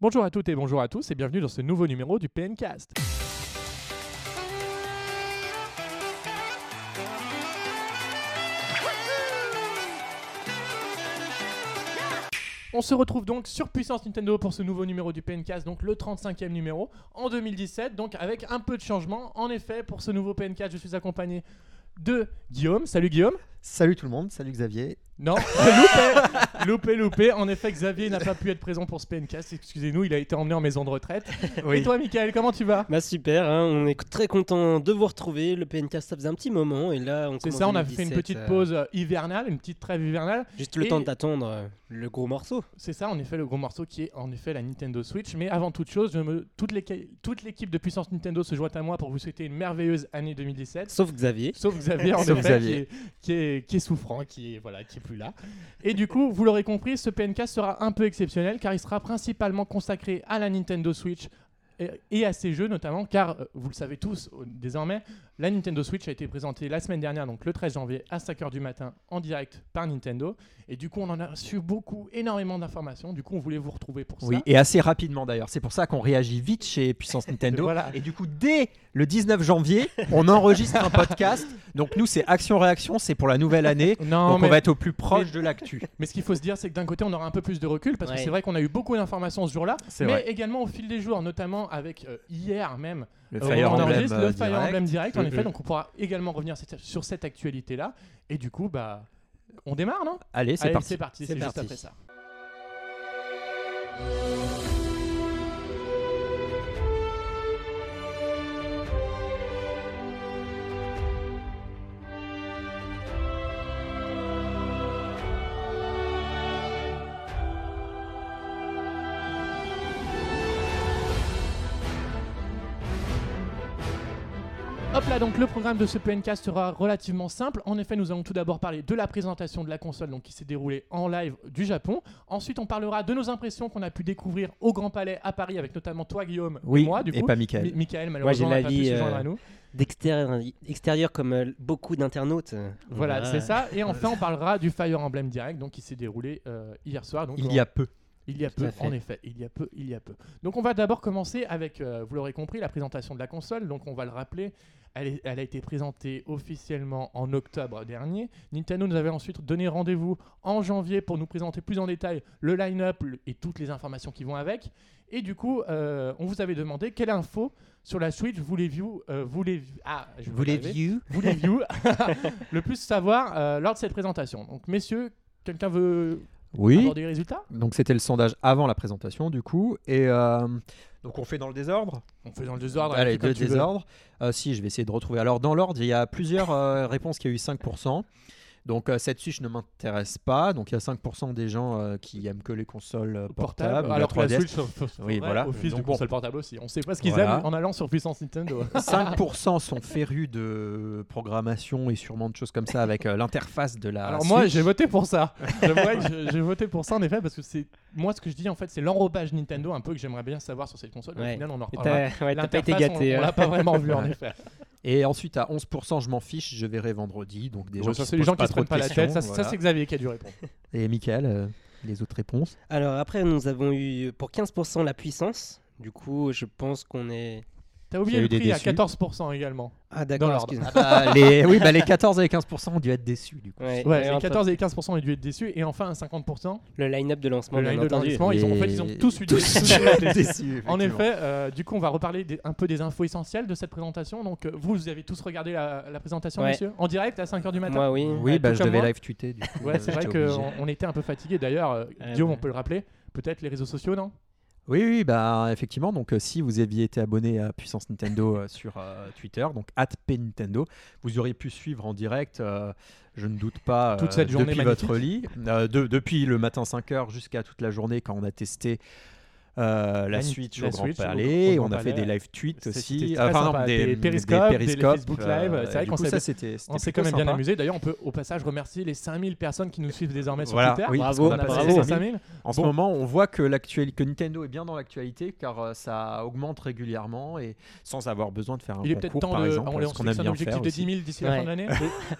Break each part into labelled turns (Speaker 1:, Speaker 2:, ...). Speaker 1: Bonjour à toutes et bonjour à tous et bienvenue dans ce nouveau numéro du PNcast. On se retrouve donc sur Puissance Nintendo pour ce nouveau numéro du PNcast, donc le 35e numéro en 2017, donc avec un peu de changement. En effet, pour ce nouveau PNcast, je suis accompagné de Guillaume. Salut Guillaume.
Speaker 2: Salut tout le monde, salut Xavier.
Speaker 1: Non, loupé, loupé, loupé. En effet, Xavier n'a pas pu être présent pour ce PNcast. Excusez-nous, il a été emmené en maison de retraite. Et toi, Michael, comment tu vas
Speaker 3: Bah super, hein, on est très content de vous retrouver. Le PNK, ça faisait un petit moment et là on
Speaker 1: C'est
Speaker 3: commence
Speaker 1: ça, on a
Speaker 3: 2017,
Speaker 1: fait une petite
Speaker 3: euh,
Speaker 1: pause euh, hivernale, une petite trêve hivernale.
Speaker 3: Juste le
Speaker 1: et-
Speaker 3: temps d'attendre euh, le gros morceau.
Speaker 1: C'est ça, en effet, le gros morceau qui est en effet la Nintendo Switch. Mais avant toute chose, je me... toute l'équi- toute l'équipe de Puissance Nintendo se joint à moi pour vous souhaiter une merveilleuse année 2017.
Speaker 3: Sauf Xavier.
Speaker 1: Sauf Xavier, en
Speaker 2: Sauf
Speaker 1: effet,
Speaker 2: Xavier.
Speaker 1: Qui, est, qui, est, qui est souffrant, qui est, voilà, qui est plus là. Et du coup, vous l'aurez compris, ce PNK sera un peu exceptionnel car il sera principalement consacré à la Nintendo Switch et, et à ses jeux notamment, car euh, vous le savez tous euh, désormais, la Nintendo Switch a été présentée la semaine dernière, donc le 13 janvier à 5h du matin en direct par Nintendo. Et du coup, on en a reçu beaucoup, énormément d'informations. Du coup, on voulait vous retrouver pour
Speaker 2: Oui,
Speaker 1: ça.
Speaker 2: et assez rapidement d'ailleurs. C'est pour ça qu'on réagit vite chez Puissance Nintendo.
Speaker 1: Voilà.
Speaker 2: Et du coup, dès le 19 janvier, on enregistre un podcast. Donc nous, c'est action-réaction, c'est pour la nouvelle année.
Speaker 1: Non,
Speaker 2: Donc
Speaker 1: mais
Speaker 2: on va être au plus proche de l'actu.
Speaker 1: Mais ce qu'il faut se dire, c'est que d'un côté, on aura un peu plus de recul parce que
Speaker 3: Ouais.
Speaker 1: c'est vrai qu'on a eu beaucoup d'informations ce jour-là,
Speaker 2: C'est
Speaker 1: mais
Speaker 2: vrai.
Speaker 1: également au fil des jours, notamment avec euh, hier même.
Speaker 2: Le
Speaker 1: euh, on enregistre le Fire Emblem direct, en effet. Donc on pourra également revenir cette- sur cette actualité-là. Et du coup, bah, on démarre, non
Speaker 2: Allez, c'est
Speaker 1: Allez,
Speaker 2: parti.
Speaker 1: C'est parti.
Speaker 3: C'est
Speaker 1: C'est juste
Speaker 3: parti.
Speaker 1: après ça. Hop là, donc le programme de ce PNK sera relativement simple. En effet, nous allons tout d'abord parler de la présentation de la console donc, qui s'est déroulée en live du Japon. Ensuite, on parlera de nos impressions qu'on a pu découvrir au Grand Palais à Paris avec notamment toi, Guillaume,
Speaker 2: Oui,
Speaker 1: et moi, du
Speaker 2: et
Speaker 1: coup.
Speaker 2: pas Michael.
Speaker 1: Mi- Michael, malheureusement,
Speaker 3: Moi, j'ai
Speaker 1: n'a pas
Speaker 3: l'avis,
Speaker 1: pu se joindre
Speaker 3: euh,
Speaker 1: à nous.
Speaker 3: D'extérieur extérieur comme euh, beaucoup d'internautes. euh, on
Speaker 1: Voilà,
Speaker 3: verra.
Speaker 1: c'est ça. Et enfin, on parlera du Fire Emblem Direct donc, qui s'est déroulé euh, hier soir. Donc,
Speaker 2: Il
Speaker 1: en-
Speaker 2: y a peu.
Speaker 1: Il y a
Speaker 3: Tout à
Speaker 1: peu,
Speaker 3: fait.
Speaker 1: en effet, il y a peu, il y a peu. Donc on va d'abord commencer avec, euh, vous l'aurez compris, la présentation de la console. Donc on va le rappeler, elle, est- elle a été présentée officiellement en octobre dernier. Nintendo nous avait ensuite donné rendez-vous en janvier pour nous présenter plus en détail le line-up le- et toutes les informations qui vont avec. Et du coup, euh, on vous avait demandé quelle info sur la Switch voulez-vous... euh, voulez ah, je vais y arriver.
Speaker 2: view
Speaker 1: Voulez-vous le plus savoir euh, lors de cette présentation. Donc messieurs, quelqu'un veut
Speaker 2: Oui.
Speaker 1: aborder les résultats
Speaker 2: Donc c'était le sondage avant la présentation, du coup. Et euh, donc on fait dans le désordre.
Speaker 1: On fait dans le désordre.
Speaker 2: Allez,
Speaker 1: Ah bah, comme
Speaker 2: deux
Speaker 1: tu veux.
Speaker 2: désordres. Euh, si, je vais essayer de retrouver. Alors, dans l'ordre, il y a plusieurs euh, réponses qui a eu 5%. Donc, euh, cette Switch ne m'intéresse pas. Donc, il y a 5% des gens euh, qui aiment que les consoles euh, portables. ou
Speaker 1: alors que la
Speaker 2: 3DS.
Speaker 1: Switch sauf- sauf-
Speaker 2: Oui,
Speaker 1: ouais,
Speaker 2: voilà.
Speaker 1: office
Speaker 2: Donc
Speaker 1: du
Speaker 2: bon.
Speaker 1: console portable aussi on sait pas ce qu'ils
Speaker 2: Voilà.
Speaker 1: aiment en allant sur puissance Nintendo
Speaker 2: 5% sont férus de programmation et sûrement de choses comme ça avec euh, l'interface de la.
Speaker 1: alors moi
Speaker 2: Switch.
Speaker 1: j'ai voté pour ça J'avouerai que je- j'ai voté pour ça en effet parce que c'est moi ce que je dis en fait c'est l'enrobage Nintendo un peu que j'aimerais bien savoir sur cette console mais au
Speaker 3: Ouais.
Speaker 1: final on en
Speaker 3: Et
Speaker 1: reparlera
Speaker 3: T'as ouais, t'as pas été
Speaker 1: Oh L'interface,
Speaker 3: gâté.
Speaker 1: on, on
Speaker 3: hein.
Speaker 1: l'a pas vraiment vu en
Speaker 2: Ouais.
Speaker 1: effet.
Speaker 2: Et ensuite, à 11%, je m'en fiche, je verrai vendredi. Donc, des
Speaker 1: ça,
Speaker 2: gens qui
Speaker 1: c'est
Speaker 2: se
Speaker 1: les
Speaker 2: posent
Speaker 1: gens qui
Speaker 2: pas
Speaker 1: se
Speaker 2: trop
Speaker 1: prennent
Speaker 2: de
Speaker 1: pas la tête. Ça,
Speaker 2: questions,
Speaker 1: ça,
Speaker 2: voilà.
Speaker 1: c'est Xavier qui a dû répondre.
Speaker 2: Et Michael, euh, les autres réponses
Speaker 3: Alors après nous avons eu pour 15% la puissance. Du coup je pense qu'on est...
Speaker 1: T'as oublié
Speaker 2: Il y a
Speaker 1: le
Speaker 2: eu des
Speaker 1: prix à
Speaker 2: déçus.
Speaker 1: 14% également.
Speaker 3: Ah
Speaker 1: Dans
Speaker 3: d'accord,
Speaker 1: l'ordre.
Speaker 3: excuse-moi.
Speaker 2: Ah, les... Oui, bah, les 14 et les 15% ont dû être déçus, du coup.
Speaker 3: Ouais,
Speaker 1: Ouais,
Speaker 3: et
Speaker 1: les
Speaker 3: enfin,
Speaker 1: 14 et 15% ont dû être déçus. Et enfin, à 50%,
Speaker 3: Le line-up de lancement,
Speaker 1: le
Speaker 3: bien
Speaker 1: line de
Speaker 3: entendu.
Speaker 1: lancement, ils ont, en fait, ils ont tous eu des tous eu des-
Speaker 2: déçus.
Speaker 1: En effet, euh, du coup, on va reparler des- un peu des infos essentielles de cette présentation. Donc, euh, vous, vous avez tous regardé la, la présentation,
Speaker 3: Ouais.
Speaker 1: monsieur En direct à 5h du matin
Speaker 3: Moi oui.
Speaker 2: Oui,
Speaker 1: Ouais,
Speaker 2: bah,
Speaker 1: tout
Speaker 2: je
Speaker 1: comme
Speaker 2: devais
Speaker 1: moi.
Speaker 2: live tweeter. Du coup,
Speaker 1: Ouais, c'est
Speaker 2: euh,
Speaker 1: vrai
Speaker 2: j'étais obligé.
Speaker 1: qu'on on était un peu fatigué. D'ailleurs, euh,
Speaker 3: Ouais,
Speaker 1: Guillaume,
Speaker 3: ouais.
Speaker 1: on peut le rappeler. Peut-être les réseaux sociaux, non
Speaker 2: Oui, oui, bah effectivement. Donc, euh, si vous aviez été abonné à Puissance Nintendo euh, sur euh, Twitter, donc @pnintendo, vous auriez pu suivre en direct. euh, je ne doute pas.
Speaker 1: Toute
Speaker 2: euh,
Speaker 1: cette journée
Speaker 2: depuis
Speaker 1: magnifique.
Speaker 2: votre lit, euh, de- depuis le matin 5 h jusqu'à toute la journée quand on a testé. euh, la,
Speaker 1: La Ni-
Speaker 2: Switch
Speaker 1: la
Speaker 2: au Grand
Speaker 1: Switch au-
Speaker 2: Palais,
Speaker 1: au
Speaker 2: on
Speaker 1: Grand
Speaker 2: a fait
Speaker 1: Palais.
Speaker 2: des live tweets
Speaker 1: C'était
Speaker 2: aussi,
Speaker 1: très
Speaker 2: enfin, non,
Speaker 1: sympa. Des
Speaker 2: des,
Speaker 1: périscopes, des- les
Speaker 2: périscopes,
Speaker 1: Facebook Live,
Speaker 2: euh,
Speaker 1: c'est vrai
Speaker 2: du
Speaker 1: qu'on
Speaker 2: coup, ça,
Speaker 1: s'est-
Speaker 2: c'était
Speaker 1: On
Speaker 2: c'était
Speaker 1: s'est
Speaker 2: plutôt
Speaker 1: quand même bien
Speaker 2: sympa.
Speaker 1: amusé. D'ailleurs, on peut au passage remercier les 5000 personnes qui nous suivent désormais sur
Speaker 2: Voilà,
Speaker 1: Twitter.
Speaker 2: oui, parce
Speaker 3: Bravo,
Speaker 2: qu'on a passé
Speaker 1: Bravo,
Speaker 2: les
Speaker 3: bravo.
Speaker 1: 5000.
Speaker 2: En ce
Speaker 1: Bon.
Speaker 2: moment, on voit que, l'actuali- que Nintendo est bien dans l'actualité car euh, ça augmente régulièrement et sans avoir besoin de faire un
Speaker 1: Il est peut-être
Speaker 2: concours,
Speaker 1: temps
Speaker 2: par
Speaker 1: de.
Speaker 2: exemple,
Speaker 1: on est
Speaker 2: ce
Speaker 1: on se
Speaker 2: qu'on aime
Speaker 1: fixe un
Speaker 2: bien faire.
Speaker 1: objectif de
Speaker 2: aussi.
Speaker 1: 10 000 d'ici la fin
Speaker 3: Ouais.
Speaker 1: de l'année.
Speaker 3: On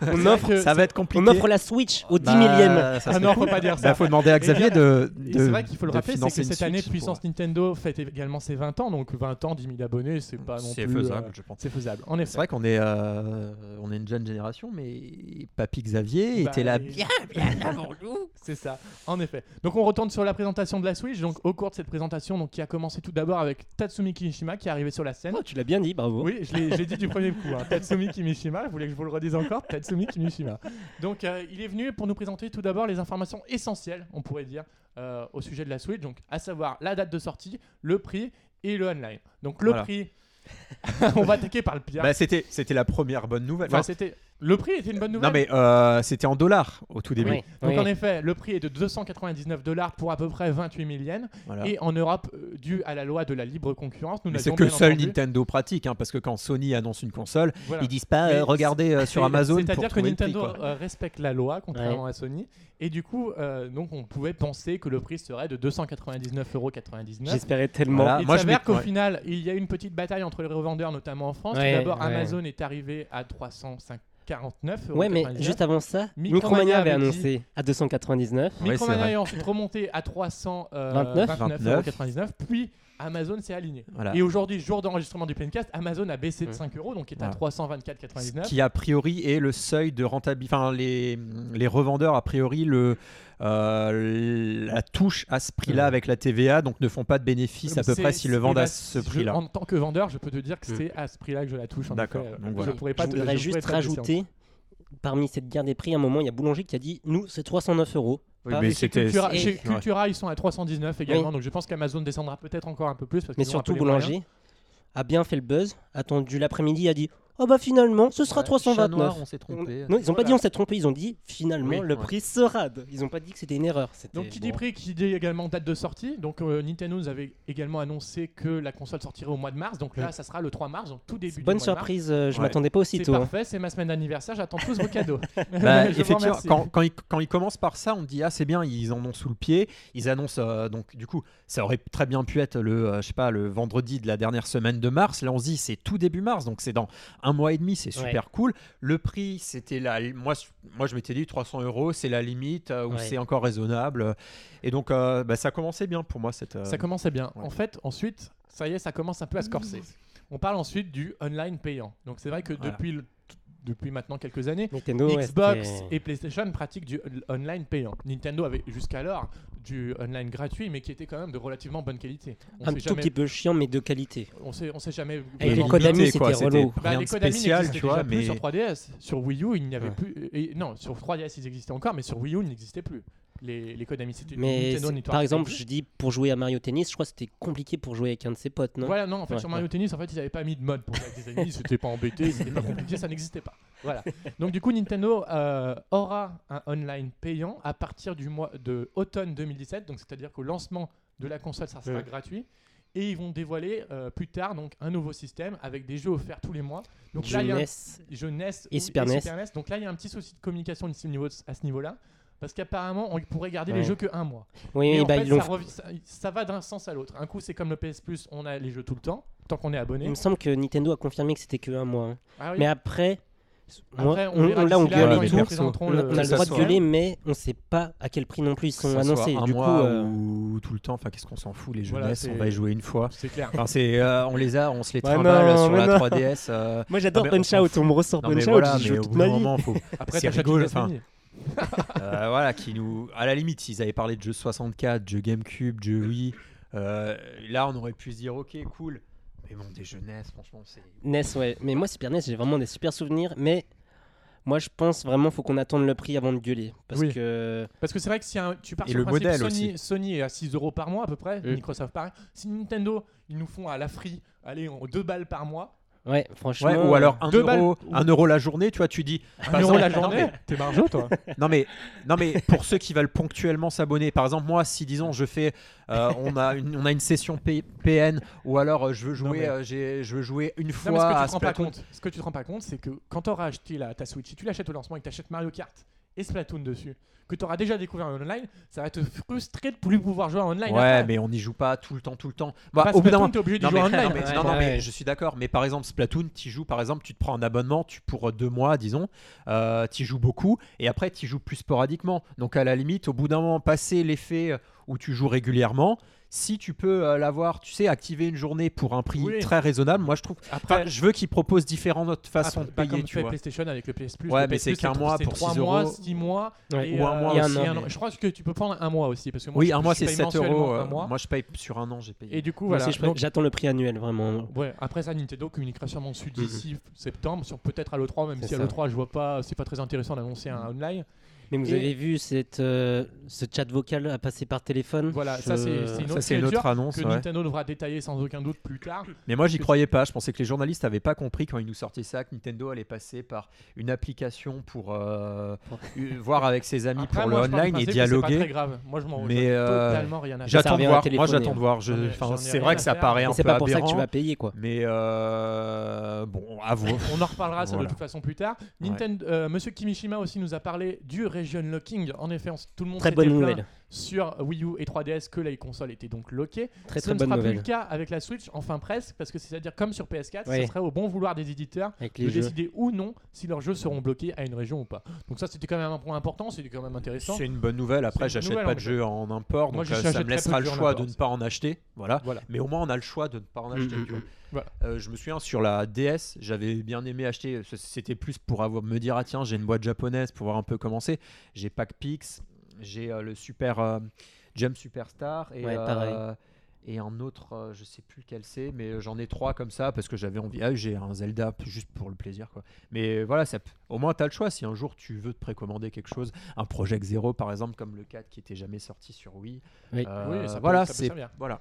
Speaker 1: C'est vrai
Speaker 3: offre,
Speaker 1: que-
Speaker 2: Ça va être compliqué.
Speaker 3: on offre la Switch au 10 millième.
Speaker 2: Bah, ça
Speaker 1: Ah
Speaker 2: serait
Speaker 1: non, faut
Speaker 2: cool.
Speaker 1: pas dire
Speaker 2: Bah,
Speaker 1: ça.
Speaker 2: faut demander à Xavier de.
Speaker 1: Et
Speaker 2: de-
Speaker 1: c'est vrai qu'il faut le
Speaker 2: de
Speaker 1: rappeler, c'est
Speaker 2: financer
Speaker 1: que
Speaker 2: une
Speaker 1: cette année,
Speaker 2: Switch pour,
Speaker 1: Puissance l'annonce, Nintendo fête également ses 20 ans, donc 20 ans, 10 000 abonnés, c'est pas non
Speaker 2: C'est
Speaker 1: plus.
Speaker 2: faisable,
Speaker 1: euh,
Speaker 2: je pense.
Speaker 1: c'est faisable, en effet.
Speaker 2: C'est vrai qu'on est, euh, on est une jeune génération, mais Papy Xavier
Speaker 1: Bah,
Speaker 2: était là
Speaker 1: et-
Speaker 2: bien, bien
Speaker 3: Ah,
Speaker 2: avant nous.
Speaker 1: C'est ça, en effet. Donc on retourne sur la présentation de la Switch. Donc au cours de cette présentation, donc qui a commencé tout d'abord avec Tatsumi Kimishima qui est arrivé sur la scène.
Speaker 3: Oh, tu l'as bien dit, bravo.
Speaker 1: Oui, je l'ai je l'ai dit du premier coup. hein. Tatsumi Kimishima, je voulais que je vous le redise encore. Tatsumi Kimishima. Donc, euh, il est venu pour nous présenter tout d'abord les informations essentielles, on pourrait dire, euh, au sujet de la Switch, donc à savoir la date de sortie, le prix et le online. Donc, le
Speaker 2: Voilà.
Speaker 1: prix, on va attaquer par le pire.
Speaker 2: Bah, c'était, c'était la première bonne nouvelle.
Speaker 1: Enfin,
Speaker 2: Enfin,
Speaker 1: c'était le prix était une bonne nouvelle.
Speaker 2: non, mais euh, c'était en dollars au tout début.
Speaker 3: Oui,
Speaker 1: Donc
Speaker 3: oui.
Speaker 1: en effet, le prix est de 299 dollars pour à peu près 28 000 yens.
Speaker 2: Voilà.
Speaker 1: Et en Europe, euh, dû à la loi de la libre concurrence, nous
Speaker 2: Ah. Mais
Speaker 1: n'avions
Speaker 2: c'est que
Speaker 1: bien
Speaker 2: seul
Speaker 1: entendu-
Speaker 2: Nintendo pratique, hein, parce que quand Sony annonce une console,
Speaker 1: Voilà.
Speaker 2: ils disent pas
Speaker 1: Mais
Speaker 2: euh, regardez euh, sur
Speaker 1: C'est-
Speaker 2: Amazon. pour
Speaker 1: C'est-à-dire que
Speaker 2: trouver le prix,
Speaker 1: Nintendo
Speaker 2: quoi.
Speaker 1: euh, respecte la loi, contrairement à Sony. Et du coup, euh, donc on pouvait penser que le prix serait de 299,99€.
Speaker 3: J'espérais tellement.
Speaker 2: Voilà. Ah,
Speaker 1: Il
Speaker 2: moi, je
Speaker 1: s'avère
Speaker 2: m'y-
Speaker 1: qu'au
Speaker 2: ouais.
Speaker 1: final, il y a eu une petite bataille entre les revendeurs, notamment en France. Tout
Speaker 3: Ouais,
Speaker 1: D'abord,
Speaker 3: ouais.
Speaker 1: Amazon est arrivé à 349
Speaker 3: Ouais, mais juste avant ça,
Speaker 1: Micromania
Speaker 3: Micromania avait
Speaker 1: avait dit-
Speaker 3: annoncé à 299.
Speaker 2: Ouais, c'est
Speaker 1: Micromania
Speaker 2: vrai.
Speaker 1: est ensuite remonté à euh, 329,99€,
Speaker 3: 29.
Speaker 1: puis Amazon s'est aligné.
Speaker 2: Voilà.
Speaker 1: Et aujourd'hui, jour d'enregistrement du Pencast, Amazon a baissé de
Speaker 3: Ouais.
Speaker 1: 5 euros, donc est à
Speaker 2: Voilà. Ce
Speaker 1: 324,99€.
Speaker 2: qui a priori est le seuil de rentabilité. Enfin, les, les revendeurs, a priori, le, euh, la touche à ce prix-là
Speaker 3: Ouais.
Speaker 2: avec la TVA, donc ne font pas de bénéfice à peu
Speaker 1: C'est-
Speaker 2: près s'ils le
Speaker 1: c'est-
Speaker 2: vendent
Speaker 1: eh
Speaker 2: à
Speaker 1: ben,
Speaker 2: ce
Speaker 1: je-
Speaker 2: prix-là.
Speaker 1: En tant que vendeur, je peux te dire que
Speaker 3: Mm.
Speaker 1: c'est à ce prix-là que je la touche. en
Speaker 2: D'accord,
Speaker 1: effet.
Speaker 2: donc
Speaker 1: Je
Speaker 2: voilà.
Speaker 1: pourrais pas
Speaker 3: Je
Speaker 1: te-
Speaker 3: voudrais
Speaker 1: je
Speaker 3: juste
Speaker 1: pourrais pas te dire.
Speaker 3: rajouter, parmi cette guerre des prix, à un moment, il y a Boulanger qui a dit Nous, c'est 309 euros.
Speaker 2: Oui,
Speaker 3: Ah,
Speaker 2: mais
Speaker 3: et
Speaker 2: c'était-
Speaker 1: Cultura,
Speaker 3: Et-
Speaker 1: chez
Speaker 2: Ouais.
Speaker 1: Cultura, ils sont à 319 également, donc je pense qu'Amazon descendra peut-être encore un peu plus. Parce
Speaker 3: Mais
Speaker 1: qu'ils ont un peu
Speaker 3: surtout,
Speaker 1: les moyens.
Speaker 3: Boulanger a bien fait le buzz, attendu l'après-midi, a dit Oh bah finalement, ce sera
Speaker 2: Ouais, Chat
Speaker 3: 329.
Speaker 2: noir, on s'est
Speaker 3: On-
Speaker 2: trompé.
Speaker 3: Non, ils ont pas
Speaker 1: Voilà.
Speaker 3: dit on s'est trompé, ils ont dit finalement
Speaker 2: Oui,
Speaker 3: le
Speaker 2: ouais.
Speaker 3: prix sera. de- Ils ont pas dit que c'était une erreur. c'était-
Speaker 1: Donc, qui dit
Speaker 3: bon.
Speaker 1: prix, qui dit également date de sortie. Donc, euh, Nintendo nous avait également annoncé que la console sortirait au mois de mars. Donc là,
Speaker 2: Oui.
Speaker 1: ça sera le 3 mars, donc tout début du mois
Speaker 3: Bonne
Speaker 1: de mars.
Speaker 3: surprise, euh, je
Speaker 2: Ouais.
Speaker 3: m'attendais pas
Speaker 1: C'est
Speaker 3: aussitôt. hein.
Speaker 1: parfait, c'est ma semaine d'anniversaire, j'attends tous vos cadeaux.
Speaker 2: Bah,
Speaker 1: Je vous
Speaker 2: effectivement,
Speaker 1: remercie.
Speaker 2: quand, quand ils, quand ils commencent par ça, on dit ah c'est bien, ils en ont sous le pied. Ils annoncent euh, donc du coup, ça aurait très bien pu être le euh, je sais pas le vendredi de la dernière semaine de mars. Là on se dit c'est tout début mars, donc c'est dans un mois et demi, c'est
Speaker 3: Ouais.
Speaker 2: super cool. Le prix c'était là, moi je- moi je m'étais dit 300 euros c'est la limite euh, où
Speaker 3: Ouais.
Speaker 2: c'est encore raisonnable. Et donc euh, bah, ça commençait bien pour moi cette. euh,
Speaker 1: Ça commençait bien.
Speaker 2: ouais.
Speaker 1: En fait, ensuite, ça y est, ça commence un peu à se corser. On parle ensuite du online payant. Donc c'est vrai que
Speaker 2: Voilà.
Speaker 1: depuis, le- depuis maintenant quelques années,
Speaker 3: Nintendo, ouais,
Speaker 1: Xbox
Speaker 3: c'était-
Speaker 1: et PlayStation pratiquent du on- online payant. Nintendo avait jusqu'alors du online gratuit, mais qui était quand même de relativement bonne qualité. On
Speaker 3: un
Speaker 1: sait
Speaker 3: tout
Speaker 1: jamais,
Speaker 3: petit peu chiant, mais de qualité.
Speaker 1: on sait, on sait jamais.
Speaker 3: Et les
Speaker 1: vraiment-
Speaker 3: Konami,
Speaker 2: limité,
Speaker 3: c'était
Speaker 2: quoi,
Speaker 3: relou.
Speaker 1: Bah,
Speaker 2: rien
Speaker 1: les
Speaker 2: de
Speaker 1: Konami
Speaker 2: spécial,
Speaker 1: n'existaient
Speaker 2: tu vois,
Speaker 1: déjà plus
Speaker 2: mais
Speaker 1: sur 3DS, sur Wii U, il n'y avait
Speaker 3: Ouais.
Speaker 1: plus. et- non, sur 3DS ils existaient encore, mais sur Wii U ils n'existaient plus. Les, les Konami, c'était
Speaker 3: Mais
Speaker 1: Nintendo
Speaker 3: c'est-
Speaker 1: Network
Speaker 3: par exemple,
Speaker 1: Connect.
Speaker 3: je dis pour jouer à Mario Tennis, je crois que c'était compliqué pour jouer avec un de ses potes, non
Speaker 1: Voilà, non, en fait,
Speaker 3: Ouais,
Speaker 1: sur Mario Tennis, en fait, ils n'avaient pas mis de mode pour ça. Ils avaient mis, c'était pas embêté, c'était pas compliqué, ça n'existait pas. Voilà. Donc, du coup, Nintendo euh, aura un online payant à partir du mois de automne 2017. Donc, c'est-à-dire qu'au lancement de la console, ça sera
Speaker 3: Ouais.
Speaker 1: gratuit. Et ils vont dévoiler euh, plus tard donc un nouveau système avec des jeux offerts tous les mois. Donc là, il y a un-
Speaker 3: Jeunesse.
Speaker 1: jeunesse
Speaker 3: Et
Speaker 1: ou-
Speaker 3: Super E NES.
Speaker 1: E Donc là, il y a un petit souci de communication de ce niveau- à ce niveau-là. Parce qu'apparemment, on pourrait garder les
Speaker 3: Ouais.
Speaker 1: jeux que un mois.
Speaker 3: Oui,
Speaker 1: Et
Speaker 3: oui,
Speaker 1: en
Speaker 3: bah,
Speaker 1: fait,
Speaker 3: ils
Speaker 1: ça,
Speaker 3: l'ont.
Speaker 1: revi- ça- ça va d'un sens à l'autre. Un coup, c'est comme le PS Plus, on a les jeux tout le temps, tant qu'on est
Speaker 3: Il
Speaker 1: abonné.
Speaker 3: me semble que Nintendo a confirmé que c'était que un mois. hein.
Speaker 1: Ah oui.
Speaker 3: Mais après,
Speaker 1: Après,
Speaker 3: moi,
Speaker 1: on verra
Speaker 3: là, on
Speaker 1: d'ici là,
Speaker 2: gueule
Speaker 3: gueule
Speaker 1: quand
Speaker 2: mais
Speaker 3: et
Speaker 1: ils
Speaker 3: tout.
Speaker 1: nous
Speaker 2: perso,
Speaker 1: présenteront
Speaker 3: On a, on a le
Speaker 2: ça
Speaker 3: droit de
Speaker 2: soit-
Speaker 3: gueuler, mais on sait pas à quel prix non plus ils
Speaker 2: que
Speaker 3: sont
Speaker 2: ça soit
Speaker 3: annoncés.
Speaker 2: un
Speaker 3: Du coup,
Speaker 2: mois
Speaker 3: euh,
Speaker 2: ou tout le temps. Enfin qu'est-ce qu'on s'en fout les
Speaker 1: Voilà,
Speaker 2: jeunesses,
Speaker 1: c'est-
Speaker 2: on va y jouer une fois.
Speaker 1: C'est clair.
Speaker 2: Enfin, c'est, euh, on les a, on se les
Speaker 3: Ouais,
Speaker 2: trimballe
Speaker 3: non,
Speaker 2: sur
Speaker 3: mais
Speaker 2: la
Speaker 3: non.
Speaker 2: 3DS. euh,
Speaker 3: Moi, j'adore
Speaker 2: Ah, mais on
Speaker 3: Punch
Speaker 2: s'en
Speaker 3: Out.
Speaker 2: fout.
Speaker 3: On me ressort
Speaker 2: non,
Speaker 3: Punch
Speaker 2: mais
Speaker 3: Out.
Speaker 2: voilà,
Speaker 3: j'y
Speaker 2: mais
Speaker 3: joue
Speaker 2: au
Speaker 3: toute
Speaker 2: bout
Speaker 3: ma
Speaker 2: d'un
Speaker 3: vie.
Speaker 2: moment, faut,
Speaker 1: Après,
Speaker 2: C'est
Speaker 1: t'achètes une
Speaker 2: rigolo,
Speaker 1: PS
Speaker 2: enfin.
Speaker 1: Mini.
Speaker 2: euh, voilà, qui nous, à la limite, s'ils avaient parlé de jeux 64, jeux GameCube, jeux Wii, euh, là, on aurait pu se dire, ok, cool. Mais bon, des jeunesses, franchement, c'est.
Speaker 3: NES, ouais. Mais moi, Super NES, j'ai vraiment des super souvenirs. Mais moi, je pense vraiment faut qu'on attende le prix avant de gueuler. Parce
Speaker 1: Oui.
Speaker 3: que.
Speaker 1: Parce que c'est vrai que si un- tu pars
Speaker 2: Et
Speaker 1: sur
Speaker 2: le
Speaker 1: principe,
Speaker 2: modèle
Speaker 1: Sony, Sony est à 6 euros par mois à peu près,
Speaker 3: Mm.
Speaker 1: Microsoft pareil. Si Nintendo, ils nous font à la free, allez, 2 balles par mois,
Speaker 3: Ouais, franchement.
Speaker 2: Ouais, ou alors 1
Speaker 1: deux balles-
Speaker 2: euro, un euro la journée, tu vois, tu dis.
Speaker 1: 1 euro la
Speaker 2: Non,
Speaker 1: journée, t'es margeau toi
Speaker 2: Non mais, non mais pour ceux qui veulent ponctuellement s'abonner, par exemple moi, si disons je fais, euh, on a une, on a une session P- PN ou alors euh, je veux jouer,
Speaker 1: mais-
Speaker 2: euh, j'ai- je veux jouer une fois
Speaker 1: Non, mais ce que tu
Speaker 2: à
Speaker 1: te rends pas
Speaker 2: Splatoon.
Speaker 1: compte, ce que tu te rends pas compte, c'est que quand t'auras acheté la, ta Switch, si tu l'achètes au lancement et que t'achètes Mario Kart et Splatoon dessus, que t'auras déjà découvert en online, ça va te frustrer de plus pouvoir jouer en online.
Speaker 2: Ouais, mais on n'y joue pas tout le temps, tout le temps. Bah,
Speaker 1: Pas
Speaker 2: au bout d'un
Speaker 1: Splatoon,
Speaker 2: moment,
Speaker 1: t'es obligé d'y
Speaker 2: Non mais,
Speaker 1: jouer en
Speaker 2: non,
Speaker 1: online.
Speaker 2: mais-
Speaker 3: ouais.
Speaker 2: non, non, mais
Speaker 3: Ouais.
Speaker 2: je suis d'accord. Mais par exemple, Splatoon, tu joues, par exemple, tu te prends un abonnement, tu pour euh, deux mois, disons, euh, tu joues beaucoup, et après tu joues plus sporadiquement. Donc à la limite, au bout d'un moment, passer l'effet euh, où tu joues régulièrement, si tu peux euh, l'avoir, tu sais, activer une journée pour un prix
Speaker 1: Oui.
Speaker 2: très raisonnable, moi je trouve. Enfin,
Speaker 1: Après,
Speaker 2: je veux qu'ils proposent différentes façons de
Speaker 1: pas comme
Speaker 2: payer,
Speaker 1: tu
Speaker 2: tu
Speaker 1: fais
Speaker 2: vois.
Speaker 1: PlayStation avec le PS Plus.
Speaker 2: Ouais,
Speaker 1: le
Speaker 2: mais
Speaker 1: PS Plus,
Speaker 2: c'est qu'un
Speaker 1: tr-
Speaker 2: mois
Speaker 1: c'est
Speaker 2: pour
Speaker 1: trois
Speaker 2: 6
Speaker 1: mois,
Speaker 2: euros.
Speaker 1: 6 mois.
Speaker 3: Ouais.
Speaker 1: et,
Speaker 2: Ou un
Speaker 1: euh,
Speaker 2: mois
Speaker 1: et
Speaker 3: aussi,
Speaker 1: an.
Speaker 2: mais-
Speaker 1: Je crois que tu peux prendre un mois aussi. Parce que moi,
Speaker 2: Oui,
Speaker 1: je-
Speaker 2: un
Speaker 1: je
Speaker 2: mois
Speaker 1: paye
Speaker 2: c'est 7
Speaker 1: mensuellement
Speaker 2: euros.
Speaker 1: un
Speaker 2: euh,
Speaker 1: mois.
Speaker 2: Moi je paye sur un an, j'ai payé.
Speaker 1: Et du coup,
Speaker 3: Moi
Speaker 1: voilà.
Speaker 3: aussi, je-
Speaker 1: Donc,
Speaker 3: J'attends le prix annuel, vraiment.
Speaker 1: Ouais, après ça, Nintendo communiquera sûrement dessus
Speaker 3: Mhm.
Speaker 1: d'ici septembre, sur peut-être à l'E3, même
Speaker 3: C'est
Speaker 1: si à
Speaker 3: ça.
Speaker 1: l'E3, je vois pas, c'est pas très intéressant d'annoncer un online.
Speaker 3: Mais vous
Speaker 1: Et-
Speaker 3: avez vu cette, euh, ce chat vocal à passer par téléphone
Speaker 1: Voilà,
Speaker 3: Je-
Speaker 1: ça, c'est c'est une
Speaker 2: Ça
Speaker 1: autre
Speaker 2: c'est une
Speaker 1: feature
Speaker 2: autre annonce.
Speaker 1: que
Speaker 2: ouais.
Speaker 1: Nintendo devra détailler sans aucun doute plus tard.
Speaker 2: Mais moi, j'y croyais pas. Je pensais que les journalistes avaient pas compris quand ils nous sortaient ça que Nintendo allait passer par une application pour euh, euh, voir avec ses amis
Speaker 1: Après,
Speaker 2: pour
Speaker 1: moi,
Speaker 2: le
Speaker 1: je pars du
Speaker 2: online et
Speaker 1: principe que C'est pas très
Speaker 2: dialoguer.
Speaker 1: grave. Moi, je m'en
Speaker 2: Mais,
Speaker 1: j'en ai
Speaker 2: euh,
Speaker 1: totalement rien à faire.
Speaker 2: J'attends de
Speaker 3: revient à
Speaker 2: voir. Moi,
Speaker 3: téléphoner.
Speaker 2: j'attends de voir. Je-
Speaker 1: Non, mais
Speaker 2: enfin,
Speaker 1: j'en ai
Speaker 2: c'est
Speaker 1: rien
Speaker 2: vrai
Speaker 1: à
Speaker 2: que ça
Speaker 1: faire.
Speaker 2: paraît
Speaker 1: Et
Speaker 2: un
Speaker 3: Et c'est
Speaker 2: peu
Speaker 3: pas pour ça que tu
Speaker 2: aberrant,
Speaker 3: vas payer, quoi.
Speaker 2: Mais euh, bon, à vous.
Speaker 1: On en reparlera ça de
Speaker 2: Voilà.
Speaker 1: toute façon plus tard. Nintendo, euh, Monsieur Kimishima aussi nous a parlé du region locking. En effet, on s- tout le monde
Speaker 3: Très
Speaker 1: s'était
Speaker 3: bonne
Speaker 1: plaint
Speaker 3: nouvelle.
Speaker 1: sur Wii U et 3DS que les consoles étaient donc lockées.
Speaker 3: Très
Speaker 1: Ce
Speaker 3: très
Speaker 1: ne
Speaker 3: bonne
Speaker 1: sera
Speaker 3: nouvelle.
Speaker 1: plus le cas avec la Switch, enfin presque, parce que c'est-à-dire comme sur PS4, ce
Speaker 3: Ouais.
Speaker 1: serait au bon vouloir des éditeurs
Speaker 3: Avec
Speaker 1: de
Speaker 3: les jeux.
Speaker 1: décider ou non si leurs jeux seront bloqués à une région ou pas. Donc ça, c'était quand même un point important, c'était quand même intéressant.
Speaker 2: C'est une bonne nouvelle.
Speaker 1: C'est une
Speaker 2: Après, j'achète
Speaker 1: nouvelle,
Speaker 2: pas
Speaker 1: en
Speaker 2: de
Speaker 1: fait.
Speaker 2: jeux en import,
Speaker 1: Moi,
Speaker 2: donc
Speaker 1: j'y
Speaker 2: euh,
Speaker 1: achète
Speaker 2: ça
Speaker 1: très peu
Speaker 2: me
Speaker 1: de
Speaker 2: laissera le
Speaker 1: jeux en
Speaker 2: choix
Speaker 1: import,
Speaker 2: de ne
Speaker 1: c'est-
Speaker 2: pas en acheter. Voilà.
Speaker 1: Voilà.
Speaker 2: Mais au moins, on a le choix de ne pas en
Speaker 3: Mm,
Speaker 2: acheter.
Speaker 3: mm,
Speaker 2: tu vois.
Speaker 1: Voilà.
Speaker 2: Euh, je me souviens sur la DS, j'avais bien aimé acheter. euh, c- C'était plus pour avoir, me dire ah tiens, j'ai une boîte japonaise pour voir un peu commencer. J'ai Pack Pix, j'ai euh, le Super euh, Jump Superstar et
Speaker 3: Ouais,
Speaker 2: euh,
Speaker 3: pareil.
Speaker 2: et un autre, euh, je sais plus lequel c'est, mais euh, j'en ai trois comme ça parce que j'avais envie. Ah, j'ai un Zelda p- juste pour le plaisir quoi. Mais euh, voilà, ça, p- au moins tu as le choix si un jour tu veux te précommander quelque chose, un Project Zero par exemple comme le 4 qui était jamais sorti sur Wii.
Speaker 3: Oui.
Speaker 2: Euh,
Speaker 1: Oui, ça peut-
Speaker 2: voilà,
Speaker 1: ça peut
Speaker 2: c'est
Speaker 1: servir.
Speaker 2: voilà.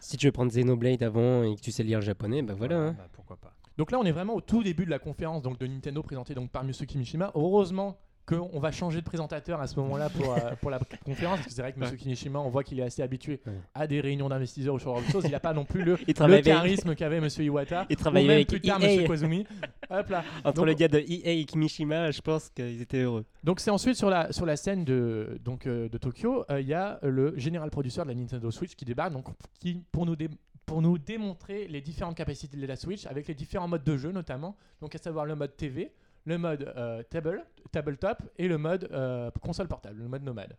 Speaker 3: Si tu veux prendre Xenoblade avant et que tu sais lire le japonais, bah voilà. hein.
Speaker 2: bah, pourquoi pas.
Speaker 1: Donc là, on est vraiment au tout début de la conférence donc, de Nintendo présentée donc, par Monsieur Kimishima. Heureusement qu'on va changer de présentateur à ce moment-là pour, euh, pour la conférence, parce que c'est vrai que Monsieur Kimishima, on voit qu'il est assez habitué
Speaker 3: Ouais.
Speaker 1: à des réunions d'investisseurs ou ce genre de choses. Il n'a pas non plus le,
Speaker 3: Il
Speaker 1: le
Speaker 3: travaille avec,
Speaker 1: charisme qu'avait Monsieur Iwata.
Speaker 3: il
Speaker 1: Ou
Speaker 3: travaille
Speaker 1: même
Speaker 3: avec
Speaker 1: plus tard,
Speaker 3: EA.
Speaker 1: Monsieur Koizumi. Hop là.
Speaker 3: Entre
Speaker 1: Donc-
Speaker 3: le gars de EA et Kimishima, je pense qu'ils étaient heureux.
Speaker 1: Donc c'est ensuite sur la, sur la scène de, donc, euh, de Tokyo, euh, il y a le général producteur de la Nintendo Switch qui débarque donc, qui, pour, nous dé- pour nous démontrer les différentes capacités de la Switch avec les différents modes de jeu notamment, donc à savoir le mode TV, le mode euh, table, tabletop et le mode euh, console portable, le mode nomade.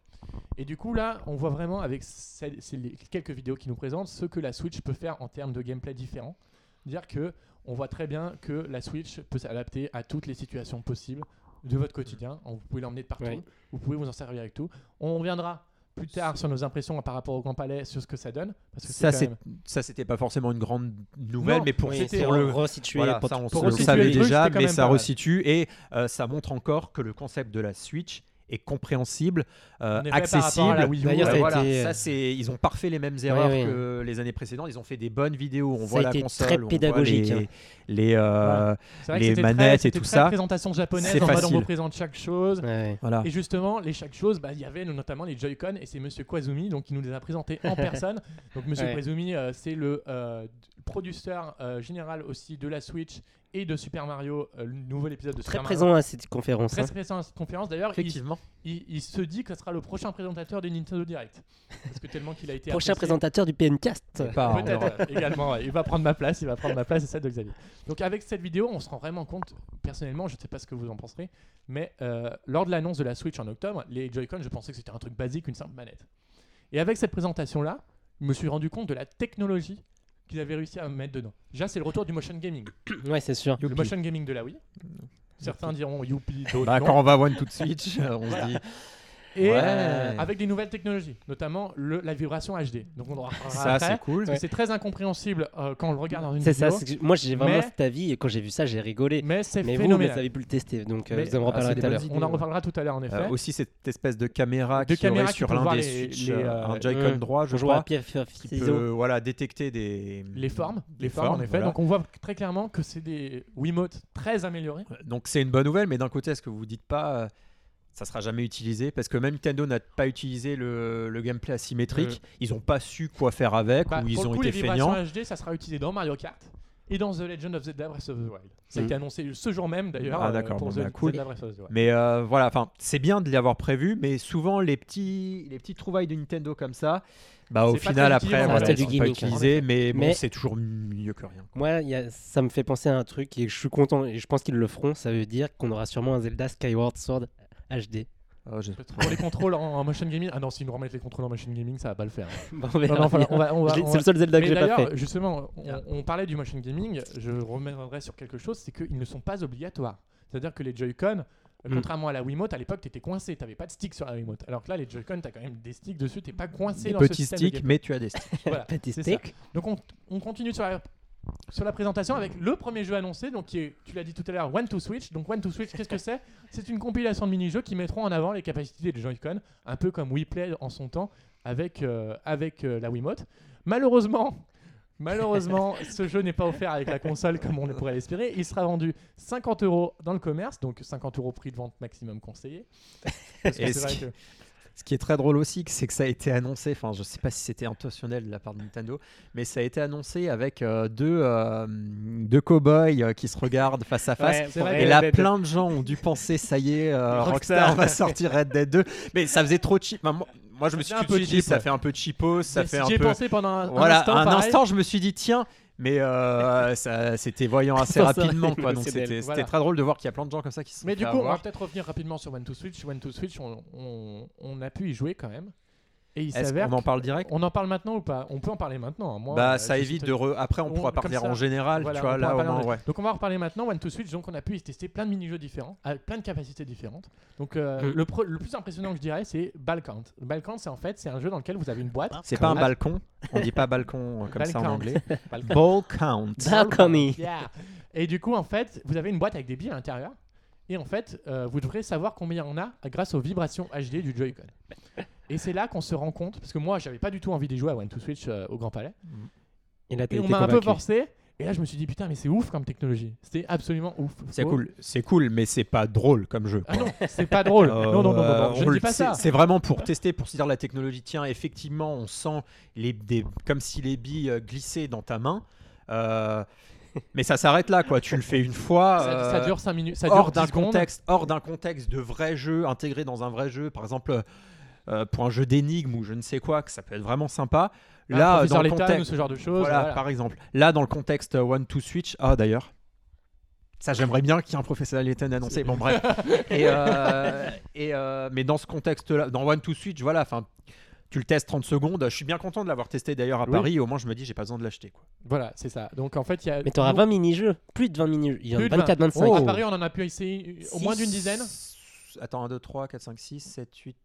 Speaker 1: Et du coup là, on voit vraiment avec ces, ces- les quelques vidéos qui nous présentent ce que la Switch peut faire en termes de gameplay différent. Dire que on voit très bien que la Switch peut s'adapter à toutes les situations possibles de votre quotidien. Vous pouvez l'emmener de partout.
Speaker 3: Ouais.
Speaker 1: Vous pouvez vous en servir avec tout. On reviendra plus tard sur nos impressions par rapport au Grand Palais, sur ce que ça donne. Parce que
Speaker 2: Ça,
Speaker 1: quand
Speaker 2: c'est
Speaker 1: même-
Speaker 2: ça, c'était pas forcément une grande nouvelle,
Speaker 1: Non,
Speaker 2: mais pour,
Speaker 1: oui,
Speaker 2: pour
Speaker 1: c'était
Speaker 2: le
Speaker 3: resituer.
Speaker 2: voilà,
Speaker 3: pour-
Speaker 2: ça, on
Speaker 1: pour
Speaker 2: se le
Speaker 1: resituer
Speaker 2: savait
Speaker 1: le truc,
Speaker 2: déjà,
Speaker 1: c'était quand
Speaker 2: mais
Speaker 1: même
Speaker 2: ça
Speaker 1: pas mal.
Speaker 2: resitue et euh, ça montre encore que le concept de la Switch est compréhensible, euh,
Speaker 1: En effet, par rapport à la
Speaker 2: accessible.
Speaker 1: Wii U,
Speaker 3: D'ailleurs,
Speaker 2: Ouais,
Speaker 1: euh,
Speaker 3: ça a
Speaker 2: voilà,
Speaker 3: été, euh,
Speaker 2: ça c'est, ils ont parfait les mêmes erreurs
Speaker 3: oui.
Speaker 2: que les années précédentes. Ils ont fait des bonnes vidéos. On
Speaker 3: Ça
Speaker 2: voit
Speaker 3: a
Speaker 2: la
Speaker 3: été
Speaker 2: console,
Speaker 3: très
Speaker 2: on voit
Speaker 3: pédagogique,
Speaker 2: les,
Speaker 3: hein.
Speaker 2: les, euh,
Speaker 1: c'est vrai que
Speaker 2: les
Speaker 1: c'était
Speaker 2: manettes
Speaker 1: très-
Speaker 2: et
Speaker 1: c'était
Speaker 2: tout
Speaker 1: très
Speaker 2: ça,
Speaker 1: présentation japonaise
Speaker 2: c'est
Speaker 1: en mode on
Speaker 2: facile.
Speaker 1: vous présente chaque chose.
Speaker 3: Ouais, ouais.
Speaker 2: voilà.
Speaker 1: Et justement, les chaque chose, bah, il y avait notamment les Joy-Con et c'est Monsieur Kwazumi donc, qui nous les a présentés en personne. Donc Monsieur
Speaker 3: Ouais.
Speaker 1: Kwazumi, euh, c'est le euh, d- producteur euh, général aussi de la Switch et de Super Mario, euh, le nouvel épisode de
Speaker 3: Très
Speaker 1: Super
Speaker 3: présent
Speaker 1: Mario.
Speaker 3: à cette conférence.
Speaker 1: Très
Speaker 3: hein.
Speaker 1: présent à cette conférence. D'ailleurs, il,
Speaker 2: Effectivement.
Speaker 1: il, il se dit que ce sera le prochain présentateur des Nintendo Direct. Parce que tellement qu'il a été
Speaker 3: Prochain
Speaker 1: apprécié.
Speaker 3: présentateur du PNcast.
Speaker 2: Pas en Europe.
Speaker 1: Peut-être également, ouais. il va prendre ma place, il va prendre ma place, c'est ça de Xavier. Donc avec cette vidéo, on se rend vraiment compte, personnellement, je ne sais pas ce que vous en penserez, mais euh, lors de l'annonce de la Switch en octobre, les Joy-Con, je pensais que c'était un truc basique, une simple manette. Et avec cette présentation-là, je me suis rendu compte de la technologie qu'ils avaient réussi à mettre dedans. Déjà, c'est le retour du motion gaming.
Speaker 3: Ouais, c'est sûr.
Speaker 1: Le
Speaker 2: Youpi.
Speaker 1: motion gaming de la Wii. Certains diront youpi, d'autres
Speaker 2: Bah,
Speaker 1: non.
Speaker 2: quand on va voir une toute Switch, euh, on se dit.
Speaker 1: Et
Speaker 2: Ouais.
Speaker 1: euh, avec des nouvelles technologies, notamment le- la vibration HD. Donc on en reparlera
Speaker 2: Ça,
Speaker 1: après,
Speaker 2: c'est cool.
Speaker 1: parce que c'est très incompréhensible euh, quand on le regarde dans une
Speaker 3: C'est
Speaker 1: vidéo.
Speaker 3: ça. c'est que- Moi, j'ai vraiment
Speaker 1: Mais-
Speaker 3: cet avis et quand j'ai vu ça, j'ai rigolé.
Speaker 1: Mais c'est
Speaker 3: Mais vous, vous
Speaker 1: phénoménal.
Speaker 3: n'avez pu le tester, donc euh,
Speaker 1: Mais-
Speaker 3: vous en
Speaker 2: Ah,
Speaker 3: reparlerez
Speaker 2: c'est
Speaker 3: tout à
Speaker 2: des
Speaker 3: l'heure.
Speaker 2: bonnes idées.
Speaker 1: On en reparlera tout à l'heure en effet.
Speaker 2: Euh, aussi cette espèce de caméra
Speaker 1: De
Speaker 2: qui aurait
Speaker 1: caméra qui
Speaker 2: sur
Speaker 1: peut
Speaker 2: l'un
Speaker 1: voir
Speaker 2: des
Speaker 1: les-
Speaker 2: Switch,
Speaker 1: les,
Speaker 2: euh,
Speaker 1: euh,
Speaker 2: un Joy-Con
Speaker 3: Mm.
Speaker 2: droit, je
Speaker 3: Bonjour
Speaker 2: crois.
Speaker 3: à Pierre Pierre
Speaker 2: qui
Speaker 3: Ciseaux.
Speaker 2: peut voilà, détecter des
Speaker 1: les formes,
Speaker 2: des
Speaker 1: les formes en effet.
Speaker 2: voilà.
Speaker 1: Donc on voit très clairement que c'est des Wiimotes très améliorés.
Speaker 2: Donc c'est une bonne nouvelle, mais d'un côté, est-ce que vous vous dites pas euh, ça sera jamais utilisé parce que même Nintendo n'a pas utilisé le, le gameplay asymétrique. Ils n'ont pas su quoi faire avec
Speaker 1: Euh. Bah,
Speaker 2: ou ils
Speaker 1: pour
Speaker 2: ont
Speaker 1: le coup,
Speaker 2: été
Speaker 1: les vibrations
Speaker 2: feignants.
Speaker 1: HD, ça sera utilisé dans Mario Kart et dans The Legend of Zelda Breath of the Wild. Ça a
Speaker 3: Mm.
Speaker 1: été annoncé ce jour même d'ailleurs
Speaker 2: Ah,
Speaker 1: euh,
Speaker 2: d'accord,
Speaker 1: pour
Speaker 2: bon,
Speaker 1: The-
Speaker 2: bah, cool.
Speaker 1: Zelda Breath of the Wild.
Speaker 2: Mais euh, voilà, enfin, c'est bien de l'avoir prévu, mais souvent les petits, les petits trouvailles de Nintendo comme ça, bah au
Speaker 1: C'est pas
Speaker 2: final
Speaker 1: très
Speaker 2: après,
Speaker 1: utilisé,
Speaker 3: ça
Speaker 2: voilà,
Speaker 3: reste
Speaker 2: ils
Speaker 3: du
Speaker 2: sont
Speaker 3: gimmick,
Speaker 2: pas
Speaker 3: hein.
Speaker 2: utilisés, mais, bon,
Speaker 3: Mais-
Speaker 2: c'est toujours mieux que rien.
Speaker 3: Moi, il y a- ça me fait penser à un truc et je suis content et je pense qu'ils le feront. Ça veut dire qu'on aura sûrement un Zelda Skyward Sword HD.
Speaker 2: Euh, je-
Speaker 1: Peut-être Pour les contrôles en, en motion gaming. Ah non, s'ils nous remettent les contrôles en motion gaming, ça va pas le faire.
Speaker 3: Bon, on verra
Speaker 1: Non, non, enfin,
Speaker 3: bien.
Speaker 1: on va- on va-
Speaker 3: Je l'ai-
Speaker 1: on
Speaker 3: C'est
Speaker 1: va-
Speaker 3: le seul Zelda que
Speaker 1: Mais
Speaker 3: j'ai pas
Speaker 1: d'ailleurs, euh,
Speaker 3: fait. Ah.
Speaker 1: justement, on, on parlait du motion gaming. Je reviendrai sur quelque chose, c'est qu'ils ne sont pas obligatoires. C'est-à-dire que les Joy-Con, euh,
Speaker 3: Mm.
Speaker 1: contrairement à la Wiimote, à l'époque, t'étais coincé, t'avais pas de stick sur la Wiimote. Alors que là, les Joy-Con, t'as quand même des sticks dessus, t'es pas coincé
Speaker 2: Des
Speaker 1: dans ce
Speaker 2: petits
Speaker 1: système de
Speaker 2: sticks,
Speaker 1: gameplay.
Speaker 2: mais tu as des sticks.
Speaker 1: Voilà,
Speaker 3: Petit
Speaker 1: c'est
Speaker 3: steak.
Speaker 1: Donc on, on continue sur la, sur la présentation avec le premier jeu annoncé, donc qui est, tu l'as dit tout à l'heure, One to Switch. Donc One to Switch, qu'est-ce que c'est C'est une compilation de mini-jeux qui mettront en avant les capacités des Joy-Con, un peu comme Wii Play en son temps avec, euh, avec euh, la Wiimote. Malheureusement, malheureusement, ce jeu n'est pas offert avec la console comme on pourrait l'espérer. Il sera vendu 50 euros dans le commerce, donc 50 euros prix de vente maximum conseillé. Parce que
Speaker 2: Et
Speaker 1: c'est
Speaker 2: ce
Speaker 1: vrai
Speaker 2: qui-
Speaker 1: que-
Speaker 2: Ce qui est très drôle aussi, c'est que ça a été annoncé, enfin je sais pas si c'était intentionnel de la part de Nintendo, mais ça a été annoncé avec euh, deux, euh, deux cow-boys euh, qui se regardent face à face.
Speaker 1: c'est vrai
Speaker 2: Et là, plein de gens ont dû penser, ça y est, euh,
Speaker 3: Rockstar.
Speaker 2: Rockstar va sortir Red Dead 2. Mais ça faisait trop cheap. Enfin, moi, moi, je me
Speaker 1: Ça
Speaker 2: suis
Speaker 1: fait
Speaker 2: tout
Speaker 1: un
Speaker 2: de
Speaker 1: peu
Speaker 2: suite dit,
Speaker 1: cheap, ouais.
Speaker 2: ça fait un peu cheapos, ça
Speaker 1: Mais
Speaker 2: fait
Speaker 1: j'y
Speaker 2: un
Speaker 1: ai
Speaker 2: peu.
Speaker 1: pensé pendant un, un
Speaker 2: voilà,
Speaker 1: instant.
Speaker 2: un
Speaker 1: pareil.
Speaker 2: instant, je me suis dit, tiens, mais euh, ça, c'était voyant assez
Speaker 3: Ça, ça
Speaker 2: rapidement,
Speaker 3: arrive,
Speaker 2: quoi. Donc
Speaker 3: émotionnel.
Speaker 2: c'était c'était
Speaker 1: Voilà.
Speaker 2: très drôle de voir qu'il y a plein de gens comme ça qui se sont
Speaker 1: Mais du
Speaker 2: fait
Speaker 1: coup, on va
Speaker 2: avoir.
Speaker 1: peut-être revenir rapidement sur One to Switch. One to Switch, on, on- on a pu y jouer quand même. Et il
Speaker 2: Est-ce
Speaker 1: s'avère.
Speaker 2: qu'on en parle direct
Speaker 1: On en parle maintenant ou pas On peut en parler maintenant. hein. Moi, euh,
Speaker 2: Bah, ça
Speaker 1: je
Speaker 2: évite
Speaker 1: suis-
Speaker 2: de. re- Après, on,
Speaker 1: on-
Speaker 2: pourra
Speaker 1: comme
Speaker 2: parler
Speaker 1: ça,
Speaker 2: en général,
Speaker 1: Voilà,
Speaker 2: tu vois,
Speaker 1: on pourra
Speaker 2: là, au
Speaker 1: parler en
Speaker 2: moins, ouais.
Speaker 1: Donc on va en reparler maintenant. One to Switch, donc on a pu y tester plein de mini-jeux différents, avec plein de capacités différentes. Donc euh,
Speaker 3: Mm.
Speaker 1: le, pre- le plus impressionnant que je dirais, c'est Ball Count. Ball Count, c'est en fait c'est un jeu dans lequel vous avez une boîte.
Speaker 2: C'est pas un
Speaker 1: Ah.
Speaker 2: balcon. On dit pas balcon euh, comme
Speaker 1: Ball
Speaker 2: ça en
Speaker 1: count.
Speaker 2: anglais.
Speaker 1: Ball count.
Speaker 2: Ball count.
Speaker 3: Balcony.
Speaker 1: Yeah. Et du coup, en fait, vous avez une boîte avec des billes à l'intérieur. Et en fait, euh, vous devrez savoir combien on a grâce aux vibrations HD du Joy-Con. Et c'est là qu'on se rend compte, parce que moi, j'avais pas du tout envie d'y jouer à One to Switch euh, au Grand Palais.
Speaker 3: Et là, t'as
Speaker 1: Et on
Speaker 3: été
Speaker 1: m'a un peu
Speaker 3: convaincu.
Speaker 1: forcé. Et là, je me suis dit, putain, mais c'est ouf comme technologie. C'était absolument ouf.
Speaker 2: C'est
Speaker 1: Faut-
Speaker 2: cool, c'est cool, mais c'est pas drôle comme jeu.
Speaker 1: Ah non, c'est pas drôle.
Speaker 2: Euh,
Speaker 1: non, non, non, non, non, je
Speaker 2: on
Speaker 1: ne
Speaker 2: le-
Speaker 1: dis pas
Speaker 2: c'est-
Speaker 1: ça.
Speaker 2: C'est vraiment pour tester, pour se dire la technologie. Tiens, effectivement, on sent les, des, comme si les billes euh, glissaient dans ta main. Euh, mais ça s'arrête là, quoi. Tu le fais une fois.
Speaker 1: Ça, ça
Speaker 2: euh,
Speaker 1: dure 5 minutes. Ça dure
Speaker 2: hors
Speaker 1: 10
Speaker 2: d'un
Speaker 1: secondes.
Speaker 2: contexte, hors d'un contexte de vrai jeu intégré dans un vrai jeu, par exemple euh, pour un jeu d'énigme ou je ne sais quoi, que ça peut être vraiment sympa.
Speaker 1: Un
Speaker 2: Là,
Speaker 1: professeur
Speaker 2: dans le
Speaker 1: Letton
Speaker 2: contexte,
Speaker 1: ou ce genre de choses.
Speaker 2: voilà,
Speaker 1: voilà.
Speaker 2: par exemple. Là, dans le contexte euh, One to Switch, ah d'ailleurs. Ça, j'aimerais bien qu'il y ait un professeur Layton annoncé. Bon, bref. Et, euh, et, euh, mais dans ce contexte-là, dans One to Switch, voilà, enfin, tu le testes 30 secondes. Je suis bien content de l'avoir testé d'ailleurs à
Speaker 1: Oui.
Speaker 2: Paris. Au moins, je me dis, j'ai pas besoin de l'acheter. quoi.
Speaker 1: Voilà, c'est ça. Donc en fait, il y a.
Speaker 3: Mais t'auras 20 mini-jeux. Plus de 20 mini-jeux. Il y en a 24, 25.
Speaker 1: Oh, à
Speaker 2: Oh.
Speaker 1: Paris, on en a pu essayer au moins
Speaker 2: Six-
Speaker 1: d'une dizaine.
Speaker 2: Attends, 1, 2, 3, 4, 5, 6, 7, 8.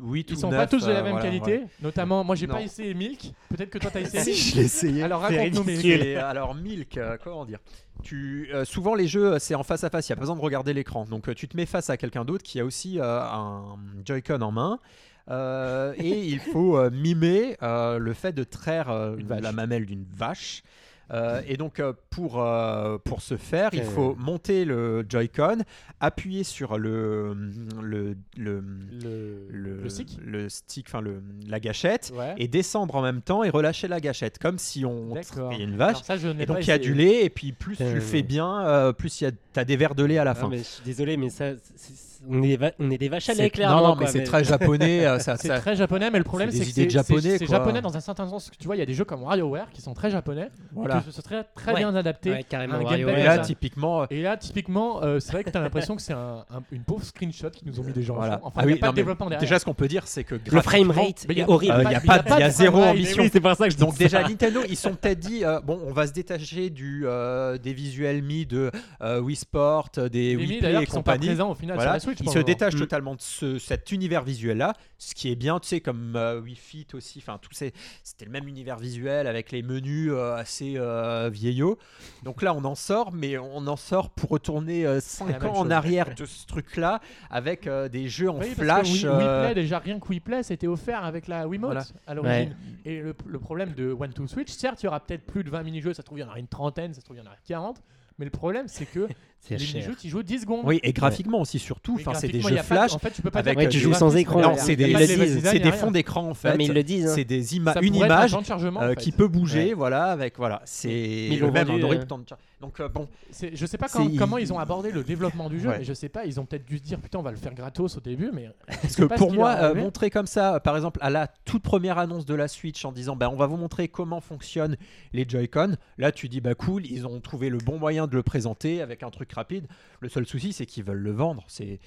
Speaker 2: 8
Speaker 1: Ils
Speaker 2: ou
Speaker 1: sont pas
Speaker 2: neuf,
Speaker 1: tous de la
Speaker 2: euh,
Speaker 1: même
Speaker 2: voilà,
Speaker 1: qualité, notamment moi j'ai
Speaker 2: Non.
Speaker 1: pas essayé Milk, peut-être que toi t'as
Speaker 2: ouais.
Speaker 1: essayé.
Speaker 2: Si, je l'ai essayé.
Speaker 1: Alors raconte-nous
Speaker 2: C'est-
Speaker 1: Milk.
Speaker 2: alors Milk, euh, comment dire tu, euh, souvent les jeux euh, c'est en face à face, il n'y a pas besoin de regarder l'écran. Donc euh, tu te mets face à quelqu'un d'autre qui a aussi euh, un Joy-Con en main Euh, et il faut euh, mimer euh, le fait de traire euh,
Speaker 1: Une vache.
Speaker 2: la mamelle d'une vache. Euh, et donc euh, pour, euh, pour ce faire, il
Speaker 3: Euh.
Speaker 2: faut monter le Joy-Con, appuyer sur le, le, le,
Speaker 1: Le,
Speaker 2: le,
Speaker 1: le stick
Speaker 2: le stick, enfin le- la gâchette,
Speaker 1: Ouais.
Speaker 2: et descendre en même temps et relâcher la gâchette, comme si on
Speaker 1: D'accord.
Speaker 2: traitait une
Speaker 1: Alors
Speaker 2: vache.
Speaker 1: ça, je ne l'ai
Speaker 2: Et donc
Speaker 1: pas
Speaker 2: il y a
Speaker 1: essayé.
Speaker 2: du lait, et puis plus tu
Speaker 3: Euh.
Speaker 2: le fais bien, euh, plus il y a- t'as des verres de lait à la
Speaker 3: Ah,
Speaker 2: fin.
Speaker 3: mais je suis désolé, mais ça, c'est- c'est- on, est va- on est des vaches à
Speaker 2: C'est-
Speaker 3: lait, clairement.
Speaker 2: non, non, mais
Speaker 3: quoi,
Speaker 2: c'est très japonais. euh, ça,
Speaker 1: C'est
Speaker 2: ça-
Speaker 1: très japonais, mais le problème
Speaker 2: des
Speaker 1: c'est que
Speaker 2: idées
Speaker 1: c'est
Speaker 2: de japonais,
Speaker 1: c'est- c'est
Speaker 2: quoi.
Speaker 1: japonais dans un certain sens. Tu vois, il y a des jeux comme WarioWare qui sont très japonais,
Speaker 2: voilà.
Speaker 1: que ce serait très
Speaker 3: Ouais.
Speaker 1: bien adapté.
Speaker 3: Ouais, carrément.
Speaker 1: un
Speaker 3: Wario,
Speaker 1: gameplay
Speaker 2: Et
Speaker 3: ouais,
Speaker 1: comme
Speaker 2: là,
Speaker 1: ça.
Speaker 3: ça.
Speaker 2: typiquement, euh,
Speaker 1: Et là, typiquement, euh, c'est vrai que t'as l'impression que c'est un- un- une pauvre screenshot qu'ils nous ont mis des gens.
Speaker 2: voilà.
Speaker 1: Enfin,
Speaker 2: Ah
Speaker 1: il n'y a
Speaker 2: oui,
Speaker 1: pas
Speaker 2: non,
Speaker 1: de
Speaker 2: mais
Speaker 1: développement derrière.
Speaker 2: Déjà, ce qu'on peut dire, c'est que
Speaker 3: Le frame
Speaker 2: graphiquement,
Speaker 3: rate
Speaker 1: mais il y a-
Speaker 3: est horrible.
Speaker 1: pas-
Speaker 2: euh, il y a
Speaker 1: il y a
Speaker 2: pas,
Speaker 1: pas
Speaker 2: il y a
Speaker 1: de
Speaker 2: zéro
Speaker 1: frame rate.
Speaker 2: ambition.
Speaker 3: Oui, c'est pour ça que je dis
Speaker 2: Donc déjà
Speaker 3: ça.
Speaker 2: Nintendo, ils sont peut-être dit euh, bon, on va se détacher du euh, des visuels mi de euh, Wii Sport, euh, des
Speaker 1: Les
Speaker 2: Wii
Speaker 1: mis,
Speaker 2: Play
Speaker 1: d'ailleurs,
Speaker 2: et
Speaker 1: qui sont pas
Speaker 2: compagnie.
Speaker 1: présents au final sur
Speaker 2: Voilà,
Speaker 1: la Switch.
Speaker 2: ils
Speaker 1: pour
Speaker 2: se
Speaker 1: le moment.
Speaker 2: détachent
Speaker 3: Mm.
Speaker 2: totalement de ce, cet univers visuel-là, ce qui est bien, tu sais, comme euh, Wii Fit aussi, enfin, tous ces- c'était le même univers visuel avec les menus euh, assez euh, vieillots. Donc là, on en sort, mais on en sort pour retourner
Speaker 1: La
Speaker 2: 5
Speaker 1: même
Speaker 2: ans en
Speaker 1: chose.
Speaker 2: arrière de ce truc-là avec euh, des jeux en
Speaker 1: Oui, parce que
Speaker 2: flash.
Speaker 1: Wii-
Speaker 2: euh,
Speaker 1: Wiiplay, déjà rien que Wiiplay, c'était offert avec la Wiimote
Speaker 2: Voilà.
Speaker 1: à l'origine. Et le, le problème de One to Switch, certes, il y aura peut-être plus de 20 mini-jeux, ça se trouve, il y en aura une trentaine, ça se trouve, il y en aura 40. Mais le problème, c'est que les
Speaker 3: C'est cher.
Speaker 1: mini-jeux, tu joues 10 secondes.
Speaker 2: Oui, et graphiquement aussi, surtout,
Speaker 1: Mais
Speaker 2: enfin, c'est des
Speaker 1: graphiquement,
Speaker 2: jeux
Speaker 1: il y a pas de-
Speaker 2: flash.
Speaker 1: En fait, tu peux pas
Speaker 2: avec euh,
Speaker 1: dire
Speaker 2: Ouais,
Speaker 1: que
Speaker 2: tu
Speaker 1: le
Speaker 2: joues
Speaker 1: graphisme
Speaker 3: sans
Speaker 1: est
Speaker 3: écran,
Speaker 1: derrière.
Speaker 2: Non,
Speaker 3: ouais.
Speaker 2: c'est
Speaker 1: Il y
Speaker 2: des,
Speaker 1: a pas de level design,
Speaker 2: c'est
Speaker 1: il y a
Speaker 2: des
Speaker 1: rien.
Speaker 2: fonds d'écran en fait.
Speaker 3: Non, mais ils le disent. hein.
Speaker 2: C'est des images,
Speaker 1: hein. Ça
Speaker 2: une
Speaker 1: pourrait être un
Speaker 2: image
Speaker 1: temps de chargement, en
Speaker 2: euh,
Speaker 1: fait.
Speaker 2: qui peut bouger, voilà, avec voilà, c'est
Speaker 3: Mais ils l'ont
Speaker 2: le même
Speaker 3: vendu,
Speaker 2: en horrible
Speaker 3: euh,
Speaker 2: temps de charge. Donc euh, bon,
Speaker 1: C'est- Je sais pas quand-
Speaker 2: C'est-
Speaker 1: comment ils ont abordé le développement du jeu,
Speaker 2: Ouais.
Speaker 1: mais je sais pas, ils ont peut-être dû se dire putain, on va le faire gratos au début, mais
Speaker 2: Parce que
Speaker 1: pas ce
Speaker 2: pour
Speaker 1: qu'il
Speaker 2: moi,
Speaker 1: leur
Speaker 2: euh,
Speaker 1: arrivait.
Speaker 2: montrer comme ça, euh, par exemple, à la toute première annonce de la Switch en disant bah, on va vous montrer comment fonctionnent les Joy-Con, là tu dis bah cool, ils ont trouvé le bon moyen de le présenter avec un truc rapide. Le seul souci, c'est qu'ils veulent le vendre. C'est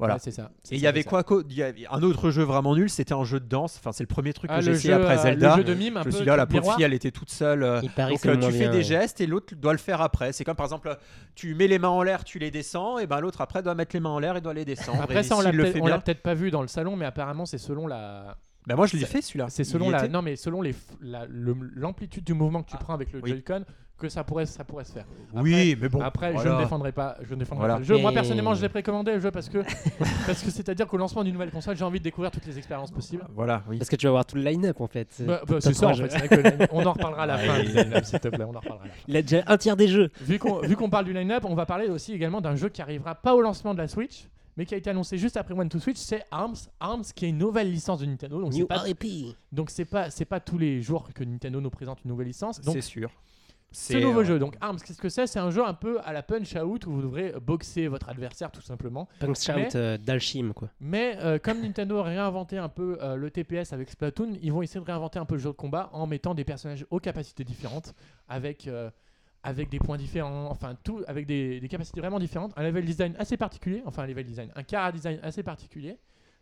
Speaker 2: Voilà.
Speaker 1: Ouais, c'est ça.
Speaker 2: Et il y avait quoi co- il y avait Un autre jeu vraiment nul, c'était un jeu de danse. Enfin, c'est le premier truc que j'ai essayé après Zelda.
Speaker 1: Ah, Le jeu de mime, un
Speaker 2: je me
Speaker 1: peu
Speaker 2: suis dit, ah, la pauvre
Speaker 1: miroir.
Speaker 2: fille, elle était toute seule. euh,
Speaker 3: Il paraît
Speaker 2: Donc
Speaker 3: que c'est
Speaker 2: euh,
Speaker 3: le
Speaker 2: tu
Speaker 3: moins
Speaker 2: fais
Speaker 3: bien,
Speaker 2: des
Speaker 3: ouais.
Speaker 2: gestes et l'autre doit le faire après. C'est comme par exemple, tu mets les mains en l'air, tu les descends, et ben l'autre après doit mettre les mains en l'air et doit les descendre.
Speaker 1: Après
Speaker 2: Et
Speaker 1: ça, on l'a
Speaker 2: Ah bah, s'il le
Speaker 1: peut-être
Speaker 2: fait
Speaker 1: on l'a
Speaker 2: bien-
Speaker 1: peut-être pas vu dans le salon, mais apparemment c'est selon la,
Speaker 2: Bah moi je l'ai
Speaker 1: C'est-
Speaker 2: fait celui-là.
Speaker 1: c'est
Speaker 2: Il y
Speaker 1: selon la,
Speaker 2: était.
Speaker 1: non mais selon les, f- la- le- l'amplitude du mouvement que tu
Speaker 2: Ah,
Speaker 1: prends avec le
Speaker 2: oui.
Speaker 1: Joy-Con que ça pourrait, ça pourrait se faire.
Speaker 2: Oui, mais bon.
Speaker 1: Après, je
Speaker 2: voilà.
Speaker 1: ne défendrai pas, je ne défendrai
Speaker 2: Voilà.
Speaker 1: pas le jeu. Moi
Speaker 3: Et-
Speaker 1: personnellement, je l'ai précommandé le jeu parce que, parce que c'est-à-dire qu'au lancement d'une nouvelle console, j'ai envie de découvrir toutes les expériences possibles.
Speaker 2: Voilà, oui.
Speaker 3: Parce que tu vas voir tout le line-up en fait.
Speaker 1: Bah, bah,
Speaker 3: T'as
Speaker 1: c'est ça
Speaker 3: trois
Speaker 1: en
Speaker 3: jeux.
Speaker 1: fait. c'est vrai que le- on en reparlera à la fin,
Speaker 2: Ouais.
Speaker 1: du line-up, s'il te plaît. On en reparlera à la fin.
Speaker 3: Il a déjà un tiers des jeux.
Speaker 1: Vu qu'on vu qu'on parle du line-up, on va parler aussi également d'un jeu qui arrivera pas au lancement de la Switch, mais qui a été annoncé juste après One to Switch. C'est Arms, Arms, qui est une nouvelle licence de Nintendo. Donc c'est
Speaker 3: New
Speaker 1: pas
Speaker 3: RIP.
Speaker 1: donc c'est pas c'est pas tous les jours que Nintendo nous présente une nouvelle licence. Donc
Speaker 2: c'est sûr. euh,
Speaker 1: ce nouveau jeu, donc Arms, qu'est-ce que c'est C'est un jeu un peu à la punch out où vous devrez boxer votre adversaire tout simplement.
Speaker 3: Punch
Speaker 1: Mais-
Speaker 3: Out euh, d'Alchim quoi.
Speaker 1: Mais euh, comme Nintendo a réinventé un peu euh, le TPS avec Splatoon, ils vont essayer de réinventer un peu le jeu de combat en mettant des personnages aux capacités différentes, avec, euh, avec des points différents, enfin tout, avec des, des capacités vraiment différentes, un level design assez particulier, enfin un level design, un cara design assez particulier,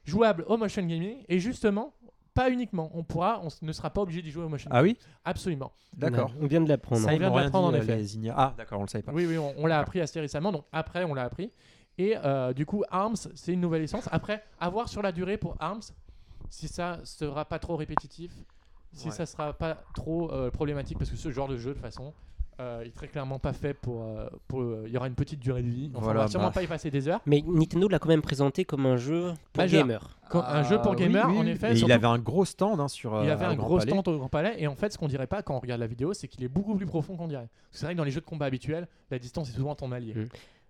Speaker 1: jouable au motion gaming, et justement, pas uniquement, on pourra, on s- ne sera pas obligé d'y jouer au motion
Speaker 2: Ah oui
Speaker 1: Absolument.
Speaker 2: D'accord.
Speaker 3: On vient de l'apprendre.
Speaker 2: Ça,
Speaker 1: On
Speaker 2: ils
Speaker 1: vient
Speaker 2: m'ont
Speaker 1: de
Speaker 2: rien dit,
Speaker 1: l'apprendre, en
Speaker 2: euh,
Speaker 1: effet.
Speaker 2: les igna- Ah, d'accord, on le savait pas.
Speaker 1: Oui, oui, on, on l'a appris assez récemment, donc après on l'a appris. Et euh, du coup, Arms, c'est une nouvelle licence. Après, à voir sur la durée pour Arms, si ça sera pas trop répétitif, si
Speaker 2: Ouais.
Speaker 1: ça sera pas trop euh, problématique, parce que ce genre de jeu, de toute façon, euh, il est très clairement pas fait pour. euh, pour, euh, il y aura une petite durée de vie. Enfin,
Speaker 2: Voilà,
Speaker 1: on va sûrement
Speaker 2: bah.
Speaker 1: pas y passer des heures.
Speaker 3: Mais Nintendo l'a quand même présenté comme un jeu pour
Speaker 1: Majeur.
Speaker 3: gamer.
Speaker 1: Comme un jeu pour
Speaker 2: Ah, oui,
Speaker 1: gamer,
Speaker 2: oui,
Speaker 1: en
Speaker 2: oui.
Speaker 1: effet.
Speaker 2: Et il
Speaker 1: surtout-
Speaker 2: avait un gros stand hein, sur.
Speaker 1: il
Speaker 2: euh,
Speaker 1: avait un
Speaker 2: Grand
Speaker 1: gros
Speaker 2: Palais.
Speaker 1: stand au Grand Palais et en fait ce qu'on dirait pas quand on regarde la vidéo c'est qu'il est beaucoup plus profond qu'on dirait. C'est vrai que dans les jeux de combat habituels la distance est souvent ton allié.
Speaker 3: Mm.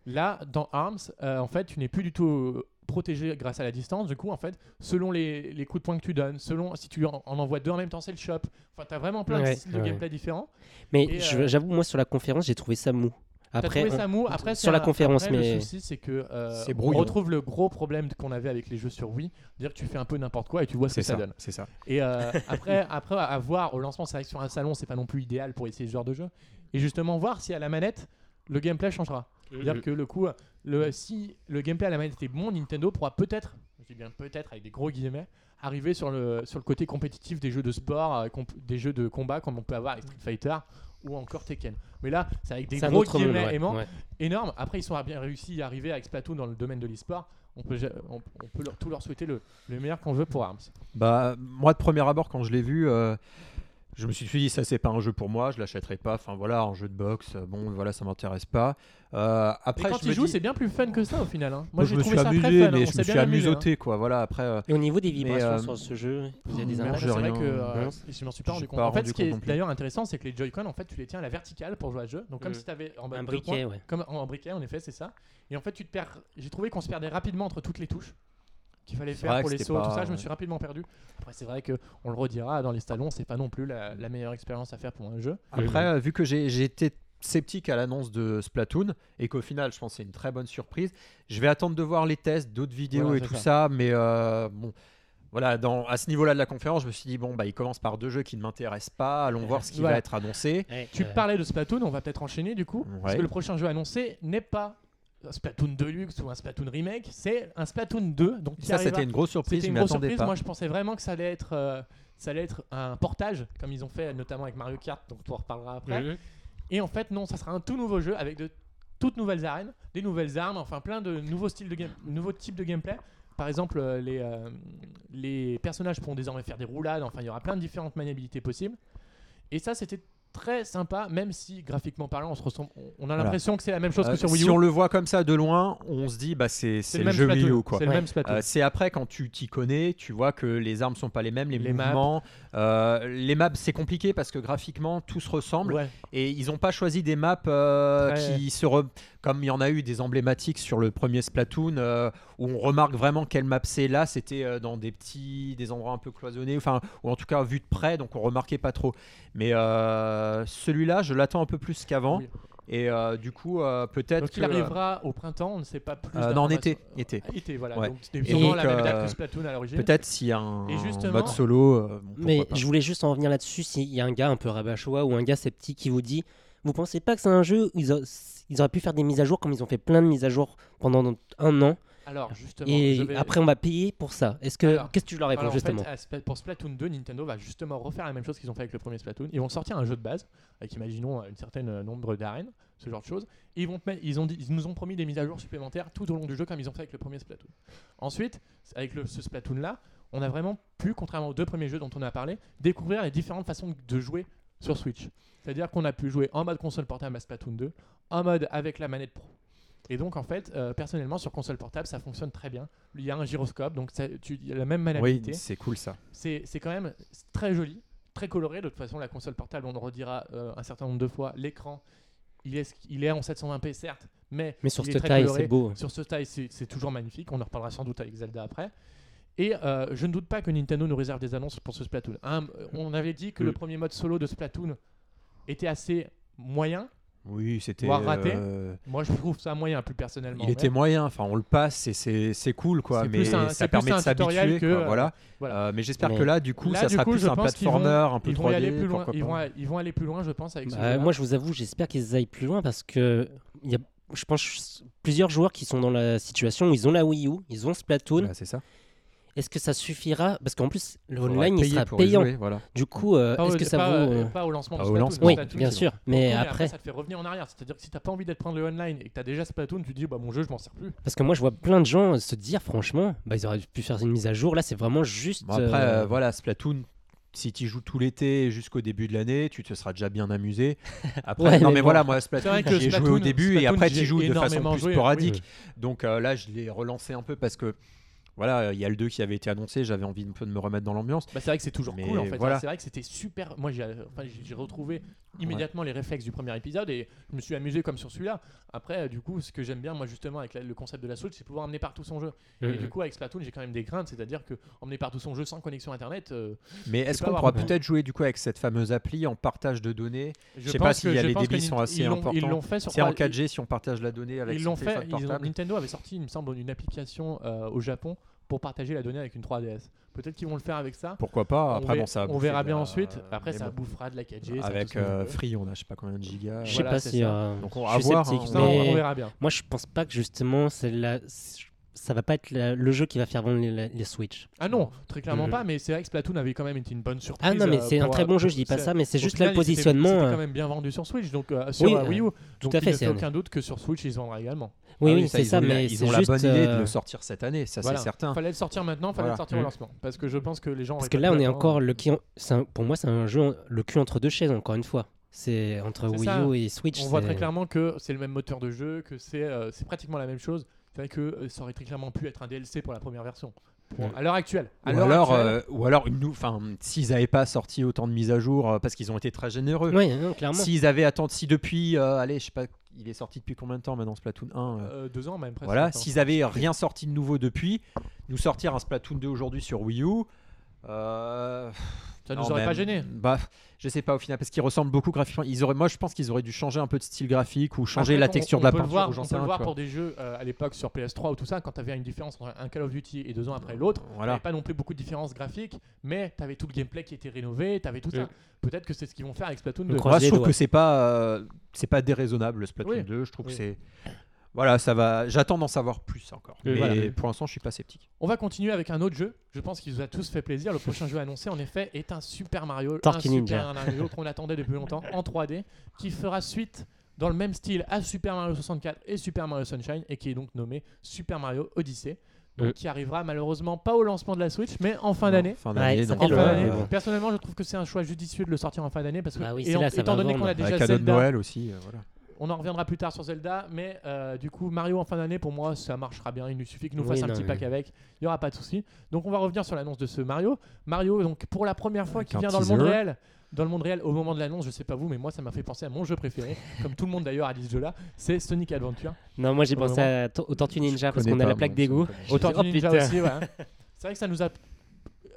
Speaker 1: Là dans Arms euh, en fait tu n'es plus du tout euh, protégé grâce à la distance du coup en fait selon les, les coups de poing que tu donnes, selon si tu en, en envoies deux en même temps c'est le chop. Enfin t'as vraiment plein de
Speaker 3: Ouais,
Speaker 1: styles de
Speaker 3: ouais.
Speaker 1: gameplay différents.
Speaker 3: Mais
Speaker 1: Et,
Speaker 3: je-
Speaker 1: euh,
Speaker 3: j'avoue moi sur la conférence j'ai trouvé ça mou.
Speaker 1: T'as
Speaker 3: Après
Speaker 1: trouvé
Speaker 3: on-
Speaker 1: ça mou. Après,
Speaker 3: sur
Speaker 1: c'est
Speaker 3: la
Speaker 1: un-
Speaker 3: conférence,
Speaker 1: après,
Speaker 3: mais-
Speaker 1: le souci c'est que euh,
Speaker 2: C'est
Speaker 1: on
Speaker 2: brouillon.
Speaker 1: retrouve le gros problème qu'on avait avec les jeux sur Wii, dire que tu fais un peu n'importe quoi et tu vois ce que
Speaker 2: C'est
Speaker 1: ça
Speaker 2: ça.
Speaker 1: donne.
Speaker 2: C'est ça.
Speaker 1: Et euh, après, après, à voir au lancement, c'est vrai que sur un salon, c'est pas non plus idéal pour essayer ce genre de jeu. Et justement, voir si à la manette, le gameplay changera. C'est-à-dire que le coup, le, si le gameplay à la manette était bon, Nintendo pourra peut-être, je dis bien peut-être avec des gros guillemets, arriver sur le, sur le côté compétitif des jeux de sport, euh, comp- des jeux de combat comme on peut avoir avec Street Fighter ou encore Tekken. Mais là, c'est avec des
Speaker 3: C'est un
Speaker 1: gros
Speaker 3: autre monde,
Speaker 1: guillemets
Speaker 3: ouais,
Speaker 1: aimants,
Speaker 3: ouais.
Speaker 1: énormes. Après, ils sont bien réussi à arriver avec Splatoon dans le domaine de l'e-sport. On peut, ja- on, on peut leur, tout leur souhaiter le, le meilleur qu'on veut pour Arms.
Speaker 2: Bah, moi, de premier abord, quand je l'ai vu, euh, je me suis dit, ça, c'est pas un jeu pour moi, je l'achèterai pas. Enfin, voilà, un jeu de boxe, euh, bon, voilà, ça m'intéresse pas. Euh, après,
Speaker 1: et quand
Speaker 2: je
Speaker 1: il
Speaker 2: me
Speaker 1: joue,
Speaker 2: dis-
Speaker 1: c'est bien plus fun que ça au final. hein. Moi,
Speaker 2: Moi, je
Speaker 1: j'ai
Speaker 2: me
Speaker 1: trouvé
Speaker 2: suis
Speaker 1: ça
Speaker 2: amusé,
Speaker 1: très fun. hein.
Speaker 2: mais
Speaker 1: On
Speaker 2: je
Speaker 1: s'est
Speaker 2: me
Speaker 1: bien
Speaker 2: suis
Speaker 1: amusé, hein.
Speaker 2: amusoté, quoi. Voilà, après, euh,
Speaker 3: Et au niveau des
Speaker 2: Mais,
Speaker 3: vibrations
Speaker 2: euh,
Speaker 3: sur ce jeu, il y
Speaker 2: Oh,
Speaker 3: a des
Speaker 2: merde,
Speaker 1: Ouais,
Speaker 3: impacts.
Speaker 1: c'est
Speaker 2: j'ai
Speaker 1: vrai
Speaker 2: rien-
Speaker 1: que euh,
Speaker 3: Non.
Speaker 1: je m'en suis pas
Speaker 2: Je
Speaker 1: rendu
Speaker 2: suis
Speaker 1: compte.
Speaker 2: pas
Speaker 1: En fait,
Speaker 2: rendu
Speaker 1: ce qui est
Speaker 2: compte non plus.
Speaker 1: d'ailleurs intéressant, c'est que les Joy-Con, en fait, tu les tiens à la verticale pour jouer à ce jeu. Donc, comme
Speaker 3: Mm.
Speaker 1: si tu avais en bas
Speaker 3: Un
Speaker 1: deux points.
Speaker 3: briquet, ouais.
Speaker 1: Comme en en briquet, en effet, c'est ça. Et en fait, tu te perds. J'ai trouvé qu'on se perdait rapidement entre toutes les touches qu'il fallait
Speaker 2: C'est
Speaker 1: faire
Speaker 2: vrai
Speaker 1: pour
Speaker 2: que
Speaker 1: les
Speaker 2: c'était
Speaker 1: sauts, tout
Speaker 2: pas-
Speaker 1: ça. Je me
Speaker 2: ouais.
Speaker 1: suis rapidement perdu. Après, c'est vrai que on le redira dans les salons, c'est pas non plus la, la meilleure expérience à faire pour un jeu.
Speaker 2: Après, euh, vu que j'ai j'ai été sceptique à l'annonce de Splatoon et qu'au final, je pense que c'est une très bonne surprise, je vais attendre de voir les tests, d'autres vidéos
Speaker 1: Voilà,
Speaker 2: et
Speaker 1: c'est
Speaker 2: tout ça. mais euh, bon. Voilà, dans, à ce niveau-là de la conférence, je me suis dit, bon, bah, il commence par deux jeux qui ne m'intéressent pas, allons voir ce qui
Speaker 1: Voilà.
Speaker 2: va être annoncé.
Speaker 3: Ouais,
Speaker 1: Tu
Speaker 3: euh,
Speaker 1: parlais de Splatoon, on va peut-être enchaîner du coup, parce
Speaker 2: Ouais.
Speaker 1: que le prochain jeu annoncé n'est pas un Splatoon Deluxe ou un Splatoon Remake, c'est un Splatoon 2. Donc qui
Speaker 2: Ça,
Speaker 1: arrivera-
Speaker 2: c'était une grosse surprise,
Speaker 1: C'était
Speaker 2: je
Speaker 1: une
Speaker 2: m'y
Speaker 1: grosse
Speaker 2: attendais
Speaker 1: surprise.
Speaker 2: pas.
Speaker 1: Moi, je pensais vraiment que ça allait être, euh, ça allait être un portage, comme ils ont fait notamment avec Mario Kart, donc tu en reparleras après.
Speaker 3: Mhm.
Speaker 1: Et en fait, non, ça sera un tout nouveau jeu avec de toutes nouvelles arènes, des nouvelles armes, enfin plein de nouveaux styles de game, nouveaux types de gameplay. Par exemple, euh, les, euh, les personnages pourront désormais faire des roulades. Enfin, il y aura plein de différentes maniabilités possibles. Et ça, c'était très sympa, même si graphiquement parlant, on se ressemble, on- on a
Speaker 2: Voilà.
Speaker 1: l'impression que c'est la même chose
Speaker 2: Euh,
Speaker 1: que sur Wii U.
Speaker 2: si on le voit comme ça de loin, on se dit, bah, c'est c'est le,
Speaker 1: même
Speaker 2: jeu
Speaker 1: Splatoon.
Speaker 2: Wii U, quoi.
Speaker 1: C'est le
Speaker 3: Ouais.
Speaker 1: même Splatoon.
Speaker 2: Euh, c'est après quand tu t'y connais, tu vois que les armes sont pas les mêmes, les,
Speaker 1: Les maps.
Speaker 2: mouvements, euh, les maps c'est compliqué parce que graphiquement tout se ressemble
Speaker 1: Ouais.
Speaker 2: et ils n'ont pas choisi des maps euh,
Speaker 1: Très-
Speaker 2: qui se re- comme il y en a eu des emblématiques sur le premier Splatoon euh, où on remarque vraiment quelle map c'est là, c'était euh, dans des petits des endroits un peu cloisonnés enfin ou en tout cas vu de près donc on remarquait pas trop. Mais euh, celui-là, je l'attends un peu plus qu'avant
Speaker 1: Oui.
Speaker 2: et euh, du coup euh, peut-être
Speaker 1: Donc
Speaker 2: que
Speaker 1: il arrivera au printemps, on ne sait pas plus.
Speaker 2: euh, non, en
Speaker 1: d'informations.
Speaker 2: été, été.
Speaker 1: Ah, Été, voilà.
Speaker 2: Ouais.
Speaker 1: Donc c'était
Speaker 2: Et
Speaker 1: sûrement
Speaker 2: donc,
Speaker 1: la même date
Speaker 2: euh,
Speaker 1: que Splatoon à l'origine.
Speaker 2: Peut-être s'il y a un
Speaker 1: Et justement-
Speaker 2: mode solo. euh, bon, pourquoi
Speaker 3: Mais
Speaker 2: pas.
Speaker 3: je voulais juste en revenir là-dessus. S'il y a un gars un peu rabat-choix ou un gars sceptique qui vous dit Vous pensez pas que c'est un jeu où ils, a- ils auraient pu faire des mises à jour comme ils ont fait plein de mises à jour pendant un an
Speaker 1: Alors, justement,
Speaker 3: Et
Speaker 1: je vais-
Speaker 3: après, on va payer pour ça. Est-ce que
Speaker 1: Alors-
Speaker 3: qu'est-ce que tu leur réponds
Speaker 1: Alors, en
Speaker 3: justement
Speaker 1: fait, euh, à Spla- pour Splatoon 2, Nintendo va justement refaire la même chose qu'ils ont fait avec le premier Splatoon. Ils vont sortir un jeu de base avec, imaginons, une certaine euh, nombre d'arènes, ce genre de choses. Et ils, vont te mettre- ils, ont dit- ils nous ont promis des mises à jour supplémentaires tout au long du jeu, comme ils ont fait avec le premier Splatoon. Ensuite, avec le, ce Splatoon-là, on a vraiment pu, contrairement aux deux premiers jeux dont on a parlé, découvrir les différentes façons de jouer sur Switch. C'est-à-dire qu'on a pu jouer en mode console portable à Splatoon 2, en mode avec la manette pro. Et donc, en fait, euh, personnellement, sur console portable, ça fonctionne très bien. Il y a un gyroscope, donc ça- tu, il y a la même
Speaker 2: Oui,
Speaker 1: maniabilité
Speaker 2: c'est cool ça.
Speaker 1: c'est c'est quand même très joli, très coloré. De toute façon, la console portable, on le redira euh, un certain nombre de fois, l'écran, il est, il est en 720p, certes, mais,
Speaker 3: Mais sur
Speaker 1: il est
Speaker 3: cette
Speaker 1: très
Speaker 3: taille,
Speaker 1: coloré.
Speaker 3: c'est beau. hein.
Speaker 1: Sur ce taille, c'est c'est toujours magnifique. On en reparlera sans doute avec Zelda après. Et euh, je ne doute pas que Nintendo nous réserve des annonces pour ce Splatoon. Hein, on avait dit que le
Speaker 2: Mm.
Speaker 1: premier mode solo de Splatoon était assez moyen.
Speaker 2: Oui, c'était.
Speaker 1: Voire raté.
Speaker 2: euh,
Speaker 1: Moi, je trouve ça moyen, plus personnellement.
Speaker 2: Il
Speaker 1: mais
Speaker 2: était moyen, enfin on le passe et c'est c'est cool quoi,
Speaker 1: C'est
Speaker 2: mais
Speaker 1: plus un- c'est
Speaker 2: ça
Speaker 1: plus
Speaker 2: permet
Speaker 1: un
Speaker 2: de s'habituer.
Speaker 1: tutoriel que,
Speaker 2: quoi,
Speaker 1: euh,
Speaker 2: Voilà.
Speaker 1: voilà.
Speaker 2: Euh, mais j'espère
Speaker 3: Mais
Speaker 2: que là, du coup,
Speaker 1: là,
Speaker 2: ça
Speaker 1: du
Speaker 2: sera
Speaker 1: coup,
Speaker 2: plus
Speaker 1: je
Speaker 2: un
Speaker 1: pense qu'ils
Speaker 2: platformer, un peu
Speaker 1: Ils
Speaker 2: 3D.
Speaker 1: vont, y aller plus loin,
Speaker 2: pourquoi
Speaker 1: ils,
Speaker 2: pas.
Speaker 1: vont, ils vont aller plus loin, je pense, avec ce
Speaker 3: Bah,
Speaker 1: jeu-là.
Speaker 3: moi, je vous avoue, j'espère qu'ils aillent plus loin parce que il y a, je pense, plusieurs joueurs qui sont dans la situation où ils ont la Wii U, ils ont Splatoon.
Speaker 2: Voilà, c'est ça.
Speaker 3: Est-ce que ça suffira Parce qu'en plus, le
Speaker 2: Faudra
Speaker 3: online, il
Speaker 2: payer
Speaker 3: sera
Speaker 2: pour y
Speaker 3: payant.
Speaker 2: jouer, voilà.
Speaker 3: Du coup, euh,
Speaker 1: Pas au-
Speaker 3: est-ce que ça
Speaker 1: pas,
Speaker 3: vaut
Speaker 1: euh,
Speaker 3: euh,
Speaker 1: pas au lancement
Speaker 2: pas
Speaker 1: de
Speaker 2: au
Speaker 1: Splatoon, mais
Speaker 2: lancement,
Speaker 3: Oui,
Speaker 1: Splatoon,
Speaker 3: bien
Speaker 1: c'est-
Speaker 3: sûr. Mais
Speaker 1: Oui, mais
Speaker 3: après,
Speaker 1: ça te fait revenir en arrière. C'est-à-dire que si t'as pas envie d'être prendre le online et que t'as déjà Splatoon, tu te dis bah mon jeu, je m'en sers plus.
Speaker 3: parce que moi, je vois plein de gens euh, se dire, franchement, bah, ils auraient pu faire une mise à jour. Là, c'est vraiment juste.
Speaker 2: Bon, après,
Speaker 3: euh,
Speaker 2: euh, voilà, Splatoon, si tu joues tout l'été jusqu'au début de l'année, tu te seras déjà bien amusé. Après,
Speaker 3: Ouais,
Speaker 2: non,
Speaker 3: mais
Speaker 2: mais
Speaker 3: bon.
Speaker 2: voilà, moi,
Speaker 1: C'est
Speaker 2: Splatoon,
Speaker 1: vrai que
Speaker 2: j'y ai joué
Speaker 1: Splatoon-
Speaker 2: au début et
Speaker 1: Splatoon,
Speaker 2: après,
Speaker 1: j'y ai
Speaker 2: tu joues de façon
Speaker 1: énormément
Speaker 2: plus
Speaker 1: joué, oui.
Speaker 2: sporadique. Donc euh, là, je l'ai relancé un peu parce que. Voilà, il y a le 2 qui avait été annoncé, j'avais envie un peu de me remettre dans l'ambiance.
Speaker 1: Bah, c'est vrai que c'est toujours
Speaker 2: Mais
Speaker 1: cool en fait.
Speaker 2: voilà.
Speaker 1: C'est vrai que c'était super. Moi j'ai enfin, j'ai- j'ai retrouvé immédiatement les réflexes du premier épisode et je me suis amusé comme sur celui-là. Après, euh, du coup, ce que j'aime bien moi justement avec la- le concept de la Switch, c'est pouvoir emmener partout son jeu.
Speaker 3: euh,
Speaker 1: Et du coup, avec Splatoon, j'ai quand même des craintes, c'est-à-dire que emmener partout son jeu sans connexion internet, euh,
Speaker 2: Mais est-ce
Speaker 1: pas
Speaker 2: qu'on
Speaker 1: avoir
Speaker 2: pourra
Speaker 1: beaucoup.
Speaker 2: peut-être jouer du coup avec cette fameuse appli en partage de données
Speaker 1: je
Speaker 2: Je sais
Speaker 1: pense
Speaker 2: pas s'il
Speaker 1: que-
Speaker 2: y a
Speaker 1: je
Speaker 2: les
Speaker 1: pense que
Speaker 2: débits sont
Speaker 1: Nin-
Speaker 2: assez
Speaker 1: ils l'ont- Ils
Speaker 2: importants.
Speaker 1: l'ont fait sur
Speaker 2: C'est en
Speaker 1: trois-
Speaker 2: 4G si on partage la donnée avec
Speaker 1: Ils
Speaker 2: son
Speaker 1: l'ont fait.
Speaker 2: téléphone
Speaker 1: ils ont-
Speaker 2: portable.
Speaker 1: Nintendo avait sorti, il me semble, une application euh, au Japon pour partager la donnée avec une 3DS. Peut-être qu'ils vont le faire avec ça.
Speaker 2: Pourquoi pas
Speaker 1: On
Speaker 2: Ah, Après,
Speaker 1: ver-
Speaker 2: bon, ça va
Speaker 1: on
Speaker 2: bouffer
Speaker 1: verra
Speaker 2: de
Speaker 1: bien
Speaker 2: la- euh,
Speaker 1: ensuite. Après,
Speaker 2: mais
Speaker 1: ça
Speaker 2: bon.
Speaker 1: bouffera de la 4G. ça, tout
Speaker 2: Avec
Speaker 1: ce qu'on
Speaker 2: euh,
Speaker 1: veut.
Speaker 2: Free, on a je sais pas combien de gigas.
Speaker 3: je sais
Speaker 1: voilà,
Speaker 3: pas
Speaker 1: c'est
Speaker 3: si.
Speaker 1: ça.
Speaker 3: euh,
Speaker 2: Donc, on va
Speaker 3: je suis
Speaker 2: voir,
Speaker 3: sceptique,
Speaker 2: hein,
Speaker 1: Ça, on-
Speaker 3: mais
Speaker 1: on verra bien.
Speaker 3: moi, je pense pas que justement, c'est la- ça va pas être la- le jeu qui va faire vendre les, les- les Switch.
Speaker 1: Ah non, très clairement
Speaker 3: Mhm.
Speaker 1: pas, mais c'est vrai que Splatoon avait quand même été une bonne surprise.
Speaker 3: Ah non, mais
Speaker 1: euh,
Speaker 3: c'est un
Speaker 1: pour,
Speaker 3: très
Speaker 1: euh,
Speaker 3: bon jeu,
Speaker 1: pour-
Speaker 3: je dis pas
Speaker 1: c'est-
Speaker 3: ça, mais c'est
Speaker 1: au
Speaker 3: juste
Speaker 1: final,
Speaker 3: le
Speaker 1: il s'était-
Speaker 3: positionnement.
Speaker 1: C'était
Speaker 3: euh,
Speaker 1: quand même bien vendu sur Switch, donc euh, sur
Speaker 3: Oui,
Speaker 1: euh, Wii U.
Speaker 3: tout
Speaker 1: Donc,
Speaker 3: à
Speaker 1: il
Speaker 3: fait,
Speaker 1: ne fait
Speaker 3: c'est-
Speaker 1: aucun doute que sur Switch, ils auront également.
Speaker 3: Oui,
Speaker 2: Ah
Speaker 3: oui, c'est
Speaker 2: ils
Speaker 3: ça,
Speaker 2: ont eu la-
Speaker 3: mais
Speaker 2: ils
Speaker 3: c'est
Speaker 2: ont la
Speaker 3: juste,
Speaker 2: bonne idée de
Speaker 3: euh,
Speaker 2: le sortir cette année, ça
Speaker 1: Voilà.
Speaker 2: c'est certain.
Speaker 1: Fallait le sortir maintenant, fallait le
Speaker 2: Ah. Voilà. Mm.
Speaker 1: sortir au
Speaker 3: Mhm.
Speaker 1: lancement, parce que je pense que les gens.
Speaker 3: Parce
Speaker 1: auraient
Speaker 3: que
Speaker 1: pas hein.
Speaker 3: là,
Speaker 1: pu
Speaker 3: on est
Speaker 1: attendre.
Speaker 3: encore le qui- c'est un- Pour moi, c'est un jeu, en- le cul entre deux chaises, encore une fois. C'est entre
Speaker 1: C'est
Speaker 3: Wii
Speaker 1: ça.
Speaker 3: U et Switch.
Speaker 1: On voit
Speaker 3: c'est-
Speaker 1: très clairement que c'est le même moteur de jeu, que c'est euh, c'est pratiquement la même chose. C'est vrai que euh, ça aurait très clairement pu être un DLC pour la première version. Bon,
Speaker 3: Ouais.
Speaker 1: À l'heure actuelle. À
Speaker 2: Mm. Ou
Speaker 1: l'heure
Speaker 2: alors,
Speaker 1: actuelle,
Speaker 2: euh, ou alors une nou- enfin, s'ils n'avaient pas sorti autant de mises à jour, euh, parce qu'ils ont été très généreux.
Speaker 3: Oui, non, clairement.
Speaker 2: S'ils avaient attendu, si depuis, euh, allez, je sais pas, il est sorti depuis combien de temps maintenant Splatoon 1 euh,
Speaker 1: euh, deux ans même presque.
Speaker 2: Voilà,
Speaker 1: maintenant.
Speaker 2: s'ils avaient rien sorti de nouveau depuis, nous sortir un Splatoon 2 aujourd'hui sur Wii U. euh,
Speaker 1: ça nous
Speaker 2: non,
Speaker 1: aurait
Speaker 2: mais-
Speaker 1: pas gêné.
Speaker 2: Bah, je sais pas au final parce qu'ils ressemblent beaucoup graphiquement. Ils auraient, moi, je pense qu'ils auraient dû changer un peu de style graphique ou changer
Speaker 1: Après,
Speaker 2: la
Speaker 1: on-
Speaker 2: texture
Speaker 1: on
Speaker 2: de la
Speaker 1: peut le
Speaker 2: peinture.
Speaker 1: voir-
Speaker 2: ou j'en
Speaker 1: on
Speaker 2: sais
Speaker 1: peut le
Speaker 2: rien,
Speaker 1: voir
Speaker 2: tu
Speaker 1: pour des jeux euh, à l'époque sur PS3 ou tout ça, quand tu avais une différence entre un Call of Duty et deux ans après l'autre,
Speaker 2: vois.
Speaker 1: t'avais
Speaker 2: Voilà.
Speaker 1: pas non plus beaucoup de différences graphiques, mais tu avais tout le gameplay qui était rénové, tu avais tout ça.
Speaker 3: Mm.
Speaker 1: Peut-être que c'est ce qu'ils vont faire avec Splatoon
Speaker 3: Le
Speaker 1: 2.
Speaker 3: cross-
Speaker 2: Moi,
Speaker 3: Croise
Speaker 2: je
Speaker 3: les
Speaker 2: trouve
Speaker 3: doigts.
Speaker 2: que c'est pas, euh, c'est pas déraisonnable le Splatoon
Speaker 1: Oui.
Speaker 2: 2. Je trouve
Speaker 1: Oui.
Speaker 2: que c'est, voilà, ça va. J'attends d'en savoir plus encore.
Speaker 3: Oui,
Speaker 2: Mais
Speaker 3: voilà.
Speaker 2: pour l'instant, je suis pas sceptique.
Speaker 1: On va continuer avec un autre jeu. Je pense qu'il vous a tous fait plaisir. Le prochain jeu annoncé, en effet, est un Super Mario, un
Speaker 3: Tortue
Speaker 1: Super
Speaker 3: Ninja.
Speaker 1: Mario qu'on attendait depuis longtemps en 3D, qui fera suite dans le même style à Super Mario 64 et Super Mario Sunshine, et qui est donc nommé Super Mario Odyssey, donc
Speaker 3: Euh.
Speaker 1: qui arrivera malheureusement pas au lancement de la Switch, mais en fin
Speaker 2: Non,
Speaker 1: d'année.
Speaker 2: Fin d'année.
Speaker 3: Ouais, ça
Speaker 2: donc,
Speaker 1: En
Speaker 3: fait
Speaker 1: fin
Speaker 2: euh,
Speaker 1: d'année.
Speaker 3: bon.
Speaker 1: Personnellement, je trouve que c'est un choix judicieux de le sortir en fin d'année parce que
Speaker 3: Bah oui,
Speaker 1: et
Speaker 3: c'est
Speaker 1: en-
Speaker 3: là, ça
Speaker 1: étant
Speaker 3: va
Speaker 1: donné qu'on a
Speaker 3: vendre.
Speaker 2: avec
Speaker 1: déjà
Speaker 2: cadeau de
Speaker 1: Zelda,
Speaker 2: Noël aussi. euh, voilà.
Speaker 1: on en reviendra plus tard sur Zelda, mais euh, du coup, Mario en fin d'année, pour moi, ça marchera bien. Il nous suffit que nous
Speaker 3: Oui,
Speaker 1: fasse un
Speaker 3: non,
Speaker 1: petit
Speaker 3: mais-
Speaker 1: pack avec. Il n'y aura pas de souci. Donc, on va revenir sur l'annonce de ce Mario. Mario, donc, pour la première fois,
Speaker 2: Avec
Speaker 1: qui
Speaker 2: un
Speaker 1: vient dans le monde
Speaker 2: teaser.
Speaker 1: réel. Dans le monde réel, au moment de l'annonce, je sais pas vous, mais moi, ça m'a fait penser à mon jeu préféré, comme tout le monde d'ailleurs a dit ce jeu-là, c'est Sonic Adventure.
Speaker 3: Non, moi j'ai
Speaker 1: Vraiment.
Speaker 3: pensé à to- aux Tortues Ninja parce
Speaker 2: connais
Speaker 3: qu'on a
Speaker 2: pas,
Speaker 3: la plaque
Speaker 2: moi,
Speaker 3: d'égout.
Speaker 2: ça me connaît.
Speaker 1: Autant
Speaker 3: Oh,
Speaker 1: Ninja
Speaker 3: putain.
Speaker 1: aussi, ouais. C'est vrai hein. que ça nous a.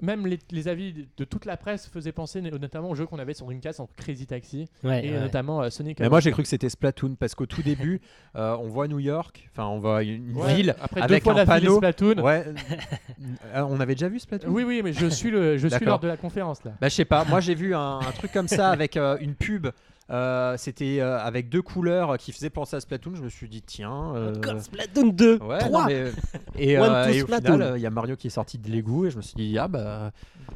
Speaker 1: Même les, les avis de toute la presse faisaient penser notamment au jeu qu'on avait sur Dreamcast entre Crazy Taxi
Speaker 3: Ouais,
Speaker 1: et
Speaker 3: ouais.
Speaker 1: notamment euh, Sonic
Speaker 2: Mais moi, j'ai cru que c'était Splatoon parce qu'au tout début, euh, on voit New York. Enfin, on voit une
Speaker 1: Ouais,
Speaker 2: ville
Speaker 1: après
Speaker 2: avec
Speaker 1: deux fois
Speaker 2: un
Speaker 1: d'affilée
Speaker 2: panneau.
Speaker 1: Splatoon.
Speaker 2: Ouais. euh, euh, on avait déjà vu Splatoon.
Speaker 1: Oui, oui, mais je suis le, je suis
Speaker 2: D'accord.
Speaker 1: lors de la conférence là.
Speaker 2: Bah, je sais pas. Moi, j'ai vu un, un truc comme ça avec euh, une pub Euh, C'était euh, avec deux couleurs qui faisaient penser à Splatoon. Je me suis dit, tiens. euh,
Speaker 3: God, Splatoon 2
Speaker 2: ouais,
Speaker 3: 3
Speaker 2: non, mais- Et,
Speaker 3: One
Speaker 2: euh,
Speaker 3: to
Speaker 2: et au
Speaker 3: Splatoon.
Speaker 2: final, euh, il y a Mario qui est sorti de l'égout et je me suis dit, ah bah,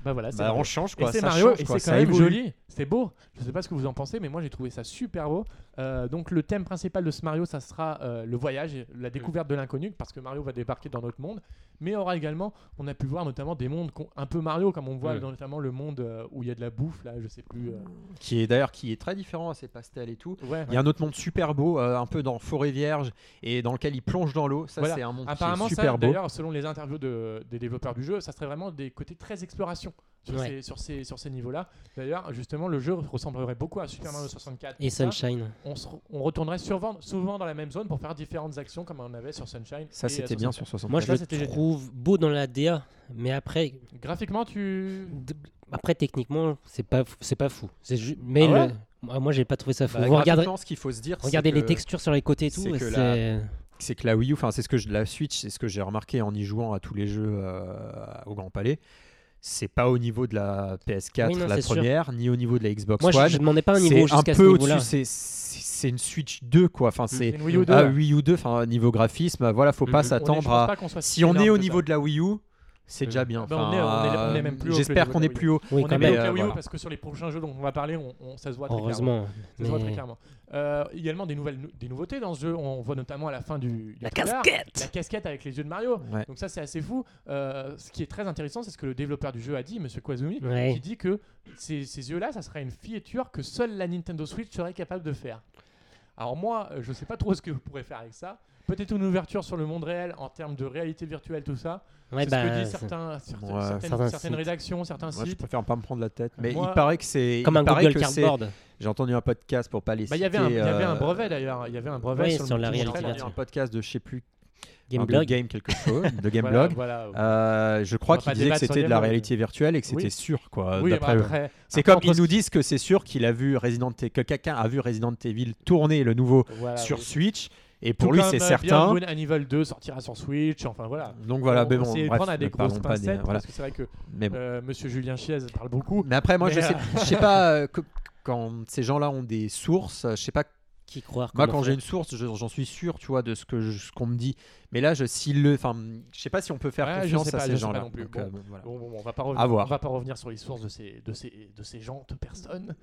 Speaker 1: Bah voilà, c'est
Speaker 2: bah,
Speaker 1: Mario.
Speaker 2: on change
Speaker 1: Et
Speaker 2: quoi.
Speaker 1: c'est
Speaker 2: ça
Speaker 1: Mario,
Speaker 2: change,
Speaker 1: et
Speaker 2: quoi,
Speaker 1: c'est quand
Speaker 2: ça
Speaker 1: même
Speaker 2: évolue.
Speaker 1: joli, c'est beau. Je sais pas ce que vous en pensez, mais moi j'ai trouvé ça super beau. Euh, donc le thème principal de ce Mario, ça sera euh, le voyage, et la découverte de l'inconnu, parce que Mario va débarquer dans notre monde, mais aura également, on a pu voir notamment des mondes qu'on- un peu Mario, comme on voit
Speaker 2: Mm.
Speaker 1: dans notamment le monde euh, où il y a de la bouffe, là, je sais plus. euh,
Speaker 2: Qui est d'ailleurs qui est très différent à ses pastels et tout.
Speaker 1: ouais.
Speaker 2: Il y a un autre monde super beau, euh, un peu dans forêt vierge et dans lequel il plonge dans l'eau. Ça
Speaker 1: Voilà.
Speaker 2: c'est un monde qui est
Speaker 1: Apparemment, ça,
Speaker 2: super beau.
Speaker 1: d'ailleurs, selon les interviews de- des développeurs du jeu, ça serait vraiment des côtés très exploration sur
Speaker 3: Ouais.
Speaker 1: ces, sur ces, sur ces niveaux-là. D'ailleurs, justement, le jeu ressemblerait beaucoup à Super Mario 64.
Speaker 3: et
Speaker 1: tout ça.
Speaker 3: Sunshine.
Speaker 1: on, se- on retournerait souvent, souvent dans la même zone pour faire différentes actions comme on avait sur Sunshine.
Speaker 2: Ça
Speaker 1: et,
Speaker 2: c'était
Speaker 1: euh,
Speaker 2: bien
Speaker 1: sur
Speaker 2: sur 60.
Speaker 3: Moi, je
Speaker 1: Ça,
Speaker 3: le
Speaker 1: c'était génial.
Speaker 3: trouve beau dans la DA, mais après,
Speaker 1: Sunshine. Graphiquement, tu.
Speaker 3: d- après techniquement, c'est pas, fou- c'est pas fou. C'est ju- mais
Speaker 1: Ah ouais
Speaker 3: le- moi, moi, j'ai pas trouvé ça fou.
Speaker 2: Bah,
Speaker 3: Vous regarderez,
Speaker 2: graphiquement, ce qu'il faut se dire, c'est
Speaker 3: regardez les
Speaker 2: que-
Speaker 3: textures sur les côtés et tout.
Speaker 2: c'est
Speaker 3: et
Speaker 2: que la-
Speaker 3: c'est-
Speaker 2: c'est que la Wii U, enfin c'est ce que je, la Switch, c'est ce que j'ai remarqué en y jouant à tous les jeux euh, au Grand Palais. C'est pas au niveau de la PS4,
Speaker 3: Oui, non,
Speaker 2: la
Speaker 3: c'est sûr.
Speaker 2: première, ni au niveau de la Xbox
Speaker 3: Moi, je,
Speaker 2: One.
Speaker 3: je demandais pas un
Speaker 2: C'est
Speaker 3: niveau jusqu'à ce
Speaker 2: peu
Speaker 3: niveau-là.
Speaker 2: au-dessus. c'est- C'est c'est une Switch 2 quoi. Enfin c'est
Speaker 1: Mm. une Wii U 2.
Speaker 2: ah, Wii U 2. Enfin niveau graphisme, voilà, faut
Speaker 3: Mhm. On
Speaker 2: pas
Speaker 3: est-
Speaker 1: On est- je
Speaker 2: s'attendre
Speaker 1: pense
Speaker 2: à.
Speaker 1: pas qu'on soit
Speaker 2: Si on est
Speaker 1: énorme
Speaker 2: au
Speaker 1: que
Speaker 2: niveau
Speaker 1: ça.
Speaker 2: de la Wii U, c'est
Speaker 3: Mm.
Speaker 2: déjà bien.
Speaker 1: Bah, on est- on est- on est même plus haut que le
Speaker 2: J'espère
Speaker 1: niveau
Speaker 2: qu'on
Speaker 1: de
Speaker 2: est
Speaker 1: la Wii
Speaker 2: plus haut.
Speaker 3: Oui,
Speaker 1: on
Speaker 3: quand
Speaker 1: est
Speaker 2: mais,
Speaker 1: bien
Speaker 3: même.
Speaker 1: avec la Wii U
Speaker 2: voilà.
Speaker 1: parce que sur les prochains jeux dont on va parler, on, on- ça se voit très clairement.
Speaker 3: Heureusement.
Speaker 1: Ça se voit
Speaker 3: mais-
Speaker 1: très clairement. Euh, également des nouvelles, des nouveautés dans ce jeu. On voit notamment à la fin du, du
Speaker 3: La
Speaker 1: trailer, la
Speaker 3: casquette
Speaker 1: casquette avec les yeux de Mario.
Speaker 2: Ouais.
Speaker 1: Donc ça c'est assez fou. Euh, ce qui est très intéressant, c'est ce que le développeur du jeu a dit, Monsieur Koizumi,
Speaker 3: Ouais.
Speaker 1: qui dit que ces, ces yeux-là, ça serait une filature que seule la Nintendo Switch serait capable de faire. Alors moi, euh, je sais pas trop ce que vous pourrez faire avec ça. Peut-être une ouverture sur le monde réel en termes de réalité virtuelle, tout ça.
Speaker 3: Ouais,
Speaker 1: c'est
Speaker 3: bah,
Speaker 1: ce que disent
Speaker 3: c'est-
Speaker 1: certains, certaines,
Speaker 2: Ouais.
Speaker 1: certaines-
Speaker 3: Certains
Speaker 1: certaines
Speaker 3: sites.
Speaker 1: rédactions, certains
Speaker 2: Moi, je
Speaker 1: sites.
Speaker 2: préfère pas me prendre la tête, mais
Speaker 1: Moi-
Speaker 2: il paraît que c'est.
Speaker 3: comme
Speaker 2: il
Speaker 3: un
Speaker 2: paraît
Speaker 3: Google
Speaker 2: que c'est-
Speaker 3: Cardboard.
Speaker 2: J'ai entendu un podcast pour pas les
Speaker 1: Bah, il y avait un,
Speaker 2: citer,
Speaker 1: il y avait un
Speaker 2: euh,
Speaker 1: brevet d'ailleurs. Il y avait un brevet
Speaker 3: Oui,
Speaker 1: le
Speaker 3: sur la
Speaker 1: monde
Speaker 2: J'ai
Speaker 3: réalité
Speaker 1: réel.
Speaker 2: entendu un
Speaker 3: virtuelle.
Speaker 2: podcast de je sais plus un de
Speaker 3: Gameblog.
Speaker 2: game quelque chose, de Gameblog.
Speaker 1: Voilà, voilà.
Speaker 2: Euh, je
Speaker 1: On
Speaker 2: crois
Speaker 1: va
Speaker 2: qu'il
Speaker 1: pas
Speaker 2: disait que
Speaker 1: débattre sur
Speaker 2: c'était de la
Speaker 1: Gameblog.
Speaker 2: réalité virtuelle et que c'était
Speaker 1: Oui.
Speaker 2: sûr quoi.
Speaker 1: oui,
Speaker 2: Euh, d'après
Speaker 1: bah,
Speaker 2: eux.
Speaker 1: après.
Speaker 2: c'est
Speaker 1: après,
Speaker 2: comme
Speaker 1: entre
Speaker 2: ils nous disent que c'est sûr qu'il a vu Resident Evil, que quelqu'un a vu Resident Evil tourner le nouveau
Speaker 1: Voilà,
Speaker 2: sur
Speaker 1: Ah oui.
Speaker 2: Switch et
Speaker 1: Tout
Speaker 2: pour lui
Speaker 1: comme,
Speaker 2: c'est
Speaker 1: euh,
Speaker 2: certain.
Speaker 1: Beyond Good and Evil 2 sortira sur Switch. Enfin voilà.
Speaker 2: Donc voilà,
Speaker 1: On-
Speaker 2: mais
Speaker 1: on
Speaker 2: bon,
Speaker 1: s'y
Speaker 2: bref,
Speaker 1: prend à des
Speaker 2: ne
Speaker 1: grosses
Speaker 2: parlons pas des-
Speaker 1: pincettes
Speaker 2: voilà.
Speaker 1: parce que c'est vrai que
Speaker 2: Mais bon.
Speaker 1: euh, Monsieur Julien Chiez parle beaucoup.
Speaker 2: Mais après, moi, je
Speaker 1: Mais,
Speaker 2: sais,
Speaker 1: euh,
Speaker 2: je sais pas euh, que- quand ces gens-là ont des sources. euh, Je sais pas.
Speaker 3: Qui croire
Speaker 2: Moi,
Speaker 3: comment
Speaker 2: quand j'ai
Speaker 3: faire.
Speaker 2: une source, je- j'en suis sûr, tu vois, de ce que je- ce qu'on me dit. Mais là, je si le, enfin, je sais pas si on peut faire
Speaker 1: Ouais, je
Speaker 2: confiance
Speaker 1: sais pas,
Speaker 2: à
Speaker 1: je
Speaker 2: ces
Speaker 1: sais pas
Speaker 2: gens-là.
Speaker 1: non plus.
Speaker 2: Donc, euh, bon, voilà.
Speaker 1: Bon, bon, bon, on va pas revenir.
Speaker 2: À voir.
Speaker 1: On va pas revenir sur les sources de ces de ces de ces gens de personnes.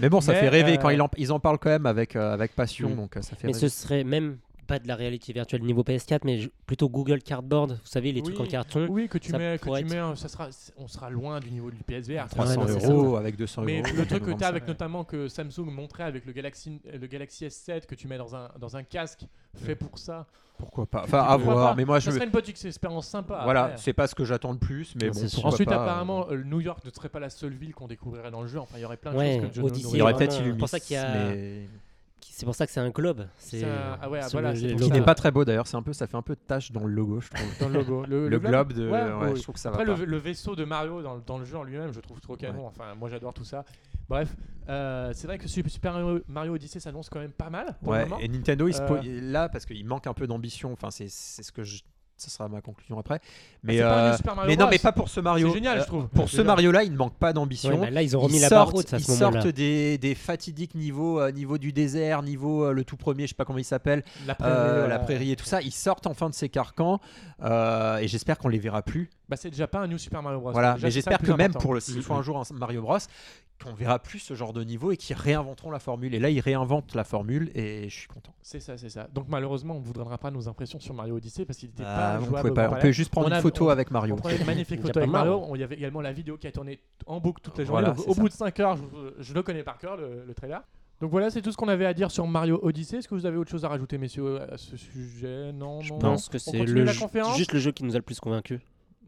Speaker 2: Mais bon, ça
Speaker 1: Mais,
Speaker 2: fait rêver
Speaker 1: euh,
Speaker 2: quand ils en, ils en parlent quand même avec euh, avec passion,
Speaker 3: Mm.
Speaker 2: donc euh, ça fait.
Speaker 3: Mais
Speaker 2: rêver.
Speaker 3: ce serait même pas de la réalité virtuelle niveau PS4, mais je- plutôt Google Cardboard. Vous savez, les trucs
Speaker 1: Oui.
Speaker 3: en carton.
Speaker 1: Oui, que tu
Speaker 3: Euh, Ça
Speaker 1: mets, que
Speaker 3: pourrait
Speaker 1: tu
Speaker 3: être-
Speaker 1: mets, un- ça sera, on sera loin du niveau du PSVR.
Speaker 2: 300
Speaker 3: Ouais, non, c'est ça.
Speaker 2: euros avec 200
Speaker 1: Mais
Speaker 2: euros.
Speaker 1: le truc que tu as avec
Speaker 2: notre
Speaker 1: notamment que Samsung montrait avec le Galaxy, le Galaxy S7 que tu mets dans un, dans un casque fait pour ça,
Speaker 2: Pourquoi pas Enfin,
Speaker 1: dis
Speaker 2: à
Speaker 1: pourquoi
Speaker 2: voir.
Speaker 1: pas.
Speaker 2: Mais moi, Ah, je.
Speaker 1: ça serait une petite expérience sympa.
Speaker 2: Voilà,
Speaker 1: après.
Speaker 2: c'est pas ce que j'attends le plus, mais
Speaker 3: Non,
Speaker 2: bon.
Speaker 3: c'est sûr.
Speaker 2: pourquoi
Speaker 1: Ensuite,
Speaker 2: pas,
Speaker 1: apparemment, euh, New York ne serait pas la seule ville qu'on découvrirait dans le jeu. Enfin, il y aurait plein de
Speaker 3: Ouais,
Speaker 1: choses que le jeu
Speaker 3: Odyssey.
Speaker 1: nous-
Speaker 2: Il y aurait
Speaker 3: c'est
Speaker 2: peut-être
Speaker 3: vraiment-
Speaker 2: Illumis,
Speaker 3: pour ça qu'il y a-
Speaker 2: mais-
Speaker 3: C'est pour ça que c'est un globe. C'est
Speaker 1: Ça- ah ouais,
Speaker 3: sur
Speaker 1: voilà,
Speaker 3: le-
Speaker 1: c'est pour
Speaker 3: le
Speaker 2: Qui n'est
Speaker 1: ça.
Speaker 3: logo.
Speaker 2: pas très beau d'ailleurs, c'est un peu, ça fait un peu tache dans le logo, je trouve.
Speaker 1: dans le logo.
Speaker 2: Le, globe, de,
Speaker 1: Ouais,
Speaker 2: ouais,
Speaker 1: ouais.
Speaker 2: je trouve que ça va
Speaker 1: Après,
Speaker 2: pas.
Speaker 1: le, le vaisseau de Mario dans, le- dans le jeu en lui-même, je trouve trop canon. Enfin, moi, j'adore tout ça. Bref, euh, c'est vrai que Super Super Mario, Mario Odyssey s'annonce quand même pas mal. Pour le
Speaker 2: Ouais,
Speaker 1: moment.
Speaker 2: et Nintendo, il se po-
Speaker 1: Euh,
Speaker 2: il- là, parce qu'il manque un peu d'ambition, enfin, c'est c'est ce que je. Ça sera ma conclusion après.
Speaker 1: Bah, c'est
Speaker 2: Mais,
Speaker 1: pas un
Speaker 2: euh,
Speaker 1: New Super Mario
Speaker 2: mais non,
Speaker 1: Bros.
Speaker 2: mais pas pour ce Mario.
Speaker 1: C'est génial,
Speaker 2: Euh,
Speaker 1: je trouve.
Speaker 2: Pour ce
Speaker 1: Déjà.
Speaker 2: Mario-là, il ne manque pas
Speaker 3: Ouais,
Speaker 2: d'ambition.
Speaker 3: bah là, ils ont
Speaker 2: Ils
Speaker 3: remis la barre
Speaker 2: sortent,
Speaker 3: haute à
Speaker 2: ils
Speaker 3: ce moment-là.
Speaker 2: sortent des, des fatidiques niveaux, euh, niveau du désert, niveau euh, le tout premier, je sais pas comment il s'appelle,
Speaker 1: la
Speaker 2: euh,
Speaker 1: prairie,
Speaker 2: la
Speaker 1: voilà.
Speaker 2: prairie et tout ça. Ils sortent enfin de ces carcans euh, et j'espère qu'on les verra plus.
Speaker 1: Bah, c'est déjà pas un New Super Mario Bros.
Speaker 2: Voilà,
Speaker 1: Déjà,
Speaker 2: mais
Speaker 1: c'est ça le
Speaker 2: j'espère que
Speaker 1: plus
Speaker 2: même
Speaker 1: important.
Speaker 2: pour le hein. s'il faut un jour un Mario Bros, qu'on verra plus ce genre de niveau et qu'ils réinventeront la formule. Et là, ils réinventent la formule et je suis content.
Speaker 1: C'est ça, c'est ça. Donc malheureusement, on ne vous donnera pas nos impressions sur Mario Odyssey parce qu'il n'était
Speaker 2: Ah,
Speaker 1: pas
Speaker 2: on,
Speaker 1: jouable.
Speaker 2: pouvait
Speaker 1: au
Speaker 2: pas- on
Speaker 1: Grand
Speaker 2: peut
Speaker 1: Palais.
Speaker 2: juste prendre
Speaker 1: On a-
Speaker 2: une photo
Speaker 1: on-
Speaker 2: avec
Speaker 1: On
Speaker 2: Mario.
Speaker 1: prenait une magnifique
Speaker 3: Il y a
Speaker 1: photo avec
Speaker 3: pas Mario.
Speaker 1: Mario. On- Il y avait également la vidéo qui a tourné en boucle toute la journée.
Speaker 2: Voilà,
Speaker 1: Donc,
Speaker 2: c'est
Speaker 1: au
Speaker 2: ça.
Speaker 1: bout de 5 heures, je, je le connais par cœur, le, le trailer. Donc voilà, c'est tout ce qu'on avait à dire sur Mario Odyssey. Est-ce que vous avez autre chose à rajouter, messieurs, à ce sujet Non,
Speaker 3: Je
Speaker 1: non.
Speaker 3: pense que
Speaker 1: On
Speaker 3: c'est
Speaker 1: continue
Speaker 3: le
Speaker 1: la
Speaker 3: jeu-
Speaker 1: conférence
Speaker 3: juste le jeu qui nous a le plus convaincus.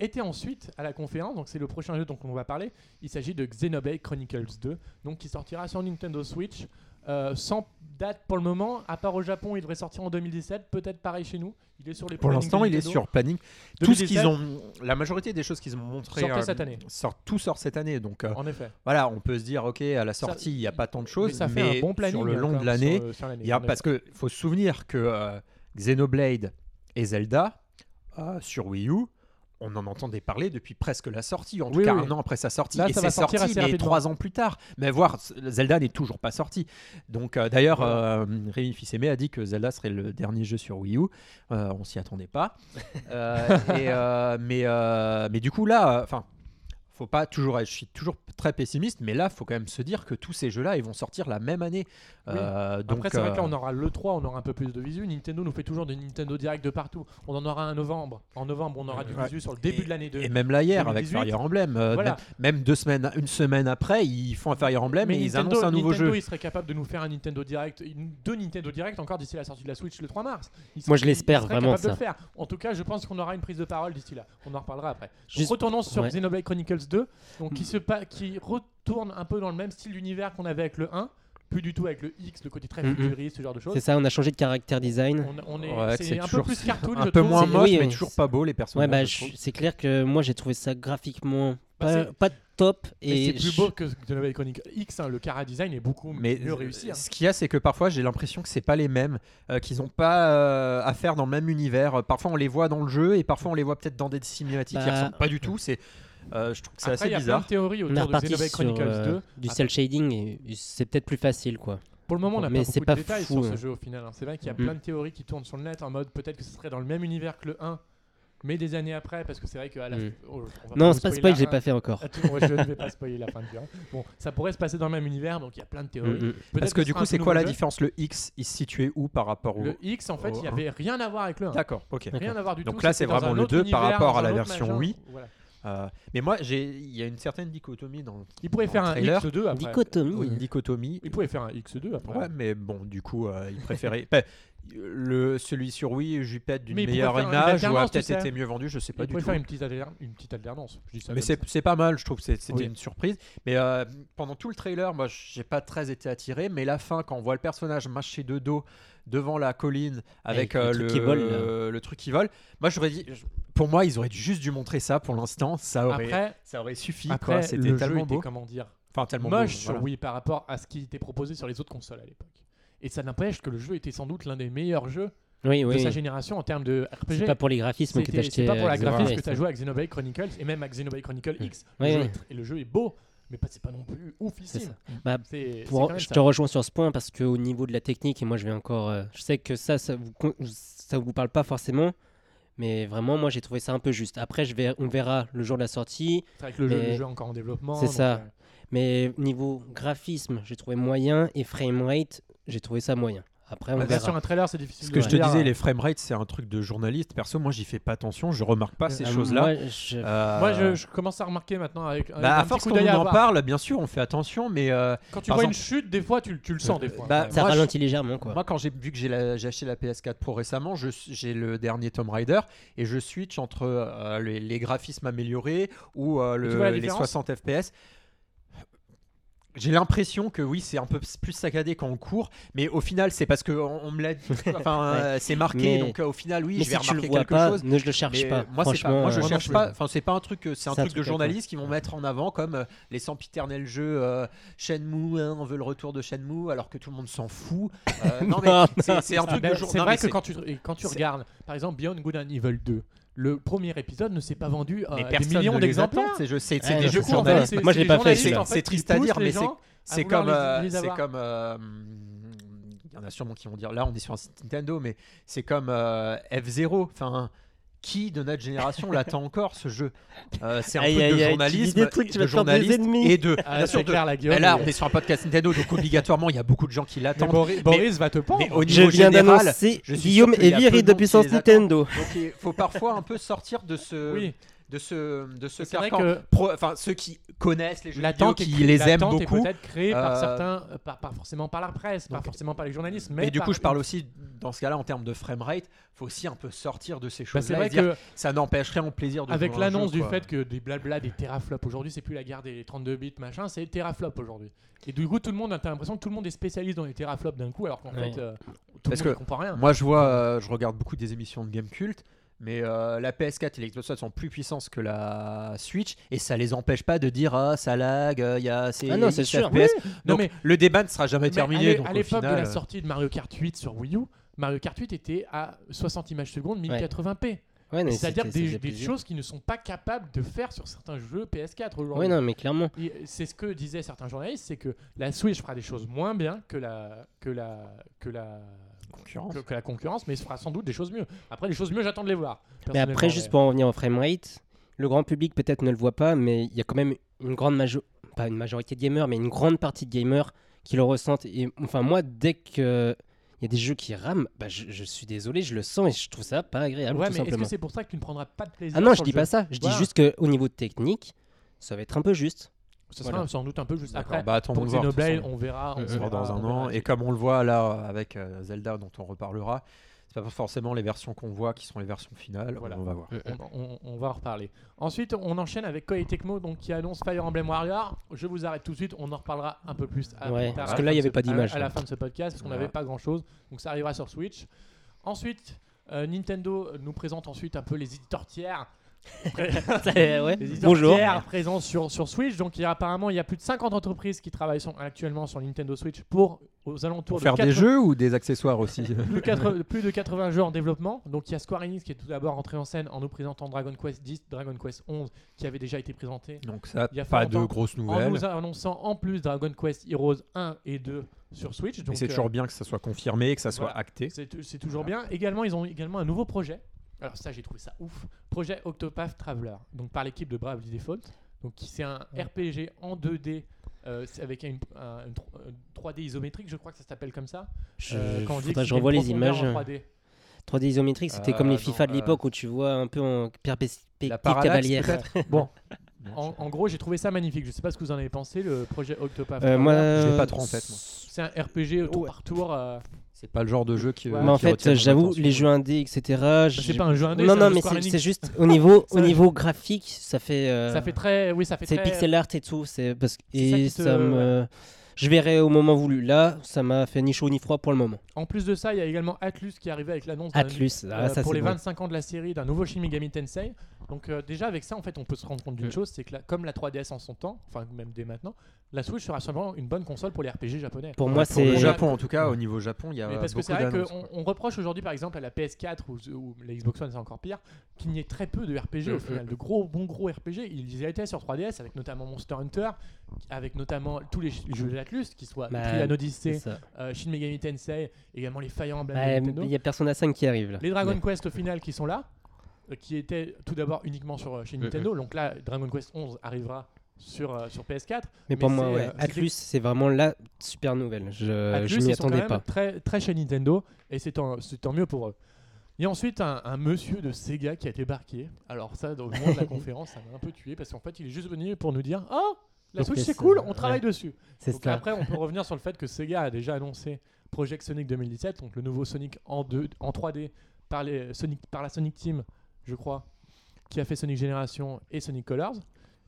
Speaker 1: était ensuite à la conférence, donc c'est le prochain jeu dont on va parler. Il s'agit de Xenoblade Chronicles 2, donc qui sortira sur Nintendo Switch euh, sans date pour le moment, à part au Japon, il devrait sortir en 2017, peut-être pareil chez nous. Il est sur les
Speaker 2: Pour
Speaker 1: plannings
Speaker 2: l'instant,
Speaker 1: de
Speaker 2: il est
Speaker 1: Nintendo.
Speaker 2: sur planning. Tout ce
Speaker 1: 2017,
Speaker 2: qu'ils ont, euh, la majorité des choses qu'ils ont montrées
Speaker 1: Sortaient cette année.
Speaker 2: sort- tout sort cette année. Donc euh,
Speaker 1: En effet.
Speaker 2: voilà, on peut se dire ok, à la sortie, il n'y a pas tant de choses,
Speaker 1: mais ça fait un bon planning
Speaker 2: sur
Speaker 1: hein,
Speaker 2: le long
Speaker 1: quand
Speaker 2: de
Speaker 1: même,
Speaker 2: l'année,
Speaker 1: sur, euh, sur l'année,
Speaker 2: il y a-
Speaker 1: en effet.
Speaker 2: parce que faut se souvenir que euh, Xenoblade et Zelda euh, sur Wii U. On en entendait parler depuis presque la sortie, en tout
Speaker 1: Oui,
Speaker 2: cas
Speaker 1: oui.
Speaker 2: un an après sa sortie.
Speaker 1: Là,
Speaker 2: et
Speaker 1: ça
Speaker 2: c'est
Speaker 1: va sortir
Speaker 2: sorti
Speaker 1: assez
Speaker 2: mais
Speaker 1: rapidement.
Speaker 2: trois ans plus tard. Mais voir, Zelda n'est toujours pas sorti. Donc euh, d'ailleurs, euh, Rémi Fils-Aimé a dit que Zelda serait le dernier jeu sur Wii U. Euh, on s'y attendait pas. Euh, et, euh, mais, euh, mais du coup, là, enfin. faut pas toujours, être- je suis toujours très pessimiste, mais là, faut quand même se dire que tous ces jeux-là, ils vont sortir la même année.
Speaker 1: Oui.
Speaker 2: Euh, donc,
Speaker 1: Après, c'est vrai
Speaker 2: euh,
Speaker 1: que là, on aura le 3, on aura un peu plus de visu. Nintendo nous fait toujours des Nintendo Direct de partout. On en aura un novembre. En novembre, on aura du
Speaker 2: Ouais.
Speaker 1: visu sur le début de l'année 2.
Speaker 2: Et même là hier avec
Speaker 1: 2018.
Speaker 2: Fire Emblem, euh,
Speaker 1: Voilà.
Speaker 2: même, même deux semaines, une semaine après, ils font un Fire Emblem
Speaker 1: Mais
Speaker 2: et ils
Speaker 1: Nintendo,
Speaker 2: annoncent un nouveau
Speaker 1: Nintendo,
Speaker 2: jeu.
Speaker 1: il serait capable de nous faire un Nintendo Direct, une- deux Nintendo Direct encore d'ici la sortie de la Switch le 3 mars. Ils
Speaker 3: Moi,
Speaker 1: seraient-
Speaker 3: je l'espère
Speaker 1: ils seraient
Speaker 3: vraiment,
Speaker 1: capables de le faire. En tout cas, je pense qu'on aura une prise de parole d'ici là. On en reparlera après. Donc,
Speaker 3: Juste-
Speaker 1: Retournons sur
Speaker 3: ouais.
Speaker 1: Xenoblade Chronicles 2, donc
Speaker 2: Mm.
Speaker 1: qui se pa- qui retourne un peu dans le même style d'univers qu'on avait avec le 1, plus du tout avec le X, le côté très
Speaker 3: Mhm.
Speaker 1: futuriste, ce genre de choses.
Speaker 3: C'est ça, on a changé de caractère design.
Speaker 1: On, on est,
Speaker 2: Ouais,
Speaker 1: c'est
Speaker 2: c'est
Speaker 1: un peu
Speaker 2: toujours-
Speaker 1: plus cartoon, je
Speaker 2: Un peu
Speaker 1: trouve.
Speaker 2: moins
Speaker 3: c'est-
Speaker 2: moche,
Speaker 3: oui,
Speaker 2: mais
Speaker 3: oui.
Speaker 2: toujours pas beau les personnages.
Speaker 3: Ouais, bah,
Speaker 2: je
Speaker 3: je-
Speaker 2: trouve.
Speaker 3: c'est clair que moi j'ai trouvé ça graphiquement
Speaker 1: Bah,
Speaker 3: pas,
Speaker 1: c'est-
Speaker 3: pas top.
Speaker 1: Et
Speaker 3: Et
Speaker 1: c'est plus
Speaker 3: je-
Speaker 1: beau que Xenoblade Chronicles X. hein, le Cara Design est beaucoup
Speaker 2: mais
Speaker 1: mieux réussi. hein.
Speaker 2: ce qu'il y a, c'est que parfois j'ai l'impression que c'est pas les mêmes, euh, qu'ils ont pas euh, à faire dans le même univers. Euh, Parfois on les voit dans le jeu et parfois on les voit peut-être dans des cinématiques qui
Speaker 3: Bah-
Speaker 2: ressemblent pas du tout. C'est, euh, je trouve que c'est
Speaker 1: Après,
Speaker 2: assez
Speaker 1: il y a plein
Speaker 2: bizarre.
Speaker 1: de théories
Speaker 3: On est
Speaker 1: autour de
Speaker 3: reparti
Speaker 1: Xenoblade
Speaker 3: sur
Speaker 1: Chronicles Ah. Bah,
Speaker 3: euh,
Speaker 1: 2.
Speaker 3: du cel shading et c'est peut-être plus facile quoi.
Speaker 1: Pour le moment, on n'a
Speaker 3: Mais
Speaker 1: pas
Speaker 3: c'est
Speaker 1: beaucoup
Speaker 3: pas
Speaker 1: de détails
Speaker 3: fou,
Speaker 1: sur ce
Speaker 3: hein.
Speaker 1: jeu au final. hein. C'est vrai qu'il y
Speaker 2: Mm.
Speaker 1: a
Speaker 3: Mhm.
Speaker 1: plein de théories qui tournent sur le net en mode peut-être que ce serait dans le même univers que le 1, mais des années après, parce que c'est vrai que. à la-
Speaker 3: Mhm.
Speaker 1: oh, on va
Speaker 3: Non,
Speaker 1: vous
Speaker 3: c'est pas
Speaker 1: spoiler
Speaker 3: spoil,
Speaker 1: la
Speaker 3: j'ai
Speaker 1: fin.
Speaker 3: pas fait encore.
Speaker 1: Ah, tout- ouais, je ne vais pas spoiler la fin du jeu. Bon, ça pourrait se passer dans le même univers, donc il y a plein de théories.
Speaker 3: Mm, mm.
Speaker 1: Peut-être
Speaker 2: Parce que
Speaker 1: ce
Speaker 2: du
Speaker 1: sera
Speaker 2: coup,
Speaker 1: un
Speaker 2: c'est
Speaker 1: tout
Speaker 2: quoi
Speaker 1: nouveau
Speaker 2: la
Speaker 1: jeu.
Speaker 2: différence Le X, il se situait où par rapport au
Speaker 1: Le X, en fait,
Speaker 2: au
Speaker 1: il n'y
Speaker 2: un.
Speaker 1: avait rien à voir avec le 1.
Speaker 2: Oh. D'accord, ok.
Speaker 1: Rien à voir du
Speaker 2: Donc
Speaker 1: tout.
Speaker 2: là,
Speaker 1: c'était
Speaker 2: c'est
Speaker 1: dans
Speaker 2: vraiment
Speaker 1: un
Speaker 2: le
Speaker 1: autre
Speaker 2: 2
Speaker 1: univers,
Speaker 2: par rapport à
Speaker 1: dans
Speaker 2: la
Speaker 1: un autre
Speaker 2: version
Speaker 1: machin.
Speaker 2: Wii.
Speaker 1: Voilà.
Speaker 2: Euh, mais moi, j'ai, il y a une certaine dichotomie dans,
Speaker 1: Il pourrait
Speaker 2: dans
Speaker 1: faire
Speaker 2: le
Speaker 1: un
Speaker 2: trailer.
Speaker 1: X2 après.
Speaker 3: Dichotomie.
Speaker 2: une dichotomie.
Speaker 1: Il pouvait faire un X2 après.
Speaker 2: Ouais, mais bon, du coup, euh, il préférait. Bah, le, celui sur Wii, je lui pète d'une
Speaker 1: Mais il pourrait
Speaker 2: meilleure
Speaker 1: faire une
Speaker 2: image ou a
Speaker 1: alternance, tu
Speaker 2: peut-être
Speaker 1: sais.
Speaker 2: été mieux vendu, je sais pas
Speaker 1: il
Speaker 2: du
Speaker 1: pouvait
Speaker 2: tout.
Speaker 1: faire une petite, alter- une petite alternance. Je dis ça
Speaker 2: Mais
Speaker 1: comme
Speaker 2: c'est c'est pas mal, je trouve. c'est- C'était
Speaker 1: Oui.
Speaker 2: une surprise. Mais euh, pendant tout le trailer, moi, j'ai pas très été attiré. Mais la fin, quand on voit le personnage marcher de dos devant la colline avec
Speaker 3: Avec le
Speaker 2: euh,
Speaker 3: truc
Speaker 2: le,
Speaker 3: qui vole, là.
Speaker 2: euh, le truc qui vole, moi, j'aurais dit. je- Pour moi, ils auraient dû juste dû montrer ça pour l'instant. Ça aurait,
Speaker 1: Après,
Speaker 2: ça aurait suffi. quoi,
Speaker 1: après
Speaker 2: C'était
Speaker 1: le jeu
Speaker 2: tellement
Speaker 1: était,
Speaker 2: beau.
Speaker 1: comment dire,
Speaker 2: Enfin, tellement beau,
Speaker 1: moche
Speaker 2: voilà.
Speaker 1: oui, par rapport à ce qui était proposé sur les autres consoles à l'époque. Et ça n'empêche que le jeu était sans doute l'un des meilleurs jeux
Speaker 3: Oui,
Speaker 1: de
Speaker 3: oui.
Speaker 1: sa génération en termes de
Speaker 3: C'est
Speaker 1: RPG.
Speaker 3: pas pour les graphismes que
Speaker 1: C'était-
Speaker 3: t'as acheté.
Speaker 1: C'est pas pour la
Speaker 3: euh,
Speaker 1: graphisme
Speaker 3: Xenoblade.
Speaker 1: que tu as joué à Xenoblade Chronicles et même à Xenoblade Chronicles X. Le
Speaker 3: Ouais,
Speaker 1: jeu
Speaker 3: ouais.
Speaker 1: est tr- Et le jeu est beau, mais pas- c'est pas non plus
Speaker 3: C'est
Speaker 1: oufissime.
Speaker 3: ça. Bah,
Speaker 1: C'est- c'est
Speaker 3: Pour-
Speaker 1: quand même
Speaker 3: je
Speaker 1: ça.
Speaker 3: te rejoins sur ce point parce qu'au niveau de la technique, et moi je vais encore. euh, je sais que ça, ça vous, con- ça vous parle pas forcément, mais vraiment, moi j'ai trouvé ça un peu juste. Après, je vais, on verra le jour de la sortie,
Speaker 1: C'est vrai que le jeu, le
Speaker 3: mais-
Speaker 1: jeu est encore en développement.
Speaker 3: C'est
Speaker 1: donc,
Speaker 3: ça.
Speaker 1: euh,
Speaker 3: mais niveau graphisme, j'ai trouvé moyen et framerate, j'ai trouvé ça moyen. Après, on
Speaker 1: bah,
Speaker 3: verra.
Speaker 1: Sur un trailer, c'est difficile.
Speaker 2: Ce
Speaker 1: de
Speaker 2: que je te
Speaker 1: dire,
Speaker 2: disais,
Speaker 1: euh,
Speaker 2: les framerates, c'est un truc de journaliste. Perso, moi, j'y fais pas attention, je remarque pas ces
Speaker 3: Euh,
Speaker 2: choses-là.
Speaker 3: moi, je-
Speaker 2: Euh,
Speaker 1: Moi, je, je commence à remarquer maintenant avec. avec
Speaker 2: bah,
Speaker 1: un
Speaker 2: à
Speaker 1: petit
Speaker 2: force
Speaker 1: coup
Speaker 2: qu'on
Speaker 1: d'œil à
Speaker 2: en
Speaker 1: avoir.
Speaker 2: parle, bien sûr, on fait attention, mais euh,
Speaker 1: Quand tu
Speaker 2: Par
Speaker 1: vois une chute, des fois, tu, tu le sens des fois.
Speaker 2: bah,
Speaker 3: ça
Speaker 2: moi, je-
Speaker 3: ralentit légèrement, quoi.
Speaker 2: moi, quand j'ai vu que j'ai la- j'ai acheté la PS4 Pro récemment, je- j'ai le dernier Tomb Raider et je switch entre euh, les, les graphismes améliorés ou euh, le-
Speaker 1: tu vois la
Speaker 2: les
Speaker 1: différence
Speaker 2: 60 FPS. J'ai l'impression que oui, c'est un peu plus saccadé quand on court, mais au final, c'est parce que on, on me l'a, enfin,
Speaker 3: Ouais.
Speaker 2: euh, c'est marqué,
Speaker 3: Mais-
Speaker 2: donc euh, au final, oui,
Speaker 3: mais
Speaker 2: je
Speaker 3: si
Speaker 2: vais
Speaker 3: tu le
Speaker 2: remarquer
Speaker 3: vois
Speaker 2: quelque
Speaker 3: pas,
Speaker 2: chose.
Speaker 3: ne je le cherche
Speaker 2: Mais,
Speaker 3: pas.
Speaker 2: euh, moi, c'est pas-
Speaker 3: Franchement,
Speaker 2: moi, je
Speaker 3: euh,
Speaker 1: moi non
Speaker 2: cherche
Speaker 1: plus.
Speaker 2: pas. Enfin, c'est pas un truc. euh, C'est un
Speaker 3: C'est un
Speaker 2: truc de
Speaker 3: truc à
Speaker 2: journalistes qui vont mettre en avant comme euh, les sempiternels jeux euh, Shenmue. hein, on veut le retour de Shenmue, alors que tout le monde s'en fout. Euh, non mais
Speaker 3: Non,
Speaker 2: c'est c'est un
Speaker 1: Ah
Speaker 2: truc
Speaker 1: ben,
Speaker 2: de
Speaker 1: c'est vrai
Speaker 2: journaliste.
Speaker 1: que quand tu, et quand tu
Speaker 2: c'est-
Speaker 1: regardes, par exemple, Beyond Good and Evil 2, le premier épisode ne s'est pas vendu à
Speaker 2: mais
Speaker 1: des
Speaker 2: personne
Speaker 1: millions
Speaker 2: ne les
Speaker 1: d'exemplaires.
Speaker 2: attend, ces jeux. C'est
Speaker 3: Ouais,
Speaker 2: c'est
Speaker 3: non,
Speaker 2: des jeux
Speaker 3: c'est ça.
Speaker 2: journalistes.
Speaker 3: Moi, je l'ai pas fait,
Speaker 2: celui-là. C'est triste à dire, mais c'est- C'est
Speaker 1: vouloir
Speaker 2: comme,
Speaker 1: les-
Speaker 2: euh,
Speaker 1: les
Speaker 2: c'est
Speaker 1: avoir.
Speaker 2: comme. euh, hum, Il y en a sûrement qui vont dire. Là, on est sur un site Nintendo, mais c'est comme F 0 Enfin. Qui de notre génération l'attend encore ce jeu Euh, C'est un
Speaker 3: Aïe,
Speaker 2: truc de
Speaker 3: aïe, aïe, tu dis
Speaker 2: journalisme,
Speaker 3: des trucs, tu vas
Speaker 2: de
Speaker 3: te faire des
Speaker 2: journaliste
Speaker 3: ennemis.
Speaker 2: et de,
Speaker 1: Ah,
Speaker 2: bien sûr,
Speaker 1: c'est
Speaker 2: de-
Speaker 1: clair, la
Speaker 2: Mais
Speaker 1: Guillaume.
Speaker 2: là,
Speaker 1: mais-
Speaker 2: on est sur un podcast Nintendo, donc obligatoirement, il y a beaucoup de gens qui
Speaker 1: mais
Speaker 2: l'attendent.
Speaker 1: Boris, Boris va te
Speaker 2: Mais
Speaker 1: pendre.
Speaker 2: au
Speaker 3: Je
Speaker 2: niveau
Speaker 3: viens
Speaker 2: général,
Speaker 3: d'annoncer
Speaker 2: je suis
Speaker 3: Guillaume
Speaker 2: sûr qu'il y
Speaker 3: et
Speaker 2: a peu de
Speaker 3: Viry de
Speaker 2: monde qui
Speaker 3: Puissance
Speaker 2: les attend.
Speaker 3: Nintendo.
Speaker 2: donc il faut parfois un peu sortir de ce,
Speaker 1: Oui,
Speaker 2: de ce, de ce
Speaker 1: c'est vrai
Speaker 2: carcan.
Speaker 1: que
Speaker 2: Pro- enfin, ceux qui connaissent les jeux vidéo,
Speaker 1: L'attente
Speaker 2: qui
Speaker 1: est-
Speaker 2: les aiment
Speaker 1: l'attente est
Speaker 2: beaucoup.
Speaker 1: peut-être créée par
Speaker 2: Euh,
Speaker 1: certains, euh, par, par forcément par la presse, pas
Speaker 2: donc-
Speaker 1: forcément par les journalistes, mais
Speaker 2: Mais du
Speaker 1: par-
Speaker 2: coup, je parle aussi dans ce cas-là en termes de framerate. Faut aussi un peu sortir de ces
Speaker 1: Bah, c'est
Speaker 2: choses-là.
Speaker 1: vrai
Speaker 2: et dire
Speaker 1: que
Speaker 2: ça n'empêcherait en plaisir de
Speaker 1: avec
Speaker 2: jouer à un
Speaker 1: l'annonce
Speaker 2: jeu,
Speaker 1: du
Speaker 2: quoi.
Speaker 1: fait que des blabla, des teraflops, aujourd'hui c'est plus la guerre des 32 bits, machin, c'est teraflop aujourd'hui. Et du coup, tout le monde a t'as l'impression que tout le monde est spécialiste dans les teraflops d'un coup, alors qu'en
Speaker 3: Ouais.
Speaker 1: fait, euh, tout
Speaker 2: Parce
Speaker 1: le monde
Speaker 2: que
Speaker 1: comprend rien.
Speaker 2: Moi, je vois, euh, je regarde beaucoup des émissions de Game Cult, mais euh, la PS4 et l'Xbox One sont plus puissantes que la Switch, et ça les empêche pas de dire ah ça lag, euh, il y a ces
Speaker 3: Ah non, c'est
Speaker 2: X
Speaker 3: sûr.
Speaker 2: FPS.
Speaker 1: non,
Speaker 2: Donc,
Speaker 1: mais-
Speaker 2: le débat ne sera jamais
Speaker 1: Mais
Speaker 2: terminé.
Speaker 1: à l'é-
Speaker 2: donc
Speaker 1: à
Speaker 2: au
Speaker 1: l'époque de
Speaker 2: final, euh,
Speaker 1: la sortie de Mario Kart 8 sur Wii U, Mario Kart 8 était à 60 images secondes, 1080p.
Speaker 3: Ouais, non,
Speaker 1: C'est-à-dire
Speaker 3: c'était- ça
Speaker 1: des,
Speaker 3: faisait
Speaker 1: des
Speaker 3: plaisir.
Speaker 1: choses qui ne sont pas capables de faire sur certains jeux PS4
Speaker 3: Ouais,
Speaker 1: aujourd'hui.
Speaker 3: non, mais clairement.
Speaker 1: Et C'est ce que disaient certains journalistes, c'est que la Switch fera des choses moins bien que la que la que la
Speaker 2: concurrence.
Speaker 1: que, que la concurrence, mais fera sans doute des choses mieux. Après, les choses mieux, j'attends de les voir.
Speaker 3: Mais après, juste pour en revenir au framerate, le grand public peut-être ne le voit pas, mais il y a quand même une grande majo- pas une majorité de gamers, mais une grande partie de gamers qui le ressentent. Et enfin, moi, dès que il y a des jeux qui rament, bah, je, je suis désolé, je le sens et je trouve ça pas agréable,
Speaker 1: Ouais,
Speaker 3: tout
Speaker 1: mais est-ce que
Speaker 3: simplement.
Speaker 1: c'est pour ça que tu ne prendras pas de plaisir
Speaker 3: Ah non, je
Speaker 1: sur
Speaker 3: dis
Speaker 1: le
Speaker 3: pas
Speaker 1: jeu
Speaker 3: ça. Je dis
Speaker 1: Voilà.
Speaker 3: juste qu'au niveau technique, ça va être un peu juste.
Speaker 1: Ce sera
Speaker 3: Voilà.
Speaker 1: sans doute un peu juste
Speaker 2: D'accord,
Speaker 1: après.
Speaker 2: bah, attendons
Speaker 1: pour
Speaker 2: de voir, de toute
Speaker 1: Xenoblade,
Speaker 2: façon.
Speaker 1: on verra.
Speaker 3: On
Speaker 1: On
Speaker 2: On
Speaker 1: verra
Speaker 2: verra dans un
Speaker 1: on
Speaker 2: an.
Speaker 1: verra.
Speaker 2: Et comme on le voit là avec euh, Zelda, dont on reparlera, c'est pas forcément les versions qu'on voit qui sont les versions finales.
Speaker 1: Voilà.
Speaker 2: On va voir.
Speaker 1: on, on- on va en reparler. Ensuite, on enchaîne avec Koei Tecmo donc, qui annonce Fire Emblem Warrior. Je vous arrête tout de suite, on en reparlera un peu plus à-
Speaker 3: Ouais,
Speaker 1: plus tard,
Speaker 3: parce
Speaker 1: à
Speaker 3: que
Speaker 1: la
Speaker 3: là, il y
Speaker 1: fin
Speaker 3: avait
Speaker 1: de
Speaker 3: pas
Speaker 1: ce- à-
Speaker 3: d'image,
Speaker 1: À, la
Speaker 3: là.
Speaker 1: fin de ce podcast, parce qu'on
Speaker 2: Voilà.
Speaker 1: n'avait pas grand chose. Donc ça arrivera sur Switch. Ensuite, euh, Nintendo nous présente ensuite un peu les éditeurs tiers.
Speaker 3: Ouais.
Speaker 1: Les éditeurs
Speaker 3: Bonjour.
Speaker 1: tiers présents sur, sur Switch. Donc il y a- apparemment, il y a plus de 50 entreprises qui travaillent sur- actuellement sur Nintendo Switch pour aux alentours
Speaker 2: Pour
Speaker 1: de
Speaker 2: faire
Speaker 1: 80
Speaker 2: des jeux ou des accessoires aussi
Speaker 1: plus, quatre- plus de 80 jeux en développement. Donc il y a Square Enix qui est tout d'abord entré en scène en nous présentant Dragon Quest 10, Dragon Quest 11 qui avait déjà été présenté.
Speaker 2: Donc ça,
Speaker 1: Il y a
Speaker 2: pas
Speaker 1: fort
Speaker 2: de
Speaker 1: longtemps,
Speaker 2: grosses
Speaker 1: En
Speaker 2: nouvelles.
Speaker 1: nous annonçant en plus Dragon Quest Heroes 1 et 2 sur Switch.
Speaker 2: Mais
Speaker 1: Donc
Speaker 2: c'est
Speaker 1: euh,
Speaker 2: toujours bien que ça soit confirmé, que ça soit
Speaker 1: voilà.
Speaker 2: acté.
Speaker 1: c'est tu- c'est toujours bien. Également, ils ont également un nouveau projet. Alors ça, j'ai trouvé ça ouf. Projet Octopath Traveler. Donc par l'équipe de Bravely Default. Donc qui- c'est un
Speaker 3: Ouais.
Speaker 1: RPG en 2D. euh, c'est avec une, un- une tro- une 3D isométrique, je crois que ça s'appelle comme ça.
Speaker 3: Je,
Speaker 1: Euh, quand on dit qu'il
Speaker 3: faudrait que
Speaker 1: y
Speaker 3: je
Speaker 1: a une
Speaker 3: revois les
Speaker 1: profondeur en
Speaker 3: images.
Speaker 1: 3D.
Speaker 3: 3D isométrique, c'était
Speaker 2: Euh,
Speaker 3: comme
Speaker 1: Ah,
Speaker 3: les
Speaker 2: non,
Speaker 3: FIFA de
Speaker 2: euh,
Speaker 3: l'époque où tu vois un peu en perspective
Speaker 2: parallaxe,
Speaker 3: cavalière.
Speaker 1: Bon. En, en gros, j'ai trouvé ça magnifique. Je sais pas ce que vous en avez pensé, le projet Octopath.
Speaker 3: Euh,
Speaker 1: Traveler.
Speaker 3: moi,
Speaker 2: Je l'ai pas trop en tête, moi.
Speaker 1: C'est un RPG tour
Speaker 3: Ouais.
Speaker 1: par tour. euh,
Speaker 2: C'est pas le genre de jeu qui.
Speaker 1: Ouais.
Speaker 3: Mais en
Speaker 2: Ah, qui retient
Speaker 3: fait,
Speaker 2: mon
Speaker 3: j'avoue,
Speaker 2: attention.
Speaker 3: les jeux indés, etc.
Speaker 1: bah,
Speaker 3: j'ai-
Speaker 1: c'est pas un jeu indé.
Speaker 3: non,
Speaker 1: c'est un
Speaker 3: non,
Speaker 1: jeu
Speaker 3: mais
Speaker 1: Square
Speaker 3: c'est
Speaker 1: Enix.
Speaker 3: c'est juste au niveau,
Speaker 1: Ça-
Speaker 3: au niveau graphique, ça fait. euh,
Speaker 1: Ça fait très. Oui, ça fait
Speaker 3: c'est
Speaker 1: très.
Speaker 3: pixel art et tout. C'est parce que
Speaker 1: C'est ça
Speaker 3: et
Speaker 1: qui te-
Speaker 3: ça me. Je verrai au moment voulu. Là, ça m'a fait ni chaud ni froid pour le moment.
Speaker 1: En plus de ça, il y a également Atlus qui est arrivé avec l'annonce d'un-
Speaker 3: Atlus, ah,
Speaker 1: euh,
Speaker 3: ça
Speaker 1: pour
Speaker 3: c'est
Speaker 1: les
Speaker 3: bon.
Speaker 1: 25 ans de la série d'un nouveau Shin Megami Tensei. Donc euh, déjà avec ça, en fait, on peut se rendre compte d'une
Speaker 3: Mm.
Speaker 1: chose, c'est que la- comme la 3DS en son temps, enfin même dès maintenant, la Switch sera sûrement une bonne console pour les RPG japonais.
Speaker 3: Pour
Speaker 2: Ouais,
Speaker 3: moi,
Speaker 2: pour le
Speaker 3: c'est.
Speaker 2: Japon, en tout cas, au niveau Japon, il y a
Speaker 1: Mais parce que
Speaker 2: beaucoup
Speaker 1: c'est vrai
Speaker 2: d'annonces.
Speaker 1: qu'on on reproche aujourd'hui, par exemple, à la PS4 ou, ou la Xbox One, c'est encore pire, qu'il n'y ait très peu de RPG
Speaker 3: Mm,
Speaker 1: au
Speaker 3: mm.
Speaker 1: final, de gros, bons gros RPG. Ils y étaient sur 3DS avec notamment Monster Hunter, avec notamment tous les ch- jeux d'Atlus, qui soient
Speaker 3: Bah,
Speaker 1: Trian
Speaker 3: c'est
Speaker 1: Odyssey,
Speaker 3: ça.
Speaker 1: euh, Shin Megami Tensei, également les Fire Emblem. de
Speaker 3: Ouais, mais
Speaker 1: Nintendo.
Speaker 3: Il y a Persona 5 qui arrive là.
Speaker 1: Les Dragon
Speaker 3: Mais-
Speaker 1: Quest au final qui sont là, euh, qui étaient tout d'abord uniquement sur, euh, chez Nintendo. Donc là, Dragon Quest 11 arrivera sur, euh, sur PS4.
Speaker 3: Mais pour
Speaker 1: mais
Speaker 3: moi,
Speaker 1: c'est,
Speaker 3: ouais,
Speaker 1: euh, c'était-
Speaker 3: Atlus, c'est vraiment la super nouvelle. Je, Euh, je
Speaker 1: Atlus,
Speaker 3: m'y
Speaker 1: ils sont quand
Speaker 3: attendais
Speaker 1: même
Speaker 3: pas.
Speaker 1: très, très chez Nintendo et c'est tant, c'est tant mieux pour eux. Il y a ensuite un, un monsieur de Sega qui a débarqué. Alors ça, dans le moment de la conférence, ça m'a un peu tué parce qu'en fait, il est juste venu pour nous dire « Ah, la
Speaker 3: Ok,
Speaker 1: Switch, c'est
Speaker 3: ça-
Speaker 1: cool, on travaille dessus !»
Speaker 3: C'est
Speaker 1: Donc
Speaker 3: ça.
Speaker 1: après, on peut revenir sur le fait que Sega a déjà annoncé Project Sonic 2017, donc le nouveau Sonic en, 2, en 3D par, les Sonic, par la Sonic Team, je crois, qui a fait Sonic Generation et Sonic Colors,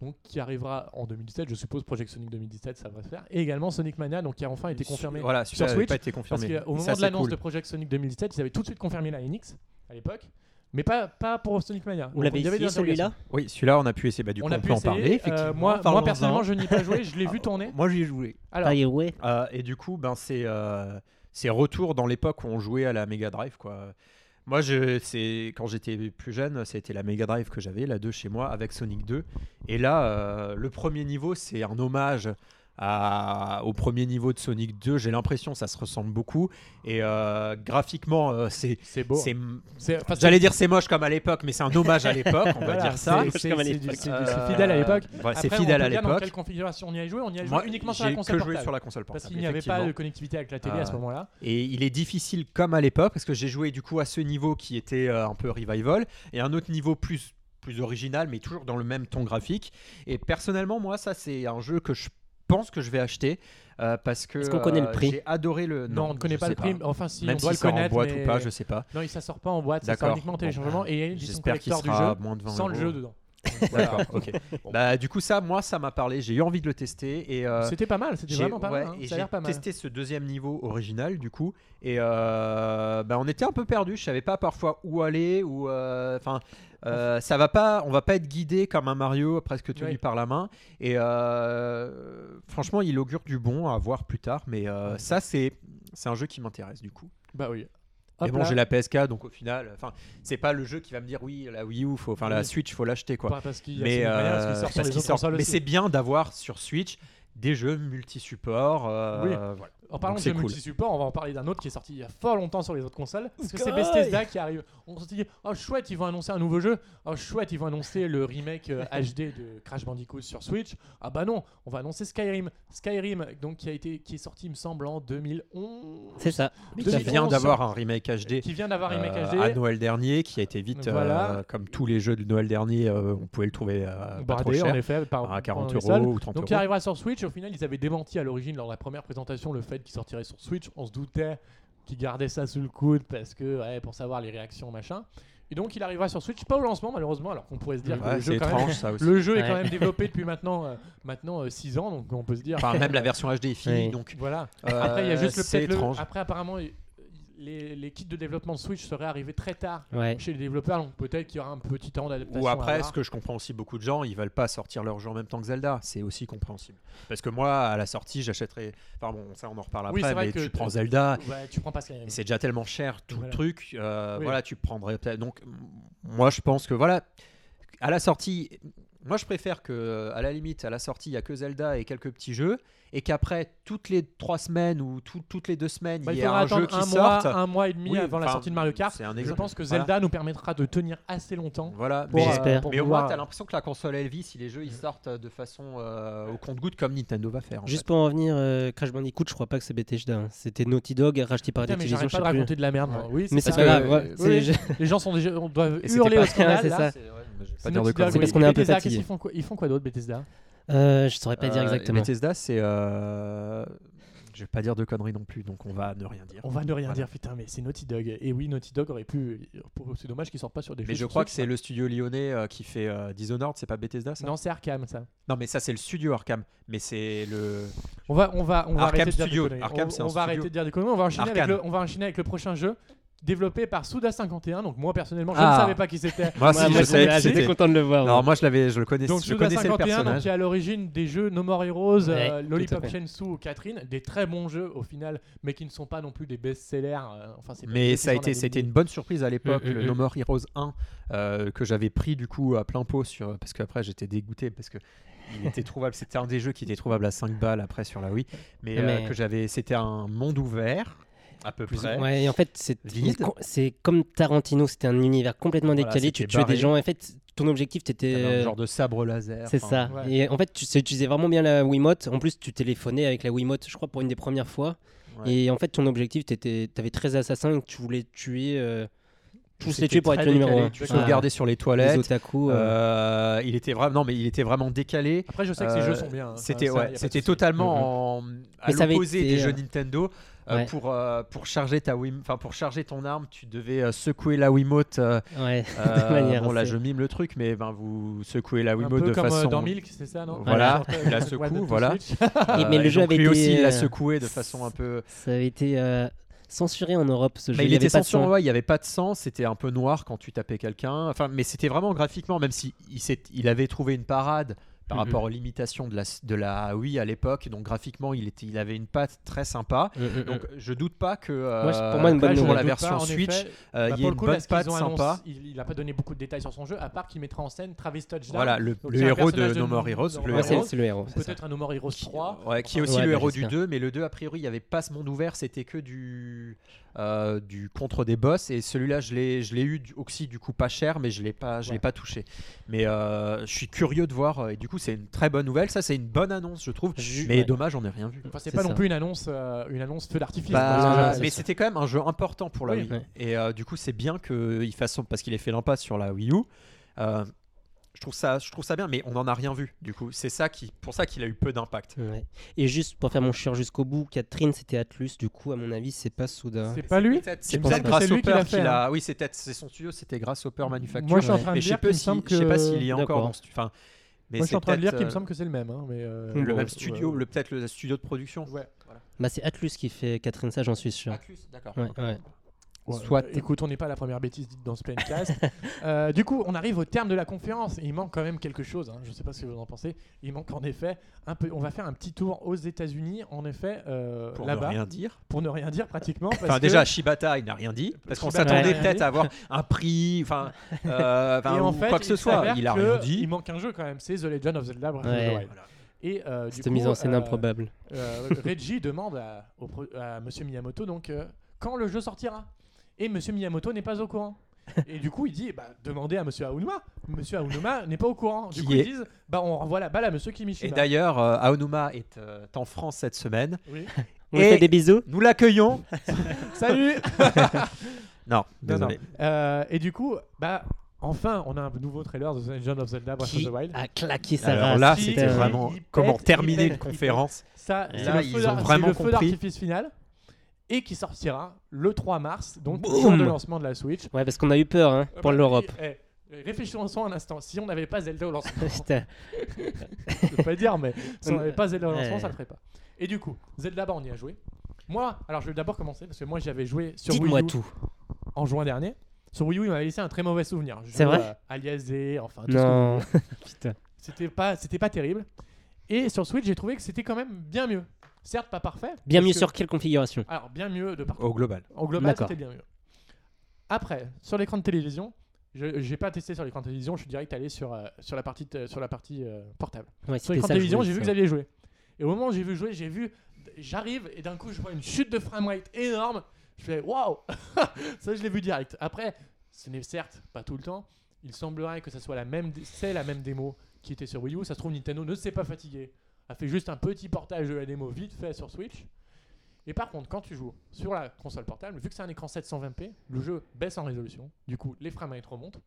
Speaker 1: donc qui arrivera en 2017, je suppose Project Sonic 2017, ça va se faire. Et également Sonic Mania, donc qui a enfin été confirmé.
Speaker 2: Voilà,
Speaker 1: sur
Speaker 2: celui-là avait
Speaker 1: Switch,
Speaker 2: pas été
Speaker 1: Parce
Speaker 2: confirmé.
Speaker 1: qu'au
Speaker 2: Et
Speaker 1: moment
Speaker 2: ça,
Speaker 1: de
Speaker 2: c'est
Speaker 1: l'annonce
Speaker 2: cool.
Speaker 1: de Project Sonic 2017, ils avaient tout de suite confirmé la Enix à l'époque, mais pas, pas pour Sonic Mania.
Speaker 3: Vous
Speaker 1: Donc,
Speaker 3: l'avez
Speaker 1: il y avait des
Speaker 3: essayé celui-là
Speaker 2: Oui, celui-là, on a pu essayer. Bah, du
Speaker 1: interrogations. on a
Speaker 2: coup, on
Speaker 1: pu
Speaker 2: peut en parler.
Speaker 1: essayer. euh,
Speaker 2: Effectivement,
Speaker 1: moi, moi,
Speaker 2: Parlons-en.
Speaker 1: personnellement, je n'y ai pas joué, je l'ai vu tourner.
Speaker 2: Moi, j'y ai joué.
Speaker 1: Alors,
Speaker 3: Ah, ouais.
Speaker 2: Euh, et du coup, ben, c'est euh, c'est retour dans l'époque où on jouait à la Mega Drive. Quoi. Moi, je, c'est- quand j'étais plus jeune, c'était la Mega Drive que j'avais, la 2 chez moi, avec Sonic 2. Et là, euh, le premier niveau, c'est un hommage à- au premier niveau de Sonic 2. J'ai l'impression ça se ressemble beaucoup. Et euh, graphiquement, euh, c'est.
Speaker 1: c'est beau.
Speaker 2: c'est-
Speaker 1: Ah, C'est- parce que-
Speaker 2: J'allais dire c'est moche comme à l'époque, mais c'est un hommage à l'époque, on va
Speaker 1: Voilà,
Speaker 2: dire ça.
Speaker 1: c'est-
Speaker 3: Parce
Speaker 1: C'est
Speaker 3: qu'à
Speaker 1: c'est du-
Speaker 3: l'époque,
Speaker 1: c'est du- c'est
Speaker 2: Euh,
Speaker 1: fidèle à l'époque.
Speaker 2: ouais, c'est
Speaker 1: Après,
Speaker 2: fidèle
Speaker 1: on peut
Speaker 2: à
Speaker 1: dire Dans quelle
Speaker 2: l'époque.
Speaker 1: configuration on y a joué On y a joué
Speaker 2: Moi,
Speaker 1: uniquement sur la
Speaker 2: j'ai
Speaker 1: console
Speaker 2: que joué
Speaker 1: portable.
Speaker 2: sur la console portable.
Speaker 1: Parce qu'il n'y avait pas
Speaker 2: effectivement.
Speaker 1: de connectivité avec la télé à ce
Speaker 2: Euh,
Speaker 1: moment-là.
Speaker 2: Et il est difficile comme à l'époque parce que j'ai joué du coup à ce niveau qui était euh, un peu revival et un autre niveau plus plus original, mais toujours dans le même ton graphique. Et personnellement, moi, ça, c'est un jeu que je pense que je vais acheter euh, parce que
Speaker 3: Est-ce qu'on connaît le
Speaker 2: euh,
Speaker 3: prix
Speaker 2: j'ai adoré le
Speaker 1: Non, on ne connaît
Speaker 2: je
Speaker 1: pas
Speaker 2: sais
Speaker 1: le prix. Enfin, si,
Speaker 2: même
Speaker 1: on doit
Speaker 2: si
Speaker 1: le
Speaker 2: sort en
Speaker 1: connaître.
Speaker 2: boîte
Speaker 1: mais-
Speaker 2: ou pas je sais pas
Speaker 1: Non, il ne sort pas en boîte, ça sort
Speaker 2: D'accord.
Speaker 1: uniquement en
Speaker 2: Bon,
Speaker 1: téléchargement et il y a une édition
Speaker 2: j'espère qu'il
Speaker 1: collector du
Speaker 2: sera
Speaker 1: jeu
Speaker 2: à moins de 20
Speaker 1: sans le
Speaker 2: euros.
Speaker 1: jeu dedans.
Speaker 2: D'accord,
Speaker 1: Voilà.
Speaker 2: ok. Bah, du coup, ça, moi, ça m'a parlé. J'ai eu envie de le tester. Et, euh,
Speaker 1: C'était pas mal, c'était
Speaker 2: j'ai-
Speaker 1: vraiment pas
Speaker 2: ouais,
Speaker 1: mal. hein.
Speaker 2: et
Speaker 1: Ça a l'air
Speaker 2: j'ai
Speaker 1: pas mal.
Speaker 2: testé ce deuxième niveau original, du coup. Et euh, bah, on était un peu perdu. Je savais pas parfois où aller. Ou, euh, enfin, euh, ça va pas. On va pas être guidé comme un Mario, presque tenu
Speaker 1: Ouais.
Speaker 2: par la main. Et euh, franchement, il augure du bon à voir plus tard. Mais euh, ça, c'est c'est un jeu qui m'intéresse, du coup.
Speaker 1: Bah oui.
Speaker 2: Mais
Speaker 1: Hop
Speaker 2: bon,
Speaker 1: là.
Speaker 2: j'ai la PSK, donc au final, enfin, c'est pas le jeu qui va me dire oui, la Wii U, faut, enfin, la
Speaker 1: Oui.
Speaker 2: Switch, faut l'acheter, quoi
Speaker 1: Pas Bah, parce qu'il y a
Speaker 2: mais
Speaker 1: Sonic Mania,
Speaker 2: euh,
Speaker 1: parce qu'il sort sur
Speaker 2: parce
Speaker 1: les
Speaker 2: qu'il
Speaker 1: autres
Speaker 2: sort.
Speaker 1: consoles
Speaker 2: Mais
Speaker 1: aussi.
Speaker 2: c'est bien d'avoir sur Switch des jeux multi-supports. euh,
Speaker 1: Oui.
Speaker 2: voilà.
Speaker 1: En parlant
Speaker 2: Donc
Speaker 1: de
Speaker 2: c'est cool.
Speaker 1: multi-support, on va en parler d'un autre qui est sorti il y a fort longtemps sur les autres consoles. Parce que c'est
Speaker 3: Sky
Speaker 1: Bethesda qui arrive. On se dit, oh chouette, ils vont annoncer un nouveau jeu. Oh chouette, ils vont annoncer le remake euh, HD de Crash Bandicoot sur Switch. Ah bah non, on va annoncer Skyrim. Skyrim, donc qui a été, qui est sorti, il me semble, en 2011.
Speaker 3: C'est ça.
Speaker 2: Mais
Speaker 1: Deux
Speaker 2: qui
Speaker 1: mille
Speaker 2: vient
Speaker 1: onze.
Speaker 2: d'avoir un remake HD.
Speaker 1: Qui vient d'avoir un remake
Speaker 2: euh,
Speaker 1: HD.
Speaker 2: à Noël dernier, qui a été vite, euh,
Speaker 1: Voilà.
Speaker 2: comme tous les jeux de Noël dernier, euh, on pouvait le trouver euh, pas trop
Speaker 1: Bradé, Bah, en
Speaker 2: cher,
Speaker 1: effet, par,
Speaker 2: à 40
Speaker 1: pendant les soldes.
Speaker 2: euros ou 30
Speaker 1: Donc il
Speaker 2: euros.
Speaker 1: arrivera sur Switch. Au final, ils avaient démenti à l'origine lors de la première présentation le fait qu'il sortirait sur Switch. On se doutait qu'ils gardaient ça sous le coude parce que ouais, pour savoir les réactions machin. Et donc il arrivera sur Switch, pas au lancement malheureusement, alors qu'on pourrait se dire que
Speaker 2: Ouais,
Speaker 1: le
Speaker 2: c'est
Speaker 1: jeu, quand même,
Speaker 2: étrange ça aussi.
Speaker 1: le jeu est quand
Speaker 3: Ouais.
Speaker 1: même développé depuis maintenant euh, maintenant 6 ans, donc on peut se dire.
Speaker 2: Enfin, même la version HD est finie,
Speaker 3: Oui.
Speaker 2: donc
Speaker 1: Voilà.
Speaker 2: euh,
Speaker 1: Après il y a juste le,
Speaker 2: c'est
Speaker 1: peut-être le-
Speaker 2: étrange.
Speaker 1: Après apparemment il- les, les kits de développement de Switch seraient arrivés très tard
Speaker 3: Ouais.
Speaker 1: chez les développeurs, donc peut-être qu'il y aura un petit temps d'adaptation.
Speaker 2: Ou
Speaker 1: à
Speaker 2: après,
Speaker 1: avoir.
Speaker 2: ce que je comprends aussi beaucoup de gens, ils veulent pas sortir leur jeu en même temps que Zelda. C'est aussi compréhensible. Parce que moi, à la sortie, j'achèterais. Enfin bon, ça, on en reparle
Speaker 1: Oui,
Speaker 2: après.
Speaker 1: c'est vrai
Speaker 2: mais
Speaker 1: que
Speaker 2: tu prends
Speaker 1: t-
Speaker 2: Zelda,
Speaker 1: Ouais, tu prends pas Skyrim.
Speaker 2: Et c'est déjà tellement cher tout
Speaker 1: Mm. Voilà.
Speaker 2: le truc. euh,
Speaker 1: Oui.
Speaker 2: Voilà, tu prendrais peut-être. Donc, m- moi, je pense que voilà, à la sortie, moi, je préfère que, à la limite, à la sortie, il y a que Zelda et quelques petits jeux, et qu'après toutes les trois semaines ou tout- toutes les deux semaines,
Speaker 1: Bah,
Speaker 2: il
Speaker 1: il
Speaker 2: y a
Speaker 1: faudra
Speaker 2: un jeu
Speaker 1: attendre
Speaker 2: qui
Speaker 1: un
Speaker 2: sorte.
Speaker 1: mois, un mois et demi
Speaker 2: Oui,
Speaker 1: avant la
Speaker 2: enfin,
Speaker 1: sortie de Mario Kart.
Speaker 2: c'est un
Speaker 1: Je
Speaker 2: exemple.
Speaker 1: pense que
Speaker 2: Voilà.
Speaker 1: Zelda nous permettra de tenir assez longtemps.
Speaker 2: Voilà,
Speaker 1: Pour, euh,
Speaker 2: mais-
Speaker 3: J'espère.
Speaker 1: pour Mm.
Speaker 2: mais au moins,
Speaker 1: pouvoir-
Speaker 2: t'as l'impression que la console Elvis, si les jeux ils sortent de façon euh, au compte-goutte comme Nintendo va faire. en
Speaker 3: Juste pour en revenir, euh, Crash Bandicoot, je crois pas que c'est Bethesda. hein. C'était Naughty Dog racheté par
Speaker 1: Putain, mais
Speaker 3: Activision.
Speaker 1: j'arrête
Speaker 3: je
Speaker 1: pas
Speaker 3: sais
Speaker 1: de
Speaker 3: plus.
Speaker 1: raconter de la merde. moi. Oui, c'est
Speaker 3: Mais c'est
Speaker 1: ça.
Speaker 3: pas grave. ouais,
Speaker 1: Oui,
Speaker 3: c'est-
Speaker 1: oui.
Speaker 3: je-
Speaker 1: Les gens sont déjà, on doit
Speaker 2: fait. Et c'était
Speaker 1: hurler
Speaker 2: pas-
Speaker 1: au scandale.
Speaker 3: c'est
Speaker 1: là.
Speaker 3: ça.
Speaker 2: C'est- ouais, je vais
Speaker 1: C'est
Speaker 2: pas dire de
Speaker 1: Naughty Dog,
Speaker 2: conneries.
Speaker 3: C'est parce qu'on est un peu
Speaker 1: Bethesda, qu'est-ce
Speaker 3: fatigué.
Speaker 1: qu'ils font quoi- Ils font quoi d'autre, Bethesda
Speaker 3: Euh, je saurais pas dire
Speaker 2: Euh,
Speaker 3: exactement.
Speaker 2: Bethesda, c'est. euh, Je vais pas dire de conneries non plus, donc on va ne rien dire.
Speaker 1: On va ne rien
Speaker 2: Voilà.
Speaker 1: dire, putain, mais c'est Naughty Dog. Et oui, Naughty Dog aurait pu. C'est dommage qu'ils sortent pas sur des jeux.
Speaker 2: Mais je
Speaker 1: sur
Speaker 2: crois que
Speaker 1: Switch, hein.
Speaker 2: c'est le studio lyonnais euh, qui fait euh, Dishonored, c'est pas Bethesda
Speaker 1: ça.
Speaker 2: ça
Speaker 1: Non, c'est Arkham, ça.
Speaker 2: Non, mais ça c'est le studio Arkham, mais c'est le
Speaker 1: On va, on va, on va
Speaker 2: Arkham
Speaker 1: arrêter de dire
Speaker 2: Studio.
Speaker 1: des conneries.
Speaker 2: Arkham, c'est
Speaker 1: on,
Speaker 2: un
Speaker 1: on va
Speaker 2: studio.
Speaker 1: arrêter de dire des conneries. On va enchaîner, avec
Speaker 2: Arkane.
Speaker 1: le, on va enchaîner avec le prochain jeu développé par Suda51. Donc, moi, personnellement, je ne
Speaker 2: Ah.
Speaker 1: savais pas qui c'était.
Speaker 2: Moi,
Speaker 3: Ouais, moi, j'étais- j'étais content de le voir.
Speaker 2: Non,
Speaker 3: ouais.
Speaker 2: moi je l'avais, je le connaissais,
Speaker 1: Donc
Speaker 2: je
Speaker 1: Suda
Speaker 2: connaissais le
Speaker 1: 51, donc,
Speaker 2: personnage.
Speaker 1: qui est à l'origine des jeux No More Heroes, euh,
Speaker 3: Ouais, tout
Speaker 1: Lollipop
Speaker 3: à fait.
Speaker 1: Shensu ou Catherine, des très bons jeux au final, mais qui ne sont pas non plus des best-sellers. euh, enfin, c'est pas
Speaker 2: Mais
Speaker 1: des
Speaker 2: ça a
Speaker 1: gens
Speaker 2: été,
Speaker 1: dans la
Speaker 2: c'était
Speaker 1: lignée.
Speaker 2: une bonne surprise à l'époque,
Speaker 3: Mm, mm,
Speaker 2: le
Speaker 3: mm.
Speaker 2: No More Heroes 1 euh, que j'avais pris du coup à plein pot sur, parce qu'après j'étais dégoûté parce que il était trouvable. C'était un des jeux qui était trouvable à 5 balles après sur la Wii, mais, euh,
Speaker 3: Mais-
Speaker 2: que j'avais, c'était un monde ouvert à peu
Speaker 3: Plus-
Speaker 2: près.
Speaker 3: Ouais, et en fait, c'est
Speaker 2: Vide.
Speaker 3: co- c'est comme Tarantino, c'était un univers complètement
Speaker 2: Voilà,
Speaker 3: décalé. tu
Speaker 2: c'était
Speaker 3: tuais des
Speaker 2: barré.
Speaker 3: gens. En fait, ton objectif, t'étais.
Speaker 2: T'avais
Speaker 3: euh,
Speaker 2: un genre de sabre laser.
Speaker 3: C'est
Speaker 2: enfin,
Speaker 3: ça.
Speaker 1: ouais.
Speaker 3: Et en fait, tu sais utiliser vraiment bien la Wiimote. En plus, tu téléphonais avec la Wiimote, je crois, pour une des premières fois.
Speaker 2: Ouais.
Speaker 3: Et en fait, ton objectif, t'étais- t'avais 13 assassins et que tu voulais tuer. euh, tous les
Speaker 2: C'était
Speaker 3: tuer pour
Speaker 2: très
Speaker 3: être le numéro
Speaker 2: décalé.
Speaker 3: 1.
Speaker 2: Tu sauvegardais sur les
Speaker 3: les
Speaker 2: toilettes.
Speaker 3: otaku. euh,
Speaker 2: Euh, il était vraiment non mais il était vraiment décalé
Speaker 1: Après, je sais que ces
Speaker 2: Euh,
Speaker 1: jeux sont bien. hein.
Speaker 2: c'était
Speaker 1: Ça, ça, y a
Speaker 2: ouais,
Speaker 1: pas de
Speaker 2: c'était
Speaker 1: souci.
Speaker 2: totalement en- à
Speaker 3: Mhm. Mais ça avait
Speaker 2: l'opposé
Speaker 3: été,
Speaker 2: des
Speaker 3: euh,
Speaker 2: jeux Nintendo euh,
Speaker 3: ouais.
Speaker 2: pour euh, pour charger ta Wim enfin pour charger ton arme tu devais euh, secouer la Wiimote euh,
Speaker 3: Ouais,
Speaker 2: euh,
Speaker 3: de manière.
Speaker 2: bon là
Speaker 3: c'est-
Speaker 2: je mime le truc mais ben vous secouez la
Speaker 1: Un
Speaker 2: Wiimote
Speaker 1: peu
Speaker 2: de
Speaker 1: comme euh,
Speaker 2: façon
Speaker 1: dans Milk, c'est ça, non
Speaker 2: Voilà,
Speaker 1: Sorte, euh,
Speaker 2: il la
Speaker 1: Wild
Speaker 2: secoue,
Speaker 1: to
Speaker 2: voilà.
Speaker 1: Switch.
Speaker 2: euh,
Speaker 3: Et- mais le
Speaker 2: et
Speaker 3: jeu
Speaker 2: donc
Speaker 3: avait
Speaker 2: lui
Speaker 3: été,
Speaker 2: aussi il
Speaker 3: euh,
Speaker 2: la secouait de façon un peu
Speaker 3: Ça avait été euh, censuré en Europe ce jeu.
Speaker 1: Bah,
Speaker 2: mais il
Speaker 3: y avait
Speaker 2: était
Speaker 3: pas de
Speaker 2: censuré,
Speaker 3: son.
Speaker 2: ouais, il n'y avait pas de sang, c'était un peu noir quand tu tapais quelqu'un. Enfin, mais c'était vraiment graphiquement, même si il, s'est- il avait trouvé une parade par
Speaker 3: Mhm.
Speaker 2: rapport aux limitations de la, de la Wii à l'époque, donc graphiquement, il, était, il avait une patte très sympa.
Speaker 3: Mm, mm, mm.
Speaker 2: Donc je doute pas que euh,
Speaker 3: Moi, c'est- pour moi, une bonne
Speaker 2: pour
Speaker 3: nouvelle.
Speaker 2: la
Speaker 1: Je doute
Speaker 2: version
Speaker 1: pas, en
Speaker 2: Switch,
Speaker 1: effet. Bah,
Speaker 2: euh, il y
Speaker 1: pour
Speaker 2: ait
Speaker 1: le
Speaker 2: une
Speaker 1: coup, là,
Speaker 2: bonne
Speaker 1: ce qu'ils
Speaker 2: patte
Speaker 1: ont annoncé,
Speaker 2: sympa.
Speaker 1: Il il a pas donné beaucoup de détails sur son jeu, à part qu'il mettra en scène Travis Touchdown.
Speaker 2: Voilà, le,
Speaker 1: Donc,
Speaker 2: le
Speaker 1: c'est un
Speaker 2: héros de
Speaker 1: personnage de
Speaker 2: No More Heroes,
Speaker 1: No
Speaker 2: le
Speaker 1: More
Speaker 3: Ouais,
Speaker 2: héros
Speaker 3: c'est c'est le héros. c'est ça.
Speaker 1: Peut-être un No More Heroes 3.
Speaker 2: Ouais, qui est
Speaker 1: Enfin,
Speaker 2: aussi
Speaker 3: ouais,
Speaker 2: le
Speaker 3: bah,
Speaker 2: héros du
Speaker 3: j'espère.
Speaker 2: 2, mais le 2, a priori, il n'y avait pas ce monde ouvert, c'était que du, euh, du contre des boss. Et celui-là, je l'ai, je l'ai eu du- aussi, du coup, pas cher, mais je l'ai pas, je
Speaker 1: Ouais.
Speaker 2: l'ai pas touché. Mais euh, je suis curieux de voir, euh, et du coup, c'est une très bonne nouvelle. Ça, c'est une bonne annonce, je trouve.
Speaker 3: Ju-
Speaker 2: Mais
Speaker 3: ouais.
Speaker 2: dommage, on n'a rien vu.
Speaker 1: Enfin, c'est
Speaker 3: C'est
Speaker 1: pas
Speaker 3: ça.
Speaker 1: non plus une annonce, euh, une annonce feu d'artifice.
Speaker 2: Bah,
Speaker 1: parce que
Speaker 3: ouais,
Speaker 1: j'ai-
Speaker 2: mais
Speaker 3: ça.
Speaker 2: c'était quand même un jeu important pour la
Speaker 1: Oui.
Speaker 2: Wii.
Speaker 3: Ouais.
Speaker 2: Et euh, du coup, c'est bien qu'il fasse, son- parce qu'il ait fait l'impasse sur la Wii U. euh, je trouve ça, je trouve ça bien, mais on n'en a rien vu. Du coup, c'est ça qui, pour ça qu'il a eu peu d'impact.
Speaker 3: Ouais. Et juste pour faire mon chieur jusqu'au bout, Catherine c'était Atlus, du coup à mon avis c'est pas Souda.
Speaker 1: C'est pas lui
Speaker 2: Peut-être-
Speaker 3: C'est
Speaker 2: C'est
Speaker 3: pour
Speaker 2: peut-être
Speaker 1: ça.
Speaker 2: grâce
Speaker 1: C'est lui
Speaker 2: au
Speaker 1: qui l'a
Speaker 2: peur
Speaker 1: fait, hein.
Speaker 2: qu'il a. Oui, c'est peut-être c'est son studio, c'était grâce au peur manufacture.
Speaker 1: Moi, je suis en train de
Speaker 2: mais je sais
Speaker 1: dire
Speaker 2: pas
Speaker 1: qu'il me
Speaker 2: si,
Speaker 1: semble
Speaker 2: je sais pas
Speaker 1: que-
Speaker 2: s'il est encore
Speaker 3: D'accord.
Speaker 2: en studio. Enfin, mais
Speaker 1: Moi, je suis
Speaker 2: c'est
Speaker 1: en train de lire
Speaker 2: peut-être,
Speaker 1: qu'il me
Speaker 2: euh,
Speaker 1: semble que c'est le même. hein, mais, euh,
Speaker 2: le
Speaker 1: ouais,
Speaker 2: même studio, le peut-être le studio de production.
Speaker 1: ouais. Ouais.
Speaker 3: Bah c'est Atlus qui fait Catherine ça j'en suis sûr.
Speaker 2: Atlus, d'accord.
Speaker 3: Ouais, ouais.
Speaker 1: Ah, Ouais,
Speaker 3: Soit.
Speaker 1: euh, écoute, on n'est pas la première bêtise dite dans ce podcast. Euh, du coup, on arrive au terme de la conférence. Il manque quand même quelque chose. hein. Je ne sais pas ce que vous en pensez. Il manque en effet un peu. On va faire un petit tour aux États-Unis, en effet, euh,
Speaker 2: Pour ne
Speaker 1: là-bas,
Speaker 2: rien dire.
Speaker 1: pour ne rien dire pratiquement. parce
Speaker 2: Enfin,
Speaker 1: que-
Speaker 2: déjà, Shibata, il n'a rien dit. Parce qu'on
Speaker 1: Shibata, il
Speaker 2: s'attendait
Speaker 1: a rien
Speaker 2: peut-être
Speaker 1: dit.
Speaker 2: à avoir un prix, enfin, euh, enfin,
Speaker 1: et en
Speaker 2: ou
Speaker 1: fait,
Speaker 2: quoi que ce
Speaker 1: il
Speaker 2: soit.
Speaker 1: s'avère
Speaker 2: Il a
Speaker 1: que
Speaker 2: rien dit.
Speaker 1: Il manque un jeu quand même. C'est The Legend of Zelda Breath of the
Speaker 3: Ouais.
Speaker 1: Wild. Et euh, du
Speaker 3: Cette
Speaker 1: coup,
Speaker 3: mise en scène
Speaker 1: euh,
Speaker 3: improbable.
Speaker 1: euh, Reggie demande à, au pro- à Monsieur Miyamoto donc euh, quand le jeu sortira. Et Monsieur Miyamoto n'est pas au courant. Et du coup, il dit bah, demandez à Monsieur Aonuma. Monsieur Aonuma n'est pas au courant. Du
Speaker 2: Qui
Speaker 1: coup,
Speaker 2: est-
Speaker 1: ils disent bah, on renvoie la balle à Monsieur Kimishima.
Speaker 2: Et d'ailleurs, euh, Aonuma est euh, en France cette semaine.
Speaker 1: Oui.
Speaker 3: On lui
Speaker 2: Et-
Speaker 3: fait des bisous.
Speaker 2: Nous l'accueillons.
Speaker 1: Salut
Speaker 2: Non,
Speaker 1: Non, non.
Speaker 2: désolé.
Speaker 1: Euh, Et du coup, bah, enfin, on a un nouveau trailer de The Legend of Zelda Breath of
Speaker 3: Qui
Speaker 1: the Wild.
Speaker 3: a claqué sa
Speaker 2: Alors
Speaker 3: race
Speaker 2: là,
Speaker 1: si,
Speaker 2: c'était
Speaker 1: euh,
Speaker 2: vraiment
Speaker 1: il pète,
Speaker 2: comment
Speaker 1: il
Speaker 2: terminer
Speaker 1: pète,
Speaker 2: une
Speaker 1: il pète.
Speaker 2: conférence.
Speaker 1: Ça,
Speaker 3: Et
Speaker 1: c'est
Speaker 2: là,
Speaker 1: le
Speaker 2: ils
Speaker 1: feu
Speaker 2: ont
Speaker 1: d'ar- c'est
Speaker 2: vraiment
Speaker 1: le feu
Speaker 2: compris.
Speaker 1: d'artifice final et qui sortira le 3 mars, donc
Speaker 3: Boum
Speaker 1: jour de lancement de la Switch.
Speaker 3: Ouais parce qu'on a eu peur hein,
Speaker 1: Ah
Speaker 3: pour
Speaker 1: bah,
Speaker 3: l'Europe.
Speaker 1: eh, eh, Réfléchissons un instant. Si on n'avait pas Zelda au lancement,
Speaker 3: Putain.
Speaker 1: je peux pas le dire, mais si on n'avait pas Zelda au lancement,
Speaker 3: Ouais.
Speaker 1: ça le ferait pas. Et du coup, Zelda, bah, on y a joué. Moi, alors je vais d'abord commencer parce que moi j'avais joué sur
Speaker 3: Dites-moi
Speaker 1: Wii U
Speaker 3: tout.
Speaker 1: en juin dernier. Sur Wii U, il m'avait laissé un très mauvais souvenir. Je
Speaker 3: C'est
Speaker 1: joue,
Speaker 3: vrai
Speaker 1: euh, Aliasé, enfin. tout ce que vous
Speaker 3: Non. Putain.
Speaker 1: c'était pas c'était pas terrible et sur Switch j'ai trouvé que c'était quand même bien mieux certes pas parfait
Speaker 3: Bien
Speaker 1: parce
Speaker 3: mieux
Speaker 1: que-
Speaker 3: sur quelle configuration
Speaker 1: alors bien mieux de partout
Speaker 2: Au global.
Speaker 1: en global
Speaker 3: D'accord.
Speaker 1: c'était bien mieux après sur l'écran de télévision je j'ai pas testé sur l'écran de télévision je suis direct allé sur euh, sur la partie t- sur la partie euh, portable
Speaker 3: Ouais,
Speaker 1: sur
Speaker 3: c'était
Speaker 1: l'écran
Speaker 3: ça.
Speaker 1: de
Speaker 3: le
Speaker 1: télévision
Speaker 3: jeu,
Speaker 1: j'ai vu
Speaker 3: ça.
Speaker 1: que vous aviez joué et au moment où j'ai vu jouer j'ai vu j'arrive et d'un coup je vois une chute de framerate énorme je fais waouh ça je l'ai vu direct après ce n'est certes pas tout le temps il semblerait que ça soit la même dé- c'est la même démo qui était sur Wii U ça se trouve Nintendo ne s'est pas fatigué a fait juste un petit portage de la démo vite fait sur Switch et par contre quand tu joues sur la console portable vu que c'est un écran 720p le jeu baisse en résolution du coup les framerates remontent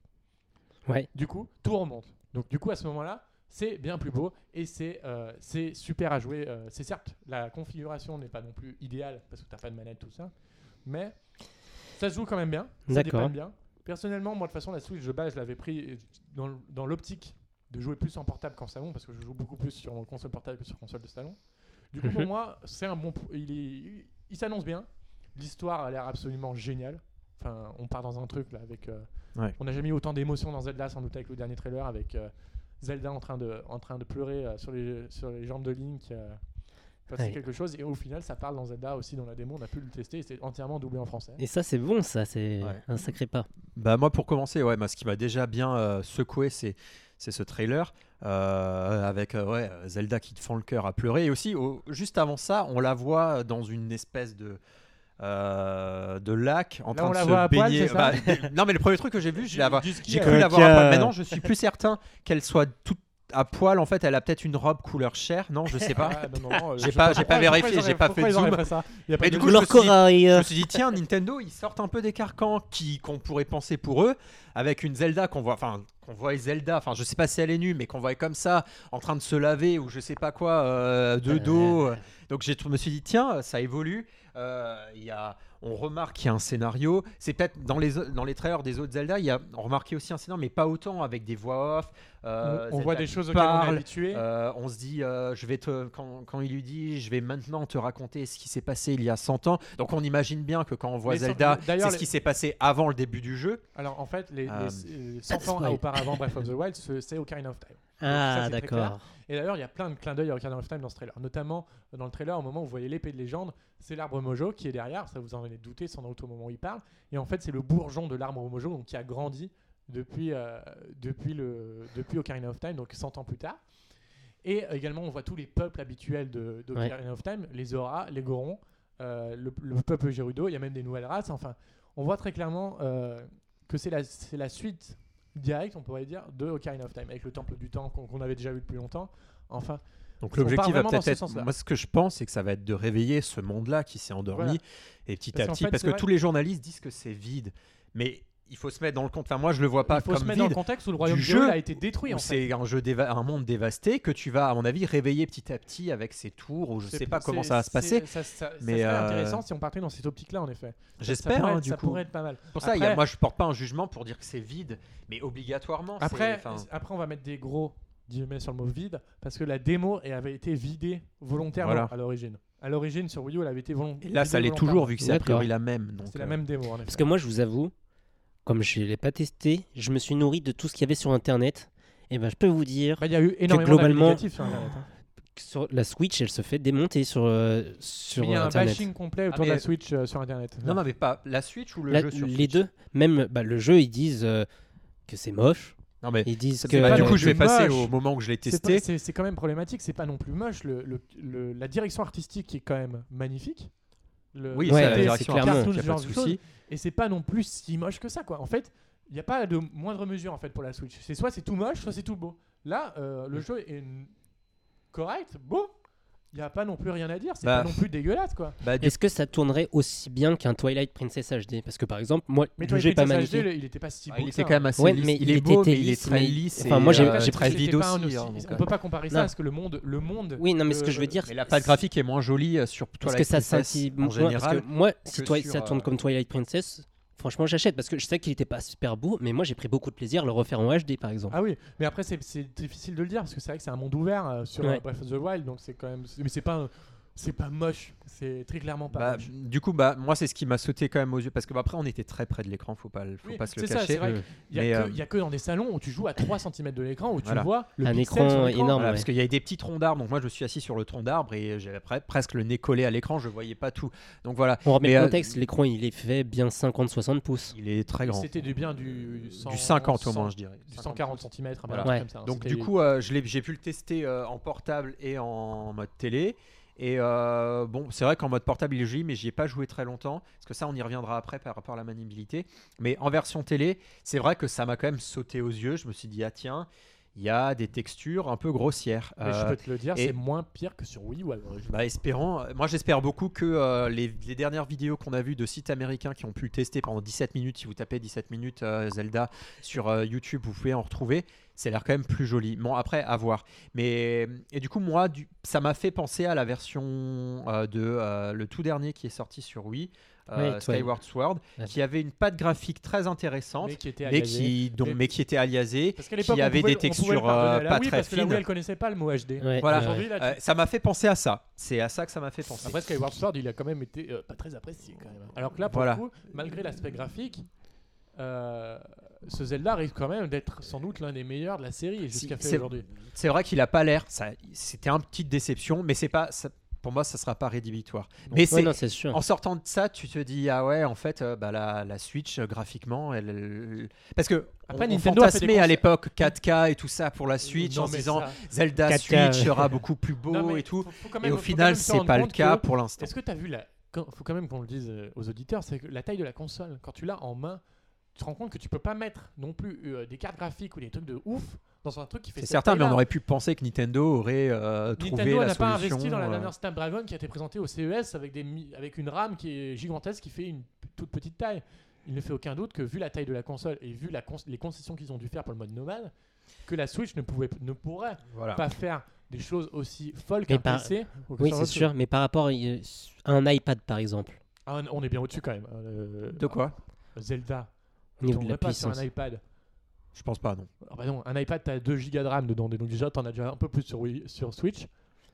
Speaker 3: Ouais.
Speaker 1: du coup tout remonte donc du coup à ce moment là c'est bien plus beau et c'est euh, c'est super à jouer Euh, c'est certes la configuration n'est pas non plus idéale parce que t'as pas de manette tout ça mais ça se joue quand même bien. Ça
Speaker 3: D'accord.
Speaker 1: dépanne bien. Personnellement, moi, de toute façon, la Switch de base, je l'avais pris dans l- dans l'optique de jouer plus en portable qu'en salon, parce que je joue beaucoup plus sur mon console portable que sur console de salon. Du coup, pour
Speaker 3: Mhm.
Speaker 1: moi, c'est un bon. pro- Il, est- il s'annonce bien. L'histoire a l'air absolument géniale. Enfin, on part dans un truc là avec. euh,
Speaker 2: Ouais.
Speaker 1: On n'a jamais eu autant d'émotions dans Zelda, sans doute avec le dernier trailer, avec euh, Zelda en train de, en train de pleurer euh, sur, les, sur les jambes de Link. euh, enfin, c'est
Speaker 3: Ouais.
Speaker 1: quelque chose. Et au final, ça parle dans Zelda aussi dans la démo. On a pu le tester. et C'est entièrement doublé en français.
Speaker 3: Et ça c'est bon ça, c'est
Speaker 2: Ouais.
Speaker 3: un sacré pas.
Speaker 2: Bah moi pour commencer, ouais, moi, ce qui m'a déjà bien euh, secoué, c'est c'est ce trailer euh, avec euh, ouais, Zelda qui te fend le cœur à pleurer. Et aussi, au- juste avant ça, on la voit dans une espèce de euh, de lac en
Speaker 1: Là,
Speaker 2: train
Speaker 1: on
Speaker 2: de
Speaker 1: la
Speaker 2: se
Speaker 1: voit à poil,
Speaker 2: baigner.
Speaker 1: c'est ça
Speaker 2: des- non mais le premier truc que j'ai vu, je la vois-
Speaker 1: Du ski,
Speaker 2: j'ai
Speaker 1: euh,
Speaker 2: cru
Speaker 3: euh,
Speaker 2: l'avoir
Speaker 3: qui
Speaker 2: à
Speaker 3: a-
Speaker 2: poil. Maintenant, je suis plus certain qu'elle soit toute à poil. En fait, elle a peut-être une robe couleur chair. Non, je sais pas.
Speaker 1: Ah, non, non, non, euh,
Speaker 2: J'ai
Speaker 1: je sais
Speaker 2: pas-
Speaker 1: pourquoi-
Speaker 2: j'ai pas
Speaker 1: pourquoi
Speaker 2: vérifié,
Speaker 1: ils auraient-
Speaker 2: j'ai pas
Speaker 1: pourquoi
Speaker 2: fait de
Speaker 1: ils auraient
Speaker 2: zoom.
Speaker 1: fait ça Il y a pas
Speaker 2: Mais
Speaker 1: de zoom.
Speaker 2: du coup, je me
Speaker 3: Leur
Speaker 2: suis dit-
Speaker 3: corail.
Speaker 2: je
Speaker 3: euh.
Speaker 2: me suis dit tiens Nintendo ils sortent un peu des carcans qui qu'on pourrait penser pour eux avec une Zelda qu'on voit enfin qu'on voit Zelda enfin je sais pas si elle est nue mais qu'on voit comme ça en train de se laver ou je sais pas quoi euh, de dos
Speaker 3: Euh.
Speaker 2: donc j'ai- je me suis dit tiens ça évolue Euh, il y a on remarque qu'il y a un scénario c'est peut-être dans les o- dans les trailers des autres Zelda il y a on remarquait aussi un scénario mais pas autant avec des voix off euh,
Speaker 1: on voit
Speaker 2: Zelda
Speaker 1: des choses
Speaker 2: qui
Speaker 1: auxquelles on est
Speaker 2: parle,
Speaker 1: habitué.
Speaker 2: euh, on se dit, euh, je vais te, quand, quand il lui dit, je vais maintenant te raconter ce qui s'est passé il y a 100 ans. Donc on imagine bien que quand on voit
Speaker 1: Mais sans-
Speaker 2: Zelda, c'est
Speaker 1: d'ailleurs,
Speaker 2: ce
Speaker 1: les-
Speaker 2: qui s'est passé avant le début du jeu.
Speaker 1: Alors en fait, les, les-
Speaker 2: Euh,
Speaker 1: euh, 100
Speaker 3: spoil.
Speaker 1: ans auparavant Breath of the Wild, ce- c'est Ocarina of Time.
Speaker 3: Ah
Speaker 1: c'est très
Speaker 3: d'accord.
Speaker 1: Et d'ailleurs, il y a plein de clins d'œil à Ocarina of Time dans ce trailer. Notamment, euh, dans le trailer, au moment où vous voyez l'épée de légende, c'est l'arbre Mojo qui est derrière. Ça vous en avez douté sans doute au moment où il parle. Et en fait, c'est le bourgeon de l'arbre Mojo donc, qui a grandi depuis, euh, depuis, le, depuis Ocarina of Time, donc 100 ans plus tard. Et également, on voit tous les peuples habituels de- d'Ocarina of Time les Zora, les Gorons, euh, le, le peuple Gerudo. Il y a même des nouvelles races. Enfin, on voit très clairement euh, que c'est la, c'est la suite directe, on pourrait dire, de Ocarina of Time, avec le temple du temps qu'on qu'on avait déjà vu depuis longtemps. Enfin,
Speaker 2: Donc
Speaker 1: On part
Speaker 2: l'objectif va
Speaker 1: vraiment dans
Speaker 2: peut-être
Speaker 1: ce
Speaker 2: être.
Speaker 1: sens-là.
Speaker 2: moi, ce que je pense, c'est que ça va être de réveiller ce monde-là qui s'est endormi
Speaker 1: Voilà.
Speaker 2: et petit
Speaker 1: Parce
Speaker 2: à
Speaker 1: qu'en
Speaker 2: petit,
Speaker 1: fait,
Speaker 2: parce
Speaker 1: c'est
Speaker 2: que
Speaker 1: vrai-
Speaker 2: tous les journalistes disent que c'est vide, mais il faut se mettre dans le compte. Enfin, moi, je le vois pas
Speaker 1: Il faut
Speaker 2: comme
Speaker 1: se mettre dans
Speaker 2: vide.
Speaker 1: le contexte où le royaume
Speaker 2: du
Speaker 1: de
Speaker 2: jeu,
Speaker 1: Hall a été détruit.
Speaker 2: où
Speaker 1: En fait.
Speaker 2: C'est un jeu déva- un monde dévasté que tu vas, à mon avis, réveiller petit à petit avec ses tours ou je sais pas comment
Speaker 1: c'est-
Speaker 2: ça va se passer.
Speaker 1: c'est- Ça, ça- ça
Speaker 2: mais,
Speaker 1: serait
Speaker 2: euh,
Speaker 1: intéressant si on partait dans cette optique-là, en effet. Ça
Speaker 2: J'espère,
Speaker 1: pourrait
Speaker 2: hein,
Speaker 1: être-
Speaker 2: du
Speaker 1: ça
Speaker 2: coup.
Speaker 1: pourrait être pas mal.
Speaker 2: Pour ça, il y a-
Speaker 1: Après-
Speaker 2: moi, je porte pas un jugement pour dire que c'est vide, mais obligatoirement. c'est-
Speaker 1: Après,
Speaker 2: enfin,
Speaker 1: après, on va mettre des gros guillemets sur le mot vide parce que la démo elle avait été vidée volontairement
Speaker 2: Voilà.
Speaker 1: à l'origine. À l'origine, sur Wii U, elle avait été volon-
Speaker 2: et
Speaker 1: vidée volontairement.
Speaker 2: là, ça l'est toujours vu que c'est a
Speaker 3: D'accord.
Speaker 2: priori la même. donc,
Speaker 1: C'est la
Speaker 2: euh,
Speaker 1: même démo, en effet.
Speaker 3: Parce que moi, je vous avoue, comme je ne l'ai pas testé, je me suis nourri de tout ce qu'il y avait sur Internet. Et ben, je peux vous dire
Speaker 1: Bah, Il y a eu énormément d'avis
Speaker 3: globalement-
Speaker 1: négatifs sur Internet. hein.
Speaker 3: que sur la Switch, elle se fait démonter sur, euh, sur
Speaker 1: Mais Il y a un
Speaker 3: Internet.
Speaker 1: bashing complet autour
Speaker 2: Ah,
Speaker 1: de la
Speaker 2: mais-
Speaker 1: Switch euh, sur Internet.
Speaker 2: Non, non, mais pas la Switch ou le
Speaker 3: La-
Speaker 2: jeu sur
Speaker 3: les
Speaker 2: Switch
Speaker 3: deux, même bah, le jeu, ils disent euh, que c'est moche.
Speaker 2: Non, mais
Speaker 3: Ils disent
Speaker 1: c'est
Speaker 3: que.
Speaker 2: bah,
Speaker 1: pas
Speaker 2: du
Speaker 1: non
Speaker 2: coup, je vais
Speaker 1: plus
Speaker 2: passer
Speaker 1: moche.
Speaker 2: au moment où je l'ai
Speaker 1: C'est
Speaker 2: testé.
Speaker 1: pas- C'est c'est quand même problématique, c'est pas non plus moche. Le, le- le- la direction artistique qui est quand même magnifique. Le-
Speaker 2: Oui,
Speaker 1: le
Speaker 3: Ouais,
Speaker 2: c'est la
Speaker 1: côté-
Speaker 3: c'est
Speaker 2: direction
Speaker 3: clairement,
Speaker 1: cartoon,
Speaker 2: artistique,
Speaker 1: ce
Speaker 2: y a pas de
Speaker 1: genre de choses.
Speaker 2: souci.
Speaker 1: Et c'est pas non plus si moche que ça, quoi. En fait, il n'y a pas de moindre mesure en fait pour la Switch. C'est soit c'est tout moche, soit c'est tout beau. Là, euh,
Speaker 2: Mm.
Speaker 1: le jeu est n- correct, beau. Il n'y a pas non plus rien à dire. C'est pas
Speaker 2: Bah.
Speaker 1: non plus dégueulasse, quoi.
Speaker 2: Bah, du-
Speaker 3: Est-ce que ça tournerait aussi bien qu'un Twilight Princess HD Parce que par exemple, moi,
Speaker 1: Mais
Speaker 3: le
Speaker 1: toi,
Speaker 3: jeu est pas
Speaker 1: HD,
Speaker 3: magnifique.
Speaker 1: le- il était pas si beau.
Speaker 2: Ah, il
Speaker 1: que
Speaker 2: était
Speaker 1: ça,
Speaker 2: quand même euh, assez
Speaker 3: Ouais,
Speaker 2: lisse.
Speaker 3: mais
Speaker 2: il,
Speaker 3: il
Speaker 2: est
Speaker 3: était
Speaker 2: beau, mais il est
Speaker 3: lisse,
Speaker 2: très
Speaker 3: mais-
Speaker 2: lisse.
Speaker 3: enfin,
Speaker 2: et,
Speaker 3: moi, j'ai-
Speaker 2: euh,
Speaker 3: j'ai
Speaker 2: très
Speaker 1: C'était
Speaker 2: vide
Speaker 1: pas un
Speaker 2: aussi. hein,
Speaker 1: aussi-
Speaker 2: donc,
Speaker 1: On
Speaker 2: euh.
Speaker 1: peut pas comparer ça
Speaker 3: Non.
Speaker 1: parce que le monde, le monde.
Speaker 3: Oui, non, mais ce
Speaker 1: Euh,
Speaker 3: que je veux dire,
Speaker 2: Mais la patte graphique est moins jolie euh, sur
Speaker 3: Parce
Speaker 2: Twilight
Speaker 3: que ça
Speaker 2: Princess,
Speaker 3: scintille
Speaker 2: en
Speaker 3: moins, parce
Speaker 2: général.
Speaker 3: que moi, si
Speaker 2: que
Speaker 3: Twi-
Speaker 2: sur,
Speaker 3: ça tourne
Speaker 2: euh,
Speaker 3: comme Twilight Princess, franchement, j'achète parce que je sais qu'il était pas super beau, mais moi, j'ai pris beaucoup de plaisir à le refaire en HD, par exemple.
Speaker 1: Ah oui, mais après c'est c'est difficile de le dire parce que c'est vrai que c'est un monde ouvert euh, sur
Speaker 3: Ouais.
Speaker 1: euh, Breath of the Wild, donc c'est quand même. c'est- Mais c'est pas, un- c'est pas moche. C'est très clairement pas
Speaker 2: Bah,
Speaker 1: moche.
Speaker 2: du coup, bah, moi, c'est ce qui m'a sauté quand même aux yeux parce que bah, après, on était très près de l'écran, faut pas, le- faut
Speaker 1: Oui,
Speaker 2: pas se le
Speaker 1: c'est ça,
Speaker 2: cacher.
Speaker 1: c'est vrai.
Speaker 3: Mm.
Speaker 1: Il y a,
Speaker 2: Mais,
Speaker 1: que,
Speaker 2: euh,
Speaker 1: il y a que dans des salons où tu joues à 3 cm de l'écran où tu
Speaker 2: Voilà.
Speaker 1: vois le
Speaker 3: Un
Speaker 1: pixel
Speaker 3: écran
Speaker 1: sur l'écran.
Speaker 3: énorme.
Speaker 2: Voilà,
Speaker 3: ouais.
Speaker 2: Parce qu'il y avait des petits troncs d'arbres, donc moi je suis assis sur le tronc d'arbre et j'avais pre- presque le nez collé à l'écran, je voyais pas tout. Donc voilà,
Speaker 3: On remet
Speaker 2: Mais,
Speaker 3: le
Speaker 2: euh,
Speaker 3: contexte, l'écran, il est fait bien 50-60 pouces.
Speaker 2: il est très grand.
Speaker 1: C'était du bien du, 100
Speaker 2: du 50 au moins, je dirais.
Speaker 1: Du 140 cm,
Speaker 2: Voilà.
Speaker 1: comme ça. hein.
Speaker 2: Donc
Speaker 1: C'était-
Speaker 2: du coup, euh, je l'ai- j'ai pu le tester euh, en portable et en mode télé. Et euh, bon, c'est vrai qu'en mode portable il est joli, mais j'y ai pas joué très longtemps, parce que ça on y reviendra après par rapport à la maniabilité. Mais en version télé, c'est vrai que ça m'a quand même sauté aux yeux. Je me suis dit ah tiens, il y a des textures un peu grossières.
Speaker 1: Mais je
Speaker 2: Euh,
Speaker 1: peux te le dire,
Speaker 2: et-
Speaker 1: c'est moins pire que sur Wii ou alors, je-
Speaker 2: Bah, espérons. Moi, j'espère beaucoup que euh, les, les dernières vidéos qu'on a vues de sites américains qui ont pu le tester pendant 17 minutes, si vous tapez 17 minutes euh, Zelda sur euh, YouTube, vous pouvez en retrouver. C'est l'air quand même plus joli. Bon, après, à voir. Mais et du coup, moi, du- ça m'a fait penser à la version euh, de euh, le tout dernier qui est sorti sur Wii, euh,
Speaker 3: Oui, toi.
Speaker 2: Skyward Sword,
Speaker 3: Ouais.
Speaker 2: qui avait une patte graphique très intéressante,
Speaker 1: mais qui était
Speaker 2: mais,
Speaker 1: agacé.
Speaker 2: qui donc
Speaker 1: Mais-
Speaker 2: mais qui était aliasée.
Speaker 1: Parce qu'à l'époque,
Speaker 2: qui
Speaker 1: on
Speaker 2: avait
Speaker 1: pouvait-
Speaker 2: des
Speaker 1: on pouvait le
Speaker 2: textures,
Speaker 1: pardonner à
Speaker 2: euh,
Speaker 1: la
Speaker 2: pas
Speaker 1: Wii
Speaker 2: très
Speaker 1: parce que la Wii,
Speaker 2: fines.
Speaker 1: elle connaissait pas le mot HD.
Speaker 2: Voilà.
Speaker 3: Ouais, ouais, ouais.
Speaker 1: Aujourd'hui, là, tu-
Speaker 2: Euh, ça m'a fait penser à ça. C'est à ça que ça m'a fait penser.
Speaker 1: Après, Skyward Sword, il a quand même été euh, pas très apprécié quand même. Alors que là, pour
Speaker 2: Voilà.
Speaker 1: le coup, malgré l'aspect graphique, euh, ce Zelda risque quand même d'être sans doute l'un des meilleurs de la série
Speaker 2: Si,
Speaker 1: jusqu'à fait
Speaker 2: c'est-
Speaker 1: aujourd'hui.
Speaker 2: C'est vrai qu'il a pas l'air. ça- C'était une petite déception, mais c'est pas. ça- pour moi, ça sera pas rédhibitoire. Mais
Speaker 3: Ouais,
Speaker 2: c'est.
Speaker 3: non, c'est sûr.
Speaker 2: En sortant de ça, tu te dis ah ouais, en fait, euh, bah, la, la Switch euh, graphiquement, elle, elle- parce que
Speaker 1: Après,
Speaker 2: on, on
Speaker 1: Nintendo a fait des
Speaker 2: fantasmait à
Speaker 1: concepts.
Speaker 2: l'époque 4K et tout ça pour la Switch
Speaker 1: Non,
Speaker 2: en se
Speaker 1: mais
Speaker 2: disant
Speaker 1: ça-
Speaker 2: Zelda
Speaker 3: 4K,
Speaker 2: Switch sera beaucoup plus beau
Speaker 1: Non, mais
Speaker 2: et tout.
Speaker 1: faut- faut quand
Speaker 2: Et
Speaker 1: même-
Speaker 2: au
Speaker 1: faut quand
Speaker 2: final,
Speaker 1: même se
Speaker 2: c'est
Speaker 1: rendre
Speaker 2: pas le
Speaker 1: compte
Speaker 2: cas
Speaker 1: que-
Speaker 2: pour l'instant.
Speaker 1: Est-ce que tu as vu la. quand- faut quand même qu'on le dise euh, aux auditeurs, c'est que la taille de la console, quand tu l'as en main, tu te rends compte que tu peux pas mettre non plus euh, des cartes graphiques ou des trucs de ouf dans un truc qui fait.
Speaker 2: C'est
Speaker 1: cette
Speaker 2: certain, mais on
Speaker 1: taille-là.
Speaker 2: aurait pu penser que Nintendo aurait euh, trouvé
Speaker 1: Nintendo
Speaker 2: la
Speaker 1: n'a pas
Speaker 2: solution.
Speaker 1: investi dans la
Speaker 2: euh,
Speaker 1: dernière Snapdragon qui a été présentée au CES avec, des, mi- avec une RAM qui est gigantesque qui fait une p- toute petite taille. Il ne fait aucun doute que vu la taille de la console et vu la cons- les concessions qu'ils ont dû faire pour le mode nomade, que la Switch ne, pouvait, ne pourrait
Speaker 2: voilà.
Speaker 1: pas faire des choses aussi folles
Speaker 3: Mais
Speaker 1: qu'un
Speaker 3: par-
Speaker 1: PC. ou que
Speaker 3: Eh ben, Oui,
Speaker 1: sur
Speaker 3: c'est
Speaker 1: autre chose.
Speaker 3: sûr, mais par rapport euh, à un iPad, par exemple,
Speaker 1: Ah, on- on est bien au-dessus quand même. Euh,
Speaker 2: De quoi
Speaker 1: Zelda.
Speaker 3: au
Speaker 1: Tu
Speaker 3: niveau de
Speaker 1: tomberais
Speaker 3: la
Speaker 1: pas sur
Speaker 3: puissance.
Speaker 1: un iPad.
Speaker 2: Je pense pas non.
Speaker 1: Ah bah non, un iPad, t'as 2 gigas de RAM dedans, donc déjà, t'en as déjà un peu plus sur, Wii- sur Switch.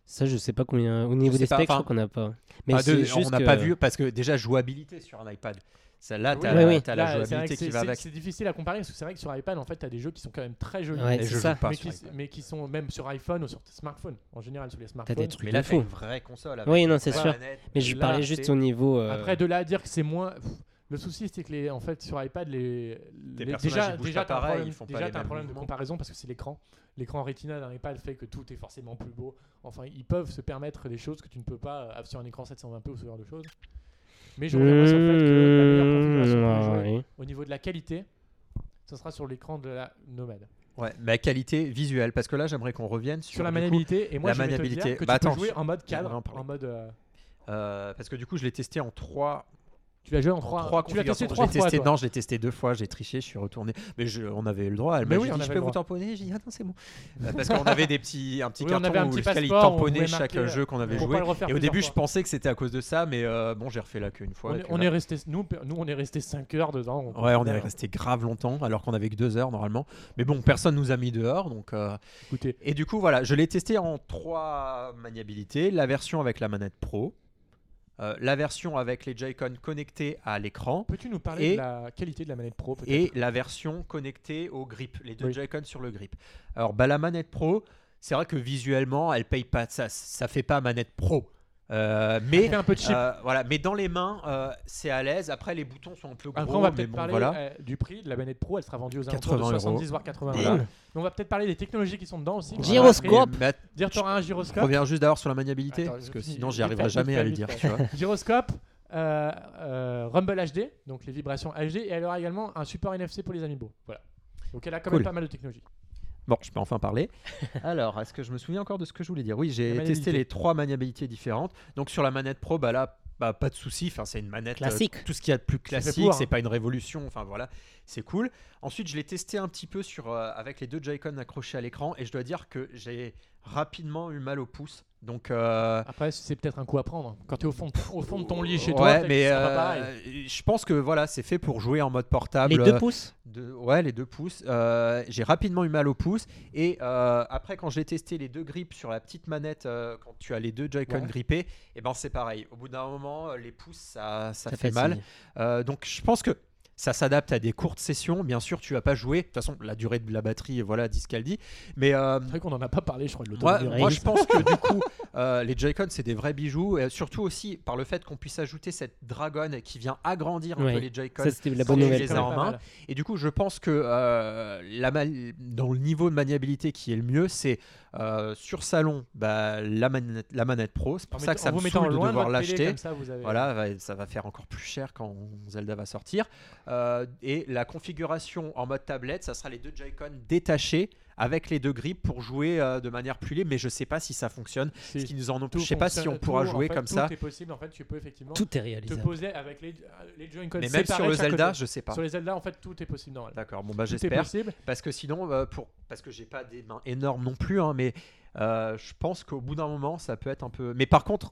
Speaker 3: Ça, je sais pas combien. Au niveau
Speaker 2: sais
Speaker 3: des
Speaker 2: pas,
Speaker 3: specs, je
Speaker 2: enfin,
Speaker 3: crois qu'on n'a pas. Mais
Speaker 2: Ah, de-
Speaker 3: c'est juste
Speaker 2: on n'a
Speaker 3: que-
Speaker 2: pas vu parce que déjà jouabilité sur un iPad. Celle-là,
Speaker 1: Oui,
Speaker 2: t'as
Speaker 3: oui, oui.
Speaker 2: t'as la
Speaker 1: Là, c'est vrai que
Speaker 2: jouabilité qui
Speaker 1: c'est-
Speaker 2: va
Speaker 1: c'est-
Speaker 2: avec.
Speaker 1: C'est difficile à comparer parce que c'est vrai que sur iPad, en fait, t'as des jeux qui sont quand même très jolis.
Speaker 3: Ouais,
Speaker 2: Et
Speaker 3: c'est
Speaker 2: je
Speaker 3: ça.
Speaker 2: joue pas
Speaker 1: mais,
Speaker 2: sur
Speaker 1: qui,
Speaker 2: iPad.
Speaker 1: mais qui sont même sur iPhone ou sur smartphone en général sur les
Speaker 3: T'as
Speaker 1: smartphones
Speaker 3: des trucs
Speaker 2: Mais
Speaker 3: de
Speaker 2: là, c'est
Speaker 3: fou.
Speaker 2: une vraie console. avec
Speaker 3: Oui,
Speaker 2: une
Speaker 3: non, c'est
Speaker 2: vraie
Speaker 3: sûr.
Speaker 2: manette.
Speaker 3: Mais je
Speaker 2: Là,
Speaker 3: parlais juste
Speaker 2: c'est-
Speaker 3: au niveau. euh,
Speaker 1: après de là à dire que c'est moins pff, le souci c'est que les en fait sur iPad les, les-
Speaker 2: personnages,
Speaker 1: déjà
Speaker 2: ils bougent
Speaker 1: déjà
Speaker 2: pas
Speaker 1: t'as un
Speaker 2: pareil,
Speaker 1: problème,
Speaker 2: ils font pas
Speaker 1: déjà,
Speaker 2: les
Speaker 1: t'as un
Speaker 2: mêmes
Speaker 1: problème de
Speaker 2: mouvements.
Speaker 1: comparaison parce que c'est l'écran l'écran Retina d'un iPad fait que tout est forcément plus beau enfin ils peuvent se permettre des choses que tu ne peux pas euh, sur un écran 720p ou ce genre de choses mais je reviendrai sur le fait que la meilleure configuration pour les
Speaker 3: mmh,
Speaker 1: jouer,
Speaker 3: ouais.
Speaker 1: au niveau de la qualité ce sera sur l'écran de la nomade
Speaker 2: Ouais, la qualité visuelle. Parce que là, j'aimerais qu'on revienne sur,
Speaker 1: sur la
Speaker 2: du coup,
Speaker 1: maniabilité et moi
Speaker 2: la
Speaker 1: je vais te
Speaker 2: maniabilité.
Speaker 1: dire que
Speaker 2: Bah,
Speaker 1: tu peux
Speaker 2: attends,
Speaker 1: jouer en mode
Speaker 2: j'aimerais
Speaker 1: cadre
Speaker 2: en parler.
Speaker 1: en mode euh,
Speaker 2: euh, parce que du coup, je l'ai testé en trois
Speaker 1: Tu l'as joué en trois,
Speaker 2: Trois
Speaker 1: tu l'as testé
Speaker 2: configurations.
Speaker 1: trois
Speaker 2: J'ai
Speaker 1: fois.
Speaker 2: testé-
Speaker 1: toi.
Speaker 2: Non, je l'ai testé deux fois, j'ai triché, je suis retourné. Mais je- on avait le droit. Elle
Speaker 1: Mais
Speaker 2: m'a
Speaker 1: oui,
Speaker 2: juste
Speaker 1: on
Speaker 2: dit,
Speaker 1: avait
Speaker 2: je
Speaker 1: le
Speaker 2: peux vous
Speaker 1: droit.
Speaker 2: tamponner J'ai dit, ah non, c'est bon. Euh, Parce qu'on avait des petits, un petit
Speaker 1: Oui, on
Speaker 2: carton
Speaker 1: avait un
Speaker 2: où
Speaker 1: petit
Speaker 2: jusqu'à il
Speaker 1: passeport, on
Speaker 2: tamponnait
Speaker 1: pouvait
Speaker 2: chaque
Speaker 1: marquer, euh,
Speaker 2: jeu qu'on avait
Speaker 1: Pour
Speaker 2: joué.
Speaker 1: pas le refaire
Speaker 2: Et au
Speaker 1: plusieurs
Speaker 2: début, je
Speaker 1: fois.
Speaker 2: pensais que c'était à cause de ça, mais euh, bon, j'ai refait la queue une fois.
Speaker 1: On
Speaker 2: et
Speaker 1: est,
Speaker 2: puis
Speaker 1: on
Speaker 2: voilà.
Speaker 1: est resté, nous, nous, on est resté 5 heures dedans. on
Speaker 2: Ouais, on
Speaker 1: comprenait
Speaker 2: est
Speaker 1: rien.
Speaker 2: resté grave longtemps, alors qu'on avait que deux heures normalement. Mais bon, personne nous a mis dehors, donc. euh,
Speaker 1: Écoutez,
Speaker 2: Et du coup, voilà, je l'ai testé en trois maniabilités la version avec la manette Pro, euh, la version avec les Joy-Con connectés à l'écran.
Speaker 1: peux-tu nous parler de
Speaker 2: Et-
Speaker 1: la qualité de la manette pro peut-être
Speaker 2: et la version connectée au grip, les deux
Speaker 1: Oui.
Speaker 2: Joy-Con sur le grip. Alors, bah, la manette Pro, c'est vrai que visuellement, elle paye pas ça, ça fait pas manette Pro. Euh, mais
Speaker 1: Fais un peu de chip.
Speaker 2: euh, voilà, mais dans les mains, euh, c'est à l'aise. Après, les boutons sont un peu gros,
Speaker 1: Après, on va
Speaker 2: oh, mais
Speaker 1: peut-être
Speaker 2: bon,
Speaker 1: parler
Speaker 2: voilà.
Speaker 1: euh, du prix de la manette pro. Elle sera vendue aux alentours de
Speaker 2: 80 euros.
Speaker 1: 70 voire 80 euros.
Speaker 2: Voilà.
Speaker 1: Mais on va peut-être parler des technologies qui sont dedans aussi.
Speaker 2: Voilà.
Speaker 3: Gyroscope.
Speaker 1: Après,
Speaker 2: Mais att-
Speaker 1: Dire t'auras un
Speaker 2: je
Speaker 1: gyroscope.
Speaker 2: reviens juste d'abord sur la maniabilité,
Speaker 1: Attends,
Speaker 2: parce
Speaker 1: je
Speaker 2: que
Speaker 1: finis,
Speaker 2: sinon, j'y
Speaker 1: vite
Speaker 2: arriverai
Speaker 1: fait,
Speaker 2: jamais
Speaker 1: vite
Speaker 2: à le
Speaker 1: fait,
Speaker 2: dire.
Speaker 1: vite
Speaker 2: Tu vois.
Speaker 1: Gyroscope, euh, euh, Rumble HD, donc les vibrations HD, et elle aura également un support NFC pour les Amiibo. Voilà. Donc elle a quand même
Speaker 2: Cool.
Speaker 1: pas mal de technologies.
Speaker 2: Bon, je peux enfin parler. Alors, est-ce que je me souviens encore de ce que je voulais dire Oui, j'ai
Speaker 1: La
Speaker 2: testé
Speaker 1: maniabilité.
Speaker 2: les trois maniabilités différentes. Donc sur la manette Pro, bah là, bah, pas de souci. Enfin, c'est une manette euh,
Speaker 3: Classique.
Speaker 2: tout ce qu'il y a de plus
Speaker 1: fait
Speaker 2: classique.
Speaker 1: pour, hein.
Speaker 2: C'est pas une révolution. Enfin voilà, c'est cool. Ensuite, je l'ai testé un petit peu sur euh, avec les deux Joy-Con accrochés à l'écran et je dois dire que j'ai rapidement eu mal au pouce. Donc euh,
Speaker 1: Après, c'est peut-être un coup à prendre. hein. Quand t'es au fond, au fond de ton lit chez
Speaker 2: ouais,
Speaker 1: toi, peut-être que
Speaker 2: mais
Speaker 1: ce sera pas
Speaker 2: euh,
Speaker 1: pareil.
Speaker 2: je pense que voilà, c'est fait pour jouer en mode portable.
Speaker 3: Les
Speaker 2: euh,
Speaker 3: deux pouces
Speaker 2: de- ouais, les deux pouces. Euh, j'ai rapidement eu mal au pouce. Et euh, après, quand j'ai testé les deux grippes sur la petite manette, euh, quand tu as les deux Joy-Con
Speaker 1: Ouais.
Speaker 2: grippés, et ben c'est pareil. Au bout d'un moment, euh, les pouces, ça, ça fait
Speaker 3: fatigue.
Speaker 2: mal. Euh, donc, je pense que ça s'adapte à des courtes sessions. Bien sûr, tu vas pas jouer. De toute façon, la durée de la batterie, voilà, dit ce qu'elle dit. Mais euh,
Speaker 1: C'est vrai qu'on en a pas parlé, je crois, de
Speaker 2: moi,
Speaker 1: l'autonomie.
Speaker 3: Ouais,
Speaker 1: en
Speaker 2: moi,
Speaker 1: ligne.
Speaker 2: je pense que du coup, euh, les Joy-Con, c'est des vrais bijoux. Et surtout aussi par le fait qu'on puisse ajouter cette dragonne qui vient agrandir un
Speaker 3: Ouais.
Speaker 2: peu les Joy-Con.
Speaker 3: Ça, c'était la
Speaker 2: sans
Speaker 3: bonne
Speaker 2: les
Speaker 1: C'est
Speaker 3: nouvelle.
Speaker 1: quand
Speaker 2: lézards
Speaker 1: même
Speaker 2: en
Speaker 1: pas
Speaker 2: main.
Speaker 1: mal.
Speaker 2: Et du coup, je pense que euh, la mal- dans le niveau de maniabilité qui est le mieux, c'est euh, sur salon, bah, la, manette, la manette pro. C'est
Speaker 1: En
Speaker 2: pour ça
Speaker 1: mettant-
Speaker 2: que ça
Speaker 1: en
Speaker 2: me
Speaker 1: vous mettant
Speaker 2: saoule de
Speaker 1: loin
Speaker 2: devoir
Speaker 1: votre télé,
Speaker 2: l'acheter.
Speaker 1: comme ça, vous avez-
Speaker 2: Voilà, va- ça va faire encore plus cher quand Zelda va sortir. Euh, et la configuration en mode tablette, ça sera les deux Joy-Con détachés avec les deux grips pour jouer euh, de manière plus libre. Mais je sais pas si ça fonctionne.
Speaker 1: C'est-
Speaker 2: Ce qui nous en ont...
Speaker 1: tout
Speaker 2: Je sais pas si
Speaker 1: fonctionne-
Speaker 2: on pourra
Speaker 1: tout, en
Speaker 2: jouer
Speaker 1: fait,
Speaker 2: comme
Speaker 1: tout
Speaker 2: ça.
Speaker 1: est possible. En fait, tu peux effectivement
Speaker 3: Tout est
Speaker 1: te
Speaker 3: réalisable.
Speaker 1: poser avec les, euh, les Joy-Con
Speaker 2: Mais même sur
Speaker 1: séparés
Speaker 2: le
Speaker 1: de chaque
Speaker 2: Zelda,
Speaker 1: côté.
Speaker 2: je sais pas.
Speaker 1: Sur les Zelda, en fait, tout est possible normalement.
Speaker 2: D'accord, bon bah
Speaker 1: Tout est
Speaker 2: j'espère.
Speaker 1: possible.
Speaker 2: Parce que sinon, euh, pour... parce que j'ai pas des mains énormes non plus, hein, mais euh, je pense qu'au bout d'un moment, ça peut être un peu. Mais par contre,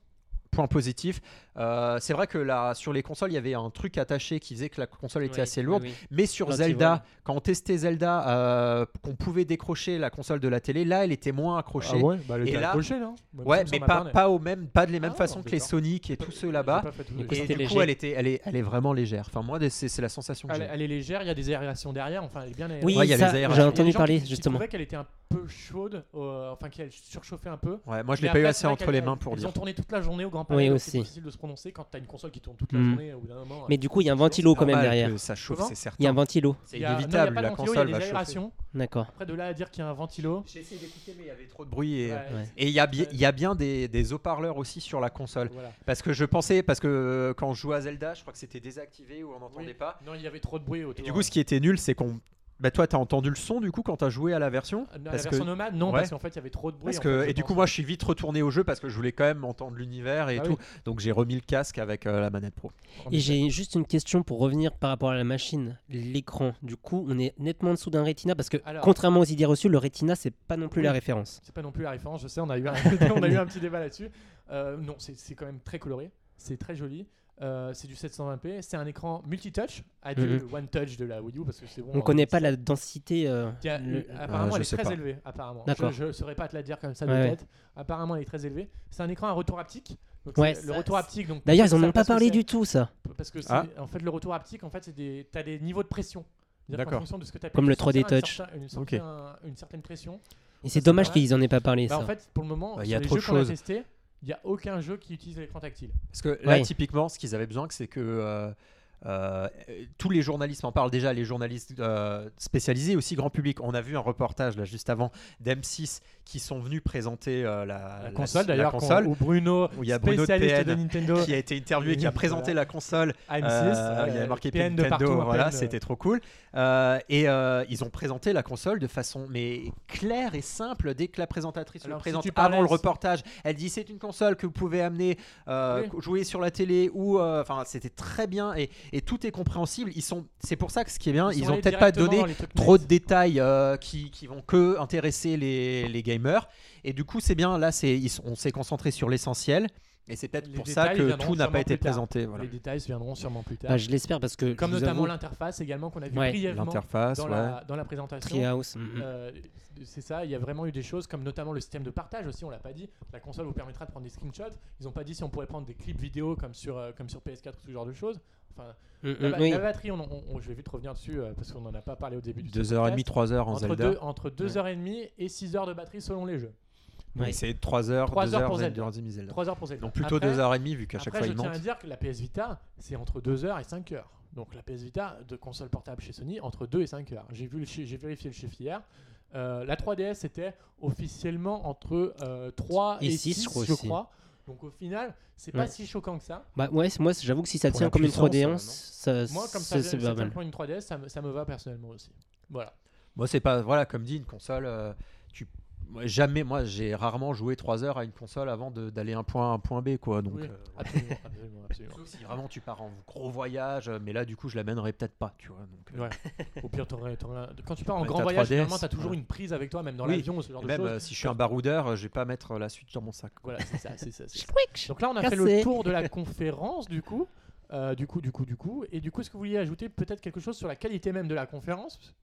Speaker 2: point positif, euh, c'est vrai que là, sur les consoles, il y avait un truc attaché qui faisait que la console était
Speaker 3: Oui,
Speaker 2: assez lourde.
Speaker 3: oui, oui.
Speaker 2: Mais sur
Speaker 3: L'antivol.
Speaker 2: Zelda, quand on testait Zelda, euh, qu'on pouvait décrocher la console de la télé, là, elle était moins accrochée.
Speaker 1: Ah ouais, bah, elle
Speaker 2: Et
Speaker 1: était
Speaker 2: là-
Speaker 1: accrochée, non Moi, il me
Speaker 2: Ouais,
Speaker 1: semble
Speaker 2: mais
Speaker 1: sur ma
Speaker 2: pas,
Speaker 1: borne, elle-
Speaker 2: pas, au même, pas de les mêmes
Speaker 1: Ah,
Speaker 2: façons que les
Speaker 1: d'accord.
Speaker 2: Sonic et tous ceux
Speaker 1: j'ai
Speaker 2: là-bas.
Speaker 1: pas fait tout-
Speaker 3: Et
Speaker 1: j'ai-
Speaker 2: Et
Speaker 3: c'était
Speaker 2: du
Speaker 3: léger.
Speaker 2: coup, elle, était, elle, est, elle est vraiment légère. Enfin, moi, c'est c'est la sensation que
Speaker 1: Elle,
Speaker 2: j'ai.
Speaker 1: elle est légère, il y a des aérations derrière, enfin elle est bien aérée.
Speaker 3: Oui,
Speaker 2: Ouais, il y a
Speaker 3: ça,
Speaker 2: les aérations.
Speaker 3: j'ai
Speaker 1: Il y a des
Speaker 3: entendu
Speaker 1: gens
Speaker 3: parler
Speaker 1: qui- qui
Speaker 3: justement.
Speaker 1: trouvaient qu'elle était un peu chaude, euh, enfin qu'elle surchauffait un peu.
Speaker 2: Ouais, moi, je
Speaker 1: Mais
Speaker 2: l'ai pas eu
Speaker 1: après,
Speaker 2: assez
Speaker 1: c'est vrai
Speaker 2: entre
Speaker 1: qu'elle-
Speaker 2: les mains pour
Speaker 1: ils
Speaker 2: dire.
Speaker 1: ont tourné toute la journée au grand palais.
Speaker 3: Oui,
Speaker 1: donc C'est
Speaker 3: aussi.
Speaker 1: difficile de se prononcer quand t'as une console qui tourne toute la
Speaker 3: Mm.
Speaker 1: journée au bout d'un moment. hein.
Speaker 3: Mais du coup, il y a un ventilo quand même
Speaker 2: normal
Speaker 3: derrière.
Speaker 2: que Ça chauffe,
Speaker 1: Comment
Speaker 2: c'est
Speaker 3: Il y a un
Speaker 2: certain.
Speaker 3: ventilo.
Speaker 2: C'est
Speaker 1: Il y a- non, il y a
Speaker 2: inévitable,
Speaker 1: pas de
Speaker 2: la
Speaker 1: ventilo,
Speaker 2: console
Speaker 1: il y a
Speaker 2: va
Speaker 1: des
Speaker 2: chauffer.
Speaker 1: aérations.
Speaker 3: D'accord.
Speaker 1: Après de là à dire qu'il y a un ventilo.
Speaker 2: J'ai essayé d'écouter, mais il y avait trop de bruit. Et euh,
Speaker 1: ouais,
Speaker 3: Ouais.
Speaker 2: et il y a bien, il y a bien des, des haut-parleurs aussi sur la console.
Speaker 1: voilà.
Speaker 2: Parce que je pensais, parce que euh, quand je jouais à Zelda, je crois que c'était désactivé ou on n'entendait
Speaker 1: Oui.
Speaker 2: pas.
Speaker 1: Non, il y avait trop de bruit autour. hein.
Speaker 2: Et du coup, ce qui était nul, c'est qu'on. Bah, toi, t'as entendu le son du coup quand t'as joué à la version
Speaker 1: À la
Speaker 2: parce
Speaker 1: version
Speaker 2: que-
Speaker 1: nomade, non,
Speaker 2: Ouais.
Speaker 1: parce qu'en fait, il y avait trop de bruit.
Speaker 2: parce
Speaker 1: Euh, en
Speaker 2: que,
Speaker 1: fait, je
Speaker 2: et du
Speaker 1: pense.
Speaker 2: coup moi je suis vite retourné au jeu parce que je voulais quand même entendre l'univers et
Speaker 1: Ah
Speaker 2: tout
Speaker 1: oui.
Speaker 2: donc j'ai remis le casque avec euh, la manette pro
Speaker 3: Et j'ai juste une question pour revenir par rapport à la machine, l'écran. Du coup, on est nettement en dessous d'un Retina parce que
Speaker 1: Alors-
Speaker 3: contrairement aux idées reçues, le Retina c'est pas non plus
Speaker 1: Oui.
Speaker 3: la référence.
Speaker 1: C'est pas non plus la référence, je sais, on a eu un, on a eu un petit débat là-dessus. Euh, non, c'est c'est quand même très coloré, c'est très joli. Euh, c'est du 720p, c'est un écran multitouch, à
Speaker 2: Mm,
Speaker 1: du one touch de la Wii U parce que c'est bon.
Speaker 3: On
Speaker 1: euh,
Speaker 3: connaît pas
Speaker 1: c'est-
Speaker 3: la densité. euh,
Speaker 1: Il y a-
Speaker 3: le-
Speaker 2: Ah,
Speaker 1: apparemment,
Speaker 2: je
Speaker 1: elle
Speaker 2: sais
Speaker 1: est très
Speaker 2: pas.
Speaker 1: élevée. Apparemment,
Speaker 3: D'accord.
Speaker 1: je, ne saurais pas te la dire comme ça de
Speaker 3: Ouais, ouais.
Speaker 1: tête. Apparemment, elle est très élevée. C'est un écran à retour haptique. Donc,
Speaker 3: Ouais,
Speaker 1: c'est- le
Speaker 3: ça-
Speaker 1: retour haptique. Donc
Speaker 3: D'ailleurs, ils en
Speaker 1: ça,
Speaker 3: ont pas
Speaker 1: parce que
Speaker 3: parlé
Speaker 1: c'est-
Speaker 3: du tout ça,
Speaker 1: Parce que c'est-
Speaker 2: Ah.
Speaker 1: en fait, le retour haptique, en fait, c'est des, t'as des niveaux de pression. C'est-à-dire qu'en
Speaker 2: D'accord.
Speaker 1: fonction de ce que t'appliques,
Speaker 3: Comme le
Speaker 1: tu sentiras
Speaker 3: 3D
Speaker 1: une
Speaker 3: touch.
Speaker 1: certain- une
Speaker 2: Ok.
Speaker 1: certain- une certaine pression.
Speaker 3: et
Speaker 1: Ça,
Speaker 3: c'est
Speaker 1: c'est
Speaker 3: dommage
Speaker 1: pas mal.
Speaker 3: qu'ils en aient pas parlé
Speaker 1: Bah,
Speaker 3: ça.
Speaker 1: en fait, pour le moment,
Speaker 2: Bah, il y
Speaker 1: sur
Speaker 2: a
Speaker 1: les
Speaker 2: trop
Speaker 1: jeux
Speaker 2: de
Speaker 1: qu'on a
Speaker 2: choses.
Speaker 1: testés, il n'y a aucun jeu qui utilise l'écran tactile.
Speaker 2: Parce que là,
Speaker 3: Ouais.
Speaker 2: typiquement, ce qu'ils avaient besoin, c'est que euh, euh, tous les journalistes en parlent déjà, les journalistes euh, spécialisés, aussi grand public. On a vu un reportage là juste avant d'M6 qui sont venus présenter euh, la,
Speaker 1: La console
Speaker 2: la
Speaker 1: d'ailleurs, qu'on-
Speaker 2: console,
Speaker 1: où Bruno,
Speaker 2: où il y a Bruno de
Speaker 1: spécialiste de
Speaker 2: PN,
Speaker 1: Nintendo,
Speaker 2: qui a été interviewé, qui a présenté
Speaker 1: Voilà.
Speaker 2: la console.
Speaker 1: AM6,
Speaker 2: Euh, il y
Speaker 1: euh,
Speaker 2: a marqué
Speaker 1: PN de
Speaker 2: Nintendo,
Speaker 1: partout. à
Speaker 2: voilà,
Speaker 1: peine, euh,
Speaker 2: c'était trop cool. Euh, et euh, ils ont présenté la console de façon mais claire et simple. Dès que la présentatrice
Speaker 1: Alors,
Speaker 2: le
Speaker 1: si
Speaker 2: présente
Speaker 1: tu parlais-
Speaker 2: avant le reportage, elle dit c'est une console que vous pouvez amener euh, jouer sur la télé ou euh, enfin c'était très bien et, et tout est compréhensible. Ils sont, c'est pour ça que ce qui est bien, ils,
Speaker 1: euh, sont
Speaker 2: ont
Speaker 1: allés
Speaker 2: peut-être pas
Speaker 1: directement
Speaker 2: donné
Speaker 1: dans les trucs
Speaker 2: trop de
Speaker 1: next.
Speaker 2: détails euh, qui, qui vont que intéresser les, les gamers. Et du coup, c'est bien. Là, c'est ils sont- on s'est concentré sur l'essentiel. Et c'est peut-être
Speaker 1: Les
Speaker 2: pour ça
Speaker 1: détails
Speaker 2: que
Speaker 1: viendront
Speaker 2: tout n'a
Speaker 1: sûrement
Speaker 2: pas été
Speaker 1: plus tard.
Speaker 2: présenté. Voilà.
Speaker 1: Les détails se viendront sûrement plus tard.
Speaker 2: Ah,
Speaker 3: Bah, je l'espère parce que.
Speaker 1: Comme
Speaker 3: je vous
Speaker 1: notamment
Speaker 3: avoue,
Speaker 1: l'interface également qu'on a vu
Speaker 3: Ouais.
Speaker 1: brièvement
Speaker 2: L'interface,
Speaker 1: dans,
Speaker 2: ouais.
Speaker 1: la, dans la présentation.
Speaker 3: Treehouse. mhm.
Speaker 1: Euh, c'est ça, il y a vraiment eu des choses comme notamment le système de partage aussi, on l'a pas dit. La console vous permettra de prendre des screenshots. Ils ont pas dit si on pourrait prendre des clips vidéo comme sur, euh, comme sur PS4 ou ce genre de choses. Enfin,
Speaker 3: Mhm,
Speaker 1: la, ba-
Speaker 3: oui.
Speaker 1: bah, la batterie, on, on- on- je vais vite revenir dessus euh, parce qu'on n'en a pas parlé au début du
Speaker 2: Deux heures et demie,
Speaker 1: podcast.
Speaker 2: trois heures en
Speaker 1: entre
Speaker 2: Zelda.
Speaker 1: deux, entre 2h30 et 6h de batterie selon les jeux.
Speaker 2: Oui,
Speaker 3: Ouais.
Speaker 2: c'est trois heures,
Speaker 1: Trois
Speaker 2: deux
Speaker 1: heures
Speaker 2: heures,
Speaker 1: pour
Speaker 2: deux
Speaker 1: Zelda.
Speaker 2: heures et demie Zelda.
Speaker 1: 3h pour Zelda.
Speaker 2: Donc plutôt
Speaker 1: Après-
Speaker 2: deux heures et demie vu qu'à chaque
Speaker 1: Après,
Speaker 2: fois
Speaker 1: je
Speaker 2: il
Speaker 1: tiens à
Speaker 2: monte.
Speaker 1: dire que la PS Vita, c'est entre 2h et 5h. Donc la PS Vita de console portable chez Sony, entre 2 et 5h. J'ai vu le chi- j'ai vérifié le chiffre hier. Euh, la 3DS c'était officiellement entre 3 et,
Speaker 3: Et
Speaker 1: 6,
Speaker 3: six, je crois
Speaker 1: je
Speaker 3: aussi.
Speaker 1: crois. Donc au final, c'est
Speaker 3: Ouais.
Speaker 1: pas si choquant que ça.
Speaker 3: Bah ouais, c'est- moi c'est- j'avoue que si ça
Speaker 2: Pour
Speaker 3: tient
Speaker 2: la
Speaker 3: comme une
Speaker 2: puissance,
Speaker 3: 3D,
Speaker 2: euh,
Speaker 3: ça,
Speaker 1: Moi, comme ça,
Speaker 3: c'est- c'est pas
Speaker 1: ça
Speaker 3: mal.
Speaker 1: prend une 3DS, ça me, ça me va personnellement aussi. Voilà.
Speaker 2: Moi c'est pas voilà comme dit une console. euh, tu moi, jamais moi j'ai rarement joué trois heures à une console avant de- d'aller un point A à un point B quoi. Donc
Speaker 1: Oui,
Speaker 2: euh,
Speaker 1: absolument, absolument, absolument.
Speaker 2: sauf si vraiment tu pars en gros voyage, euh, mais là du coup je l'amènerai peut-être pas tu vois. Donc, euh,
Speaker 1: Ouais. Au pire, t'aurais- t'aurais- quand tu pars en
Speaker 2: Ouais,
Speaker 1: grand
Speaker 2: ta
Speaker 1: voyage,
Speaker 2: 3DS,
Speaker 1: finalement, t'as toujours
Speaker 2: ouais.
Speaker 1: une prise avec toi, même dans
Speaker 2: Oui.
Speaker 1: l'avion, ce genre de
Speaker 2: Même
Speaker 1: choses.
Speaker 2: euh, si je suis un baroudeur, euh, je vais pas mettre euh, la suite dans mon sac.
Speaker 1: Voilà, c'est ça, c'est ça. c'est ça. Donc là, on a fait le
Speaker 3: Cassé.
Speaker 1: tour de la conférence, du coup. Euh, du coup, du coup, du coup. Et du coup, est-ce que vous vouliez ajouter peut-être quelque chose sur la qualité même de la conférence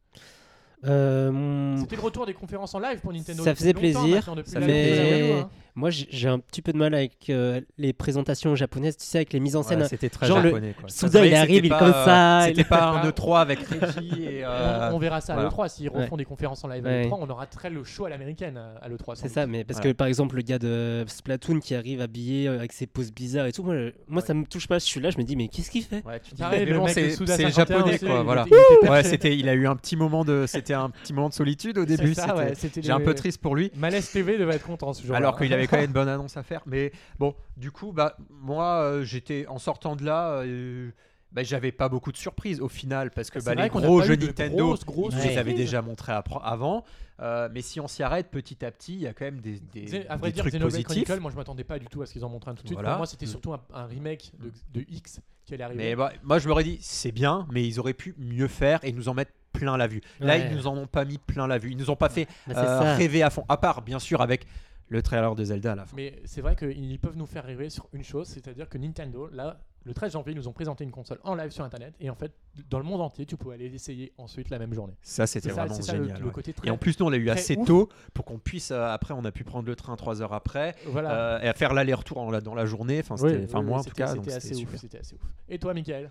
Speaker 3: Euh, mm,
Speaker 1: C'était le retour des conférences en live pour Nintendo.
Speaker 3: Ça
Speaker 1: depuis
Speaker 3: faisait
Speaker 1: longtemps
Speaker 3: plaisir,
Speaker 1: maintenant, depuis
Speaker 2: ça
Speaker 1: la
Speaker 2: faisait
Speaker 1: Wii U, la
Speaker 3: plaisir.
Speaker 1: Wii U, hein.
Speaker 3: moi j'ai j'ai un petit peu de mal avec euh, les présentations japonaises, tu sais, avec les mises en scène.
Speaker 2: Ouais, C'était très
Speaker 3: genre le-
Speaker 2: japonais quoi.
Speaker 3: Soudain,
Speaker 2: Ça se voyait
Speaker 3: il
Speaker 2: que
Speaker 3: arrive,
Speaker 2: c'était
Speaker 3: il est
Speaker 2: pas,
Speaker 3: comme
Speaker 2: euh,
Speaker 3: ça, il-
Speaker 2: C'était pas un E3 avec Reggie et. euh,
Speaker 1: On, on verra ça à
Speaker 2: voilà.
Speaker 1: l'E3. S'ils refont des conférences en live à
Speaker 3: Ouais.
Speaker 1: l'E3, on aura très le show à l'américaine euh, à à l'E3. sans
Speaker 3: C'est ça,
Speaker 1: doute.
Speaker 3: mais parce
Speaker 2: Voilà.
Speaker 3: que par exemple, le gars de Splatoon qui arrive habillé euh, avec ses poses bizarres et tout, moi, je- moi
Speaker 2: Ouais.
Speaker 3: ça me touche pas. Je suis là, je me dis, mais qu'est-ce qu'il fait
Speaker 2: Ouais, tu dis,
Speaker 1: Pareil,
Speaker 2: mais
Speaker 1: le
Speaker 2: bon,
Speaker 1: mec de
Speaker 2: c'est
Speaker 1: Suda
Speaker 2: c'est
Speaker 1: 51
Speaker 2: japonais
Speaker 1: aussi,
Speaker 2: quoi,
Speaker 1: il
Speaker 2: voilà.
Speaker 1: était- il était
Speaker 2: Ouais,
Speaker 1: perché.
Speaker 2: c'était, il a eu un petit moment de, c'était un petit moment de solitude au
Speaker 1: C'est
Speaker 2: début.
Speaker 1: ça,
Speaker 2: c'était-
Speaker 1: ouais, c'était
Speaker 2: J'ai un
Speaker 1: les-
Speaker 2: peu triste pour lui.
Speaker 1: Malaise TV devait être content ce jour-là.
Speaker 2: Alors qu'il avait quand même une bonne annonce à faire. Mais bon, du coup, bah moi, euh, j'étais en sortant de là, euh, bah, j'avais pas beaucoup de surprises au final parce que
Speaker 1: C'est
Speaker 2: bah,
Speaker 1: vrai
Speaker 2: les
Speaker 1: qu'on a
Speaker 2: gros
Speaker 1: pas eu
Speaker 2: jeux
Speaker 1: de
Speaker 2: Nintendo,
Speaker 1: grosses, grosses
Speaker 2: je les avais
Speaker 1: surprises.
Speaker 2: déjà montrés appro- avant. Euh, mais si on s'y arrête petit à petit, il y a quand même des, des-
Speaker 1: Xen- à vrai
Speaker 2: des
Speaker 1: dire,
Speaker 2: trucs
Speaker 1: Xenoblade
Speaker 2: positifs.
Speaker 1: Chronicle, moi je m'attendais pas du tout à ce qu'ils en montrent un tout de suite.
Speaker 2: Voilà.
Speaker 1: Pour moi, c'était
Speaker 2: Mm.
Speaker 1: surtout un, un remake de, de X qui allait arriver.
Speaker 2: Mais bah, moi, je m'aurais dit, c'est bien, mais ils auraient pu mieux faire et nous en mettre plein la vue. Là,
Speaker 3: Ouais.
Speaker 2: ils nous en ont pas mis plein la vue. Ils nous ont pas fait
Speaker 3: Bah, c'est
Speaker 2: euh,
Speaker 3: ça.
Speaker 2: rêver à fond. À part, bien sûr, avec le trailer de Zelda à la fin.
Speaker 1: Mais c'est vrai qu'ils peuvent nous faire rêver sur une chose, c'est-à-dire que Nintendo, là, le 13 janvier, ils nous ont présenté une console en live sur Internet, et en fait, dans le monde entier, tu pouvais aller l'essayer ensuite la même journée.
Speaker 2: Ça, c'était
Speaker 1: C'est ça,
Speaker 2: vraiment
Speaker 1: c'est ça le,
Speaker 2: génial.
Speaker 1: le
Speaker 2: ouais.
Speaker 1: côté très.
Speaker 2: Et en plus, nous, on l'a eu
Speaker 1: très
Speaker 2: assez
Speaker 1: ouf.
Speaker 2: tôt pour qu'on puisse. euh, après, on a pu prendre le train trois heures après
Speaker 1: voilà.
Speaker 2: euh, et à faire l'aller-retour en la- dans la journée. Enfin, c'était-
Speaker 1: Oui,
Speaker 2: enfin
Speaker 1: oui,
Speaker 2: moi, en tout
Speaker 1: c'était-
Speaker 2: cas. donc
Speaker 1: c'était assez,
Speaker 2: C'était
Speaker 1: ouf,
Speaker 2: super.
Speaker 1: c'était assez ouf. Et toi, Michael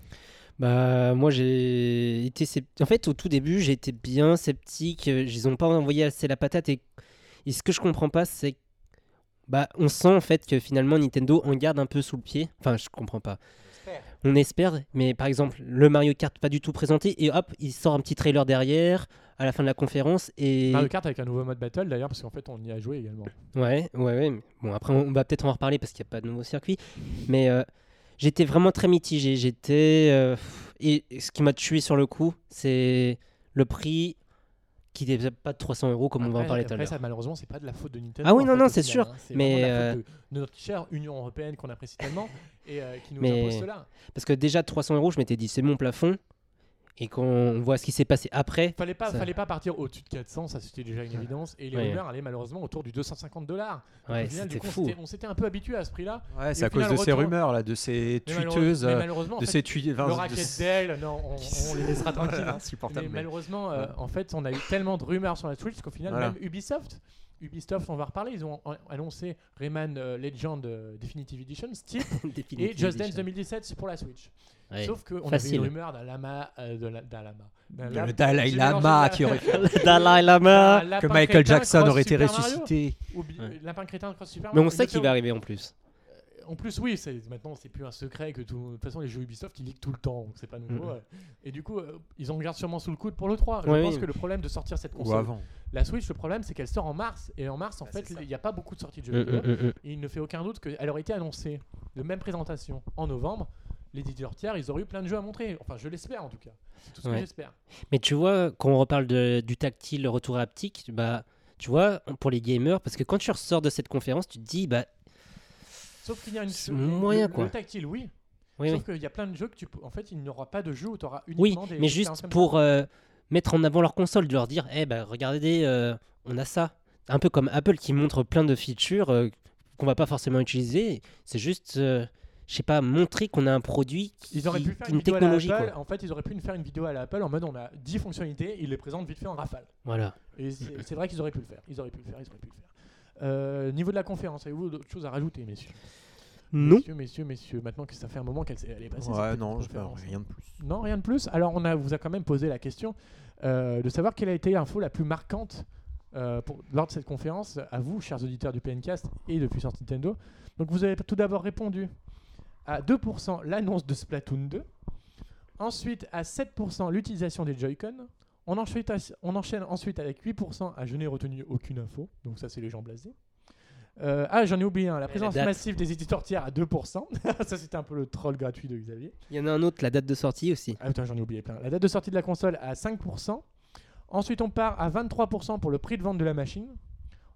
Speaker 3: Bah, moi j'ai été. scept- En fait, au tout début, j'étais bien sceptique. euh, Ils ont pas envoyé assez la patate. Et, et ce que je comprends pas, c'est. Bah, on sent en fait que finalement Nintendo en garde un peu sous le pied. Enfin, je comprends pas. On espère, mais par exemple, le Mario Kart pas du tout présenté. Et hop, il sort un petit trailer derrière à la fin de la conférence. Et.
Speaker 1: Mario Kart avec un nouveau mode battle d'ailleurs, parce qu'en fait, on y a joué également.
Speaker 3: Ouais, ouais, ouais. mais Bon, après, on on va peut-être en reparler parce qu'il n'y a pas de nouveau circuit. Mais euh, j'étais vraiment très mitigé. J'étais. euh, pff, et et ce qui m'a tué sur le coup, c'est le prix qui n'est pas de 300 euros comme on va en
Speaker 1: Après-
Speaker 3: parler tout à
Speaker 1: après,
Speaker 3: l'heure.
Speaker 1: ça, malheureusement, c'est pas de la faute de Nintendo.
Speaker 3: Ah oui,
Speaker 1: en
Speaker 3: non,
Speaker 1: fait,
Speaker 3: non,
Speaker 1: au
Speaker 3: c'est
Speaker 1: final,
Speaker 3: sûr.
Speaker 1: hein. C'est
Speaker 3: Mais,
Speaker 1: vraiment la
Speaker 3: euh,
Speaker 1: faute de- de notre chère Union Européenne qu'on apprécie tellement et euh, qui nous
Speaker 3: Mais-
Speaker 1: impose cela.
Speaker 3: Parce que déjà, 300 euros, je m'étais dit, c'est mon plafond. Et quand on voit ce qui s'est passé après,
Speaker 1: Fallait pas,
Speaker 3: Ça-
Speaker 1: fallait pas partir au-dessus de 400, ça c'était déjà une évidence. Et les
Speaker 3: Ouais.
Speaker 1: rumeurs allaient malheureusement autour du 250 dollars.
Speaker 3: ouais,
Speaker 1: Au final, du
Speaker 3: c'était
Speaker 1: coup, on
Speaker 3: fou.
Speaker 1: s'était- On s'était un peu habitué à ce prix-là.
Speaker 2: Ouais,
Speaker 1: Et
Speaker 2: c'est à
Speaker 1: au
Speaker 2: cause
Speaker 1: final,
Speaker 2: de ces
Speaker 1: retour-
Speaker 2: rumeurs, là, de ces
Speaker 1: Mais malheure-
Speaker 2: tweeteuses.
Speaker 1: mais
Speaker 2: euh,
Speaker 1: malheureusement, en
Speaker 2: De
Speaker 1: fait,
Speaker 2: ces tweets.
Speaker 1: le racket d'elle, non, on, on les laissera tranquilles. hein. Mais
Speaker 2: Insupportable. mais-
Speaker 1: malheureusement, euh,
Speaker 2: Ouais.
Speaker 1: en fait, on a eu tellement de rumeurs sur la Switch qu'au final,
Speaker 2: Voilà.
Speaker 1: même Ubisoft, Ubisoft, on va reparler, ils ont an- annoncé Rayman euh, Legend euh, Definitive Edition, Steam et Just Dance 2017 pour la Switch.
Speaker 3: Ouais.
Speaker 1: Sauf qu'on avait
Speaker 3: Facile.
Speaker 1: une rumeur d'un lama, euh, de la- d'un lama, d'un
Speaker 2: Le
Speaker 1: lama-
Speaker 2: Dalai
Speaker 1: j'ai mélangé
Speaker 2: Lama
Speaker 1: la-
Speaker 2: qui aurait
Speaker 3: Le Dalai Lama.
Speaker 1: d'un lapin
Speaker 2: que Michael
Speaker 1: crétin
Speaker 2: Jackson
Speaker 1: cross
Speaker 2: aurait été
Speaker 1: Super Mario,
Speaker 2: ressuscité.
Speaker 1: ou bi-
Speaker 3: Ouais.
Speaker 1: Lapin crétin cross Super
Speaker 3: Mais on
Speaker 1: Mario,
Speaker 3: sait
Speaker 1: une
Speaker 3: qu'il va arriver en plus.
Speaker 1: théorie- En plus, oui, c'est- maintenant, c'est plus un secret que tout. De toute façon, les jeux Ubisoft, ils leak tout le temps, donc c'est pas nouveau.
Speaker 3: Mhm.
Speaker 1: ouais. Et du coup, euh, ils en gardent sûrement sous le coude pour le 3. Je
Speaker 3: Ouais,
Speaker 1: pense
Speaker 3: oui.
Speaker 1: que le problème de sortir cette
Speaker 2: Ou
Speaker 1: console,
Speaker 2: avant.
Speaker 1: la Switch, le problème, c'est qu'elle sort en mars. Et en mars, en
Speaker 3: Bah,
Speaker 2: Ah,
Speaker 1: fait,
Speaker 2: c'est ça.
Speaker 1: il n'y a pas beaucoup de sorties de jeux
Speaker 3: Mm,
Speaker 1: vidéo.
Speaker 3: mm, mm, mm.
Speaker 1: Et il ne fait aucun doute qu'elle aurait été annoncée de même présentation en novembre. Les éditeurs tiers, ils auraient eu plein de jeux à montrer. Enfin, je l'espère en tout cas. C'est tout ce que
Speaker 3: Ouais.
Speaker 1: j'espère.
Speaker 3: Mais tu vois, quand on reparle de- du tactile, le retour haptique, bah, tu vois, pour les gamers, parce que quand tu ressors de cette conférence, tu te dis, bah,
Speaker 1: Sauf qu'il y a une.
Speaker 3: C'est
Speaker 1: le-
Speaker 3: moyen,
Speaker 1: le,
Speaker 3: quoi.
Speaker 1: le tactile, oui.
Speaker 3: oui,
Speaker 1: Sauf
Speaker 3: oui.
Speaker 1: qu'il y a plein de jeux que tu. peux- En fait, il n'y aura pas de jeu où tu auras
Speaker 3: Oui,
Speaker 1: uniquement des.
Speaker 3: mais
Speaker 1: des expériences
Speaker 3: juste
Speaker 1: comme
Speaker 3: pour euh, mettre en avant leur console, de leur dire, eh ben, regardez, euh, on a ça. Un peu comme Apple qui montre plein de features euh, qu'on va pas forcément utiliser. C'est juste, euh, je sais pas, montrer qu'on a un produit, qui,
Speaker 1: Ils auraient pu faire
Speaker 3: qui-
Speaker 1: une,
Speaker 3: euh, une
Speaker 1: vidéo
Speaker 3: technologie,
Speaker 1: à la
Speaker 3: quoi.
Speaker 1: Apple. En fait, ils auraient pu nous faire une vidéo à la Apple en mode on a 10 fonctionnalités, ils les présentent vite fait en rafale.
Speaker 3: Voilà.
Speaker 1: Et c'est c'est vrai qu'ils auraient pu le faire. Ils auraient pu le faire. Ils auraient pu le faire. Euh, niveau de la conférence, avez-vous d'autres choses à rajouter, messieurs
Speaker 3: Non.
Speaker 1: Messieurs, messieurs, messieurs, maintenant que ça fait un moment qu'elle s'est- elle est passée.
Speaker 2: Ouais,
Speaker 1: cette
Speaker 2: non, je
Speaker 1: petite conférence.
Speaker 2: rien de plus.
Speaker 1: Non, rien de plus. Alors, on a, vous a quand même posé la question euh, de savoir quelle a été l'info la plus marquante euh, pour, lors de cette conférence, à vous, chers auditeurs du PNCast et de Puissance Nintendo. Donc, vous avez tout d'abord répondu à 2% l'annonce de Splatoon 2, ensuite à 7% l'utilisation des Joy-Con, on enchaîne, on enchaîne ensuite avec 8% à je n'ai retenu aucune info, donc ça, c'est les gens blasés. Euh, ah, j'en ai oublié un, la présence
Speaker 3: date.
Speaker 1: massive des éditeurs tiers à 2%. ça, c'était un peu le troll gratuit de Xavier.
Speaker 3: Il y en a un autre, la date de sortie aussi.
Speaker 1: Ah putain, j'en ai oublié plein. La date de sortie de la console à 5%. Ensuite, on part à 23% pour le prix de vente de la machine.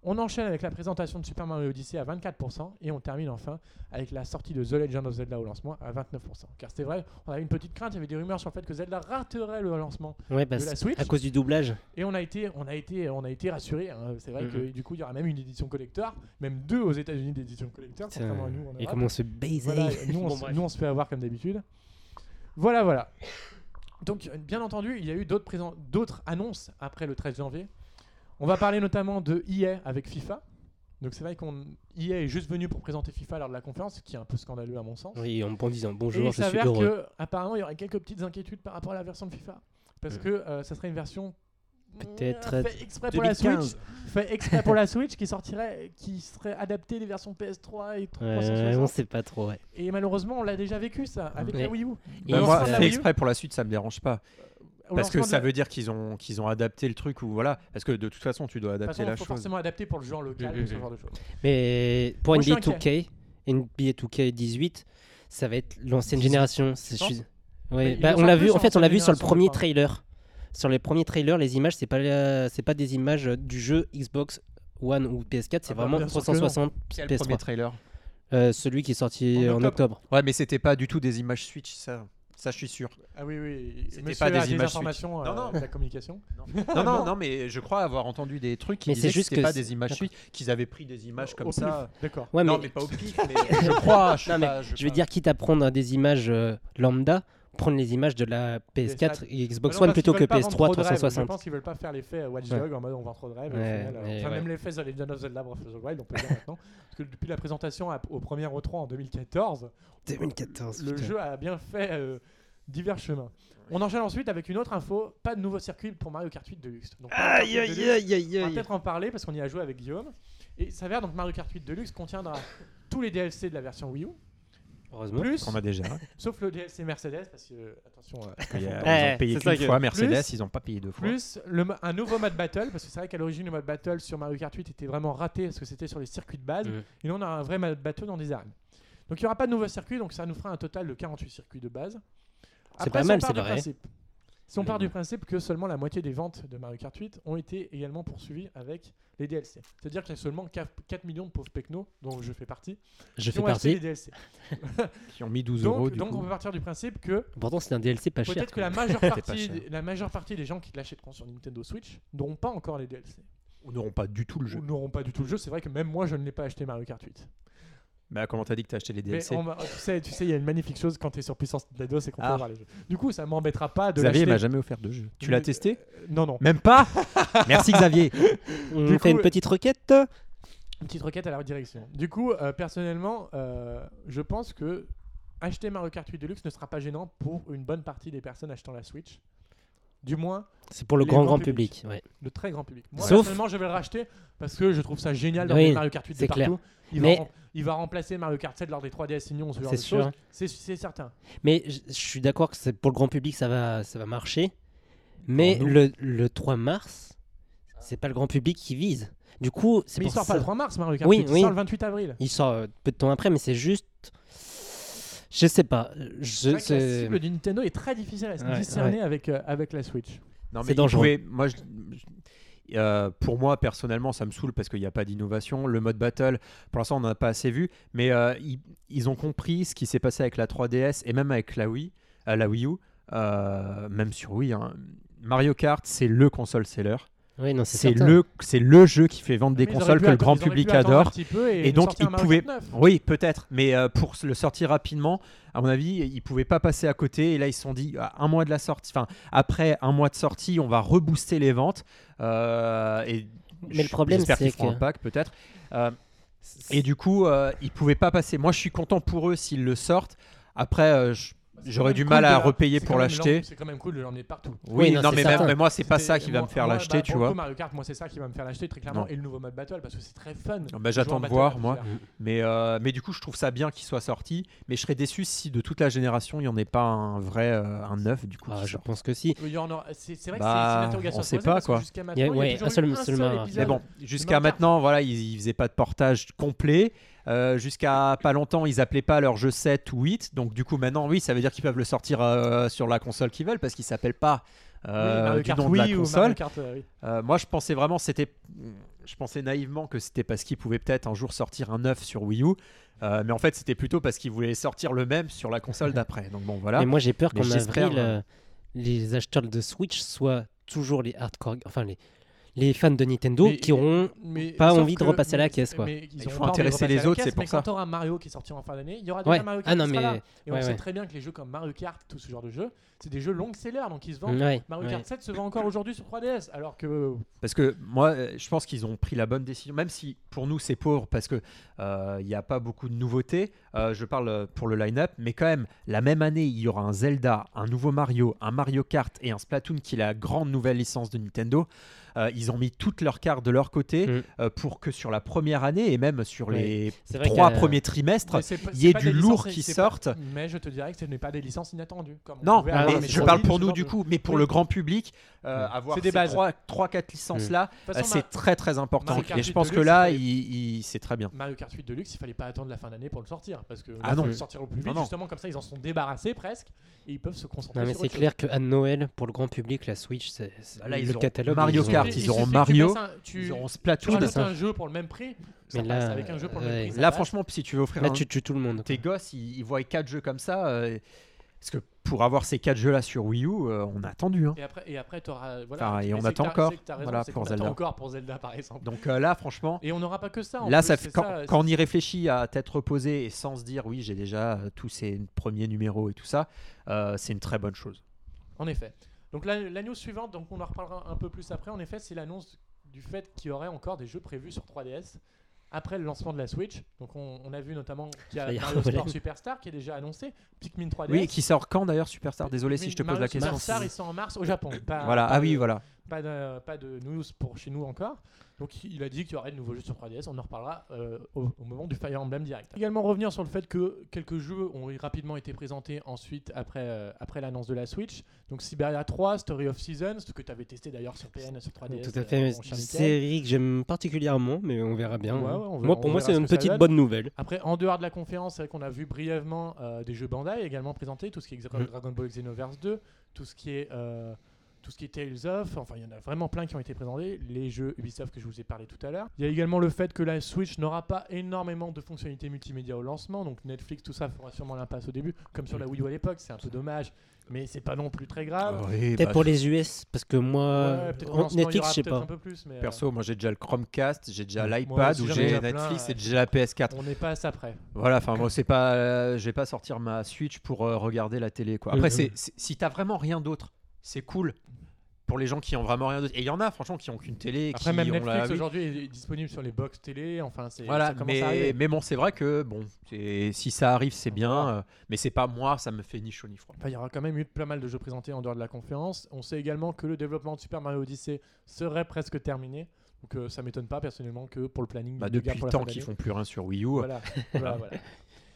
Speaker 1: On enchaîne avec la présentation de Super Mario Odyssey à 24%. Et on termine enfin avec la sortie de The Legend of Zelda au lancement à 29%. Car c'était vrai, on avait une petite crainte, il y avait des rumeurs sur le fait que Zelda raterait le lancement
Speaker 3: Ouais, bah,
Speaker 1: de la
Speaker 3: c'est-
Speaker 1: Switch.
Speaker 3: à cause du doublage.
Speaker 1: Et on a été, on a été, on a été rassurés. hein. C'est vrai
Speaker 3: Mhm.
Speaker 1: que du coup, il y aura même une édition collector, même deux aux États-Unis d'édition collector, contrairement à nous. en
Speaker 3: Et
Speaker 1: Europe.
Speaker 3: comment on se baise
Speaker 1: Voilà, nous, on,
Speaker 3: Bon,
Speaker 1: se-
Speaker 3: bref.
Speaker 1: nous, on se fait avoir comme d'habitude. Voilà, voilà. Donc, euh, bien entendu, il y a eu d'autres présen- d'autres annonces après le 13 janvier. On va parler notamment de EA avec FIFA. Donc, c'est vrai qu'on EA est juste venu pour présenter FIFA lors de la conférence, ce qui est un peu scandaleux à mon sens.
Speaker 3: Oui, en en disant
Speaker 1: Et
Speaker 3: bonjour,
Speaker 1: il
Speaker 3: je suis
Speaker 1: s'avère
Speaker 3: heureux.
Speaker 1: que apparemment il y aurait quelques petites inquiétudes par rapport à la version de FIFA parce
Speaker 3: Mm.
Speaker 1: que euh, ça serait une version
Speaker 3: Peut-être,
Speaker 1: euh, fait exprès pour la Switch,
Speaker 2: 2015.
Speaker 1: fait exprès pour la Switch qui sortirait, qui serait adaptée des versions PS3 et
Speaker 3: Ouais,
Speaker 1: 360.
Speaker 3: Euh, on sait pas trop, ouais.
Speaker 1: Et malheureusement, on l'a déjà vécu ça avec
Speaker 3: Ouais.
Speaker 1: la Wii U.
Speaker 3: Et
Speaker 2: Bah,
Speaker 1: on
Speaker 2: moi,
Speaker 1: sort de la
Speaker 2: fait
Speaker 1: Wii U,
Speaker 2: exprès pour la suite, ça me dérange pas.
Speaker 1: au
Speaker 2: Parce que
Speaker 1: lancement de
Speaker 2: ça
Speaker 1: la-
Speaker 2: veut dire qu'ils ont, qu'ils ont adapté le truc ou voilà. Parce que de toute façon, tu dois
Speaker 1: De toute
Speaker 2: adapter
Speaker 1: façon,
Speaker 2: la
Speaker 1: faut
Speaker 2: chose. Hum,
Speaker 1: forcément adapter pour le genre local,
Speaker 3: Mm,
Speaker 1: ou
Speaker 3: mm,
Speaker 1: ce
Speaker 3: mm.
Speaker 1: genre de choses.
Speaker 3: Mais pour
Speaker 1: Moi, je suis
Speaker 3: NBA 2K, NBA 2K18, ça va être l'ancienne
Speaker 1: C'est-
Speaker 3: génération. c'est-
Speaker 1: penses
Speaker 3: je suis-
Speaker 1: Mais
Speaker 3: Ouais.
Speaker 1: ils
Speaker 3: Bah,
Speaker 1: le
Speaker 3: on l'a
Speaker 1: sortent
Speaker 3: vu.
Speaker 1: plus
Speaker 3: En fait, on l'a vu sur le
Speaker 1: l'ancienne
Speaker 3: premier
Speaker 1: génération, je
Speaker 3: trailer. Sur les premiers trailers, les images, c'est pas la- c'est pas des images euh, du jeu Xbox One ou PS4, c'est
Speaker 1: Ah bah,
Speaker 3: vraiment
Speaker 1: bien sûr que non.
Speaker 3: 360
Speaker 2: Quel
Speaker 3: PS3.
Speaker 2: trailer
Speaker 3: Euh, celui qui est sorti
Speaker 1: En
Speaker 3: en octobre.
Speaker 2: Ouais, mais c'était pas du tout des images Switch, ça. Ça, je suis sûr.
Speaker 1: Ah oui, oui.
Speaker 2: C'était
Speaker 1: Monsieur
Speaker 2: pas des
Speaker 1: a
Speaker 2: images
Speaker 1: informations
Speaker 2: Switch.
Speaker 1: euh,
Speaker 2: Non, non.
Speaker 1: de la communication.
Speaker 2: Non, non, non, mais je crois avoir entendu des trucs qui
Speaker 3: Mais
Speaker 2: disaient
Speaker 3: c'est juste
Speaker 2: que c'était
Speaker 3: que
Speaker 2: pas
Speaker 3: c'est-
Speaker 2: des images Switch, qu'ils avaient pris des images comme
Speaker 1: Au
Speaker 2: ça.
Speaker 1: pif, D'accord.
Speaker 3: Ouais,
Speaker 2: non, mais...
Speaker 3: mais
Speaker 2: pas au pif, mais je crois. Je, sais
Speaker 3: Non, mais
Speaker 2: pas, je,
Speaker 3: je veux dire, quitte à prendre des images euh, lambda, prendre les images de la PS4 et Xbox
Speaker 1: Bah non,
Speaker 3: One
Speaker 1: parce
Speaker 3: plutôt
Speaker 1: qu'ils
Speaker 3: que
Speaker 1: veulent pas vendre
Speaker 3: PS3
Speaker 1: trop de rêves. Je
Speaker 3: 360.
Speaker 1: pense qu'ils veulent pas faire l'effet euh, Watch
Speaker 3: Ouais.
Speaker 1: Dog en mode on vend trop de rêves. et au
Speaker 3: Ouais,
Speaker 1: final, euh,
Speaker 3: mais
Speaker 1: enfin,
Speaker 3: ouais.
Speaker 1: même l'effet The Legend of Zelda Breath of the Wild, on peut le dire maintenant. Parce que depuis la présentation à- au premier E3 en 2014,
Speaker 3: 2014.
Speaker 1: le
Speaker 3: putain.
Speaker 1: jeu a bien fait euh, divers chemins. On enchaîne ensuite avec une autre info pas de nouveau circuit pour Mario Kart 8 Deluxe. Donc, Mario Kart 8
Speaker 3: Aïe
Speaker 1: Deluxe,
Speaker 3: aïe aïe aïe
Speaker 1: On va
Speaker 3: aïe.
Speaker 1: peut-être en parler parce qu'on y a joué avec Guillaume. Et il s'avère donc Mario Kart 8 Deluxe contiendra tous les DLC de la version Wii U,
Speaker 3: Heureusement.
Speaker 1: plus,
Speaker 2: On a déjà.
Speaker 1: sauf le DLC Mercedes, parce que, euh, attention, euh,
Speaker 2: Ils
Speaker 3: Ouais,
Speaker 2: ont payé
Speaker 3: c'est ça
Speaker 2: qu'une
Speaker 3: que-
Speaker 2: fois. Mercedes,
Speaker 1: Plus-
Speaker 2: ils ont pas payé deux fois.
Speaker 1: plus le, ma- un nouveau mode battle, parce que c'est vrai qu'à l'origine le mode battle sur Mario Kart 8 était vraiment raté parce que c'était sur les circuits de base,
Speaker 3: Mm.
Speaker 1: et là on a un vrai mode battle dans des arènes. Donc il n'y aura pas de nouveau circuit, donc ça nous fera un total de 48 circuits de base.
Speaker 3: C'est
Speaker 1: Après,
Speaker 3: pas
Speaker 1: si on
Speaker 3: mal,
Speaker 1: part
Speaker 3: c'est
Speaker 1: du
Speaker 3: vrai.
Speaker 1: principe- si on part
Speaker 3: Mais
Speaker 1: du principe que seulement la moitié des ventes de Mario Kart 8 ont été également poursuivies avec les DLC. C'est-à-dire qu'il y a seulement 4 millions de pauvres pecnos, dont je fais partie,
Speaker 3: Je
Speaker 1: qui
Speaker 3: fais
Speaker 1: ont acheté
Speaker 3: partie.
Speaker 1: les DLC.
Speaker 2: Qui ont mis 12 euros.
Speaker 1: Donc,
Speaker 2: Du
Speaker 1: donc
Speaker 2: coup.
Speaker 1: on peut partir du principe que
Speaker 3: Pourtant, c'est un DLC pas cher.
Speaker 1: peut-être que la majeure, partie,
Speaker 2: cher.
Speaker 1: des- la majeure partie des gens qui l'achèteront sur Nintendo Switch n'auront pas encore les DLC.
Speaker 2: Ou n'auront pas du tout le jeu.
Speaker 1: Ou n'auront pas du tout le jeu. C'est vrai que même moi, je ne l'ai pas acheté Mario Kart 8.
Speaker 2: Bah, comment t'as dit que t'as acheté les DLC
Speaker 1: Mais on va- tu sais, tu sais, il y a une magnifique chose quand tu es sur Puissance Nintendo, c'est qu'on peut
Speaker 2: Ah.
Speaker 1: avoir les jeux. Du coup, ça m'embêtera pas de
Speaker 2: Xavier m'a
Speaker 1: l'acheter.
Speaker 2: jamais offert de jeu. Tu l'as testé
Speaker 1: Euh, Non, non.
Speaker 2: Même pas Merci Xavier.
Speaker 3: On
Speaker 1: Du
Speaker 3: fait
Speaker 1: coup, euh,
Speaker 3: une petite requête
Speaker 1: Une petite requête à la redirection. Du coup, euh, personnellement, euh, je pense que acheter Mario Kart 8 Deluxe ne sera pas gênant pour une bonne partie des personnes achetant la Switch. Du moins,
Speaker 3: C'est pour le
Speaker 1: Les
Speaker 3: grand
Speaker 1: grands
Speaker 3: grand
Speaker 1: publics.
Speaker 3: public. ouais.
Speaker 1: le très grand public. Moi,
Speaker 3: Sauf-
Speaker 1: personnellement, je vais le racheter parce que je trouve ça génial dans
Speaker 3: Oui,
Speaker 1: les Mario Kart 8 de
Speaker 3: c'est
Speaker 1: partout.
Speaker 3: clair.
Speaker 1: Il,
Speaker 3: Mais-
Speaker 1: va rem- il va remplacer Mario Kart 7 lors des 3DS Union, ce genre
Speaker 3: C'est
Speaker 1: de
Speaker 3: sûr.
Speaker 1: choses. C'est- C'est certain.
Speaker 3: Mais je je suis d'accord que c'est pour le grand public, ça va, ça va marcher. Mais
Speaker 2: Pour nous.
Speaker 3: le, le 3 mars, c'est pas le grand public qui vise. Du coup, c'est
Speaker 1: Mais il
Speaker 3: pour
Speaker 1: sort
Speaker 3: ça.
Speaker 1: pas le 3 mars, Mario Kart
Speaker 3: Oui,
Speaker 1: 8, il
Speaker 3: oui.
Speaker 1: sort le 28 avril.
Speaker 3: Il sort euh, peu de temps après, mais c'est juste. Je sais pas. Je-
Speaker 1: C'est vrai que la
Speaker 3: c'est-
Speaker 1: cible de Nintendo est très difficile à se
Speaker 3: Ouais,
Speaker 1: discerner avec, euh, avec la Switch.
Speaker 2: Non,
Speaker 3: C'est
Speaker 2: mais il
Speaker 3: dangereux.
Speaker 2: pouvait- moi, je- je- euh, pour moi, personnellement, ça me saoule parce qu'il n'y a pas d'innovation. Le mode battle, pour l'instant, on n'en a pas assez vu. Mais euh, ils, ils ont compris ce qui s'est passé avec la 3DS et même avec la Wii, euh, la Wii U, euh, même sur Wii. hein. Mario Kart, c'est le console seller.
Speaker 3: Oui, non, c'est
Speaker 2: C'est
Speaker 3: certain.
Speaker 2: le, c'est le jeu qui fait vendre des
Speaker 1: Mais ils auraient
Speaker 2: consoles
Speaker 1: pu
Speaker 2: que le
Speaker 1: atte-
Speaker 2: grand
Speaker 1: ils auraient
Speaker 2: public
Speaker 1: pu attendre un
Speaker 2: adore.
Speaker 1: petit peu et,
Speaker 2: Et donc,
Speaker 1: sortir un
Speaker 2: ils
Speaker 1: Mario
Speaker 2: pouvaient-
Speaker 1: Kart 9.
Speaker 2: Oui, peut-être, mais euh, pour le sortir rapidement, à mon avis, ils pouvaient pas passer à côté. Et là, ils se sont dit, à un mois de la sortie, enfin, après un mois de sortie, on va rebooster les ventes. Euh, et
Speaker 3: Mais le problème,
Speaker 2: j'espère
Speaker 3: c'est
Speaker 2: qu'ils feront
Speaker 3: que-
Speaker 2: un pack, peut-être. Euh, et du coup, euh, ils pouvaient pas passer. Moi, je suis content pour eux s'ils le sortent. Après, euh, je-
Speaker 1: C'est quand
Speaker 2: j'aurais
Speaker 1: même
Speaker 2: du
Speaker 1: cool
Speaker 2: mal
Speaker 1: de
Speaker 2: à
Speaker 1: la-
Speaker 2: repayer
Speaker 1: c'est
Speaker 2: pour
Speaker 1: quand même
Speaker 2: l'acheter.
Speaker 1: l'em- C'est quand même cool de l'emmener partout.
Speaker 2: Oui,
Speaker 3: Oui,
Speaker 2: non,
Speaker 3: non, c'est
Speaker 2: mais, même,
Speaker 3: certain.
Speaker 2: mais moi, c'est pas
Speaker 1: C'était-
Speaker 2: ça qui va
Speaker 1: moi-
Speaker 2: me faire
Speaker 1: moi,
Speaker 2: l'acheter,
Speaker 1: bah,
Speaker 2: tu
Speaker 1: pour le
Speaker 2: vois.
Speaker 1: coup, Mario Kart, moi, c'est ça qui va me faire l'acheter très clairement.
Speaker 2: Non.
Speaker 1: Et le nouveau mode battle, parce que c'est très fun.
Speaker 2: Ah, bah,
Speaker 1: Jouer en
Speaker 2: j'attends de
Speaker 1: battle
Speaker 2: voir,
Speaker 1: à tout
Speaker 2: moi.
Speaker 1: faire.
Speaker 2: Mais, euh, mais du coup, je trouve ça bien qu'il soit sorti. Mais je serais déçu si de toute la génération, il n'y en ait pas un vrai, euh, un neuf du coup.
Speaker 3: Ah,
Speaker 2: qui
Speaker 3: je
Speaker 2: sort.
Speaker 3: pense que si.
Speaker 1: Oui, il y en aura- C'est c'est vrai que c'est-
Speaker 2: Bah,
Speaker 1: c'est une interrogation.
Speaker 2: on
Speaker 1: à se
Speaker 2: sait
Speaker 1: poser
Speaker 2: pas,
Speaker 1: parce que
Speaker 2: quoi.
Speaker 1: Jusqu'à
Speaker 3: Il y a-
Speaker 1: maintenant, il y
Speaker 3: ouais,
Speaker 1: a toujours
Speaker 3: un seul-
Speaker 1: eu un
Speaker 3: seul
Speaker 1: seul
Speaker 3: Mario.
Speaker 1: épisode.
Speaker 2: Mais bon, jusqu'à
Speaker 1: Mario Kart.
Speaker 2: maintenant, voilà, ils ne faisaient pas de portage complet. Euh, jusqu'à pas longtemps, ils appelaient pas leur jeu 7 ou 8. Donc du coup, maintenant, oui, ça veut dire qu'ils peuvent le sortir euh, sur la console qu'ils veulent parce qu'ils s'appellent pas euh,
Speaker 1: Oui, Mario
Speaker 2: du
Speaker 1: Kart
Speaker 2: nom
Speaker 1: Wii
Speaker 2: de la
Speaker 1: ou Mario
Speaker 2: console.
Speaker 1: Kart, euh, oui.
Speaker 2: Euh, moi, je pensais vraiment, c'était, je pensais naïvement que c'était parce qu'ils pouvaient peut-être un jour sortir un 9 sur Wii U, Euh, mais en fait, c'était plutôt parce qu'ils voulaient sortir le même sur la console d'après. Donc bon, voilà.
Speaker 3: Mais moi, j'ai peur
Speaker 2: Mais
Speaker 3: qu'en
Speaker 2: j'espère, hein.
Speaker 3: avril, euh, les acheteurs de Switch soient toujours les hardcore, enfin les, les fans de Nintendo
Speaker 1: Mais-
Speaker 3: qui auront.
Speaker 1: Mais-
Speaker 3: Pas
Speaker 1: sauf
Speaker 3: envie de
Speaker 1: que-
Speaker 3: repasser à la
Speaker 1: mais-
Speaker 3: caisse, quoi.
Speaker 1: mais ils
Speaker 2: Il faut
Speaker 1: auront pas envie de
Speaker 2: intéresser
Speaker 1: repasser
Speaker 2: les
Speaker 1: à la
Speaker 2: autres,
Speaker 1: caisse,
Speaker 2: c'est pour
Speaker 1: mais
Speaker 2: ça.
Speaker 1: Quand aura Mario qui est sorti en fin d'année, il y aura déjà
Speaker 3: Ouais.
Speaker 1: Mario Kart.
Speaker 3: Ah non,
Speaker 1: qui sera là.
Speaker 3: mais.
Speaker 1: Et on
Speaker 3: ouais,
Speaker 1: sait
Speaker 3: ouais.
Speaker 1: très bien que les jeux comme Mario Kart, tout ce genre de jeux, c'est des jeux longs sellers, donc ils se vendent.
Speaker 3: Ouais,
Speaker 1: Mario
Speaker 3: Mm. ouais.
Speaker 1: Kart 7 se vend encore aujourd'hui sur 3DS, alors que
Speaker 2: Parce que moi, euh, je pense qu'ils ont pris la bonne décision, même si pour nous c'est pauvre parce que euh, il n'y a pas beaucoup de nouveautés. Euh, je parle euh, pour le line-up, mais quand même, la même année, il y aura un Zelda, un nouveau Mario, un Mario Kart et un Splatoon qui est la grande nouvelle licence de Nintendo. Euh, ils ont mis toutes leurs cartes de leur côté
Speaker 3: Mm.
Speaker 2: euh, pour que sur la première année et même sur
Speaker 3: Oui.
Speaker 2: les
Speaker 3: C'est vrai euh,
Speaker 2: trois
Speaker 3: qu'il y a-
Speaker 2: premiers trimestres,
Speaker 1: Mais euh, c'est pas-
Speaker 2: il
Speaker 1: c'est
Speaker 2: y ait
Speaker 1: pas
Speaker 2: du
Speaker 1: des
Speaker 2: lourd
Speaker 1: licences-
Speaker 2: qui
Speaker 1: c'est pas-
Speaker 2: sorte.
Speaker 1: Mais je te dirais que ce n'est pas des licences inattendues. Comme on
Speaker 2: Non,
Speaker 1: pouvait
Speaker 2: mais
Speaker 3: ah,
Speaker 1: avoir
Speaker 3: mais
Speaker 1: sur
Speaker 2: je
Speaker 1: Wii,
Speaker 2: parle
Speaker 1: ce
Speaker 2: pour nous
Speaker 1: genre
Speaker 2: du
Speaker 1: de-
Speaker 2: coup, mais pour
Speaker 1: Oui.
Speaker 2: le grand public, euh, avoir
Speaker 1: hein. Mm. C'est des
Speaker 2: ces
Speaker 1: bases.
Speaker 2: 3-4 licences-là,
Speaker 1: De toute
Speaker 2: euh,
Speaker 1: façon, bah,
Speaker 2: c'est
Speaker 1: Mar-
Speaker 2: très très important.
Speaker 1: Mario Kart
Speaker 2: Et je
Speaker 1: 8
Speaker 2: pense que
Speaker 1: Deluxe,
Speaker 2: là,
Speaker 1: il fallait-
Speaker 2: il, il- c'est très bien.
Speaker 1: Mario Kart 8 Deluxe, il fallait pas attendre la fin d'année pour le sortir. Parce que
Speaker 2: Ah
Speaker 1: là,
Speaker 2: non.
Speaker 1: faut le sortir au plus vite,
Speaker 2: Non, non.
Speaker 1: justement, comme ça, ils en sont débarrassés presque. Et ils peuvent se concentrer
Speaker 3: Non, mais
Speaker 1: sur
Speaker 3: c'est
Speaker 1: autre
Speaker 3: clair qu'à Noël, pour le grand public, la Switch, c'est c'est
Speaker 2: Bah là, ils
Speaker 3: le
Speaker 2: ont
Speaker 3: catalogue.
Speaker 2: Mario
Speaker 3: ils ont-
Speaker 2: Kart,
Speaker 1: chose.
Speaker 2: ils
Speaker 1: Il
Speaker 2: auront
Speaker 1: suffit que
Speaker 2: Mario,
Speaker 1: Tu, passes un- tu-
Speaker 2: Ils auront
Speaker 1: tu
Speaker 2: Splatoon.
Speaker 3: mais
Speaker 1: rajoutes
Speaker 3: ça-
Speaker 1: un jeu pour le même prix. Ça
Speaker 3: Mais
Speaker 1: passe
Speaker 3: là,
Speaker 1: avec un jeu pour le même
Speaker 3: ouais.
Speaker 1: prix. ça
Speaker 2: Là,
Speaker 1: passe.
Speaker 2: franchement, si tu veux offrir
Speaker 3: Là,
Speaker 2: un-
Speaker 3: tu tues tout le monde.
Speaker 2: tes gosses, ils, ils voient 4 jeux comme ça. euh, parce que pour avoir ces 4 jeux-là sur Wii U, euh, on a attendu. hein.
Speaker 1: Et après, et après, t'auras. Voilà,
Speaker 2: Enfin, et
Speaker 1: Mais
Speaker 2: on
Speaker 1: c'est que
Speaker 2: attend
Speaker 1: t'as-
Speaker 2: encore.
Speaker 1: c'est que t'as raison,
Speaker 2: Voilà,
Speaker 1: c'est
Speaker 2: pour
Speaker 1: qu'on attend
Speaker 2: Zelda.
Speaker 1: encore pour Zelda, par exemple.
Speaker 2: Donc euh, là, franchement,
Speaker 1: Et on n'aura pas que ça. en
Speaker 2: là,
Speaker 1: plus,
Speaker 2: ça
Speaker 1: c'est
Speaker 2: fait, quand,
Speaker 1: ça,
Speaker 2: quand on y réfléchit à tête reposée et sans se dire, oui, j'ai déjà euh, tous ces premiers numéros et tout ça, euh, c'est une très bonne chose.
Speaker 1: En effet. Donc la, la news suivante, donc on en reparlera un peu plus après, en effet, c'est l'annonce du fait qu'il y aurait encore des jeux prévus sur 3DS après le lancement de la Switch. Donc on, on a vu notamment qu'il y a
Speaker 3: Ça y est,
Speaker 1: Mario Sport
Speaker 3: voilà.
Speaker 1: Superstar qui est déjà annoncé, Pikmin 3DS.
Speaker 2: Oui, et qui sort quand d'ailleurs, Superstar Désolé si
Speaker 1: Pikmin-
Speaker 2: je te pose
Speaker 1: Mario
Speaker 2: la question.
Speaker 1: Superstar, il sort en mars au Japon. Pas-
Speaker 2: Voilà,
Speaker 1: pas
Speaker 2: ah
Speaker 1: de-
Speaker 2: oui, voilà.
Speaker 1: Pas de, pas de news pour chez nous encore. Donc il a dit qu'il y aurait de nouveaux jeux sur 3DS, on en reparlera euh, au, au moment du Fire Emblem Direct. Également revenir sur le fait que quelques jeux ont rapidement été présentés ensuite après, euh, après l'annonce de la Switch. Donc Siberia 3, Story of Seasons, ce que tu avais testé d'ailleurs sur PN, sur 3DS.
Speaker 3: Tout à
Speaker 1: euh,
Speaker 3: fait.
Speaker 1: mon
Speaker 3: C'est
Speaker 1: cher
Speaker 3: une
Speaker 1: Mickaël.
Speaker 3: série que j'aime particulièrement, mais on verra bien.
Speaker 1: Ouais,
Speaker 3: hein.
Speaker 1: ouais, on verra-
Speaker 3: moi, pour
Speaker 1: on
Speaker 3: moi,
Speaker 1: verra
Speaker 3: c'est
Speaker 1: ce
Speaker 3: une
Speaker 1: que ça
Speaker 3: petite
Speaker 1: donne.
Speaker 3: bonne nouvelle.
Speaker 1: Après, en dehors de la conférence, c'est vrai qu'on a vu brièvement euh, des jeux Bandai également présentés, tout ce qui est Xen-
Speaker 3: Mm.
Speaker 1: Dragon Ball Xenoverse 2, tout ce qui est euh, tout ce qui est Tales of. Enfin, il y en a vraiment plein qui ont été présentés. Les jeux Ubisoft que je vous ai parlé tout à l'heure. Il y a également le fait que la Switch n'aura pas énormément de fonctionnalités multimédia au lancement, donc Netflix, tout ça fera sûrement l'impasse au début, comme sur la Wii U à l'époque. C'est un peu dommage, mais c'est pas non plus très grave.
Speaker 2: Oui,
Speaker 3: Peut-être
Speaker 2: bah,
Speaker 3: pour les US, parce que moi,
Speaker 1: Ouais, peut-être au
Speaker 3: en-
Speaker 1: lancement, il y
Speaker 3: Euh, Netflix,
Speaker 1: aura
Speaker 3: je sais
Speaker 1: peut-être
Speaker 3: pas.
Speaker 1: un peu plus, mais euh,
Speaker 2: Perso, moi j'ai déjà le Chromecast, j'ai déjà
Speaker 1: Moi
Speaker 2: l'iPad,
Speaker 1: aussi,
Speaker 2: ou
Speaker 1: j'en ai
Speaker 2: j'ai
Speaker 1: déjà plein,
Speaker 2: Netflix
Speaker 1: ouais.
Speaker 2: et déjà la PS4.
Speaker 1: euh, on n'est pas à ça près.
Speaker 2: Voilà, enfin moi c'est pas, euh, je vais pas sortir ma Switch pour euh, regarder la télé quoi.
Speaker 3: Mm,
Speaker 2: Après
Speaker 3: mm.
Speaker 2: c'est, c'est- si t'as vraiment rien d'autre, c'est cool. pour les gens qui ont vraiment rien d'autre. Et il y en a, franchement, qui ont qu'une télé.
Speaker 1: Après,
Speaker 2: qui
Speaker 1: même
Speaker 2: ont la-
Speaker 1: Netflix
Speaker 2: oui.
Speaker 1: aujourd'hui est disponible sur les box télé. Enfin, c'est
Speaker 2: Voilà,
Speaker 1: ça commence à
Speaker 2: mais,
Speaker 1: arriver.
Speaker 2: mais bon, c'est vrai que bon, c'est- si ça arrive, c'est
Speaker 1: On
Speaker 2: bien,
Speaker 1: verra.
Speaker 2: euh, mais c'est pas moi, ça me fait ni chaud ni froid.
Speaker 1: Enfin, il y aura quand même eu pas mal de jeux présentés en dehors de la conférence. On sait également que le développement de Super Mario Odyssey serait presque terminé. Donc euh, ça m'étonne pas personnellement que pour le planning
Speaker 2: Bah,
Speaker 1: du
Speaker 2: depuis
Speaker 1: gars pour
Speaker 2: le
Speaker 1: la
Speaker 2: temps
Speaker 1: fin
Speaker 2: qu'ils
Speaker 1: d'année.
Speaker 2: font plus rien sur Wii U,
Speaker 1: Voilà, voilà, voilà.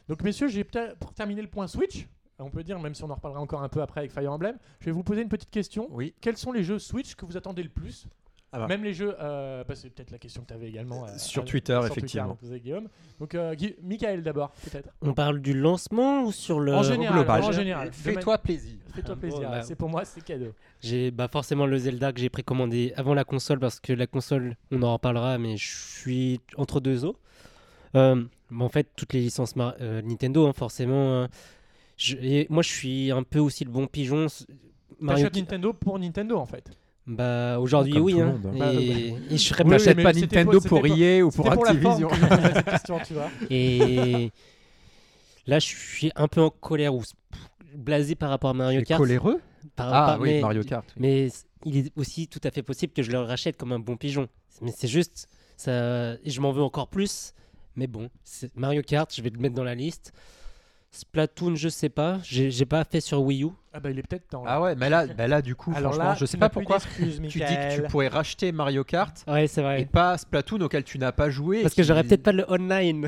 Speaker 1: Donc messieurs, j'ai peut-être pour terminer le point Switch, on peut dire même si on en reparlera encore un peu après avec Fire Emblem, je vais vous poser une petite question.
Speaker 2: oui,
Speaker 1: Quels sont les jeux Switch que vous attendez le plus
Speaker 2: Ah bah.
Speaker 1: Même les jeux, euh, bah, c'est peut-être la question que tu avais également euh,
Speaker 2: sur
Speaker 1: à-
Speaker 2: Twitter,
Speaker 1: sur Twitter,
Speaker 2: effectivement.
Speaker 1: à poser, Guillaume. Donc euh, Guy- Michael d'abord, peut-être.
Speaker 3: On parle du lancement ou sur le
Speaker 1: En général,
Speaker 3: global
Speaker 1: en général.
Speaker 2: Fais-toi plaisir.
Speaker 1: Fais-toi
Speaker 3: Bon,
Speaker 1: plaisir,
Speaker 3: bah,
Speaker 1: c'est pour moi, c'est cadeau.
Speaker 3: J'ai bah, forcément le Zelda que j'ai précommandé avant la console parce que la console, on en reparlera, mais je suis entre deux eaux. Euh, bah, en fait, toutes les licences Mar- euh, Nintendo, hein, forcément. euh, je- et moi, je suis un peu aussi le bon pigeon. s- Mario
Speaker 1: T'achètes Nintendo pour Nintendo en fait.
Speaker 3: Bah, aujourd'hui,
Speaker 2: Comme
Speaker 3: oui.
Speaker 2: tout le
Speaker 3: hein.
Speaker 2: monde, hein.
Speaker 3: Et,
Speaker 1: Bah,
Speaker 3: et je serais
Speaker 1: Oui,
Speaker 3: pas
Speaker 1: oui,
Speaker 3: cher-
Speaker 2: Achète
Speaker 1: mais
Speaker 2: pas
Speaker 1: c'était
Speaker 2: Nintendo
Speaker 1: pas-
Speaker 2: pour
Speaker 1: c'était
Speaker 2: EA ou pour
Speaker 1: C'était pour la forme
Speaker 2: Activision.
Speaker 1: que je me posais cette question, tu vois.
Speaker 3: Et là, je suis un peu en colère ou s- blasé par rapport à Mario Kart.
Speaker 2: Coléreux
Speaker 3: Par-
Speaker 2: Ah
Speaker 3: par-
Speaker 2: oui,
Speaker 3: mais-
Speaker 2: Mario Kart. oui.
Speaker 3: Mais c- il est aussi tout à fait possible que je le rachète comme un bon pigeon. Mais c'est juste, ça, et je m'en veux encore plus. Mais bon, c'est- Mario Kart, je vais le mettre dans la liste. Splatoon, je sais pas. J'ai j'ai pas fait sur Wii U.
Speaker 1: Ah bah il est peut-être temps. là.
Speaker 2: Ah ouais, mais là, bah là du coup,
Speaker 1: Alors
Speaker 2: franchement,
Speaker 1: là,
Speaker 2: je sais
Speaker 1: tu
Speaker 2: pas
Speaker 1: n'as plus
Speaker 2: pourquoi
Speaker 1: d'excuses,
Speaker 2: tu dis que tu
Speaker 1: Michael.
Speaker 2: pourrais racheter Mario Kart
Speaker 3: Ouais, c'est
Speaker 2: et
Speaker 3: vrai.
Speaker 2: pas Splatoon auquel tu n'as pas joué. et
Speaker 3: Parce que
Speaker 2: qui-
Speaker 3: j'aurais peut-être pas le online.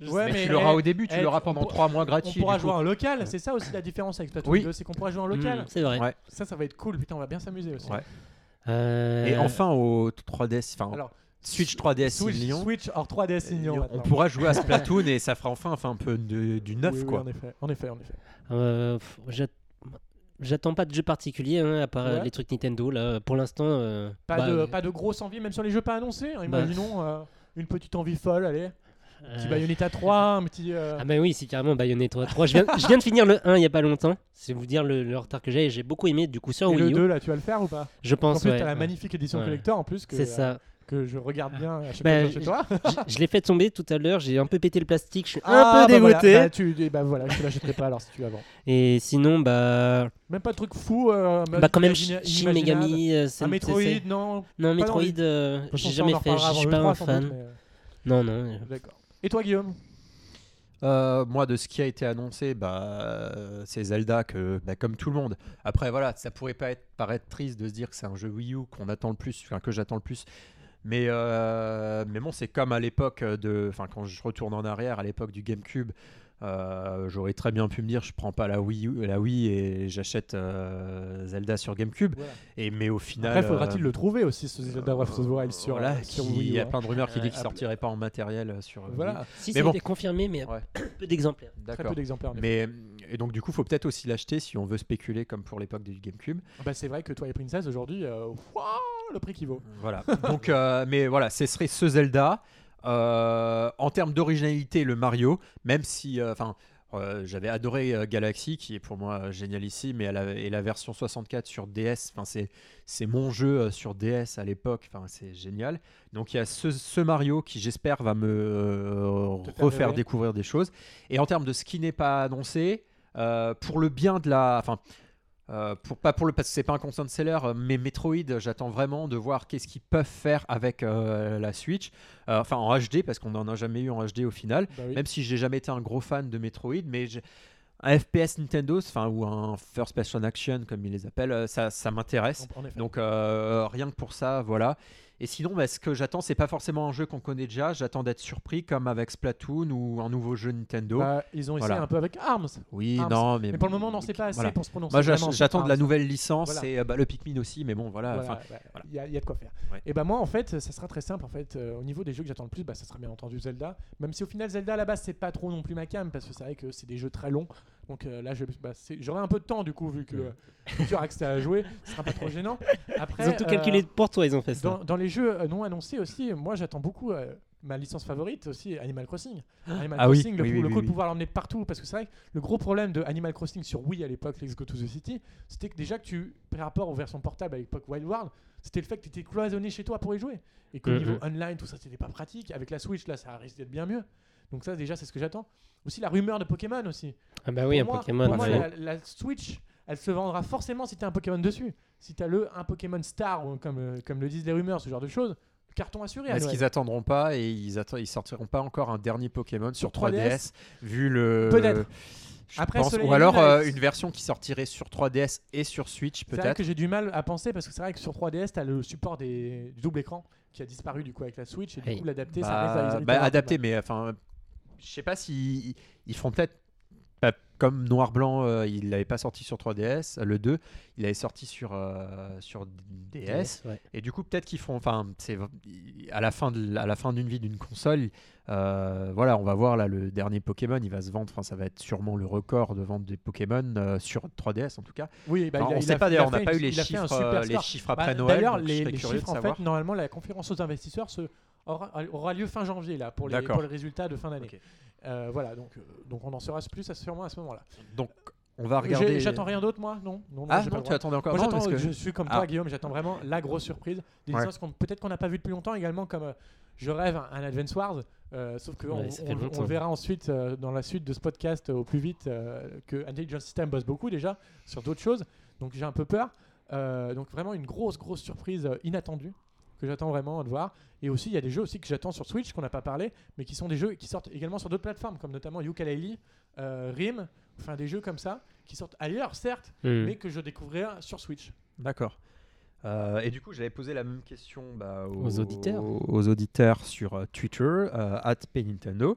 Speaker 3: Je
Speaker 1: Ouais,
Speaker 3: sais.
Speaker 2: Mais,
Speaker 1: mais,
Speaker 2: tu l'auras
Speaker 1: eh,
Speaker 2: au début, tu
Speaker 1: eh,
Speaker 2: l'auras
Speaker 1: on
Speaker 2: pendant
Speaker 1: pour-
Speaker 2: 3 mois
Speaker 1: On
Speaker 2: gratuit.
Speaker 1: pourra
Speaker 2: du
Speaker 1: jouer
Speaker 2: coup.
Speaker 1: en local, c'est ça aussi la différence avec Splatoon
Speaker 2: Oui.
Speaker 1: 2, c'est qu'on pourra jouer en
Speaker 3: Mm,
Speaker 1: local.
Speaker 3: c'est vrai.
Speaker 2: Ouais.
Speaker 1: Ça, ça va être cool, putain, on va bien s'amuser aussi.
Speaker 2: Ouais.
Speaker 3: Euh,
Speaker 2: Et enfin au 3DS, enfin
Speaker 1: Alors,
Speaker 2: Switch 3DS
Speaker 1: Switch,
Speaker 2: Lyon.
Speaker 1: Switch hors 3DS Ignon.
Speaker 2: on pourra jouer à Splatoon et ça fera enfin, enfin un peu de- du neuf quoi.
Speaker 1: en effet, en effet, en effet.
Speaker 3: euh, pff, j'at- J'attends pas de jeu particulier, hein, à part euh,
Speaker 1: Ouais.
Speaker 3: les trucs Nintendo. Là, pour l'instant. euh,
Speaker 1: Pas,
Speaker 3: bah,
Speaker 1: de, pas de grosse envie, même sur les jeux pas annoncés. hein,
Speaker 3: Bah.
Speaker 1: Imaginons euh, une petite envie folle, allez.
Speaker 3: euh,
Speaker 1: Petit Bayonetta 3, un petit. euh,
Speaker 3: Ah bah oui, c'est carrément Bayonetta 3. Je viens, je viens de finir le 1 il y a pas longtemps. C'est vous dire le, le retard que j'ai. et J'ai beaucoup aimé du coup sur
Speaker 1: et
Speaker 3: Wii
Speaker 1: le
Speaker 3: U.
Speaker 1: 2, là, tu vas le faire ou pas
Speaker 3: Je
Speaker 1: En
Speaker 3: pense.
Speaker 1: plus,
Speaker 3: ouais.
Speaker 1: t'as la magnifique édition
Speaker 3: Ouais.
Speaker 1: collector en plus que, euh,
Speaker 3: C'est ça.
Speaker 1: que je regarde bien à chaque
Speaker 3: Bah,
Speaker 1: fois que je viens chez toi.
Speaker 3: Je- je l'ai fait tomber tout à l'heure. J'ai un peu pété le plastique. Je suis
Speaker 1: Ah,
Speaker 3: un peu
Speaker 1: bah voilà,
Speaker 3: dégoûté.
Speaker 1: Bah, tu, eh bah voilà, je te l'achèterai pas alors si tu avant.
Speaker 3: Et sinon, bah,
Speaker 1: Même pas de truc fou. euh,
Speaker 3: bah quand même
Speaker 1: inimagina-
Speaker 3: Shin Megami. euh, c'est-
Speaker 1: Un Metroid,
Speaker 3: c'est-
Speaker 1: non.
Speaker 3: Non, Metroid,
Speaker 1: l'envie.
Speaker 3: euh,
Speaker 1: De toute façon,
Speaker 3: j'ai
Speaker 1: ça, on en
Speaker 3: jamais fait.
Speaker 1: reparlera
Speaker 3: Je suis
Speaker 1: avant
Speaker 3: pas
Speaker 1: E3
Speaker 3: un
Speaker 1: sans
Speaker 3: fan.
Speaker 1: doute, mais, euh,
Speaker 3: Non, non.
Speaker 1: D'accord. Et toi, Guillaume
Speaker 2: Euh, moi, de ce qui a été annoncé, bah, euh, c'est Zelda, que, bah, comme tout le monde. Après, voilà, ça pourrait pas être, paraître triste de se dire que c'est un jeu Wii U qu'on attend le plus, enfin, que j'attends le plus. Mais, euh, mais bon, c'est comme à l'époque de. Enfin, quand je retourne en arrière, à l'époque du GameCube, euh, j'aurais très bien pu me dire je prends pas la Wii, U- la Wii et j'achète euh, Zelda sur GameCube.
Speaker 1: Voilà.
Speaker 2: Et, mais au final.
Speaker 1: Après,
Speaker 2: euh,
Speaker 1: faudra-t-il le trouver aussi, ce Zelda Breath of the Wild sur,
Speaker 2: voilà,
Speaker 1: euh, sur
Speaker 2: qui-
Speaker 1: Wii
Speaker 2: Il
Speaker 1: U,
Speaker 2: y a
Speaker 1: hein.
Speaker 2: plein de rumeurs qui
Speaker 1: Euh,
Speaker 2: disent qu'il
Speaker 1: Apple-
Speaker 2: sortirait pas en matériel euh, sur. euh, Wii U.
Speaker 1: Voilà,
Speaker 3: Si
Speaker 2: Mais
Speaker 3: ça
Speaker 2: bon.
Speaker 3: a été confirmé, mais
Speaker 2: Ouais.
Speaker 3: peu d'exemplaires.
Speaker 1: très
Speaker 2: D'accord.
Speaker 1: peu hein, d'exemplaires. en effet.
Speaker 2: Mais et donc du coup, faut peut-être aussi l'acheter si on veut spéculer comme pour l'époque du GameCube.
Speaker 1: Bah, c'est vrai que toi et Princess aujourd'hui, euh, wouah, le prix qu'il vaut.
Speaker 2: Voilà. donc, euh, mais voilà, ce serait ce Zelda. Euh, en termes d'originalité, le Mario, même si, euh, enfin. euh, J'avais adoré euh, Galaxy, qui est pour moi euh, génial ici, mais elle a- et la version 64 sur DS, enfin, c'est c'est mon jeu euh, sur DS à l'époque, enfin, c'est génial. Donc il y a ce, ce Mario qui j'espère va me euh,
Speaker 1: Te faire
Speaker 2: refaire
Speaker 1: rêver.
Speaker 2: découvrir des choses. Et en termes de ce qui n'est pas annoncé, euh, pour le bien de la, enfin, euh, pour, pas pour le parce que c'est pas un constant seller, euh, mais Metroid, j'attends vraiment de voir qu'est-ce qu'ils peuvent faire avec euh, la Switch, Euh, enfin en HD parce qu'on n'en a jamais eu en HD au final.
Speaker 1: Bah oui.
Speaker 2: Même si j'ai jamais été un gros fan de Metroid, mais j'ai- un FPS Nintendo, enfin ou un first person action comme ils les appellent, euh, ça, ça m'intéresse.
Speaker 1: En- en effet.
Speaker 2: Donc euh, rien que pour ça, voilà. Et sinon, bah, ce que j'attends, c'est pas forcément un jeu qu'on connaît déjà. J'attends d'être surpris, comme avec Splatoon ou un nouveau jeu Nintendo.
Speaker 1: Bah, ils ont essayé
Speaker 2: Voilà.
Speaker 1: un peu avec Arms.
Speaker 2: oui,
Speaker 1: Arms.
Speaker 2: non, mais,
Speaker 1: ah, Mais pour le moment, on n'en sait pas assez
Speaker 2: Voilà.
Speaker 1: pour se prononcer.
Speaker 2: Moi, j'ach-
Speaker 1: vraiment Ah, sur
Speaker 2: j'attends de la
Speaker 1: Arms.
Speaker 2: nouvelle licence
Speaker 1: Voilà.
Speaker 2: et euh, bah, le Pikmin aussi, mais bon, voilà.
Speaker 1: Voilà,
Speaker 2: enfin,
Speaker 1: bah,
Speaker 2: voilà.
Speaker 1: Il y a- il y, a de quoi faire.
Speaker 2: Ouais.
Speaker 1: Et bah moi en fait, ça sera très simple en fait. Euh, au niveau des jeux que j'attends le plus, bah, ça sera bien entendu Zelda. Même si au final Zelda à la base c'est pas trop non plus ma cam parce que c'est vrai que c'est des jeux très longs. Donc euh, là je- bah, c'est- j'aurai un peu de temps du coup vu que
Speaker 2: Ouais.
Speaker 1: euh, tu auras accès à jouer, ce sera pas trop gênant. Après,
Speaker 3: Ils ont tout
Speaker 1: euh,
Speaker 3: calculé pour toi, ils ont fait ça.
Speaker 1: dans, dans les jeux euh, non annoncés aussi, moi j'attends beaucoup euh, ma licence favorite aussi, Animal Crossing. Animal
Speaker 2: Ah oui,
Speaker 1: Crossing, le,
Speaker 2: oui,
Speaker 1: pou-
Speaker 2: oui,
Speaker 1: le
Speaker 2: oui,
Speaker 1: coup de
Speaker 2: oui.
Speaker 1: pouvoir l'emmener partout, parce que c'est vrai que le gros problème de Animal Crossing sur Wii à l'époque, Let's Go to the City, c'était que déjà que tu, par rapport aux versions portables à l'époque Wild World, c'était le fait que tu étais cloisonné chez toi pour y jouer. Et qu'au
Speaker 2: Mm-hmm.
Speaker 3: Mhm.
Speaker 1: niveau online, tout ça, c'était pas pratique. Avec la Switch, là, ça risque d'être bien mieux. Donc ça, déjà, c'est ce que j'attends. Aussi la rumeur de Pokémon aussi.
Speaker 3: Ah bah oui,
Speaker 1: Pour
Speaker 3: un
Speaker 1: moi-
Speaker 3: Pokémon.
Speaker 1: Pour moi,
Speaker 3: c'est-
Speaker 1: la, la Switch, elle se vendra forcément si t'as un Pokémon dessus. si t'as le un Pokémon Star, ou comme, euh, comme le disent les rumeurs, ce genre de choses, carton assuré. à
Speaker 2: Est-ce
Speaker 1: Noël.
Speaker 2: qu'ils attendront pas et ils, atten- ils sortiront pas encore un dernier Pokémon sur
Speaker 1: 3DS?
Speaker 2: 3DS, vu le.
Speaker 1: Peut-être.
Speaker 2: Je
Speaker 1: Après,
Speaker 2: pense-
Speaker 1: Soleil
Speaker 2: Ou
Speaker 1: et
Speaker 2: alors
Speaker 1: Lune,
Speaker 2: euh,
Speaker 1: Alex.
Speaker 2: une version qui sortirait sur 3DS et sur Switch,
Speaker 1: C'est vrai
Speaker 2: peut-être.
Speaker 1: que j'ai du mal à penser parce que c'est vrai que sur 3DS, t'as le support des... du double écran qui a disparu du coup avec la Switch et du
Speaker 3: Oui.
Speaker 1: coup l'adapter, ça reste dans les
Speaker 2: Bah,
Speaker 1: années
Speaker 2: bah,
Speaker 1: 40,
Speaker 2: adapté,
Speaker 1: bah.
Speaker 2: mais enfin, je sais pas si ils- ils feront peut-être. pas Comme Noir Blanc, euh, il l'avait pas sorti sur 3DS, euh, le 2, il avait sorti sur, euh, sur DS.
Speaker 3: ouais.
Speaker 2: Et du coup, peut-être qu'ils feront. Enfin, c'est à la fin de à la fin d'une vie d'une console. euh, voilà, on va voir là le dernier Pokémon, il va se vendre. Enfin, ça va être sûrement le record de vente des Pokémon euh, sur 3DS en tout cas.
Speaker 1: Oui, bah,
Speaker 2: Enfin,
Speaker 1: il a-
Speaker 2: on
Speaker 1: il
Speaker 2: sait
Speaker 1: a-
Speaker 2: pas
Speaker 1: il
Speaker 2: d'ailleurs,
Speaker 1: a
Speaker 2: on n'a
Speaker 1: fait
Speaker 2: pas eu
Speaker 1: une-
Speaker 2: les
Speaker 1: il a fait un
Speaker 2: chiffres,
Speaker 1: super
Speaker 2: euh, les
Speaker 1: score.
Speaker 2: chiffres
Speaker 1: Bah,
Speaker 2: après Noël.
Speaker 1: D'ailleurs,
Speaker 2: donc je
Speaker 1: les,
Speaker 2: serais
Speaker 1: les
Speaker 2: curieux de
Speaker 1: chiffres, en
Speaker 2: savoir.
Speaker 1: fait, normalement, la conférence aux investisseurs se- aura, aura lieu fin janvier là pour, les,
Speaker 2: D'accord.
Speaker 1: pour les résultats de fin d'année.
Speaker 2: Ok.
Speaker 1: Euh, voilà, donc, euh, donc on en saura plus à- sûrement à ce moment-là.
Speaker 2: Donc, on va
Speaker 1: J'ai-
Speaker 2: regarder. euh,
Speaker 1: J'attends rien d'autre, moi Non, non, non,
Speaker 2: Ah
Speaker 1: j'ai pas
Speaker 2: non,
Speaker 1: le
Speaker 2: tu
Speaker 1: droit.
Speaker 2: attendais encore.
Speaker 1: Moi,
Speaker 2: non,
Speaker 1: j'attends,
Speaker 2: parce que-
Speaker 1: je suis comme toi,
Speaker 2: Ah.
Speaker 1: Guillaume, j'attends vraiment la grosse surprise. Des
Speaker 2: Ouais.
Speaker 1: licences qu'on peut-être qu'on n'a pas vu depuis longtemps également, comme euh, je rêve un, un Advance Wars. euh, sauf que
Speaker 3: Ouais,
Speaker 1: on-
Speaker 3: ça fait
Speaker 1: on, on
Speaker 3: longtemps.
Speaker 1: le verra ensuite euh, dans la suite de ce podcast euh, au plus vite euh, que Intelligent System bosse beaucoup déjà sur d'autres choses. Donc j'ai un peu peur. Euh, donc vraiment une grosse grosse surprise euh, inattendue que j'attends vraiment de voir. Et aussi il y a des jeux aussi que j'attends sur Switch qu'on n'a pas parlé, mais qui sont des jeux qui sortent également sur d'autres plateformes comme notamment Yooka-Laylee, euh, Rim, enfin des jeux comme ça qui sortent ailleurs certes,
Speaker 2: Mm.
Speaker 3: Hmm.
Speaker 1: mais que je découvrirai sur Switch.
Speaker 2: D'accord. Euh, et du coup, j'avais posé la même question bah, aux,
Speaker 3: Aux auditeurs.
Speaker 2: aux auditeurs sur euh, Twitter, euh, @pnintendo.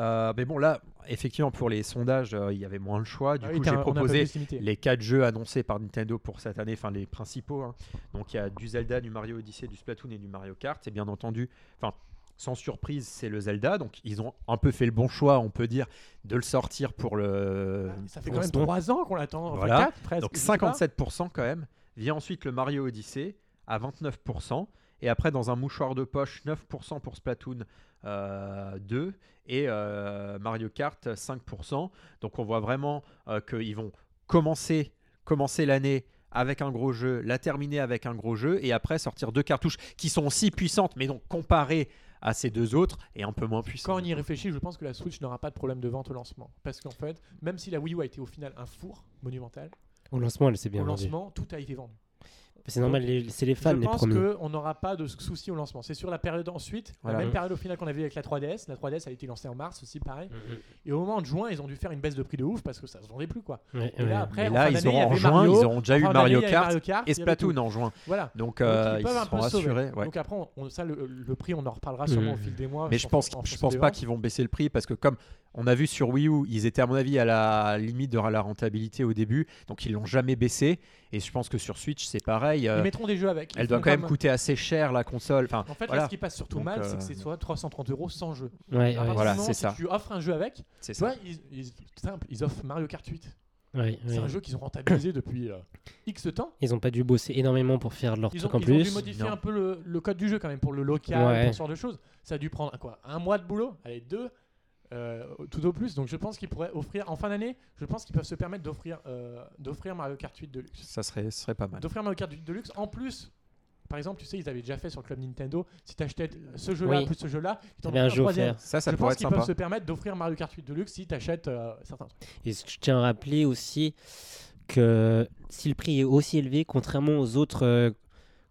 Speaker 2: Euh, mais bon, là, effectivement, pour les sondages, euh, il y avait moins le choix. Du
Speaker 1: Ah oui,
Speaker 2: coup,
Speaker 1: t'as
Speaker 2: j'ai
Speaker 1: un- on a un peu
Speaker 2: proposé
Speaker 1: plus limité.
Speaker 2: les quatre jeux annoncés par Nintendo pour cette année, enfin les principaux. hein. Donc, il y a du Zelda, du Mario Odyssey, du Splatoon et du Mario Kart. Et bien entendu, enfin, sans surprise, c'est le Zelda. Donc, ils ont un peu fait le bon choix, on peut dire, de le sortir pour le.
Speaker 1: Ah, ça fait quand
Speaker 2: pour
Speaker 1: même
Speaker 2: ce-
Speaker 1: 3 ans qu'on l'attend. Enfin,
Speaker 2: euh, Voilà.
Speaker 1: quatre, presque.
Speaker 2: donc
Speaker 1: je sais pas.
Speaker 2: 57% quand même. Vient ensuite le Mario Odyssey à 29%. Et après, dans un mouchoir de poche, 9% pour Splatoon euh, 2 et euh, Mario Kart 5%. Donc on voit vraiment euh, qu'ils vont commencer, commencer l'année avec un gros jeu, la terminer avec un gros jeu, et après sortir deux cartouches qui sont aussi puissantes, mais donc comparées à ces deux autres, et un peu moins
Speaker 1: Quand
Speaker 2: puissantes.
Speaker 1: on y réfléchit, je pense que la Switch n'aura pas de problème de vente au lancement. Parce qu'en fait, même si la Wii U a été au final un four monumental,
Speaker 3: Au lancement, elle s'est bien
Speaker 1: au
Speaker 3: vendue.
Speaker 1: lancement, tout a été vendu.
Speaker 3: C'est normal, les- c'est les fans
Speaker 1: je
Speaker 3: les
Speaker 1: pense
Speaker 3: premiers.
Speaker 1: qu'on n'aura pas de soucis au lancement. C'est sur la période ensuite,
Speaker 2: Voilà.
Speaker 1: la même
Speaker 3: Mm.
Speaker 1: période au final qu'on avait avec la 3DS. La 3DS a été lancée en mars aussi, pareil.
Speaker 2: Mm.
Speaker 3: Mhm.
Speaker 1: Et au moment de juin, ils ont dû faire une baisse de prix de ouf parce que ça se vendait plus quoi.
Speaker 3: Ouais,
Speaker 1: Et là,
Speaker 3: ouais.
Speaker 1: après,
Speaker 2: Et
Speaker 1: en fin
Speaker 2: là, ils
Speaker 1: d'année, il y
Speaker 2: auront en
Speaker 1: avait
Speaker 2: juin,
Speaker 1: Mario.
Speaker 2: ils auront déjà
Speaker 1: En
Speaker 2: eu
Speaker 1: fin d'année,
Speaker 2: Mario
Speaker 1: il y avait
Speaker 2: Kart
Speaker 1: Mario Kart
Speaker 2: et
Speaker 1: il y avait tout.
Speaker 2: Splatoon en juin.
Speaker 1: Voilà.
Speaker 2: Donc,
Speaker 1: ils
Speaker 2: euh, ils,
Speaker 1: peuvent un peu
Speaker 2: seront
Speaker 1: se sauver.
Speaker 2: assurés. ouais. Mmh.
Speaker 1: Donc après, on, on- ça, le, le prix, on en reparlera sûrement
Speaker 3: Mm.
Speaker 1: au fil des mois.
Speaker 2: Mais je
Speaker 1: en
Speaker 2: pense,
Speaker 1: fon- en
Speaker 2: je
Speaker 1: fonction
Speaker 2: pense
Speaker 1: des
Speaker 2: pas
Speaker 1: ventes.
Speaker 2: qu'ils vont baisser le prix parce que comme on a vu sur Wii U, ils étaient à mon avis à la limite de la rentabilité au début, donc ils l'ont jamais baissé. Et je pense que sur Switch c'est pareil. euh,
Speaker 1: Ils mettront des jeux avec. Ils
Speaker 2: elle doit
Speaker 1: font
Speaker 2: quand même
Speaker 1: comme-
Speaker 2: coûter assez cher la console. Enfin,
Speaker 1: En fait, là,
Speaker 2: voilà,
Speaker 1: ce qui passe surtout
Speaker 2: Donc,
Speaker 1: mal,
Speaker 2: euh,
Speaker 1: c'est que c'est soit 330 euros sans jeu.
Speaker 3: Ouais, ouais,
Speaker 1: À partir du
Speaker 2: Voilà,
Speaker 1: moment
Speaker 2: c'est
Speaker 1: où si
Speaker 2: ça.
Speaker 1: tu offres un jeu avec, tu
Speaker 2: c'est ça.
Speaker 1: vois, ils, ils- simple, ils offrent Mario Kart 8.
Speaker 3: ouais,
Speaker 1: C'est un
Speaker 3: ouais.
Speaker 1: jeu qu'ils ont rentabilisé depuis euh, X temps.
Speaker 3: Ils ont pas dû bosser énormément pour faire leur
Speaker 1: Ils ont,
Speaker 3: truc en
Speaker 1: ils ont dû
Speaker 3: plus.
Speaker 1: modifier
Speaker 2: Non.
Speaker 1: un peu le, le code du jeu quand même pour le local,
Speaker 3: Ouais.
Speaker 1: pour ce genre de choses. Ça a dû prendre quoi Un mois de boulot Allez, deux euh, tout au plus, donc je pense qu'ils pourraient offrir en fin d'année. Je pense qu'ils peuvent se permettre d'offrir euh, d'offrir Mario Kart 8 de luxe.
Speaker 2: Ça serait, ce serait pas mal.
Speaker 1: d'offrir Mario Kart de luxe en plus par exemple tu sais ils avaient déjà fait sur le club Nintendo si t'achetais ce jeu là
Speaker 3: Oui. Eh
Speaker 1: plus ce jeu là ils t'en
Speaker 3: T'avais un
Speaker 1: offrent
Speaker 3: jeu
Speaker 1: troisième.
Speaker 3: offert.
Speaker 2: Ça, ça
Speaker 1: je
Speaker 2: pourrait
Speaker 1: pense
Speaker 2: être
Speaker 1: qu'ils peuvent
Speaker 2: sympa.
Speaker 1: se permettre d'offrir Mario Kart 8 Deluxe si t'achètes euh, certains trucs.
Speaker 3: Et ce que je tiens à rappeler aussi que si le prix est aussi élevé, contrairement aux autres euh,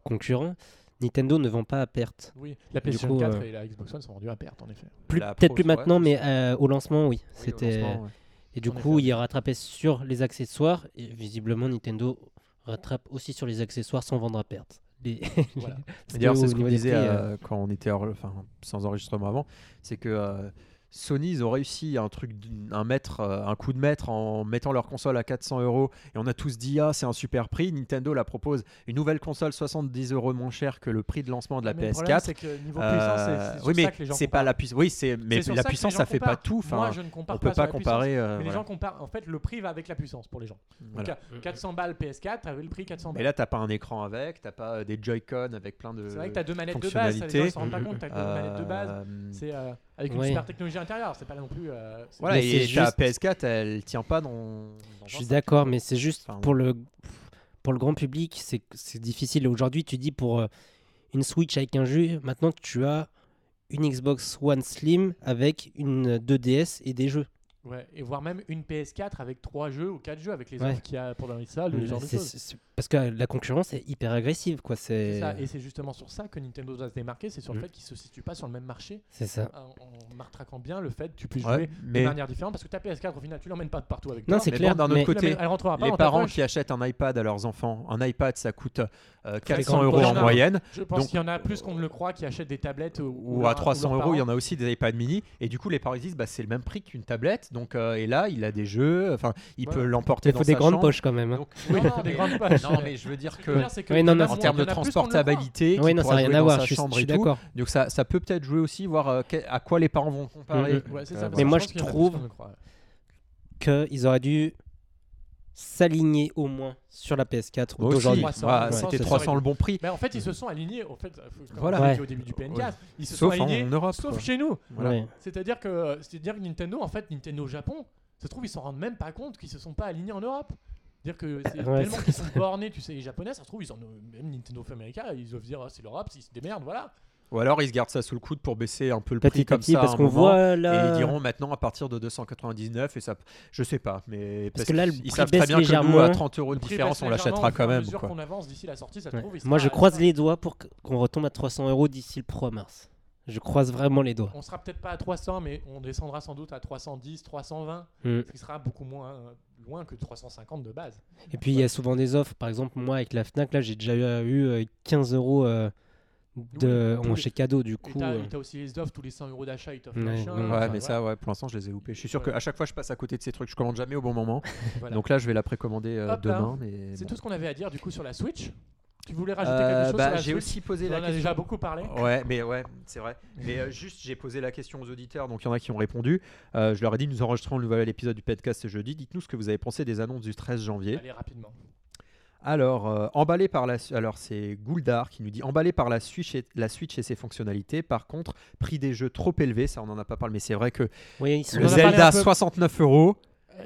Speaker 3: concurrents, Nintendo ne vend pas à perte.
Speaker 1: Oui, la
Speaker 3: Du
Speaker 1: PS4
Speaker 3: coup, euh,
Speaker 1: et la Xbox One sont vendues à perte en effet.
Speaker 3: Plus-
Speaker 2: La
Speaker 3: Peut-être
Speaker 2: pro,
Speaker 3: plus
Speaker 2: ouais,
Speaker 3: maintenant,
Speaker 2: c'est
Speaker 3: mais
Speaker 2: ça.
Speaker 3: euh, au lancement, oui.
Speaker 2: Oui, au
Speaker 3: C'était.
Speaker 2: lancement, ouais.
Speaker 3: Et du
Speaker 1: En
Speaker 3: coup,
Speaker 1: effet.
Speaker 3: il rattrapait sur les accessoires. Et visiblement, Nintendo rattrape aussi sur les accessoires sans vendre à perte. Les-
Speaker 1: Voilà.
Speaker 3: Parce
Speaker 2: D'ailleurs,
Speaker 3: que
Speaker 2: c'est
Speaker 3: au
Speaker 2: ce qu'on
Speaker 3: niveau des
Speaker 2: disait
Speaker 3: prix, euh,
Speaker 2: euh, quand on était hors- enfin, sans enregistrement avant, c'est que euh, Sony, ils ont réussi un truc, d- un mètre, euh, un coup de maître en mettant leur console à 400 euros. Et on a tous dit ah c'est un super prix. Nintendo la propose une nouvelle console 70 euros moins chère que le prix de lancement de la
Speaker 1: Ah, Mais le problème,
Speaker 2: PS4.
Speaker 1: c'est que niveau
Speaker 2: Euh,
Speaker 1: puissance, c'est- c'est sur ça que
Speaker 2: oui,
Speaker 1: les
Speaker 2: mais
Speaker 1: gens
Speaker 2: c'est pas
Speaker 1: comparent.
Speaker 2: la puissance. Oui, c'est mais
Speaker 1: C'est sur
Speaker 2: la
Speaker 1: que les
Speaker 2: puissance,
Speaker 1: gens
Speaker 2: ça fait pas
Speaker 1: comparent.
Speaker 2: tout.
Speaker 1: Moi,
Speaker 2: Enfin,
Speaker 1: je ne
Speaker 2: on
Speaker 1: compare
Speaker 2: peut pas
Speaker 1: sur la puissance.
Speaker 2: comparer. euh,
Speaker 1: Mais les
Speaker 2: voilà.
Speaker 1: gens comparent. En fait, le prix va avec la puissance pour les gens.
Speaker 2: Voilà.
Speaker 1: Donc, à 400 balles PS4, t'avais le prix 400
Speaker 2: Mais
Speaker 1: balles.
Speaker 2: là, t'as pas un écran avec, t'as pas euh, des Joy-Con avec plein de.
Speaker 1: C'est vrai que t'as deux manettes de base. Ça, les gens
Speaker 2: fonctionnalités.
Speaker 1: s'en rendent pas compte. T'as deux manettes de base.
Speaker 2: Euh,
Speaker 1: C'est euh, avec une
Speaker 3: Ouais.
Speaker 1: super technologie intérieure. C'est pas non plus. euh, c'est-
Speaker 2: Voilà,
Speaker 3: Mais
Speaker 2: et
Speaker 3: c'est
Speaker 2: ta
Speaker 3: juste-
Speaker 2: PS4, elle tient pas dans. dans
Speaker 3: Je
Speaker 2: un
Speaker 3: suis
Speaker 2: sac.
Speaker 3: d'accord, mais c'est juste
Speaker 2: Enfin,
Speaker 3: pour le pour le grand public, c'est c'est difficile. Aujourd'hui, tu dis pour euh, une Switch avec un jeu, maintenant tu as une Xbox One Slim avec une euh, 2DS et des jeux.
Speaker 1: Ouais, et voire même une PS4 avec 3 jeux ou 4 jeux avec les
Speaker 3: Ouais.
Speaker 1: offres qu'il y a pendant les salles ou les
Speaker 3: Mais
Speaker 1: genres de
Speaker 3: c'est-
Speaker 1: choses.
Speaker 3: c'est- c'est- Parce que la concurrence est hyper agressive, quoi.
Speaker 1: C'est
Speaker 3: C'est
Speaker 1: ça, et c'est justement sur ça que Nintendo doit se démarquer, c'est sur le
Speaker 3: Mm.
Speaker 1: fait qu'ils se situent pas sur le même marché,
Speaker 3: c'est ça.
Speaker 1: en, en martraquant bien le fait que tu puisses
Speaker 2: Ouais,
Speaker 1: jouer de
Speaker 2: mais
Speaker 1: manière différente, parce que ta PS4 au final tu l'emmènes pas partout avec toi.
Speaker 3: Non, c'est
Speaker 2: mais
Speaker 3: clair.
Speaker 2: bon, d'un autre
Speaker 3: mais-
Speaker 1: Tu l'emmènes-
Speaker 2: côté,
Speaker 1: elle rentrera pas
Speaker 2: les
Speaker 1: dans ta
Speaker 2: parents
Speaker 1: poche.
Speaker 2: qui achètent un iPad à leurs enfants, un iPad ça coûte euh, 400
Speaker 1: 50
Speaker 2: euros en
Speaker 1: euros.
Speaker 2: moyenne,
Speaker 1: Je pense
Speaker 2: donc-
Speaker 1: qu'il y en a plus qu'on ne le croit qui achètent des tablettes ou, ou
Speaker 2: ou
Speaker 1: leur-
Speaker 2: à
Speaker 1: leurs
Speaker 2: 300 euros, il y
Speaker 1: parents.
Speaker 2: en a aussi des iPad mini, et du coup les parents ils disent bah, c'est le même prix qu'une tablette, donc euh, et là il a des jeux, enfin il
Speaker 1: Voilà.
Speaker 2: peut l'emporter
Speaker 3: Il
Speaker 2: dans
Speaker 3: faut des
Speaker 2: sa
Speaker 3: grandes
Speaker 2: chambre.
Speaker 3: poches quand même. hein.
Speaker 2: Donc,
Speaker 1: Oui,
Speaker 2: non,
Speaker 1: il faut des
Speaker 2: mais-
Speaker 1: grandes poches.
Speaker 2: Non mais je veux dire
Speaker 1: Ce que je veux
Speaker 2: que
Speaker 1: dire, c'est que
Speaker 3: Oui,
Speaker 1: il y
Speaker 3: non, non,
Speaker 1: a
Speaker 3: en
Speaker 1: moins- il
Speaker 2: en
Speaker 1: y
Speaker 2: termes
Speaker 1: en
Speaker 2: de
Speaker 1: a plus qu'on ne le croit.
Speaker 2: transportabilité, qui
Speaker 3: Oui, non, ça n'a
Speaker 2: pourra
Speaker 3: rien
Speaker 2: jouer
Speaker 3: à
Speaker 2: dans
Speaker 3: voir.
Speaker 2: sa
Speaker 3: Je suis,
Speaker 2: chambre
Speaker 3: je suis
Speaker 2: et tout.
Speaker 3: d'accord.
Speaker 2: Donc ça, ça peut peut-être jouer aussi, voir euh, que- à quoi les parents vont comparer.
Speaker 3: Mhm.
Speaker 1: Ouais, c'est ça,
Speaker 2: Euh,
Speaker 1: parce
Speaker 3: Mais
Speaker 1: que
Speaker 3: moi,
Speaker 1: pense
Speaker 3: je
Speaker 1: qu'il y en a plus
Speaker 3: trouve-
Speaker 1: qu'on ne le croit.
Speaker 3: Qu'ils auraient dû s'aligner au moins sur la PS4
Speaker 1: Bah
Speaker 2: Aussi,
Speaker 3: d'aujourd'hui.
Speaker 1: Ouais, ça
Speaker 2: voilà,
Speaker 1: aurait- ça
Speaker 2: Bah, c'était
Speaker 1: aurait
Speaker 2: 300
Speaker 1: dû.
Speaker 2: le bon prix.
Speaker 1: Mais Ben, en fait, ils se sont alignés. En fait, euh, comme
Speaker 2: Voilà.
Speaker 1: on l'a dit
Speaker 3: Euh. Ouais. hein.
Speaker 1: au début du PNK, ils se
Speaker 2: Sauf
Speaker 1: sont alignés.
Speaker 2: en Europe.
Speaker 1: Sauf
Speaker 2: quoi.
Speaker 1: chez nous.
Speaker 2: Voilà.
Speaker 3: Ouais.
Speaker 1: C'est-à-dire que, c'est-à-dire que Nintendo, en fait, Nintendo au Japon, ça se trouve, ils s'en rendent même pas compte qu'ils se sont pas alignés en Europe. Dire que c'est
Speaker 3: Ouais,
Speaker 1: tellement
Speaker 3: c'est-
Speaker 1: qu'ils sont bornés, tu sais, les Japonais, ça se trouve, ils en ont, même Nintendo of America, ils doivent dire, ah, c'est l'Europe, ils se démerdent, voilà.
Speaker 2: Ou alors ils se gardent ça sous le coude pour baisser un peu le prix
Speaker 3: Petit à
Speaker 2: comme
Speaker 3: petit,
Speaker 2: ça. à
Speaker 3: parce
Speaker 2: un
Speaker 3: qu'on
Speaker 2: moment,
Speaker 3: voit
Speaker 2: Et
Speaker 1: euh,
Speaker 2: ils
Speaker 3: là.
Speaker 2: diront maintenant à partir de 299 et ça, je sais pas, mais
Speaker 3: Parce que là, le
Speaker 2: qu'ils-
Speaker 3: prix
Speaker 2: ils savent très
Speaker 3: baisse
Speaker 2: bien que nous à
Speaker 3: légèrement.
Speaker 2: 30 euros de
Speaker 1: Après,
Speaker 2: différence,
Speaker 1: bah,
Speaker 2: on
Speaker 1: légèrement,
Speaker 2: l'achètera
Speaker 1: au fur
Speaker 2: quand
Speaker 1: et à
Speaker 2: même.
Speaker 1: mesure
Speaker 2: quoi.
Speaker 1: qu'on avance d'ici la sortie, ça se
Speaker 3: Ouais.
Speaker 1: trouve, il
Speaker 3: Moi,
Speaker 1: sera-
Speaker 3: je croise les doigts pour que- qu'on retombe à 300 euros d'ici le 3 mars. Je croise vraiment les doigts.
Speaker 1: On sera peut-être pas à 300, mais on descendra sans doute à 310, 320,
Speaker 3: Mm.
Speaker 1: ce qui sera beaucoup moins euh, loin que 350 de base.
Speaker 3: Et puis il y a souvent des offres. Par exemple, moi avec la Fnac, là j'ai déjà eu euh, 15 euros euh, de
Speaker 1: Oui,
Speaker 3: en
Speaker 1: oui.
Speaker 3: chèque cadeau du
Speaker 1: Et
Speaker 3: coup.
Speaker 1: t'as
Speaker 3: euh,
Speaker 1: et t'as aussi les offres, tous les 100 euros d'achat, ils t'offrent
Speaker 3: Ouais,
Speaker 1: machin,
Speaker 3: ouais,
Speaker 2: Ouais,
Speaker 1: enfin,
Speaker 2: mais
Speaker 1: voilà.
Speaker 2: ça, ouais, pour l'instant, je les ai loupés. Je suis sûr
Speaker 1: Ouais.
Speaker 2: qu'à chaque fois, je passe à côté de ces trucs. Je commande jamais au bon moment.
Speaker 1: Voilà.
Speaker 2: Donc là, je vais la précommander euh,
Speaker 1: Hop là.
Speaker 2: demain. Mais
Speaker 1: C'est
Speaker 2: bon.
Speaker 1: tout ce qu'on avait à dire du coup sur la Switch. Tu voulais rajouter
Speaker 2: Euh,
Speaker 1: quelque chose
Speaker 2: bah,
Speaker 1: sur la
Speaker 2: J'ai
Speaker 1: Switch
Speaker 2: aussi posé
Speaker 1: On en
Speaker 2: la
Speaker 1: a
Speaker 2: question.
Speaker 1: déjà beaucoup parlé.
Speaker 2: Ouais, mais ouais, c'est vrai. Mais euh, juste, j'ai posé la question aux auditeurs, donc il y en a qui ont répondu. Euh, je leur ai dit, nous enregistrons le nouvel épisode du podcast ce jeudi. Dites-nous ce que vous avez pensé des annonces du 13 janvier.
Speaker 1: Allez, rapidement.
Speaker 2: Alors, euh, emballé par la. su- Alors, c'est Gouldar qui nous dit emballé par la Switch, et... la Switch et ses fonctionnalités. Par contre, prix des jeux trop élevé. Ça, on n'en a pas parlé, mais c'est vrai que
Speaker 3: oui, ils sont-
Speaker 2: le
Speaker 1: en a parlé
Speaker 2: Zelda
Speaker 1: un peu.
Speaker 2: 69 euros.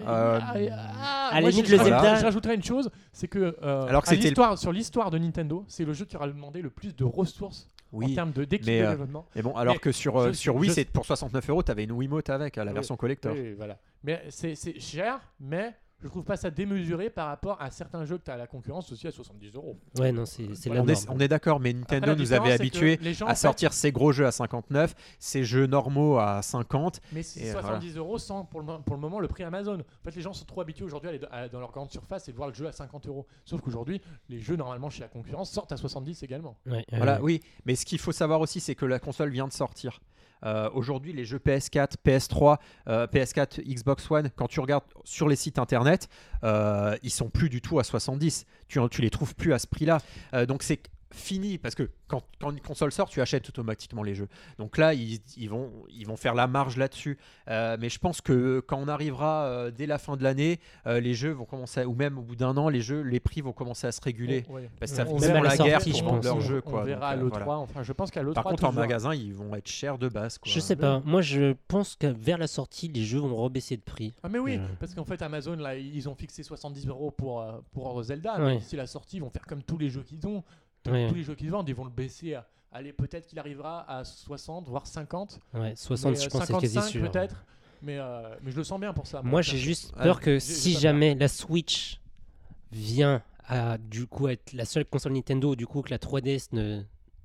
Speaker 2: Euh,
Speaker 3: à la
Speaker 1: ah, moi,
Speaker 3: limite,
Speaker 1: je-
Speaker 3: le
Speaker 1: je
Speaker 2: Zelda-
Speaker 1: rajouterais- Je rajouterais une chose, c'est que euh,
Speaker 2: Alors que
Speaker 1: à
Speaker 2: c'était-
Speaker 1: l'histoire- sur l'histoire de Nintendo, c'est le jeu qui aura demandé le plus de ressources en
Speaker 2: Oui.
Speaker 1: termes de d'équipe
Speaker 2: mais,
Speaker 1: de
Speaker 2: euh,
Speaker 1: développement.
Speaker 2: Mais bon, alors
Speaker 1: Mais
Speaker 2: que sur, euh,
Speaker 1: je-
Speaker 2: sur Wii,
Speaker 1: je-
Speaker 2: c'est pour 69 euros, t'avais une Wiimote avec, à la
Speaker 1: Oui.
Speaker 2: version collector.
Speaker 1: Oui, voilà. Mais c'est c'est cher, mais je trouve pas ça démesuré par rapport à certains jeux que tu as à la concurrence aussi à 70 euros.
Speaker 3: Ouais, non, c'est c'est la
Speaker 2: On est,
Speaker 3: norme.
Speaker 2: on est d'accord, mais
Speaker 1: Après,
Speaker 2: Nintendo
Speaker 1: la
Speaker 2: nous
Speaker 1: différence,
Speaker 2: avait
Speaker 1: c'est que
Speaker 2: habitués
Speaker 1: les gens, en
Speaker 2: à
Speaker 1: fait,
Speaker 2: sortir ses gros jeux à 59, ses jeux normaux à 50.
Speaker 1: Mais c'est
Speaker 2: Et, euh,
Speaker 1: 70 euros sans pour le, mo- pour le moment le prix Amazon. En fait, les gens sont trop habitués aujourd'hui à aller dans- à- dans leur grande surface et de voir le jeu à 50 euros. Sauf qu'aujourd'hui, les jeux normalement chez la concurrence sortent à 70 également.
Speaker 3: Ouais, euh,
Speaker 2: Voilà, oui. Mais ce qu'il faut savoir aussi, c'est que la console vient de sortir. Euh, Aujourd'hui, les jeux PS4, PS3, euh, PS4, Xbox One, quand tu regardes sur les sites internet, euh, ils sont plus du tout à 70. Tu, tu les trouves plus à ce prix-là. Euh, donc c'est fini parce que quand, quand une console sort, tu achètes automatiquement les jeux. Donc là, ils, ils vont, ils vont faire la marge là-dessus. Euh, mais je pense que quand on arrivera euh, dès la fin de l'année, euh, les jeux vont commencer, à- ou même au bout d'un an, les jeux, les prix vont commencer à se réguler.
Speaker 1: On- ouais.
Speaker 2: Parce que ça
Speaker 1: On verra
Speaker 2: fait tellement
Speaker 3: la
Speaker 2: la guerre
Speaker 3: sortie,
Speaker 2: pour
Speaker 3: je
Speaker 2: vendre
Speaker 3: pense.
Speaker 2: leur
Speaker 1: On-
Speaker 2: jeu.
Speaker 1: On
Speaker 2: quoi.
Speaker 1: verra à
Speaker 2: Donc, euh,
Speaker 1: l'E3.
Speaker 2: voilà.
Speaker 1: Enfin, je pense qu'à l'E3.
Speaker 2: Par contre, en
Speaker 1: toujours.
Speaker 2: magasin, ils vont être chers de base. Quoi.
Speaker 3: Je sais pas. Moi, je pense que vers la sortie, les jeux vont rebaisser de prix.
Speaker 1: Ah, mais oui,
Speaker 3: Euh.
Speaker 1: parce qu'en fait, Amazon, là, ils ont fixé 70 euros pour, euh, pour Zelda.
Speaker 3: Ouais.
Speaker 1: Mais d'ici la sortie, ils vont faire comme tous les jeux qu'ils ont. Tous
Speaker 3: Ouais.
Speaker 1: tous les jeux qu'ils vendent, ils vont le baisser à. Allez, peut-être qu'il arrivera à 60, voire 50.
Speaker 3: Ouais,
Speaker 1: mais,
Speaker 3: 60,
Speaker 1: euh,
Speaker 3: je pense, c'est quasi
Speaker 1: 55,
Speaker 3: sûr.
Speaker 1: peut-être. Mais, euh, mais je le sens bien pour ça.
Speaker 3: Moi, j'ai juste
Speaker 2: Ah,
Speaker 3: peur que
Speaker 1: j'ai-
Speaker 3: si
Speaker 1: j'ai pas
Speaker 3: jamais la Switch vient à du coup être la seule console Nintendo, du coup que la 3DS ne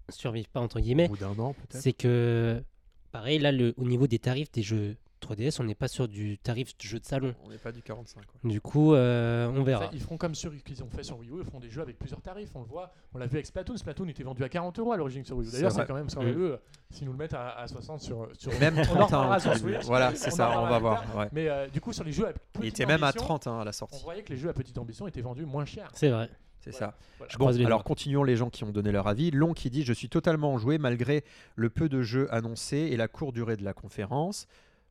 Speaker 3: survive pas entre
Speaker 2: Au
Speaker 3: guillemets,
Speaker 2: bout d'un an, peut-être.
Speaker 3: c'est que pareil là le, au niveau des tarifs des jeux 3DS, on n'est pas sur du tarif de jeu de salon.
Speaker 2: On n'est pas du 45. Quoi.
Speaker 3: Du coup, euh, on verra.
Speaker 1: Ça, ils feront comme sur, qu'ils ont fait sur Wii U, ils feront des jeux avec plusieurs tarifs. On le voit, on l'a vu avec Splatoon. Splatoon était vendu à 40 euros à l'origine sur Wii U.
Speaker 2: C'est
Speaker 1: D'ailleurs, c'est
Speaker 2: vrai.
Speaker 1: quand même sur
Speaker 3: Mm.
Speaker 1: Wii U, euh, si nous le mettent à, à 60 sur, sur
Speaker 2: Même
Speaker 1: en
Speaker 2: 30
Speaker 1: reparlera
Speaker 2: hein,
Speaker 1: sur
Speaker 2: au
Speaker 1: Switch.
Speaker 2: début. Voilà,
Speaker 1: On
Speaker 2: c'est
Speaker 1: en
Speaker 2: ça, on
Speaker 1: reparlera
Speaker 2: va
Speaker 1: plus
Speaker 2: voir.
Speaker 1: tard.
Speaker 2: ouais.
Speaker 1: Mais euh, du coup, sur les jeux avec
Speaker 2: Il
Speaker 1: petite
Speaker 2: était même à
Speaker 1: ambition,
Speaker 2: 30 hein, à la
Speaker 1: On
Speaker 2: sortie.
Speaker 1: voyait que les jeux à petite ambition étaient vendus moins cher.
Speaker 3: C'est vrai.
Speaker 2: C'est
Speaker 1: Voilà.
Speaker 2: ça.
Speaker 3: Je
Speaker 2: Bon,
Speaker 3: croise les
Speaker 2: alors
Speaker 3: doigts.
Speaker 2: continuons les gens qui ont donné leur avis. Long qui dit Je suis totalement enjoué malgré le peu de jeux annoncés et la courte durée de la conférence.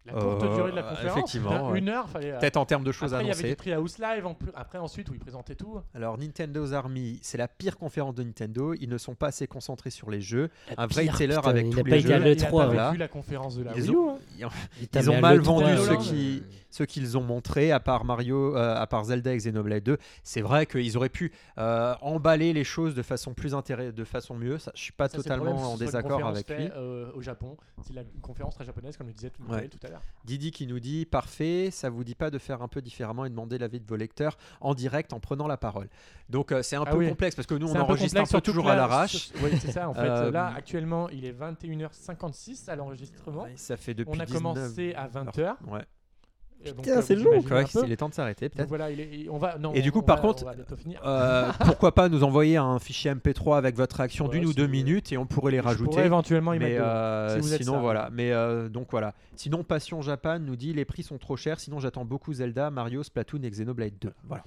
Speaker 1: La courte
Speaker 2: Euh,
Speaker 1: durée de la conférence,
Speaker 2: effectivement,
Speaker 1: putain,
Speaker 2: ouais.
Speaker 1: une heure, fallait. euh,
Speaker 2: Peut-être en termes de choses
Speaker 1: Après, il y avait
Speaker 2: annoncées.
Speaker 1: du Treehouse Live, en plus- après ensuite où ils présentaient tout.
Speaker 2: Alors, Nintendo's Army, c'est la pire conférence de Nintendo. Ils ne sont pas assez concentrés sur les jeux.
Speaker 3: La
Speaker 2: un vrai
Speaker 3: pire,
Speaker 2: trailer
Speaker 3: putain,
Speaker 2: avec
Speaker 3: il
Speaker 2: tous
Speaker 3: a
Speaker 2: les
Speaker 3: pas
Speaker 2: jeux.
Speaker 3: été à
Speaker 1: Il a
Speaker 3: l'E3,
Speaker 1: pas
Speaker 3: ouais.
Speaker 2: Voilà.
Speaker 1: vécu la conférence de la Wii
Speaker 2: Ils
Speaker 1: U. hein.
Speaker 2: Ils ont-
Speaker 3: Putain,
Speaker 2: ils ont
Speaker 3: mais à
Speaker 2: mal
Speaker 3: l'E3,
Speaker 2: vendu
Speaker 3: euh,
Speaker 2: ceux qui- ceux qu'ils ont montré à part Mario euh, à part Zelda et Xenoblade 2 c'est vrai qu'ils auraient pu euh, emballer les choses de façon plus intéressante de façon mieux ça, je suis pas
Speaker 1: Ça, c'est le
Speaker 2: totalement
Speaker 1: problème,
Speaker 2: en
Speaker 1: ce soit une
Speaker 2: désaccord
Speaker 1: conférence euh.
Speaker 2: avec
Speaker 1: faite,
Speaker 2: lui
Speaker 1: euh, au Japon, c'est la conférence très japonaise, comme le disait tout,
Speaker 2: Ouais.
Speaker 1: tout à
Speaker 4: galère.
Speaker 2: Didi qui nous dit parfait, ça vous dit pas de faire un peu différemment et demander l'avis de vos lecteurs en direct en prenant la parole. Donc euh, c'est un
Speaker 1: Ah
Speaker 2: peu
Speaker 1: oui.
Speaker 2: complexe parce que nous on
Speaker 1: C'est un peu
Speaker 2: enregistre
Speaker 1: complexe,
Speaker 2: un peu
Speaker 1: surtout
Speaker 2: toujours
Speaker 1: que
Speaker 2: à
Speaker 1: là,
Speaker 2: l'arrache.
Speaker 1: sur- Oui, c'est ça. En fait,
Speaker 2: Euh,
Speaker 1: là, actuellement, il est 21h56 à l'enregistrement.
Speaker 2: Ouais, ça fait depuis
Speaker 1: On a
Speaker 2: 19.
Speaker 1: commencé à 20h.
Speaker 2: Ouais.
Speaker 4: Putain,
Speaker 1: euh,
Speaker 4: c'est long,
Speaker 2: Donc ouais, il est temps de s'arrêter peut-être.
Speaker 1: voilà, il est- il- on va, non,
Speaker 2: Et du
Speaker 1: on-
Speaker 2: coup,
Speaker 1: on
Speaker 2: par
Speaker 1: va-
Speaker 2: contre,
Speaker 1: on va bientôt finir.
Speaker 2: Euh, pourquoi pas nous envoyer un fichier MP3 avec votre réaction
Speaker 1: Ouais,
Speaker 2: d'une ou
Speaker 1: si
Speaker 2: deux
Speaker 1: vous-
Speaker 2: minutes et on pourrait les
Speaker 1: Je pourrais
Speaker 2: rajouter.
Speaker 1: éventuellement y
Speaker 2: Mais
Speaker 1: mettre. dedans.
Speaker 2: euh,
Speaker 1: si vous êtes
Speaker 2: sinon
Speaker 1: ça.
Speaker 2: voilà. Mais euh, donc voilà. Sinon Passion Japan nous dit les prix sont trop chers. Sinon j'attends beaucoup Zelda, Mario, Splatoon et Xenoblade 2. Voilà.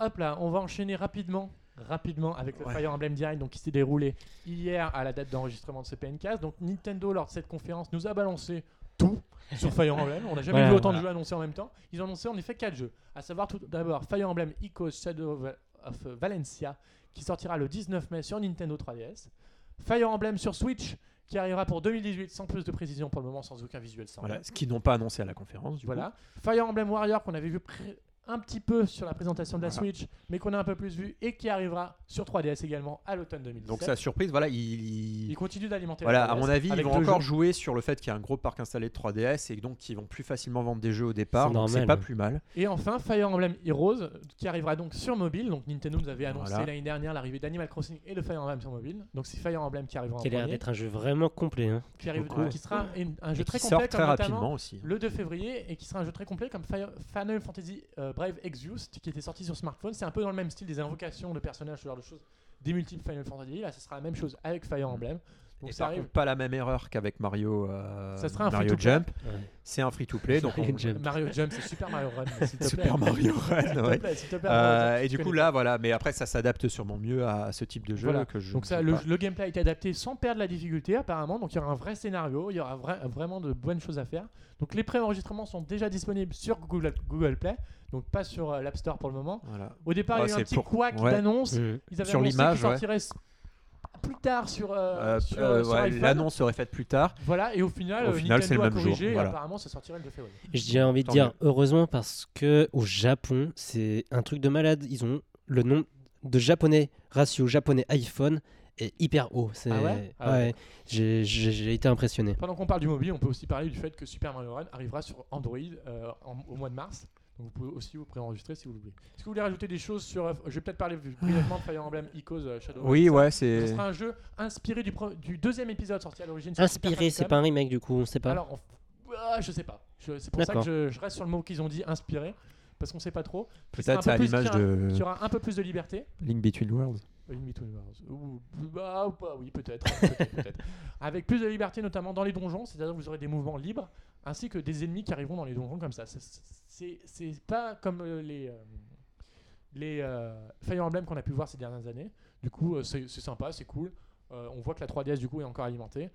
Speaker 1: Hop là, on va enchaîner rapidement, rapidement avec le
Speaker 2: Mm. Ouais.
Speaker 1: Fire Emblem Direct donc, qui s'est déroulé hier à la date d'enregistrement de ce PNcast. Donc Nintendo, lors de cette conférence, nous a balancé tout sur Fire Emblem. On n'a jamais
Speaker 3: Voilà,
Speaker 1: vu autant de
Speaker 3: voilà.
Speaker 1: jeux annoncés en même temps. Ils ont annoncé en effet 4 jeux, à savoir tout d'abord Fire Emblem Icos Shadow of- of Valencia qui sortira le 19 mai sur Nintendo 3DS. Fire Emblem sur Switch qui arrivera pour 2018 sans plus de précision pour le moment, sans aucun visuel sans
Speaker 2: Voilà. Ce qu'ils n'ont pas annoncé à la conférence. Du
Speaker 1: voilà. Fire Emblem Warrior qu'on avait vu pré- un petit peu sur la présentation de la
Speaker 2: Voilà.
Speaker 1: Switch, mais qu'on a un peu plus vu et qui arrivera sur 3DS également à l'automne 2017.
Speaker 2: coup. Donc sa surprise voilà il-
Speaker 1: il continue d'alimenter. la
Speaker 2: Voilà,
Speaker 1: 3DS
Speaker 2: à mon avis, ils
Speaker 1: avec
Speaker 2: vont
Speaker 1: deux
Speaker 2: encore
Speaker 1: jeux.
Speaker 2: jouer sur le fait qu'il y a un gros parc installé de 3DS et donc ils vont plus facilement vendre des jeux au départ.
Speaker 3: C'est
Speaker 2: donc C'est
Speaker 3: normal,
Speaker 2: pas
Speaker 3: ouais.
Speaker 2: plus mal.
Speaker 1: Et enfin, Fire Emblem Heroes euh, qui arrivera donc sur mobile. Donc Nintendo nous avait annoncé
Speaker 2: Voilà.
Speaker 1: l'année dernière l'arrivée d'Animal Crossing et de Fire Emblem sur mobile. Donc c'est Fire Emblem qui arrivera en
Speaker 3: Qui a l'air
Speaker 1: premier,
Speaker 3: d'être un jeu vraiment complet. hein.
Speaker 1: qui, arrive,
Speaker 2: beaucoup, ouais.
Speaker 1: qui sera une- un
Speaker 2: Et
Speaker 1: jeu
Speaker 2: qui
Speaker 1: très
Speaker 2: sort
Speaker 1: complet,
Speaker 2: très
Speaker 1: comme notamment Mmh.
Speaker 2: rapidement aussi.
Speaker 1: le 2 février et qui sera un jeu très complet comme Fire- Final Fantasy euh, Brave Exvius qui était sorti sur smartphone. C'est un peu dans le même style des invocations de personnages, ce genre de choses, des multiples Final Fantasy. Là, ce sera la même chose avec Fire Emblem. Donc
Speaker 2: Mmh. Et
Speaker 1: ça
Speaker 2: par
Speaker 1: arrive.
Speaker 2: contre, pas la même erreur qu'avec Mario, euh,
Speaker 1: Ça sera un
Speaker 2: Mario
Speaker 1: free-to-play.
Speaker 2: Jump.
Speaker 3: Ouais.
Speaker 2: C'est un free-to-play. donc
Speaker 3: Mario
Speaker 2: on-
Speaker 3: Jump.
Speaker 1: Mario Jump, c'est Super Mario Run. mais S'il te plaît.
Speaker 2: Super Mario Run.
Speaker 1: S'il te
Speaker 2: ouais.
Speaker 1: plaît, s'il te plaît, Mario Jump,
Speaker 2: Euh, et
Speaker 1: tu
Speaker 2: du coup,
Speaker 1: connais.
Speaker 2: là, voilà. Mais après, ça s'adapte sûrement mieux à ce type de jeu
Speaker 1: Voilà.
Speaker 2: que Euh, je.
Speaker 1: Donc
Speaker 2: ne
Speaker 1: ça,
Speaker 2: sais
Speaker 1: le,
Speaker 2: pas.
Speaker 1: le gameplay a été adapté sans perdre la difficulté apparemment, donc il y aura un vrai scénario, il y aura vra- vraiment de bonnes choses à faire. Donc les pré-enregistrements sont déjà disponibles sur Google, Google Play, donc pas sur euh, l'App Store pour le moment.
Speaker 2: Voilà.
Speaker 1: Au départ,
Speaker 2: Ouais,
Speaker 1: il y a eu un
Speaker 2: c'est
Speaker 1: petit
Speaker 2: pour-
Speaker 1: couac
Speaker 2: ouais.
Speaker 1: d'annonce,
Speaker 3: Mhm.
Speaker 1: Ils avaient
Speaker 2: Sur
Speaker 1: annoncé
Speaker 2: l'image,
Speaker 1: qu'ils sortiraient s- plus tard sur, euh,
Speaker 2: Euh,
Speaker 1: sur,
Speaker 2: euh,
Speaker 1: sur
Speaker 2: ouais,
Speaker 1: iPhone.
Speaker 2: L'annonce serait faite plus tard.
Speaker 1: Voilà, et au final,
Speaker 2: Au
Speaker 1: euh,
Speaker 2: final, c'est le
Speaker 1: Nintendo a
Speaker 2: même jour,
Speaker 1: corrigé et
Speaker 2: voilà.
Speaker 1: apparemment ça sortirait le 2 février.
Speaker 3: J'ai envie de
Speaker 2: Tant
Speaker 3: dire
Speaker 2: mieux.
Speaker 3: heureusement parce que au Japon, c'est un truc de malade. Ils ont le nombre de japonais ratio japonais iPhone est hyper haut. C'est-
Speaker 1: Ah ouais Ah ouais.
Speaker 3: J'ai- J'ai j'ai été impressionné.
Speaker 1: Pendant qu'on parle du mobile, on peut aussi parler du fait que Super Mario Run arrivera sur Android euh, en- au mois de mars. Donc vous pouvez aussi vous préenregistrer si vous le voulez. Est-ce que vous voulez rajouter des choses sur... euh, je vais peut-être parler brièvement de Fire Emblem Icos euh, Shadow. of
Speaker 2: Oui,
Speaker 1: Mordor.
Speaker 2: ouais,
Speaker 1: Ce
Speaker 2: c'est.
Speaker 1: sera un jeu inspiré du, pre- du deuxième épisode sorti à l'origine. sur Super
Speaker 3: Inspiré, c'est
Speaker 1: Famicom.
Speaker 3: pas un remake du coup, on sait pas.
Speaker 1: Alors, on- Ah, je sais pas. Je- C'est pour ça que
Speaker 3: D'accord.
Speaker 1: je, je reste sur le mot qu'ils ont dit, inspiré, parce qu'on sait pas trop. c'est
Speaker 2: Peut-être c'est
Speaker 1: un
Speaker 2: à
Speaker 1: peu plus
Speaker 2: l'image
Speaker 1: qu'un-
Speaker 2: de
Speaker 1: Qu'il y aura un peu plus de liberté.
Speaker 2: Link Between Worlds.
Speaker 1: In Between Worlds. Ou, bah, ou pas, oui, peut-être. peut-être, peut-être. Avec plus de liberté, notamment dans les donjons, c'est-à-dire que vous aurez des mouvements libres, ainsi que des ennemis qui arriveront dans les donjons comme ça. C'est- C'est c'est pas comme euh, les, euh, les euh, Fire Emblem qu'on a pu voir ces dernières années. Du coup, euh, c'est c'est sympa, c'est cool. Euh, on voit que la 3DS, du coup, est encore alimentée.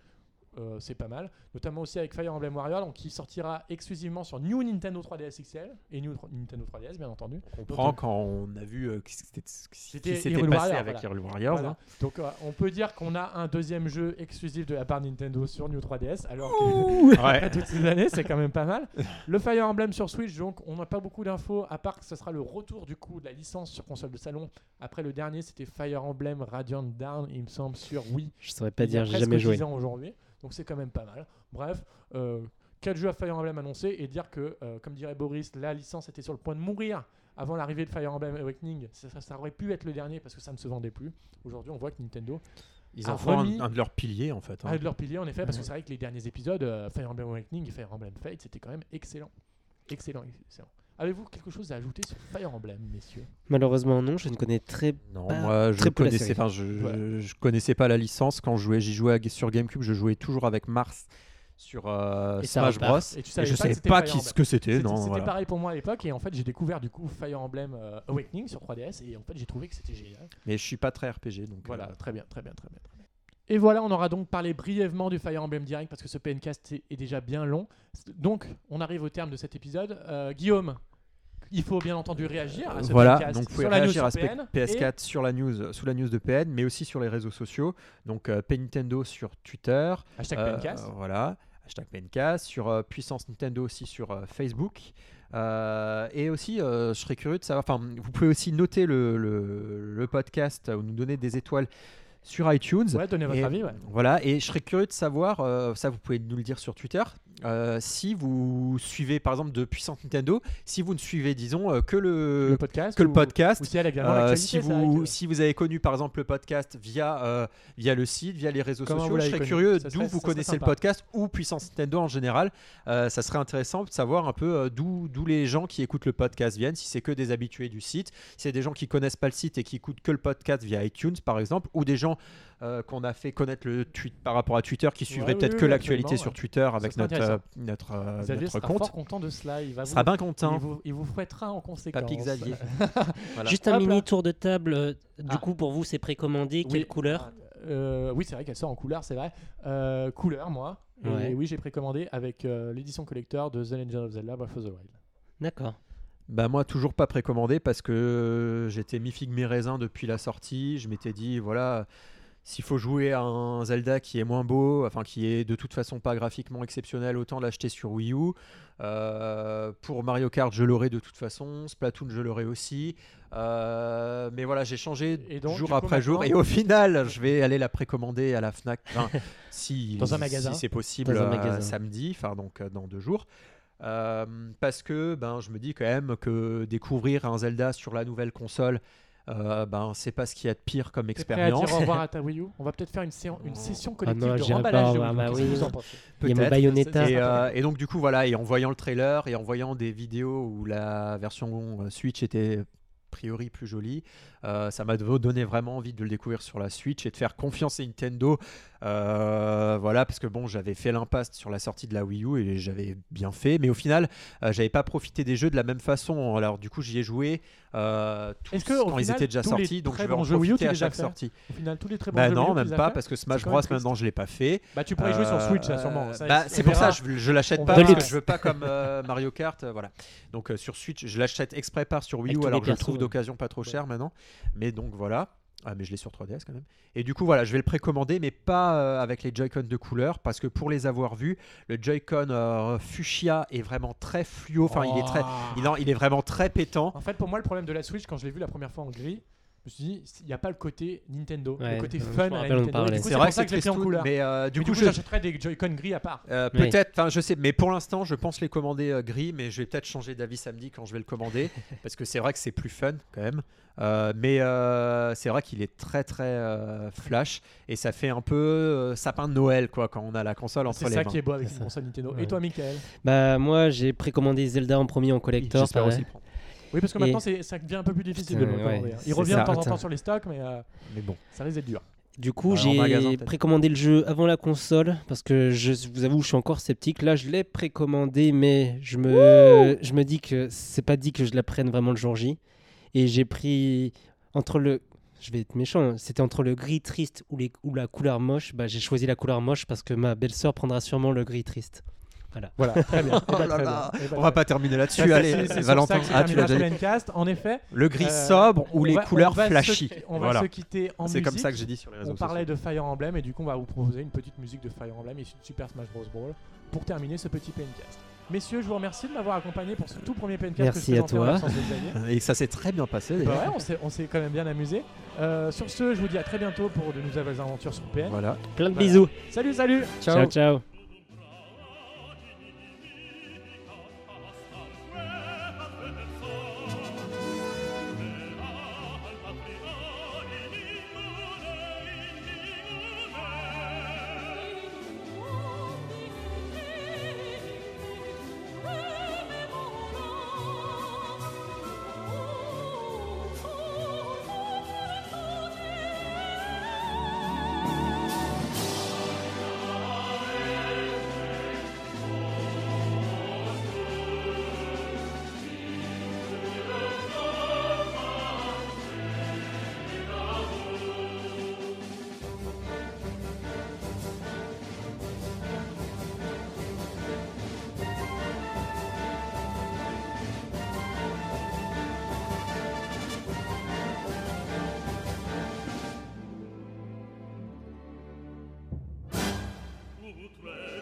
Speaker 1: Euh, c'est pas mal, notamment aussi avec Fire Emblem Warrior, donc qui sortira exclusivement sur New Nintendo 3DS XL et New Tro- Nintendo 3DS, bien entendu.
Speaker 2: On comprend quand on a vu euh, ce qui
Speaker 1: C'était
Speaker 2: s'était ce qui s'était
Speaker 1: Hyrule
Speaker 2: passé
Speaker 1: Warrior,
Speaker 2: avec
Speaker 1: voilà.
Speaker 2: Hyrule Warriors.
Speaker 1: Voilà.
Speaker 2: hein.
Speaker 1: Donc euh, on peut dire qu'on a un deuxième jeu exclusif de la part de Nintendo sur New 3DS, alors que
Speaker 2: Ouais.
Speaker 1: toutes ces années, c'est quand même pas mal. Le Fire Emblem sur Switch, donc on n'a pas beaucoup d'infos, à part que ce sera le retour du coup de la licence sur console de salon. Après le dernier, c'était Fire Emblem Radiant Down, il me semble, sur Wii.
Speaker 3: Je saurais pas
Speaker 1: Il y a
Speaker 3: dire, j'ai
Speaker 1: presque
Speaker 3: jamais joué.
Speaker 1: 10 ans aujourd'hui, donc c'est quand même pas mal. Bref, euh, 4 jeux à Fire Emblem annoncés et dire que, euh, comme dirait Boris, la licence était sur le point de mourir avant l'arrivée de Fire Emblem Awakening. Ça, ça- ça aurait pu être le dernier parce que ça ne se vendait plus. Aujourd'hui, on voit que Nintendo
Speaker 2: Ils
Speaker 1: a
Speaker 2: en font
Speaker 1: remis-
Speaker 2: un, un de leurs piliers en fait. hein.
Speaker 1: a de leurs piliers en effet, parce que c'est vrai que les derniers épisodes, euh, Fire Emblem Awakening et Fire Emblem Fate, c'était quand même excellent. Excellent, excellent. Avez-vous quelque chose à ajouter sur Fire Emblem, messieurs
Speaker 3: Malheureusement non, je ne connais très.
Speaker 2: Non,
Speaker 1: Ah,
Speaker 3: pas
Speaker 2: moi je
Speaker 3: très peu la
Speaker 2: connaissais,
Speaker 3: série.
Speaker 2: enfin, je, je-
Speaker 1: Voilà.
Speaker 2: je connaissais pas la licence quand je jouais. J'y jouais à- sur GameCube, je jouais toujours avec Mars sur euh,
Speaker 3: Et ça
Speaker 2: Smash Bros.
Speaker 3: repart.
Speaker 1: Et tu
Speaker 2: Et
Speaker 1: savais
Speaker 2: je
Speaker 1: pas que
Speaker 2: savais
Speaker 1: c'était
Speaker 2: pas
Speaker 1: Fire
Speaker 2: qui,
Speaker 1: Emblem.
Speaker 2: ce que c'était.
Speaker 1: C'était
Speaker 2: Eh Non,
Speaker 1: c'était
Speaker 2: voilà.
Speaker 1: pareil pour moi à l'époque, et en fait j'ai découvert du coup Fire Emblem euh, Awakening sur 3DS, et en fait j'ai trouvé que c'était génial.
Speaker 2: Mais je suis pas très RPG, donc
Speaker 1: Voilà,
Speaker 2: euh,
Speaker 1: très bien, très bien, très bien. très bien. Et voilà, on aura donc parlé brièvement du Fire Emblem Direct parce que ce PNcast est- est déjà bien long. Donc, on arrive au terme de cet épisode. Euh, Guillaume, il faut bien entendu réagir à ce
Speaker 2: Euh, voilà.
Speaker 1: PNcast
Speaker 2: Donc vous pouvez
Speaker 1: Ah, sur la news
Speaker 2: réagir à
Speaker 1: sur
Speaker 2: ce
Speaker 1: PN,
Speaker 2: PS4 sur la news, euh, sous la news de PN, mais aussi sur les réseaux sociaux. Donc euh, Nintendo sur Twitter.
Speaker 1: et Hashtag
Speaker 2: Euh,
Speaker 1: PNcast.
Speaker 2: Voilà. Hashtag PNcast, sur euh, Puissance Nintendo aussi sur euh, Facebook. Euh, et aussi, euh, je serais curieux de savoir, enfin, vous pouvez aussi noter le, le- le podcast euh, ou nous donner des étoiles sur iTunes.
Speaker 1: Ouais, donnez votre
Speaker 2: Et-
Speaker 1: avis. ouais.
Speaker 2: Voilà, et je serais curieux de savoir, euh, ça vous pouvez nous le dire sur Twitter, euh, si vous suivez, par exemple, de puissance Nintendo, si vous ne suivez, disons, euh, que le,
Speaker 1: Le podcast
Speaker 2: que le
Speaker 1: ou-
Speaker 2: podcast,
Speaker 1: ou si elle a également
Speaker 2: euh,
Speaker 1: l'actualité,
Speaker 2: si,
Speaker 1: ça, avec,
Speaker 2: vous,
Speaker 1: euh,
Speaker 2: si vous avez connu par exemple le podcast via, euh, via le site, via les réseaux
Speaker 1: Comment vous
Speaker 2: sociaux, je
Speaker 1: l'avez
Speaker 2: serais
Speaker 1: connu
Speaker 2: curieux
Speaker 1: Ça
Speaker 2: d'où
Speaker 1: serait-
Speaker 2: vous
Speaker 1: ça serait
Speaker 2: connaissez le
Speaker 1: sympa.
Speaker 2: podcast ou Puissance Nintendo en général. Euh, ça serait intéressant de savoir un peu euh, d'où d'où les gens qui écoutent le podcast viennent, si c'est que des habitués du site, si c'est des gens qui connaissent pas le site et qui écoutent que le podcast via iTunes par exemple, ou des gens euh, qu'on a fait connaître le tweet par rapport à Twitter qui suivraient
Speaker 1: oui,
Speaker 2: peut-être
Speaker 1: oui,
Speaker 2: que
Speaker 1: oui,
Speaker 2: l'actualité
Speaker 1: absolument,
Speaker 2: sur
Speaker 1: ouais.
Speaker 2: Twitter avec
Speaker 1: serait
Speaker 2: notre, euh,
Speaker 1: intéressant.
Speaker 2: notre, euh,
Speaker 1: Xavier
Speaker 2: notre
Speaker 1: sera
Speaker 2: compte.
Speaker 1: fort content de cela. Il va
Speaker 2: Il
Speaker 1: vous,
Speaker 2: sera bien hein.
Speaker 1: il
Speaker 2: content,
Speaker 1: vous, il vous fouettera en conséquence.
Speaker 2: papy Xavier. Voilà.
Speaker 5: Juste un
Speaker 1: Hop là.
Speaker 5: mini tour de table. euh, Du
Speaker 2: Ah.
Speaker 5: coup, pour vous, c'est précommandé. Quelle
Speaker 1: Oui.
Speaker 5: couleur
Speaker 1: Euh, oui, c'est vrai qu'elle sort en couleur, c'est vrai. Euh, couleur, moi. Et
Speaker 5: Ouais.
Speaker 1: oui, j'ai précommandé avec euh, l'édition collector de The Legend of Zelda Breath of the Wild.
Speaker 5: D'accord.
Speaker 2: Bah moi toujours pas précommandé parce que euh, j'étais mi figue mi raisin depuis la sortie. Je m'étais dit voilà s'il faut jouer à un Zelda qui est moins beau, enfin qui est de toute façon pas graphiquement exceptionnel, autant l'acheter sur Wii U. Euh, pour Mario Kart je l'aurai de toute façon, Splatoon je l'aurai aussi. Euh, mais voilà j'ai changé
Speaker 1: Et donc, du
Speaker 2: jour
Speaker 1: coup,
Speaker 2: après jour et
Speaker 1: maintenant-
Speaker 2: au final je vais aller la précommander à la Fnac, enfin, si
Speaker 1: Dans un magasin.
Speaker 2: si c'est possible
Speaker 3: Dans un
Speaker 2: euh,
Speaker 3: magasin.
Speaker 2: samedi, enfin donc euh, dans deux jours. Euh, parce que ben, je me dis quand même que découvrir un Zelda sur la nouvelle console, euh, ben, c'est pas ce qu'il y a de pire comme
Speaker 1: T'es prêt à dire
Speaker 2: expérience.
Speaker 1: au revoir à ta Wii U On va peut-être faire une, séance- une
Speaker 2: Oh.
Speaker 1: session
Speaker 3: non,
Speaker 1: collective de
Speaker 3: j'irai pas
Speaker 1: remballage
Speaker 3: au
Speaker 1: de
Speaker 3: revoir à ma
Speaker 2: bah
Speaker 1: Wii U. Qu'est-ce que
Speaker 3: Wii U.
Speaker 1: vous en pensez
Speaker 3: Il y a mon
Speaker 2: Peut-être.
Speaker 3: Bayonetta.
Speaker 2: Et, euh, et donc du coup voilà, et en voyant le trailer et en voyant des vidéos où la version euh, Switch était a priori plus jolie, euh, ça m'a do- donné vraiment envie de le découvrir sur la Switch et de faire confiance à Nintendo. Euh, voilà, parce que bon, j'avais fait l'impasse sur la sortie de la Wii U et j'avais bien fait, mais au final, euh, j'avais pas profité des jeux de la même façon. Alors du coup, j'y ai joué euh, tous
Speaker 1: Est-ce que, au
Speaker 2: quand ils
Speaker 1: final,
Speaker 2: étaient déjà
Speaker 1: tous les
Speaker 2: sortis, donc
Speaker 1: très
Speaker 2: je vais en
Speaker 1: bons jeux Wii U, tu
Speaker 2: profiter à
Speaker 1: les as
Speaker 2: chaque
Speaker 1: fait
Speaker 2: sortie.
Speaker 1: Au final, tous les très bons
Speaker 2: Bah
Speaker 1: jeux Wii U,
Speaker 2: non,
Speaker 1: tu
Speaker 2: même
Speaker 1: les as
Speaker 2: pas,
Speaker 1: fait
Speaker 2: parce que
Speaker 1: C'est
Speaker 2: Smash
Speaker 1: quand
Speaker 2: Bros,
Speaker 1: même triste.
Speaker 2: maintenant, je l'ai pas fait.
Speaker 1: Bah, tu pourrais jouer sur
Speaker 2: Euh,
Speaker 1: Switch, là, sûrement. Ça,
Speaker 2: bah,
Speaker 1: on
Speaker 2: c'est pour
Speaker 1: verra.
Speaker 2: ça, je, je l'achète
Speaker 1: On
Speaker 2: pas
Speaker 5: verra.
Speaker 2: parce que
Speaker 5: Deluxe.
Speaker 2: je veux pas comme euh, Mario Kart, euh, voilà. Donc euh, sur Switch, je l'achète exprès par sur Wii
Speaker 5: Avec
Speaker 2: U,
Speaker 5: tous
Speaker 2: alors
Speaker 5: les
Speaker 2: que je le
Speaker 5: persos,
Speaker 2: trouve
Speaker 5: ouais.
Speaker 2: d'occasion pas trop cher maintenant. Mais donc voilà. Ah, mais je l'ai sur 3DS quand même. Et du coup, voilà, je vais le précommander, mais pas euh, avec les Joy-Con de couleur, parce que pour les avoir vus, le Joy-Con euh, fuchsia est vraiment très fluo. Enfin, il est très,
Speaker 1: Oh.
Speaker 2: il, en- il est vraiment très pétant.
Speaker 1: En fait, pour moi, le problème de la Switch, quand je l'ai vu la première fois en gris, je me suis dit, il n'y a pas le côté Nintendo,
Speaker 3: Ouais,
Speaker 1: le côté
Speaker 3: je
Speaker 1: fun
Speaker 3: me
Speaker 1: à
Speaker 3: rappelle,
Speaker 1: la
Speaker 3: on
Speaker 1: Nintendo.
Speaker 3: parlait.
Speaker 1: Du coup,
Speaker 2: C'est
Speaker 1: c'est
Speaker 2: vrai
Speaker 1: pour
Speaker 2: que
Speaker 1: ça
Speaker 2: c'est
Speaker 1: que je l'ai fait en
Speaker 2: tristoun,
Speaker 1: couleur.
Speaker 2: mais euh, du
Speaker 1: Mais
Speaker 2: coup, je,
Speaker 1: j'achèterais des Joy-Con gris à part.
Speaker 2: Euh,
Speaker 3: Oui.
Speaker 2: Peut-être, enfin je sais, mais pour l'instant je pense les commander euh, gris, mais je vais peut-être changer d'avis samedi quand je vais le commander, parce que c'est vrai que c'est plus fun quand même. Euh, mais euh, c'est vrai qu'il est très très euh, flash et ça fait un peu euh, sapin de Noël quoi quand on a la console entre
Speaker 1: C'est
Speaker 2: les
Speaker 1: ça
Speaker 2: mains.
Speaker 1: qui est beau avec
Speaker 3: C'est
Speaker 1: une
Speaker 3: ça.
Speaker 1: console Nintendo. Et
Speaker 3: Ouais.
Speaker 1: toi, Michael
Speaker 3: Bah, moi, j'ai précommandé Zelda en premier en collector.
Speaker 2: J'espère
Speaker 3: pareil.
Speaker 2: aussi le prendre.
Speaker 1: Oui, parce que
Speaker 3: Et-
Speaker 1: maintenant, c'est- ça devient un peu plus difficile
Speaker 2: Euh,
Speaker 1: de le
Speaker 3: Putain,
Speaker 1: commander. hein.
Speaker 3: ouais,
Speaker 1: Il
Speaker 3: c'est
Speaker 1: revient de
Speaker 3: ça.
Speaker 1: temps en temps
Speaker 3: Attends.
Speaker 1: sur les stocks, mais euh,
Speaker 2: Mais bon,
Speaker 1: ça risque d'être dur.
Speaker 3: Du coup,
Speaker 2: Ouais, Bah, en magasin,
Speaker 3: j'ai
Speaker 2: peut-être.
Speaker 3: précommandé le jeu avant la console parce que je vous avoue, je suis encore sceptique. Là, je l'ai précommandé, mais je me, je me dis que c'est pas dit que je la prenne vraiment le jour J. Et j'ai pris entre le, je vais être méchant, hein, c'était entre le gris triste ou, les, ou la couleur moche. Bah, j'ai choisi la couleur moche parce que ma belle-sœur prendra sûrement le gris triste.
Speaker 1: Voilà, très bien. Eh ben,
Speaker 2: Oh là
Speaker 1: très
Speaker 2: là,
Speaker 1: bien. Eh ben,
Speaker 2: on va
Speaker 1: très
Speaker 2: pas terminer
Speaker 1: bien.
Speaker 2: là-dessus.
Speaker 1: Ça,
Speaker 2: Allez,
Speaker 1: c'est- c'est sur ça
Speaker 2: Valentin,
Speaker 1: que se
Speaker 2: ah, tu l'as
Speaker 1: terminera
Speaker 2: déjà dit.
Speaker 1: ce Plancast. En effet,
Speaker 2: Le gris
Speaker 1: euh,
Speaker 2: sobre ou
Speaker 1: on
Speaker 2: les
Speaker 1: va- on
Speaker 2: couleurs
Speaker 1: va se-
Speaker 2: flashy.
Speaker 1: On va
Speaker 2: Voilà.
Speaker 1: se quitter en musique.
Speaker 2: C'est comme ça que j'ai dit sur les réseaux
Speaker 1: On parlait de Fire Emblem et du coup on va vous proposer une petite musique de Fire Emblem issue de Super Smash Bros. Brawl pour terminer ce petit PNcast. Messieurs, je vous remercie de m'avoir accompagné pour ce tout premier PNcast.
Speaker 3: Merci
Speaker 1: que je
Speaker 3: à
Speaker 1: présentais en
Speaker 3: toi.
Speaker 1: l'absence de Xavier.
Speaker 2: sociaux. Et ça s'est très bien passé.
Speaker 1: Bah
Speaker 2: d'ailleurs.
Speaker 1: ouais, on s'est- on s'est quand même bien amusé. Euh, sur ce, je vous dis à très bientôt pour de nouvelles aventures sur PN.
Speaker 2: Voilà.
Speaker 5: Plein de
Speaker 1: Voilà.
Speaker 5: bisous.
Speaker 1: Salut, salut
Speaker 3: ciao. ciao.
Speaker 6: Outre